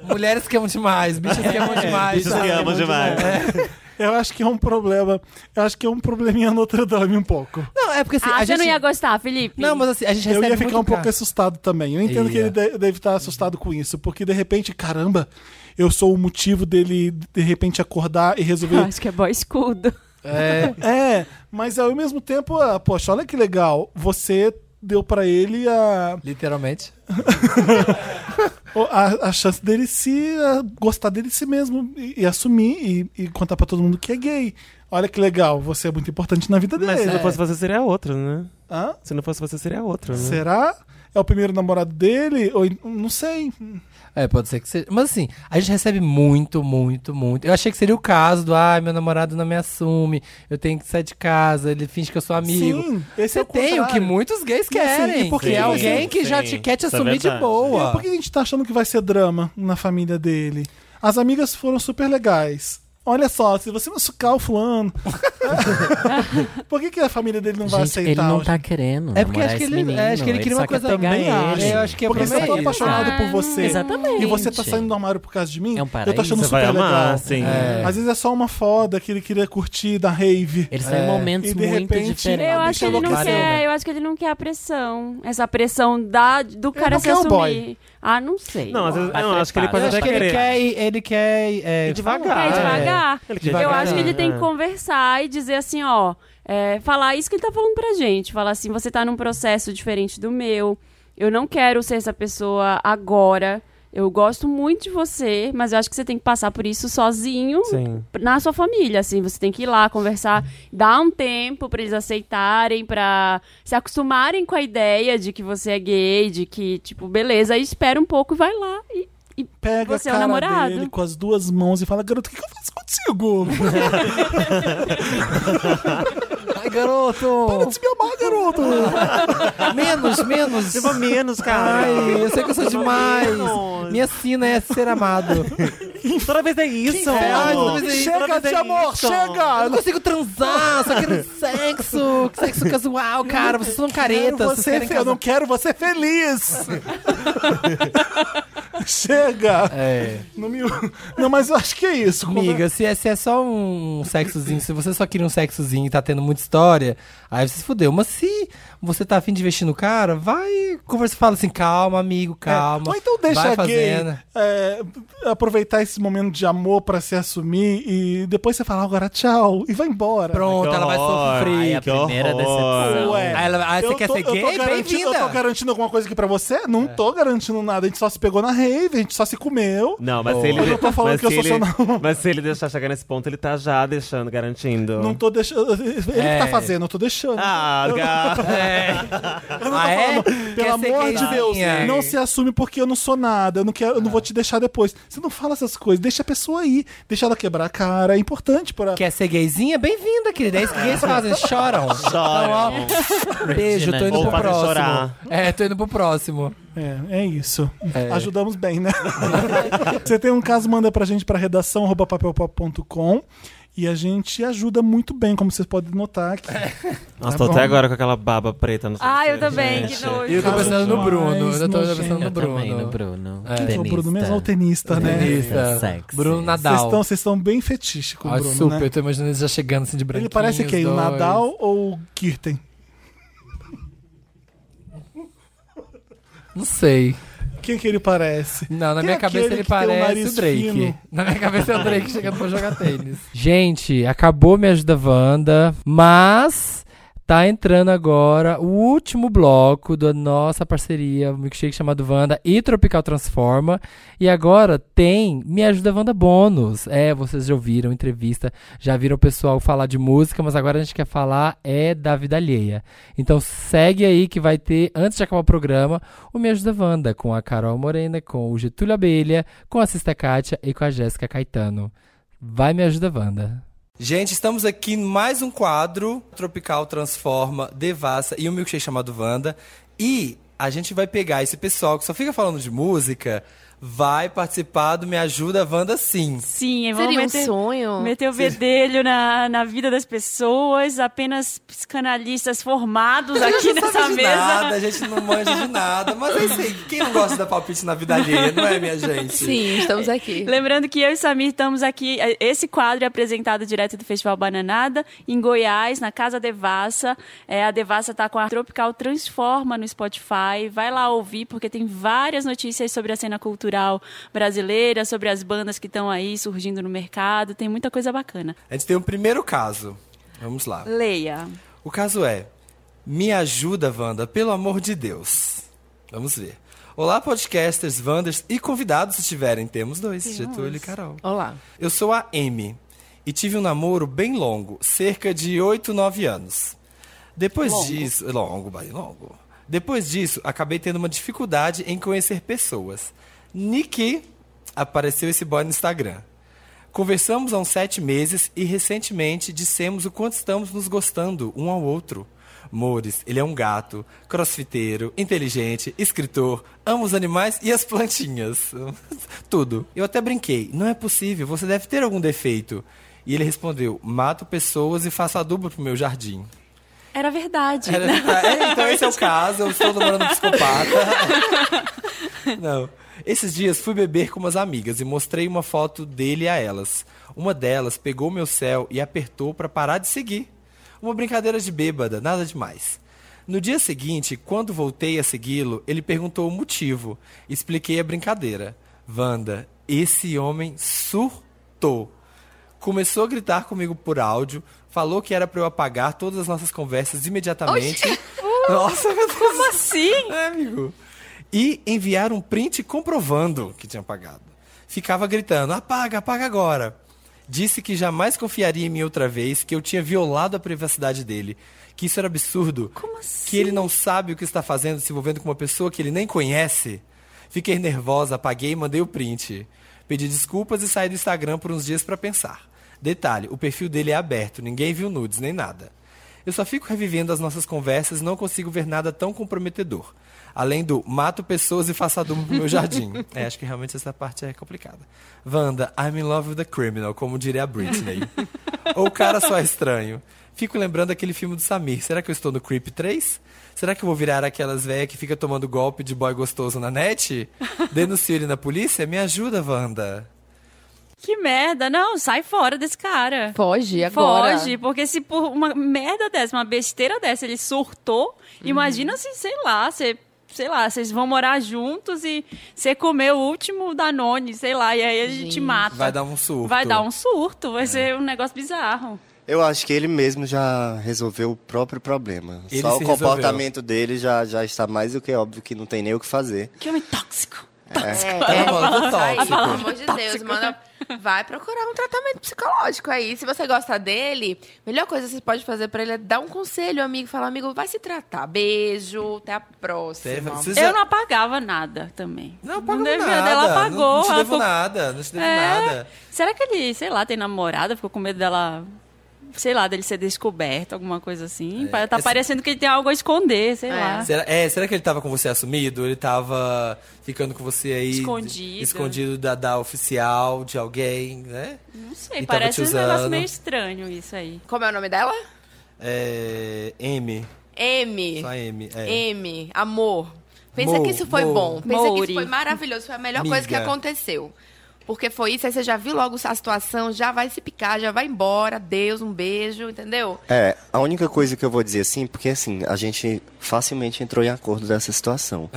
S2: mulheres que amam demais, bichas que amam demais.
S5: Bichos É, que
S2: sabe?
S5: amam demais.
S1: Eu acho que é um problema. Eu acho que é um probleminha Notre Dame um pouco.
S2: Não, é porque assim.
S3: Ah,
S2: a
S3: você
S2: gente...
S3: não ia gostar, Felipe?
S2: Não, mas assim, a gente
S1: Eu
S2: recebe
S1: ia ficar
S2: muito
S1: um pouco
S2: cara.
S1: assustado também. Eu entendo que
S2: Ia.
S1: ele de- deve estar assustado com isso, porque de repente, caramba, eu sou o motivo dele de repente acordar e
S3: Eu <laughs>
S1: resolver.
S3: acho que é boy escudo.
S2: É.
S1: É, mas ao mesmo tempo, ah, poxa, olha que legal. Você deu pra ele a,
S2: Literalmente.
S1: <laughs> o- a, a chance dele se ah, gostar dele si mesmo e, e assumir e, e contar pra todo mundo que é gay. Olha que legal, você é muito importante na vida dele.
S5: Mas se
S3: é.
S5: não fosse você, seria outro, né?
S1: Hã?
S5: Se não fosse você, seria outro, né?
S1: Será? É o primeiro namorado dele? Ou, não sei.
S2: É, pode ser que seja. Mas assim, a gente recebe muito, muito, muito. Eu achei que seria o caso do, ai, meu namorado não me assume, eu tenho que sair de casa, ele finge que eu sou amigo.
S1: Sim, esse
S2: Você
S1: é o
S2: tem o que
S1: contrário.
S2: muitos gays
S1: E assim,
S2: querem.
S1: e por
S2: porque
S1: que
S2: é alguém
S5: sim,
S2: que já
S5: sim.
S2: te quer te
S5: Isso é
S2: assumir de
S5: verdade.
S1: E
S2: boa.
S1: por que a gente tá achando que vai ser drama na família dele? As amigas foram super legais. Olha só, se você machucar o
S2: <laughs>
S1: fulano. por que, que a família dele não vai
S4: Gente, ele
S1: aceitar?
S4: não
S1: o-
S4: tá querendo.
S2: É porque
S4: namorar
S2: acho que
S4: esse
S2: ele-
S4: menino.
S2: é, acho que ele queria
S4: só
S2: uma
S4: quer
S2: coisa
S4: pegar
S2: bem-
S4: ele. tá
S2: É, eu acho que é
S1: Porque
S2: por
S1: se eu tô
S2: aí.
S1: apaixonado
S3: Ah,
S1: por você
S4: exatamente.
S1: e você tá saindo do armário por causa de mim,
S4: É um
S1: eu tô
S4: paraíso.
S1: achando
S5: Você vai
S1: super legal.
S5: amar, sim.
S2: É.
S1: Às vezes é só uma foda que ele queria curtir da rave.
S4: Eles são em
S2: É.
S4: momentos
S1: E de
S4: muito
S1: repente-
S4: diferentes.
S3: Eu acho que ele não
S2: enlouqueceu,
S3: quer,
S2: né?
S3: eu acho que ele não quer a pressão. Essa pressão da, do cara
S1: É, não
S3: se
S1: quer o
S3: assumir.
S1: boy.
S3: Ah, não sei.
S5: Não, às vezes,
S4: Vai
S5: não, acho que ele
S4: trepar,
S5: pode
S2: Mas
S5: até
S2: acho que ele
S5: querer.
S2: quer. ir- Ele quer ir, é,
S5: E devagar.
S3: É,
S2: falar.
S3: devagar.
S5: Ele quer
S3: Eu
S2: Devagar,
S3: acho que ele
S5: né?
S3: tem que conversar e dizer assim, ó, é, falar isso que ele tá falando pra gente. Falar assim, você tá num processo diferente do meu. Eu não quero ser essa pessoa agora. Eu gosto muito de você, mas eu acho que você tem que passar por isso sozinho
S5: Sim.
S3: na sua família, assim, você tem que ir lá conversar, dar um tempo pra eles aceitarem, pra se acostumarem com a ideia de que você é gay, de que, tipo, beleza, aí espera um pouco e vai lá e
S1: Pega
S3: Você é
S1: a
S3: o
S1: cara
S3: namorado?
S1: dele com as duas mãos e fala, garoto, o que, que eu faço contigo?
S2: <laughs> Ai, garoto!
S1: Antes me amar, garoto!
S2: <laughs> menos, menos!
S5: Leva Tipo, menos, cara.
S2: Ai, eu sei que eu sou
S5: Leva
S2: demais!
S5: menos.
S2: Minha sina é ser amado.
S5: <laughs> Toda vez é isso,
S2: inferno.
S5: amor.
S2: Toda vez é isso.
S5: Toda
S1: chega,
S5: vez é
S1: de amor,
S5: isso.
S1: chega!
S2: Eu não consigo transar, só quero um sexo, sexo casual, cara. Vocês são
S1: Quero
S2: caretas, vocês
S1: você
S2: querem
S1: fe- eu não
S2: casar.
S1: quero você feliz! Chega!
S2: É.
S1: Não, me... não, mas eu acho que é isso.
S2: Amiga, se é, se é só um sexozinho, se você só queria um sexozinho e tá tendo muita história, aí você se fudeu. Mas se você tá afim de investir no cara, vai, conversa, fala assim, calma, amigo,
S1: É,
S2: calma.
S1: Ou então deixa
S2: vai
S1: a gay
S2: fazendo.
S1: é, aproveitar esse momento de amor pra se assumir e depois você fala agora tchau e vai embora.
S2: Pronto,
S5: Que
S2: ela vai
S5: horror.
S4: Ai,
S2: sofrer.
S4: a primeira decepção.
S1: Ué,
S2: Aí ela- aí você
S1: eu
S2: quer
S1: tô-
S2: ser
S1: eu tô
S2: gay?
S1: garanti-
S2: Bem-vinda. É.
S1: Eu tô garantindo alguma coisa aqui pra você? Não tô garantindo nada. A gente só se pegou na rave, a gente só se comeu.
S5: Não, mas se ele.
S1: Eu não tô falando
S5: mas
S1: que eu
S5: se
S1: sou
S5: ele-
S1: seu namorado.
S5: Mas se ele deixar chegar nesse ponto, ele tá já deixando, garantindo.
S1: Não tô deixando. Ele
S2: É.
S1: que tá fazendo, eu tô deixando.
S5: Ah, gato.
S2: <laughs> É. Ah, é?
S1: Pelo
S2: Quer ser
S1: amor de Deus,
S2: gayzinha?
S1: não se assume porque eu não sou nada, eu não, quero, eu não vou te deixar depois. Você não fala essas coisas, deixa a pessoa aí, deixa ela quebrar a cara, é importante para.
S2: Quer ser gayzinha? Bem-vinda, querida. É isso que gays fazem, eles choram.
S5: Choram.
S2: Então, ó, beijo, tô indo
S5: Ou
S2: pro
S5: fazem
S2: próximo.
S5: chorar.
S2: É, tô indo pro próximo.
S1: É, é isso.
S2: É.
S1: Ajudamos bem, né? <laughs> Você tem um caso, manda pra gente pra redação arroba papelpop.com e a gente ajuda muito bem, como vocês podem notar aqui.
S2: É.
S1: Tá
S5: Nossa, tô
S1: bom.
S5: até agora com aquela baba preta no
S3: Ah, eu
S5: sobrancelha,
S3: também,
S5: gente.
S3: que nojo.
S2: E eu tô
S1: Caso
S2: pensando no
S1: demais,
S2: Bruno. Eu tô
S1: nojento.
S2: pensando no
S4: Eu também, né? no
S2: Tá Bruno.
S4: Bruno.
S2: É.
S1: Que é o Bruno mesmo, é o
S4: Tenista.
S1: tenista, né?
S4: Tenista.
S2: Tenista.
S4: Sexy.
S2: É. Bruno
S1: Vocês
S2: Nadal.
S1: estão- Vocês estão bem fetiche com o
S2: Ai,
S1: Bruno,
S2: super,
S1: né?
S2: eu tô imaginando eles já chegando assim de branquinho.
S1: Ele parece quem? O
S2: os dois.
S1: Nadal ou o Kirten?
S2: Não sei.
S1: Quem que ele parece?
S2: Não, na
S1: Tem
S2: minha
S1: aquele
S2: cabeça ele
S1: que tem o
S2: parece
S1: nariz
S2: o, Drake.
S1: fino.
S2: <laughs> Na minha cabeça é o Drake chegando pra jogar tênis. Gente, acabou Me Ajuda Wanda, mas tá entrando agora o último bloco da nossa parceria, o milkshake chamado Wanda e Tropical Transforma. E agora tem Me Ajuda Wanda bônus. É, vocês já ouviram entrevista, já viram o pessoal falar de música, mas agora a gente quer falar é da vida alheia. Então segue aí que vai ter, antes de acabar o programa, o Me Ajuda Wanda com a Carol Morena, com o Getúlio Abelha, com a Sista Kátia e com a Jéssica Caetano. Vai Me Ajuda Wanda. Gente, estamos aqui em mais um quadro Tropical Transforma, Devassa e um milkshake chamado Wanda. E a gente vai pegar esse pessoal que só fica falando de música, vai participar do Me Ajuda Wanda sim.
S3: Sim, aí vamos
S10: Seria um
S3: meter,
S10: sonho.
S3: meter o bedelho na, na vida das pessoas, apenas psicanalistas formados aqui
S2: não
S3: nessa
S2: sabe de
S3: mesa.
S2: nada, a gente não manja de nada, mas é isso aí. Quem não gosta da palpite na vida alheia, não é, minha gente?
S10: Sim, estamos aqui.
S3: Lembrando que eu e Samir estamos aqui. eh, Esse quadro é apresentado direto do Festival Bananada, em Goiás, na Casa Devassa. É, a Devassa está com a Tropical Transforma no Spotify. Vai lá ouvir, porque tem várias notícias sobre a cena cultural brasileira, sobre as bandas que estão aí surgindo no mercado. Tem muita coisa bacana.
S2: A gente tem um primeiro caso. Vamos lá.
S3: Leia.
S2: O caso é: Me ajuda, Wanda, pelo amor de Deus. Vamos ver. Olá, podcasters, Wanders e convidados, se tiverem. Temos dois, Getúlio e Carol.
S10: Olá.
S2: Eu sou a M e tive um namoro bem longo, cerca de 8, 9 anos. Depois disso. Longo, bem longo. Depois disso, acabei tendo uma dificuldade em conhecer pessoas. Nick apareceu esse boy no Instagram. Conversamos há uns sete meses e recentemente dissemos o quanto estamos nos gostando um ao outro. Mores, ele é um gato, crossfiteiro, inteligente, escritor, ama os animais e as plantinhas. <laughs> Tudo. Eu até brinquei, não é possível, você deve ter algum defeito. E ele respondeu: mato pessoas e faço adubo pro meu jardim.
S3: Era verdade.
S2: Era- É, então esse é o caso, eu estou namorando um psicopata. Não. Esses dias fui beber com umas amigas e mostrei uma foto dele a elas. Uma delas pegou meu céu e apertou para parar de seguir. Uma brincadeira de bêbada, nada demais. No dia seguinte, quando voltei a segui-lo, ele perguntou o motivo. Expliquei a brincadeira. Wanda, esse homem surtou. Começou a gritar comigo por áudio, falou que era pra eu apagar todas as nossas conversas imediatamente. Nossa, meu Deus. Como assim? É, amigo. E enviar um print comprovando que tinha apagado. Ficava gritando: apaga, apaga agora. Disse que jamais confiaria em mim outra vez, que eu tinha violado a privacidade dele, que isso era absurdo. Como assim? Que ele não sabe o que está fazendo, se envolvendo com uma pessoa que ele nem conhece. Fiquei nervosa, apaguei e mandei o print. Pedi desculpas e saí do Instagram por uns dias pra pensar. Detalhe, o perfil dele é aberto, ninguém viu nudes nem nada. Eu só fico revivendo as nossas conversas e não consigo ver nada tão comprometedor. Além do mato pessoas e faço adubo pro meu jardim. é, acho que realmente essa parte é complicada. Wanda, I'm in love with the criminal, como diria a Britney. Ou o cara só é estranho. Fico lembrando daquele filme do Samir. Será que eu estou no Creep 3? Será que eu vou virar aquelas velhas que fica tomando golpe de boy gostoso na net? Denuncio ele na polícia? Me ajuda, Wanda.
S3: <laughs> Que merda. Não, sai fora desse cara.
S10: Foge agora.
S3: Foge, porque se por uma merda dessa, uma besteira dessa, ele surtou, imagina se, sei lá, você. Sei lá, vocês vão morar juntos e você comer o último Danone, sei lá, e aí a gente
S10: Gente.
S3: mata.
S2: Vai dar um surto. É.
S3: Vai dar um surto, vai ser um negócio bizarro.
S8: Eu acho que ele mesmo já resolveu o próprio problema.
S2: Ele
S8: Só
S2: se
S8: o comportamento dele já, já está mais do que óbvio que não tem nem o que fazer.
S3: Que homem tóxico.
S2: Tá falando do
S10: Aí,
S2: tóxico.
S10: pelo amor de Deus, mano, vai procurar um tratamento psicológico aí. Se você gosta dele, a melhor coisa que você pode fazer pra ele é dar um conselho, amigo. Falar, amigo, vai se tratar. Beijo, até a próxima.
S2: Vocês já-
S3: Eu não apagava nada também.
S2: Não, pagou
S3: devia,
S2: nada.
S3: é Ela
S2: Não,
S3: apagou.
S2: não te
S3: ela
S2: devo
S3: ficou-
S2: nada, não te devo
S3: É.
S2: nada.
S3: Será que ele, sei lá, tem namorada? Ficou com medo dela, sei lá, dele ser descoberto, alguma coisa assim? Pa- Tá
S2: É, esse-
S3: parecendo que ele tem algo a esconder, sei lá.
S2: Será, é, será que ele tava com você assumido? Ele tava ficando com você aí...
S3: Escondido.
S2: Escondido da, da oficial, de alguém, né?
S3: Não sei,
S2: E tava
S3: parece
S2: te
S3: um negócio
S2: usando.
S3: meio estranho isso aí.
S10: Como é o nome dela?
S2: É, M,
S10: M.
S2: só M. É.
S10: M. Amor. Pensa
S2: Mo-
S10: que isso foi
S2: Mo-
S10: bom. Pensa que
S3: Mouri.
S10: isso foi maravilhoso. Foi a melhor
S2: Miga.
S10: coisa que aconteceu. Porque foi isso, aí você já viu logo a situação, já vai se picar, já vai embora. Deus, um beijo, entendeu?
S8: É, a única coisa que eu vou dizer assim, porque assim, a gente facilmente entrou em acordo dessa situação.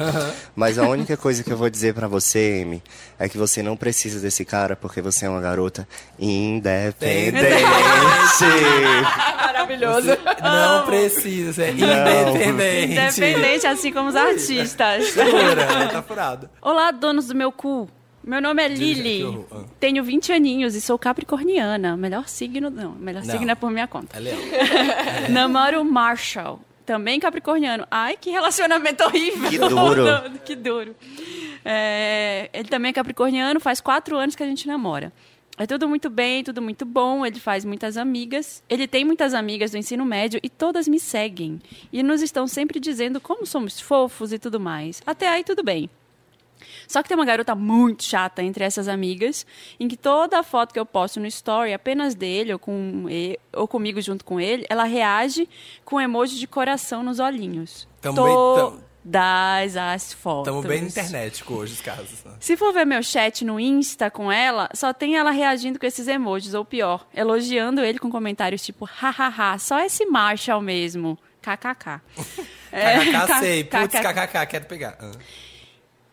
S8: Mas a única coisa que eu vou dizer pra você, Amy, é que você não precisa desse cara porque você é uma garota independente.
S3: Maravilhoso.
S2: Não precisa, você é independente.
S3: Independente, assim como os artistas.
S2: Segura, né? tá furado.
S3: Olá, donos do meu cu. Meu nome é
S2: que
S3: Lili.
S2: horror. Ah.
S3: Tenho 20 aninhos e sou capricorniana. Melhor signo, não. Melhor
S2: Não.
S3: signo é por minha conta. <laughs>
S2: É leão. É.
S3: Namoro Marshall, também capricorniano. Ai, que relacionamento horrível.
S8: Que
S3: <laughs>
S8: duro.
S3: que duro. É, ele também é capricorniano, faz quatro anos que a gente namora. É tudo muito bem, tudo muito bom. Ele faz muitas amigas. Ele tem muitas amigas do ensino médio e todas me seguem. E nos estão sempre dizendo como somos fofos e tudo mais. Até aí, tudo bem. Só que tem uma garota muito chata entre essas amigas, em que toda a foto que eu posto no story, apenas dele ou, com e- ou comigo junto com ele, ela reage com emoji de coração nos olhinhos.
S2: Tamo bem-
S3: Todas
S2: tamo-
S3: as fotos.
S2: Tamo bem na internet com hoje os casos. né?
S3: Se for ver meu chat no Insta com ela, só tem ela reagindo com esses emojis, ou pior, elogiando ele com comentários tipo, hahaha, só esse Marshall
S2: <laughs>
S3: mesmo. KKK. É,
S2: KKK, sei.
S3: kkk.
S2: Putz, KKK, quero pegar. Ah.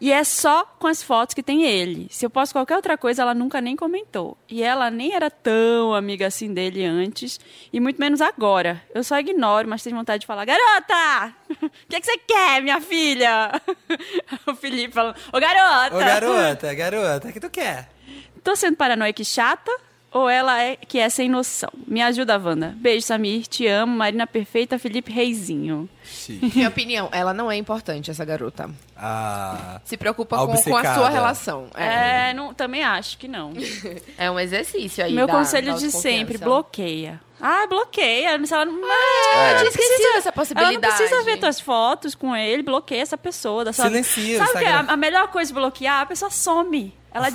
S3: E é só com as fotos que tem ele. Se eu posto qualquer outra coisa, ela nunca nem comentou. E ela nem era tão amiga assim dele antes, e muito menos agora. Eu só ignoro, mas tenho vontade de falar: Garota! <laughs> O que, é que você quer, minha filha? <laughs> O Felipe falando: Ô garota!
S2: Ô, garota, garota, o que tu quer?
S3: Tô sendo paranoica e chata? Ou ela é que é sem noção? Me ajuda, Wanda. Beijo, Samir. Te amo. Marina Perfeita, Felipe Reizinho.
S10: Minha opinião, ela não é importante, essa garota.
S2: Ah.
S10: Se preocupa
S2: A
S10: com, com a
S2: obcecada.
S10: sua relação. É,
S3: É, não, também acho que
S10: <laughs>
S3: não.
S10: é um exercício aí.
S3: Meu
S10: da-
S3: conselho
S10: da
S3: de sempre:
S10: autoconfiança.
S3: bloqueia. Ah, bloqueia. Se ela não.
S10: Ah, eu tinha
S3: não
S10: esquecido dessa
S3: Ela não
S10: possibilidade.
S3: precisa ver tuas fotos com ele, bloqueia essa pessoa. Da sua...
S2: Silencia o
S3: Sabe o que é a,
S2: Instagram.
S3: a melhor coisa de bloquear? A pessoa some. Ela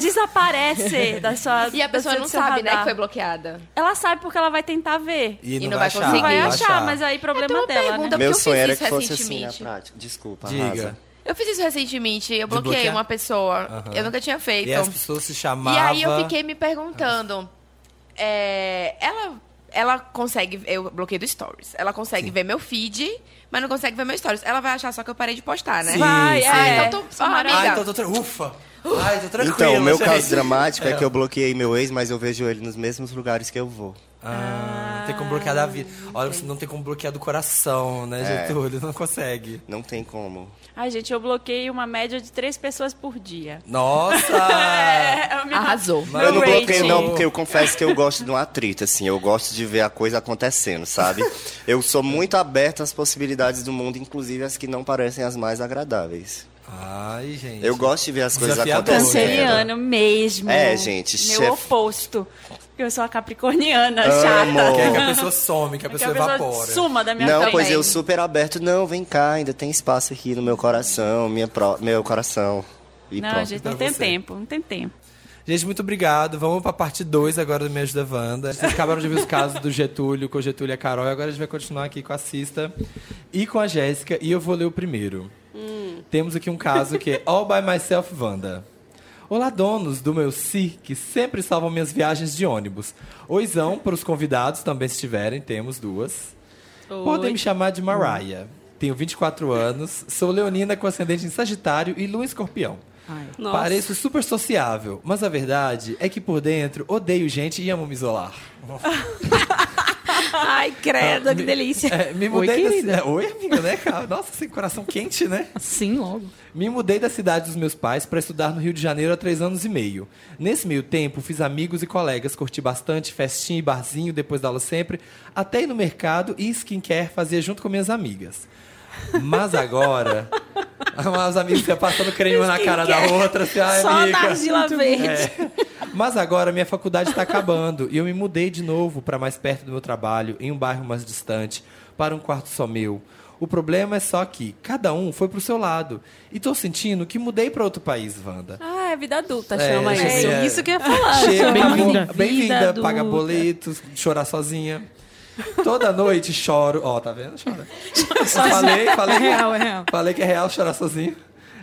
S3: desaparece da sua.
S10: E a
S3: da
S10: pessoa
S3: sua-
S10: não
S3: do seu
S10: sabe, né,
S3: radar.
S10: que foi bloqueada.
S3: Ela sabe porque ela vai tentar ver.
S2: E não,
S10: não
S2: vai
S10: vai
S2: achar,
S10: conseguir.
S3: vai
S2: não
S3: achar, mas é- aí problema
S10: uma
S3: dela.
S10: pergunta.
S3: Né?
S10: porque Então, eu
S8: Meu
S10: fiz
S8: sonho era
S10: isso
S8: que fosse assim na
S10: recentemente.
S8: prática. Desculpa,
S2: Diga.
S8: arrasa.
S10: Eu fiz isso recentemente, eu bloqueei
S2: bloquear?
S10: uma pessoa. Eu nunca tinha feito.
S2: E as pessoas se chamavam.
S10: E aí eu fiquei me perguntando, é, ela, ela consegue, eu bloqueei do Stories, ela consegue ver meu feed, mas não consegue ver meu Stories. Ela vai achar só que eu parei de postar, né?
S2: Sim,
S3: Vai,
S2: sim.
S3: é.
S10: Então tô-
S3: Sou
S10: ah,
S3: maravilhosa.
S2: Ah,
S10: amiga.
S2: então tô, tra- ufa. Ai, tô tranquilo.
S8: Então, o meu
S2: gente.
S8: caso dramático é. que eu bloqueei meu ex, mas eu vejo ele nos mesmos lugares que eu vou.
S2: Ah, não tem como bloquear da vida. Olha, você não tem como bloquear do coração, né, Getúlio? Não consegue.
S8: É. Não tem como.
S3: Ai, gente, eu bloqueei uma média de três pessoas por dia.
S2: Nossa!
S3: <laughs> É, o meu-
S10: Arrasou.
S2: Mas-
S8: eu não
S3: rating.
S8: bloqueio, não, porque eu confesso que eu gosto de um atrito, assim. Eu gosto de ver a coisa acontecendo, sabe? Eu sou muito aberto às possibilidades do mundo, inclusive as que não parecem as mais agradáveis.
S2: Ai, gente.
S8: Eu gosto de ver as coisas
S2: Desafiador.
S8: acontecendo.
S3: Canceriano mesmo.
S8: É, gente,
S3: Meu
S8: chefe-
S3: oposto. Eu sou a capricorniana,
S8: Amo.
S3: chata.
S2: Quer é que a pessoa some, que a pessoa
S3: que a pessoa
S2: evapora.
S3: suma da minha
S8: Não,
S3: frente.
S8: pois eu super aberto. Não, vem cá, ainda tem espaço aqui no meu coração, minha pro- meu coração. E
S3: Não,
S8: pronto.
S3: gente, não
S2: Pra
S3: tem
S2: você.
S3: tempo, não tem tempo.
S2: Gente, muito obrigado. Vamos pra parte 2 agora do Me Ajuda Wanda. Vocês acabaram de ver os casos do Getúlio, com o Getúlio e a Carol. E agora a gente vai continuar aqui com a Cista e com a Jéssica. E eu vou ler o primeiro. Temos aqui um caso que é All By Myself Wanda. Olá, donos do meu Si, que sempre salvam minhas viagens de ônibus. Oizão para os convidados, também se tiverem, temos duas. Podem me chamar de Mariah. Tenho 24 anos, sou leonina com ascendente em Sagitário e Lua em Escorpião.
S11: <laughs>
S3: Nossa.
S2: Pareço super sociável, mas a verdade é que por dentro odeio gente e amo
S11: <laughs>
S2: me isolar.
S3: Ai, credo, que delícia.
S2: É, me
S11: Oi,
S2: mudei da
S11: querida.
S2: cidade. Oi, amiga, né, cara? Nossa, sem coração quente, né?
S11: Sim, logo.
S2: Me mudei da cidade dos meus pais para estudar no Rio de Janeiro há três anos e meio. Nesse meio tempo, fiz amigos e colegas, curti bastante, festinha e barzinho depois da aula sempre, até ir no mercado e skincare fazia junto com minhas amigas. Mas agora, <laughs> as amigas ficam tá passando creme uma na cara da outra, assim, ai,
S11: Só
S2: amiga.
S11: na argila verde.
S2: É. Mas agora minha faculdade está acabando e eu me mudei de novo para mais perto do meu trabalho, em um bairro mais distante, para um quarto só meu. O problema é só que cada um foi pro seu lado. E tô sentindo que mudei para outro país, Wanda.
S3: Ah, é vida
S11: Tá
S3: adulta,
S2: É,
S3: chama
S2: gente,
S3: isso.
S2: é.
S11: Isso que eu ia falar.
S2: Chega,
S11: Bem-vinda.
S2: bem-vinda,
S11: Vida
S2: paga
S11: do-
S2: boletos, chorar sozinha. Toda noite choro. Ó, tá vendo? Chora. falei, falei.
S11: É real, é real.
S2: Falei que é real chorar sozinho.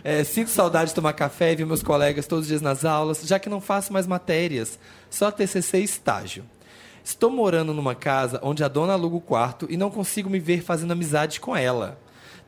S2: É, sinto saudade de tomar café e ver meus colegas todos os dias nas aulas, já que não faço mais matérias, só TCC e estágio. Estou morando numa casa onde a dona aluga o quarto e não consigo me ver fazendo amizade com ela.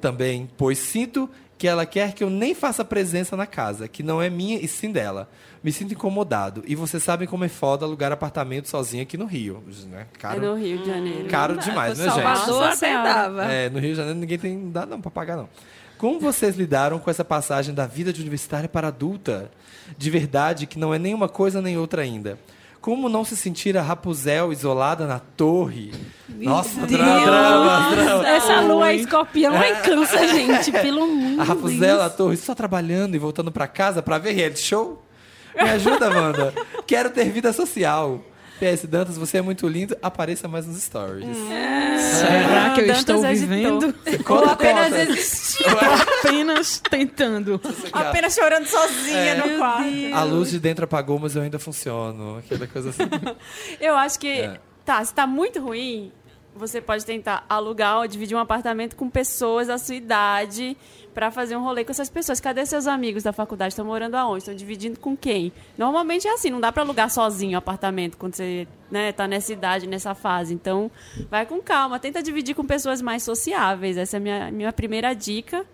S2: Também, pois sinto que ela quer que eu nem faça presença na casa, que não é minha e sim dela. Me sinto incomodado. E vocês sabem como é foda alugar apartamento sozinho aqui no Rio. Né?
S3: É
S2: Caro,
S3: do Rio de Janeiro.
S2: caro demais, né, gente?
S3: Salvador,
S11: Nossa
S3: você
S11: Senhora.
S3: dava.
S2: É, no Rio de Janeiro ninguém tem dá não pra pagar não. Como vocês lidaram com essa passagem da vida de universitária para adulta? De verdade que não é nenhuma coisa nem outra ainda. Como não se sentir a Rapuzel isolada na torre? Nossa, drama, drama, drama.
S11: Essa lua é escorpião é
S2: <laughs>
S11: câncer, gente. Pelo mundo.
S2: A Rapuzel na torre só trabalhando e voltando pra casa pra ver reality show? Me ajuda, Wanda. Quero ter vida social. PS Dantas, você é muito lindo. Apareça mais nos stories.
S11: É. Será que eu
S3: Dantas
S11: estou
S3: hesitou.
S11: vivendo?
S2: Conta,
S11: Ou apenas
S2: conta.
S11: existindo? apenas tentando.
S3: Apenas chorando sozinha no quarto.
S2: <laughs> A luz de dentro apagou, mas eu ainda funciono. Aquela coisa assim.
S3: Eu acho que.
S2: É.
S3: Tá, se tá muito ruim, você pode tentar alugar ou dividir um apartamento com pessoas da sua idade pra fazer um rolê com essas pessoas. Cadê seus amigos da faculdade? Estão morando aonde? Estão dividindo com quem? Normalmente é assim, não dá pra alugar sozinho apartamento quando você né, tá nessa idade, nessa fase. Então, vai com calma, tenta dividir com pessoas mais sociáveis. Essa é a minha, minha primeira dica.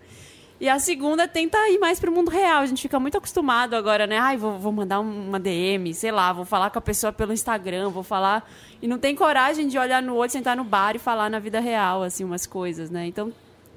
S3: E a segunda é tentar ir mais pro mundo real. A gente fica muito acostumado agora, né? Ai, vou, vou mandar uma DM, sei lá, vou falar com a pessoa pelo Instagram, vou falar. E não tem coragem de olhar no olho, sentar no bar e falar na vida real, assim, umas coisas, né? Então,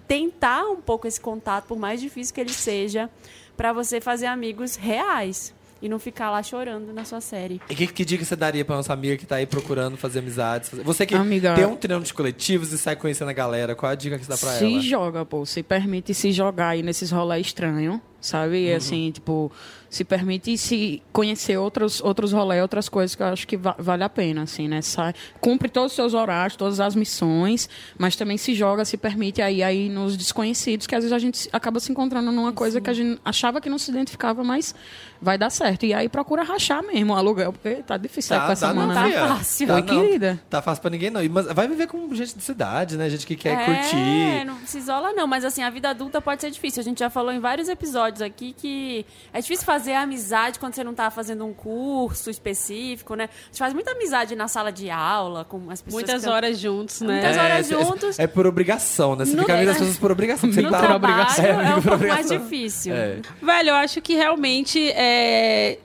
S3: tentar um pouco esse contato, por mais difícil que ele seja, pra você fazer amigos reais. E não ficar lá chorando na sua série.
S2: E que, que dica você daria pra nossa amiga que tá aí procurando fazer amizades? fazer- Você que
S11: Amiga.
S2: tem um treinamento de coletivos e sai conhecendo a galera, qual a dica que você dá pra
S11: se
S2: ela?
S11: joga, pô. Se permite se jogar aí nesses rolê estranho, sabe? E
S2: Uhum.
S11: Assim, tipo, se permite se conhecer outros, outros rolê, outras coisas que eu acho que va- vale a pena, assim, né? Sai, cumpre todos os seus horários, todas as missões, mas também se joga, se permite aí, aí nos desconhecidos, que às vezes a gente se- acaba se encontrando numa coisa que a gente achava que não se identificava, mas vai dar certo. E aí procura rachar mesmo o aluguel, porque tá difícil sair com essa
S2: não,
S11: mana, né?
S2: fia.
S11: Oi,
S2: não.
S11: querida.
S2: Tá fácil pra ninguém, não. E- Mas vai viver com gente de cidade, né? Gente que quer
S3: é,
S2: curtir.
S3: não se isola não, mas assim, a vida adulta pode ser difícil. A gente já falou em vários episódios aqui que é difícil fazer amizade quando você não tá fazendo um curso específico, né? A gente faz muita amizade na sala de aula, com as pessoas.
S11: Muitas
S3: que-
S11: horas juntos, né?
S3: Muitas
S2: É,
S3: horas
S2: é- é-
S3: juntos.
S2: É por obrigação, né? Você
S3: No-
S2: fica amigo das pessoas por obrigação. porque Você
S3: no
S2: tá
S3: trabalho
S2: obrigação.
S3: é
S2: <laughs>
S3: um
S2: amigo por
S3: pouco mais
S2: obrigação.
S3: difícil.
S2: É.
S12: Velho, eu acho que realmente é.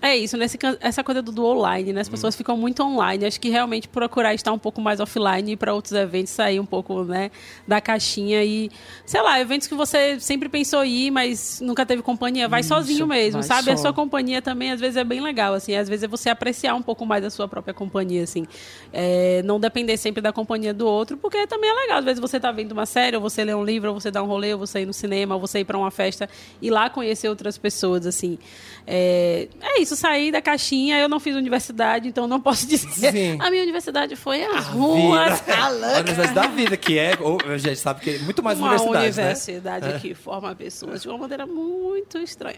S12: É isso, né? Esse can- essa coisa do, do online, né?
S2: Hum.
S12: As pessoas ficam muito online. Acho que realmente procurar estar um pouco mais offline e ir para outros eventos, sair um pouco, né, da caixinha e, sei lá, eventos que você sempre pensou em ir, mas nunca teve companhia, vai
S11: Isso,
S12: sozinho mesmo,
S11: vai
S12: sabe? A
S11: só.
S12: sua companhia também às vezes é bem legal, assim, às vezes é você apreciar um pouco mais a sua própria companhia, assim. É, não depender sempre da companhia do outro, porque também é legal. Às vezes você tá vendo uma série, ou você lê um livro, ou você dá um rolê, ou você ir no cinema, ou você ir para uma festa e lá conhecer outras pessoas, assim. É, é isso, sair da caixinha. Eu não fiz universidade, então não posso <laughs> dizer.
S2: Sim.
S12: A minha universidade foi as
S2: <laughs>
S12: ruas,
S2: Vida.
S12: a
S2: A
S12: louca.
S2: universidade da vida, que é. Ou, a gente sabe que é muito mais
S12: uma
S2: universidade.
S12: universidade
S2: né?
S12: que forma pessoas de uma maneira muito estranha.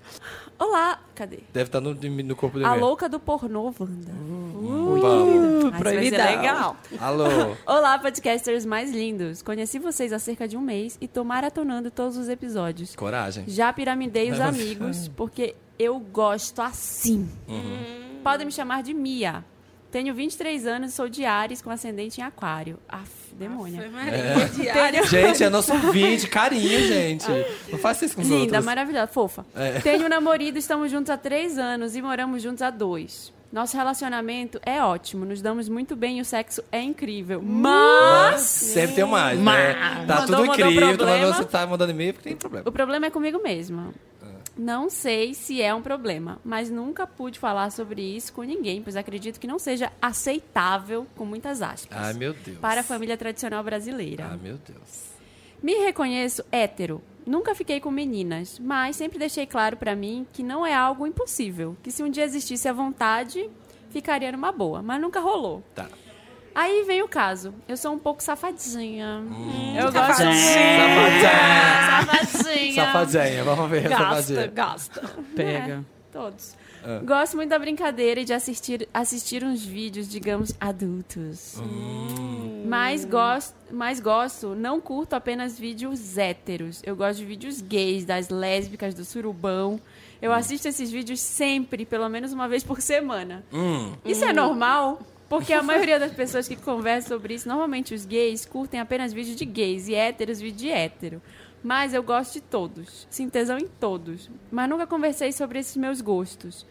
S3: Olá, cadê?
S2: Deve estar no, no corpo do
S3: A
S2: e-mail.
S3: louca do pornô, Wanda. Uh,
S2: Vamos.
S3: mas vai ser
S12: proibidão.
S3: legal.
S2: Alô.
S3: Olá, podcasters mais lindos. Conheci vocês há cerca de um mês e tô maratonando todos os episódios.
S2: Coragem.
S3: Já piramidei os
S2: Vai, vai.
S3: amigos, porque eu gosto assim.
S2: Uhum.
S3: Podem me chamar de Mia. Tenho 23 anos e sou de Ares com ascendente em aquário. Aff, demônio.
S2: É. Gente, é nosso vídeo, carinho, gente. Não faça isso com os
S3: Ah, Linda,
S2: outros.
S3: maravilhosa, fofa.
S2: É.
S3: Tenho um namorado, estamos juntos há três anos e moramos juntos há dois. Nosso relacionamento é ótimo, nos damos muito bem e o sexo é incrível.
S2: Mas
S3: Mas.
S2: sempre tem mais, né?
S3: Mas-
S2: Tá
S3: Mandou-
S2: tudo
S3: mandou
S2: incrível, tá
S3: problema.
S2: mandando, você tá mandando e-mail porque tem problema.
S3: O problema é comigo mesma.
S2: É.
S3: Não sei se é um problema, mas nunca pude falar sobre isso com ninguém, pois acredito que não seja aceitável, com muitas aspas,
S2: Ai, meu Deus.
S3: para a família tradicional brasileira.
S2: Ai, meu Deus.
S3: Me reconheço hétero. Nunca fiquei com meninas, mas sempre deixei claro pra mim que não é algo impossível. Que se um dia existisse a vontade, ficaria numa boa. Mas nunca rolou.
S2: Tá.
S3: Aí vem o caso. Eu sou um pouco safadinha.
S2: Eu gosto de- Hum. Safadinha.
S3: Safadinha.
S2: Safadinha, vamos ver a safadinha.
S12: Gasta, gasta.
S2: Pega.
S3: é? Todos.
S2: Ah.
S3: Gosto muito da brincadeira e de assistir, assistir uns vídeos, digamos, adultos. Mas, gosto, mas gosto, não curto apenas vídeos héteros. Eu gosto de vídeos gays, das lésbicas, do surubão. Eu assisto esses vídeos sempre, pelo menos uma vez por semana.
S2: Hum.
S3: Isso é
S8: Hum.
S3: normal? Porque a maioria das pessoas que conversam sobre isso, normalmente os gays curtem apenas vídeo de gays e héteros vídeo de hétero. Mas eu gosto de todos, sinto tesão em todos. Mas nunca conversei sobre esses meus gostos.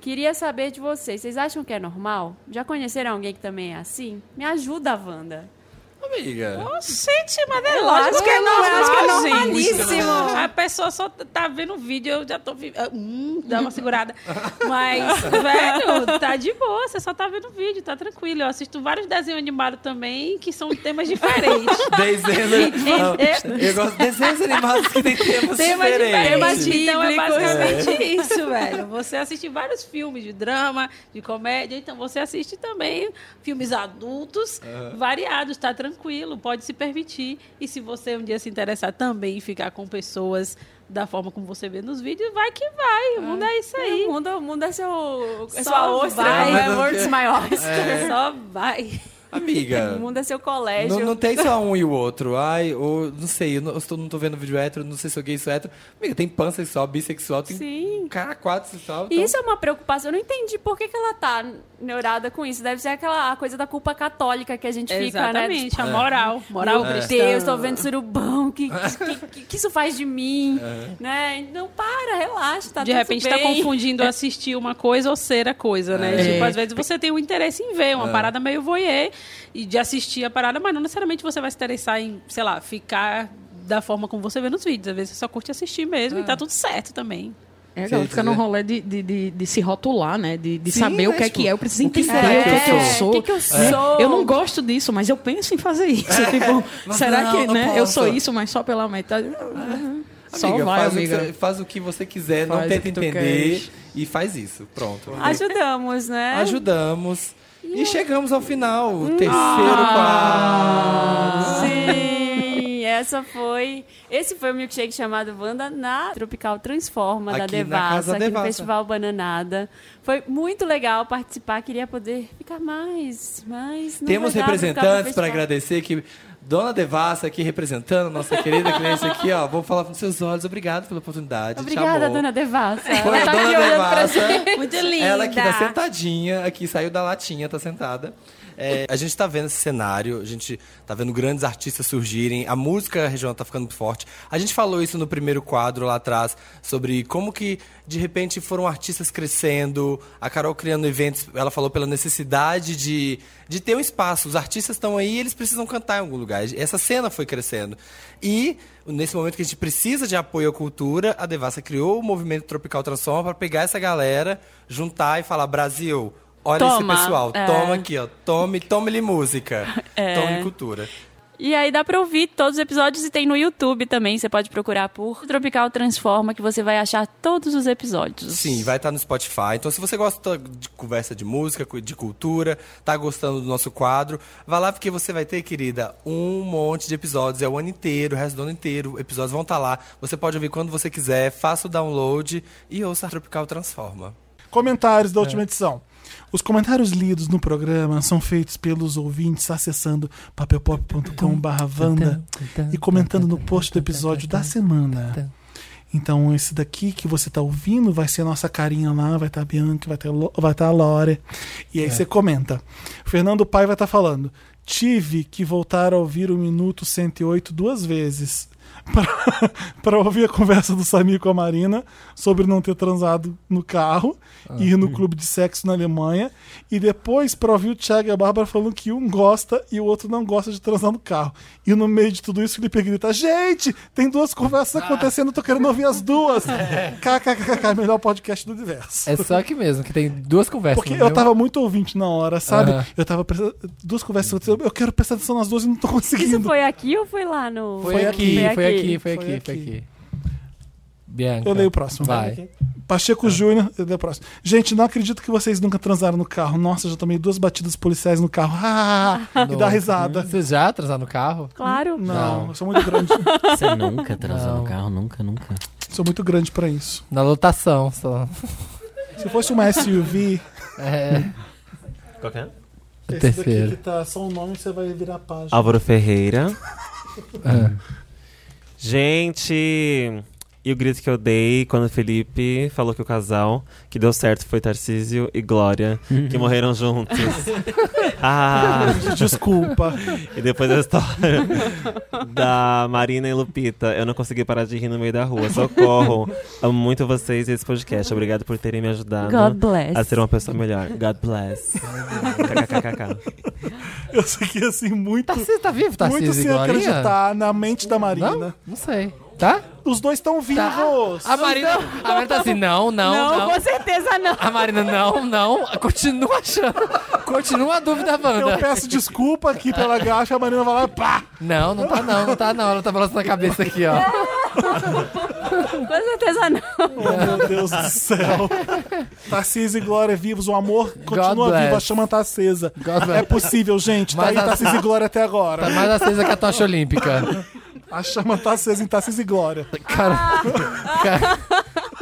S3: Queria saber de vocês, vocês acham que é normal? Já conheceram alguém que também é assim? Me ajuda, Wanda.
S2: Amiga.
S12: Gente, mas é
S3: Eu
S12: lógico
S3: acho
S12: que
S3: que
S12: é
S3: é normal,
S12: normal,
S3: acho que é
S12: gente.
S3: normalíssimo.
S12: A pessoa só t- tá vendo o vídeo, eu já tô... vi- ah, Hum, dá uma
S3: <laughs>
S12: segurada. Mas, velho, tá de boa, você só tá vendo o vídeo, tá tranquilo. Eu assisto vários desenhos animados também, que são temas
S3: <laughs>
S12: diferentes.
S3: né?
S12: é,
S2: Desenhos. não, Eu gosto de desenhos animados que tem temas
S12: Temas
S2: diferentes.
S12: diferentes. Então é
S2: bíblicos.
S12: basicamente
S2: É.
S12: isso, velho. Você assiste vários filmes de drama, de comédia, então você assiste também filmes adultos
S2: Aham.
S12: variados, tá tranquilo, pode se permitir. E se você um dia se interessar também em ficar com pessoas da forma como você vê nos vídeos, vai que vai. O mundo é isso aí.
S3: O mundo, é seu,
S12: é
S2: É.
S3: sua ostra, né? Words my oyster.
S12: Só vai.
S2: Amiga.
S3: O mundo é seu colégio.
S2: Não, não tem só um e o outro. Ai, ou, não sei, eu não, eu estou- não tô vendo vídeo hétero, não sei se eu gay, sou hétero. Amiga, tem pansexual, bissexual, tem
S3: Sim.
S2: cara então quatro sexual.
S3: E isso é uma preocupação. Eu não entendi por que, que ela tá neurada com isso. Deve ser aquela coisa da culpa católica que a gente fica, né?
S12: Exatamente,
S2: É.
S12: a moral, moral
S3: Meu
S12: cristã.
S3: Deus, tô vendo surubão. O que, que, que- que isso faz de mim?
S12: É.
S3: Né? Não para, relaxa, tá
S12: de
S3: tudo
S12: repente tá
S3: bem. <laughs>
S12: confundindo assistir uma coisa ou ser a coisa, né?
S3: É.
S12: Tipo, às vezes você tem um interesse em ver uma
S3: É.
S12: parada meio voyeur e de assistir a parada, mas não necessariamente você vai se interessar em, sei lá, ficar da forma como você vê nos vídeos. Às vezes você só curte assistir
S3: É.
S12: mesmo e tá tudo certo também.
S11: É, a galera fica num rolê de, de, de, de se rotular, né? De, de saber o que é que é. Eu preciso
S12: o que
S11: entender
S12: será
S11: o que é que
S12: que
S11: eu
S12: é?
S11: sou.
S12: O que que eu
S11: né?
S12: sou? É.
S11: Eu não gosto disso, mas eu penso em fazer isso. Tipo,
S2: Mas
S11: será
S2: não,
S11: que
S2: não
S11: né, eu
S2: posso.
S11: sou isso, mas só pela metade? Só
S2: Amiga,
S11: vai,
S2: faz, O que
S11: amiga.
S2: você, faz o que você quiser,
S11: Faz
S2: não
S11: o
S2: tenta
S11: que tu
S2: entender
S11: queres.
S2: e faz isso. Pronto.
S3: Ajudamos, né? Hum.
S2: Ajudamos. E chegamos ao final. o Terceiro
S3: Ah.
S2: quadro.
S3: Sim, essa foi. Esse foi o milkshake chamado Wanda na Tropical Transforma da
S2: Aqui na
S3: Devassa,
S2: Casa
S3: aqui no
S2: Devassa.
S3: Festival Bananada. Foi muito legal participar, queria poder ficar mais, mas não
S2: Temos
S3: vai dar pra ficar no
S2: representantes para
S3: festival.
S2: agradecer que Dona Devassa aqui representando nossa querida cliente aqui, ó. Vou falar com seus olhos. Obrigado pela oportunidade. te
S3: Obrigada,
S2: amou.
S3: dona Devassa.
S2: Foi
S3: Ela tá
S2: a
S3: aqui
S2: dona
S3: olhando pra
S2: Devassa.
S3: gente. Muito linda.
S2: Ela aqui tá sentadinha, aqui saiu da latinha, tá sentada. É, a gente tá vendo esse cenário, a gente tá vendo grandes artistas surgirem, a música regional tá ficando forte. A gente falou isso no primeiro quadro lá atrás, sobre como que, de repente, foram artistas crescendo, a Carol criando eventos, ela falou pela necessidade de, de ter um espaço. Os artistas estão aí, eles precisam cantar em algum lugar. Essa cena foi crescendo. E nesse momento que a gente precisa de apoio à cultura, a Devassa criou o movimento Tropical Transforma para pegar essa galera, juntar e falar: Brasil, olha
S3: Toma,
S2: esse pessoal,
S3: é.
S2: toma aqui, ó, tome, tome-lhe música,
S3: <laughs> É.
S2: tome cultura.
S3: E aí dá pra ouvir todos os episódios e tem no YouTube também. Você pode procurar por Tropical Transforma que você vai achar todos os episódios.
S2: Sim, vai estar no Spotify. Então, se você gosta de conversa de música, cu- de cultura, tá gostando do nosso quadro, vá lá porque você vai ter, querida, um monte de episódios. É o ano inteiro, o resto do ano inteiro. Episódios vão estar lá. Você pode ouvir quando você quiser, faça o download e ouça Tropical Transforma.
S1: Comentários da última edição. Os comentários lidos no programa são feitos pelos ouvintes acessando papelpop.com/vanda e comentando no post do episódio da semana. Então esse daqui que você tá ouvindo vai ser a nossa carinha lá, vai estar a Bianca, vai estar vai tá a Lore. E aí
S2: É.
S1: você comenta. Fernando Pai vai estar falando: "Tive que voltar a ouvir o minuto 108 duas vezes." <laughs> para ouvir a conversa do Samir com a Marina sobre não ter transado no carro
S2: Ah.
S1: e ir no clube de sexo na Alemanha. E depois para ouvir o Thiago e a Bárbara falando que um gosta e o outro não gosta de transar no carro. E no meio de tudo isso, o Felipe grita: Gente, tem duas conversas acontecendo, eu tô querendo ouvir as duas. KKKK, melhor podcast do universo.
S2: É só aqui mesmo, que tem duas conversas.
S1: Porque eu
S2: entendeu?
S1: tava muito ouvinte na hora, sabe?
S2: Aham.
S1: Eu tava prestando. Duas conversas acontecendo, eu quero prestar atenção nas duas e não tô <laughs> conseguindo.
S3: Isso foi aqui ou foi lá no.
S1: Foi aqui,
S2: foi aqui, foi aqui, foi aqui. Bianca.
S1: Eu leio o próximo.
S2: Vai.
S1: Pacheco Júnior, eu leio o próximo. Gente, não acredito que vocês nunca transaram no carro. Nossa, já tomei duas batidas policiais no carro. Ah, e
S2: <laughs>
S1: dá
S2: Nossa.
S1: risada.
S2: Vocês já transaram no carro?
S3: Claro.
S1: Não, eu sou muito
S2: <laughs>
S1: grande.
S4: Você nunca transou no carro, nunca, nunca.
S1: Sou muito grande pra isso.
S2: Na lotação, só.
S1: Se fosse uma SUV.
S2: É.
S5: Qual que é?
S1: Esse
S2: terceiro.
S1: daqui que tá só o nome, você vai virar a página.
S5: Álvaro Ferreira.
S2: É.
S5: Gente, e o grito que eu dei quando o Felipe falou que o casal que deu certo foi Tarcísio e Glória, que morreram juntos. ah,
S1: Desculpa.
S5: E depois a história da Marina e Lupita. Eu não consegui parar de rir no meio da rua. Socorro. Amo muito vocês e esse podcast. Obrigado por terem me ajudado
S3: God bless.
S5: a ser uma pessoa melhor. God bless. KKKKK.
S1: Eu segui assim muito.
S2: Tarcísio tá vivo, Tarcísio
S1: Muito sem
S2: e Glorinha?
S1: acreditar na mente da Marina.
S2: Não? Não sei. Tá?
S1: Os dois estão vivos.
S2: A Marina, a Marina tá assim, não, não, não.
S1: Não, com
S3: certeza não.
S2: A Marina, não, não. Continua achando. Continua a dúvida, Wanda.
S1: Eu peço desculpa aqui pela gacha, a Marina vai lá e pá!
S2: Não, não tá não, não tá não. Ela tá balançando a cabeça aqui, ó.
S3: Com certeza não.
S1: Oh, meu Deus do céu. Tarcísio e Glória vivos, o amor continua
S2: bless.
S1: vivo, a chama tá acesa.
S2: bless.
S1: É possível, gente. Tá
S2: Mas
S1: aí
S2: a-
S1: Tarcísio e Glória até agora.
S2: Tá mais acesa que a tocha olímpica.
S1: A chama tá acesa em Tarcísio e Glória.
S2: Cara... Ca-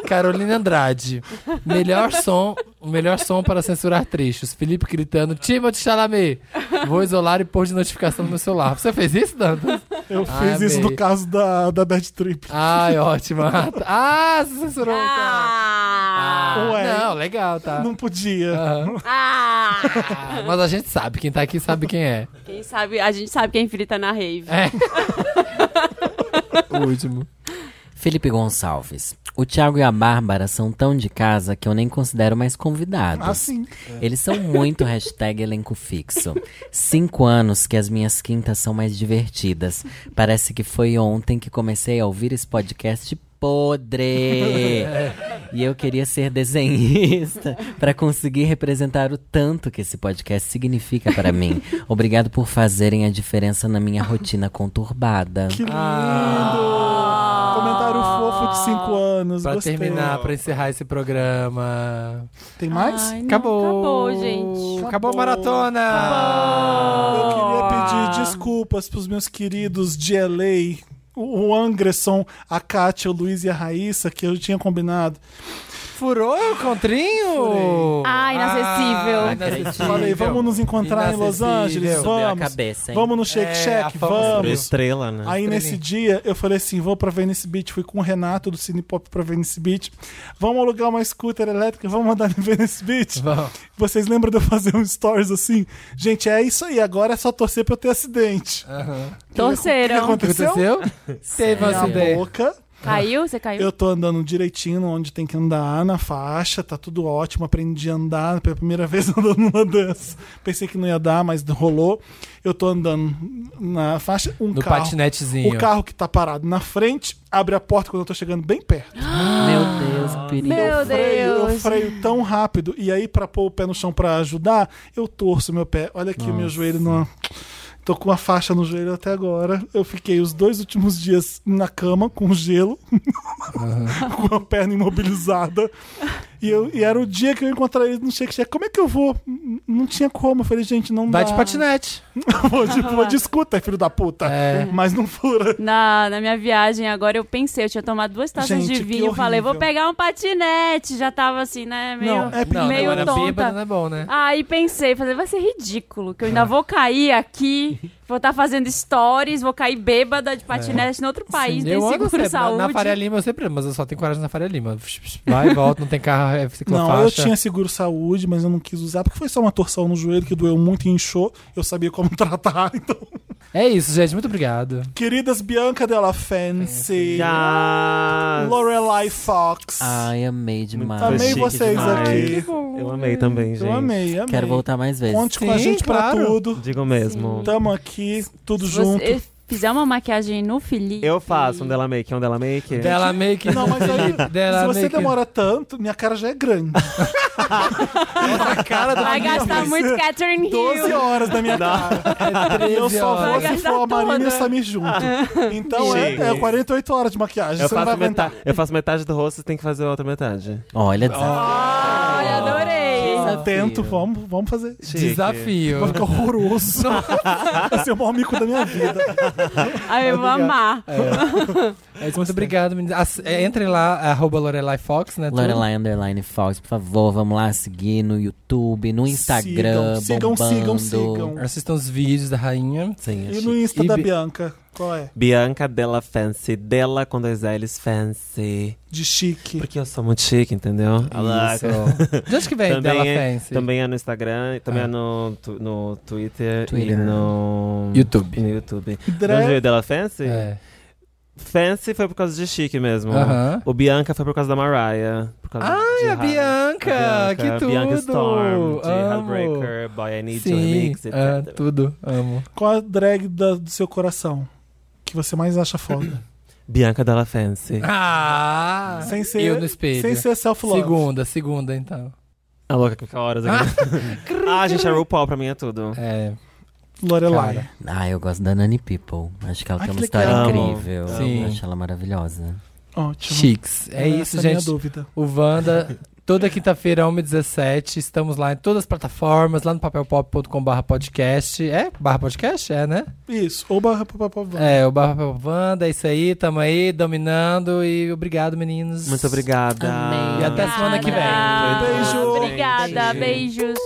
S2: Carolina Andrade. Melhor som O melhor som para censurar trechos. Felipe gritando, Timothy Chalamet, vou isolar e pôr de notificação no meu celular. Você fez isso, Dantas? Ah,
S1: Eu fiz isso no caso da, da Bad Trip.
S2: Ai, ótimo. Ah, você censurou. então. Ah,
S1: Ué.
S2: Não, legal, tá.
S1: Não podia.
S2: Ah, Mas a gente sabe, quem tá aqui sabe quem é.
S3: Quem sabe, a gente sabe quem frita na rave.
S1: É. <laughs>
S2: O último.
S4: Felipe Gonçalves. O Thiago e a Bárbara são tão de casa que eu nem considero mais convidados.
S1: Ah, sim.
S4: Eles são muito hashtag elenco fixo. Cinco anos que as minhas quintas são mais divertidas. Parece que foi ontem que comecei a ouvir esse podcast podre. E eu queria ser desenhista para conseguir representar o tanto que esse podcast significa para mim. Obrigado por fazerem a diferença na minha rotina conturbada.
S1: Que lindo! Ah. Comentário fofo de 5 anos.
S2: Pra
S1: gostei.
S2: terminar, pra encerrar esse programa.
S1: Tem mais?
S2: acabou.
S3: acabou, gente.
S2: Acabou a maratona.
S1: Eu queria pedir desculpas pros meus queridos de LA, o o Anderson, a Kátia, o Luiz e a Raíssa, que eu tinha combinado.
S2: Furou o contrinho?
S1: Ah,
S2: inacessível. Ah, inacessível.
S1: Falei, vamos nos encontrar em Los
S2: Inacessível.
S1: Angeles,
S2: Subiu a
S1: vamos.
S2: cabeça, hein?
S1: vamos no Shake
S2: É, a
S1: Shack,
S2: fama
S1: vamos.
S5: subiu. Estrela, né?
S1: Aí nesse dia eu falei assim, vou pra Venice Beach, fui com o Renato do Cine Pop pra Venice Beach. Vamos alugar uma scooter elétrica, vamos andar em Venice Beach. Vocês lembram de eu fazer um stories assim? Gente, é isso aí, agora é só torcer pra eu ter acidente.
S3: Torceram.
S1: O que aconteceu? tá
S2: Teve um
S1: Minha
S2: acidente.
S1: boca.
S3: Caiu? Você caiu?
S1: Eu tô andando direitinho onde tem que andar, na faixa, tá tudo ótimo. Aprendi a andar pela primeira <laughs> vez andando numa dança. Pensei que não ia dar, mas rolou. Eu tô andando na faixa, um
S2: No
S1: carro.
S2: patinetezinho.
S1: O carro que tá parado na frente abre a porta quando eu tô chegando bem
S3: <gasps>
S1: perto.
S4: Meu Deus, que perigo.
S3: Meu
S1: freio, eu
S3: Deus.
S1: freio tão rápido. E aí, pra pôr o pé no chão pra ajudar, eu torço meu pé. Olha aqui o meu joelho numa. Tô com uma faixa no joelho até agora. Eu fiquei os dois últimos dias na cama, com gelo, <laughs> com a perna imobilizada. E, eu- e era o dia que eu encontrei ele no Shake Shack. Como é que eu vou? N- Não tinha como. Eu falei, gente, não
S2: Vai
S1: dá.
S2: de patinete.
S1: <laughs>
S2: É.
S1: vou, de, vou de scooter, filho da puta. Mas não fura.
S3: Na, na minha viagem, agora eu pensei, eu tinha tomado duas taças
S1: Gente,
S3: de
S1: que
S3: vinho, falei, vou pegar um patinete. Já tava assim, né? Meio,
S2: Não, é perigo. Não,
S3: meio
S2: agora
S3: tonta.
S2: bêbado não é bom, né?
S3: Aí pensei, falei, vai ser ridículo, que eu ainda vou cair aqui, vou estar fazendo stories, vou cair bêbada de
S1: É.
S3: patinete em outro país,
S2: É. Sim,
S3: nem
S2: ando
S3: seguro
S2: sempre.
S3: saúde.
S2: Na, na Faria Lima eu sempre, mas eu só tenho coragem na Faria Lima. Vai e volta, não tem carro, é ciclofaixa.
S1: Não, eu tinha seguro saúde, mas eu não quis usar porque foi só uma torção no joelho que doeu muito e inchou. Eu sabia como <laughs> tratar, então.
S2: É isso, gente.
S3: <laughs>
S2: Muito obrigado.
S1: Queridas Bianca Della Fancy,
S5: Yes.
S1: Lorelai Fox.
S4: Ai, amei demais.
S1: Amei
S5: chique
S1: vocês
S5: demais.
S1: aqui.
S5: Eu amei também, gente.
S1: Eu amei, amei.
S4: Quero voltar mais vezes.
S1: Conte com a
S2: Sim,
S1: gente pra
S2: claro.
S1: tudo. Então,
S5: Digo mesmo.
S1: Tamo aqui, tudo
S3: Se
S1: junto.
S3: Você fizer uma maquiagem no Felipe.
S5: Eu faço um Della Make, um Della Make.
S2: Dela make.
S1: Não, mas aí,
S2: <laughs> Dela
S1: se você
S2: make.
S1: demora tanto, minha cara já é
S5: <laughs>
S1: grande.
S2: a cara do
S3: Vai gastar muito Catherine Hill.
S1: 12 horas da
S5: <laughs>
S1: minha cara.
S2: É
S1: E eu só vou
S3: Vai
S1: se
S3: gastar
S1: for a Marina e o
S3: toda. <laughs>
S1: Samir junto. Então é,
S5: Chega.
S1: é 48 horas de maquiagem.
S5: Eu
S1: você não vai
S5: faço,
S1: aguentar.
S5: metade, eu faço metade do rosto, você tem que fazer a outra metade.
S4: Olha, desafio.
S1: Ah.
S3: Olha, adorei.
S1: Tento, vamos, vamos fazer.
S2: Desafio.
S1: Vai
S3: <laughs>
S1: ficar horroroso. Vai ser o maior mico da minha vida.
S3: Aí eu vou amar.
S2: É isso, muito obrigado, meninas. Ass- é, Entrem lá, arroba Lorelai Fox, né? tudo?
S4: Lorelai Underline Fox, por favor, vamos lá seguir no YouTube, no Instagram,
S1: sigam, sigam,
S4: bombando.
S1: sigam.
S2: Assistam os vídeos da rainha.
S5: é
S4: Sim,
S1: E
S4: achei.
S1: no Insta
S2: E
S1: da
S2: Bi-
S1: Bianca, qual é?
S5: Bianca Della Fancy, Della com dois L's Fancy.
S1: De chique.
S5: Porque eu sou muito chique, entendeu?
S2: Isso. De onde que vem Della
S5: é,
S2: Fancy?
S5: também é no Instagram, e também
S2: Ah.
S5: é no, tu- no Twitter,
S4: Twitter.
S5: e no
S2: YouTube.
S5: e no YouTube.
S1: Dre-
S5: Não veio Della Fancy?
S2: É.
S5: Fancy foi por causa de chique mesmo.
S2: Aham.
S5: O Bianca foi por causa da Mariah. Por causa de
S2: Ai, a
S5: Ra-
S2: Bianca,
S5: a
S2: que tudo.
S5: Bianca Storm, de
S2: Amo.
S5: É Heartbreaker, Boy I Need You
S2: Sim,
S5: Remix, etc.
S2: ah, tudo. Amo.
S1: Qual a drag da- do seu coração? Que você mais acha
S2: <coughs>
S1: foda?
S5: Bianca Della Fancy.
S2: Ah!
S1: Sem ser-
S2: eu no espelho.
S1: sem ser self-love.
S2: Segunda, segunda, então.
S5: A Tá louca que fica horas
S2: <laughs>
S5: aqui. ah, gente, a RuPaul pra mim é tudo.
S2: É,
S1: Lorelai.
S4: Ah, eu gosto da Nani People. Acho que ela
S1: Ai,
S4: tem
S1: que
S4: uma história
S1: legal.
S4: incrível.
S2: Amo. Sim.
S4: Acho ela maravilhosa.
S1: Ótimo.
S2: chiques. É
S1: Era essa
S2: isso,
S1: a minha
S2: gente.
S1: dúvida.
S2: O Wanda Toda quinta-feira, 1h17, estamos lá em todas as plataformas, lá no papelpop.com.br podcast. É? Barra podcast? É, né?
S1: Isso, ou barra papapavanda.
S2: É, o Barra Papavanda, é isso aí, tamo aí, dominando e obrigado, meninos.
S5: Muito obrigada.
S2: E até semana que vem.
S3: Obrigada, beijos.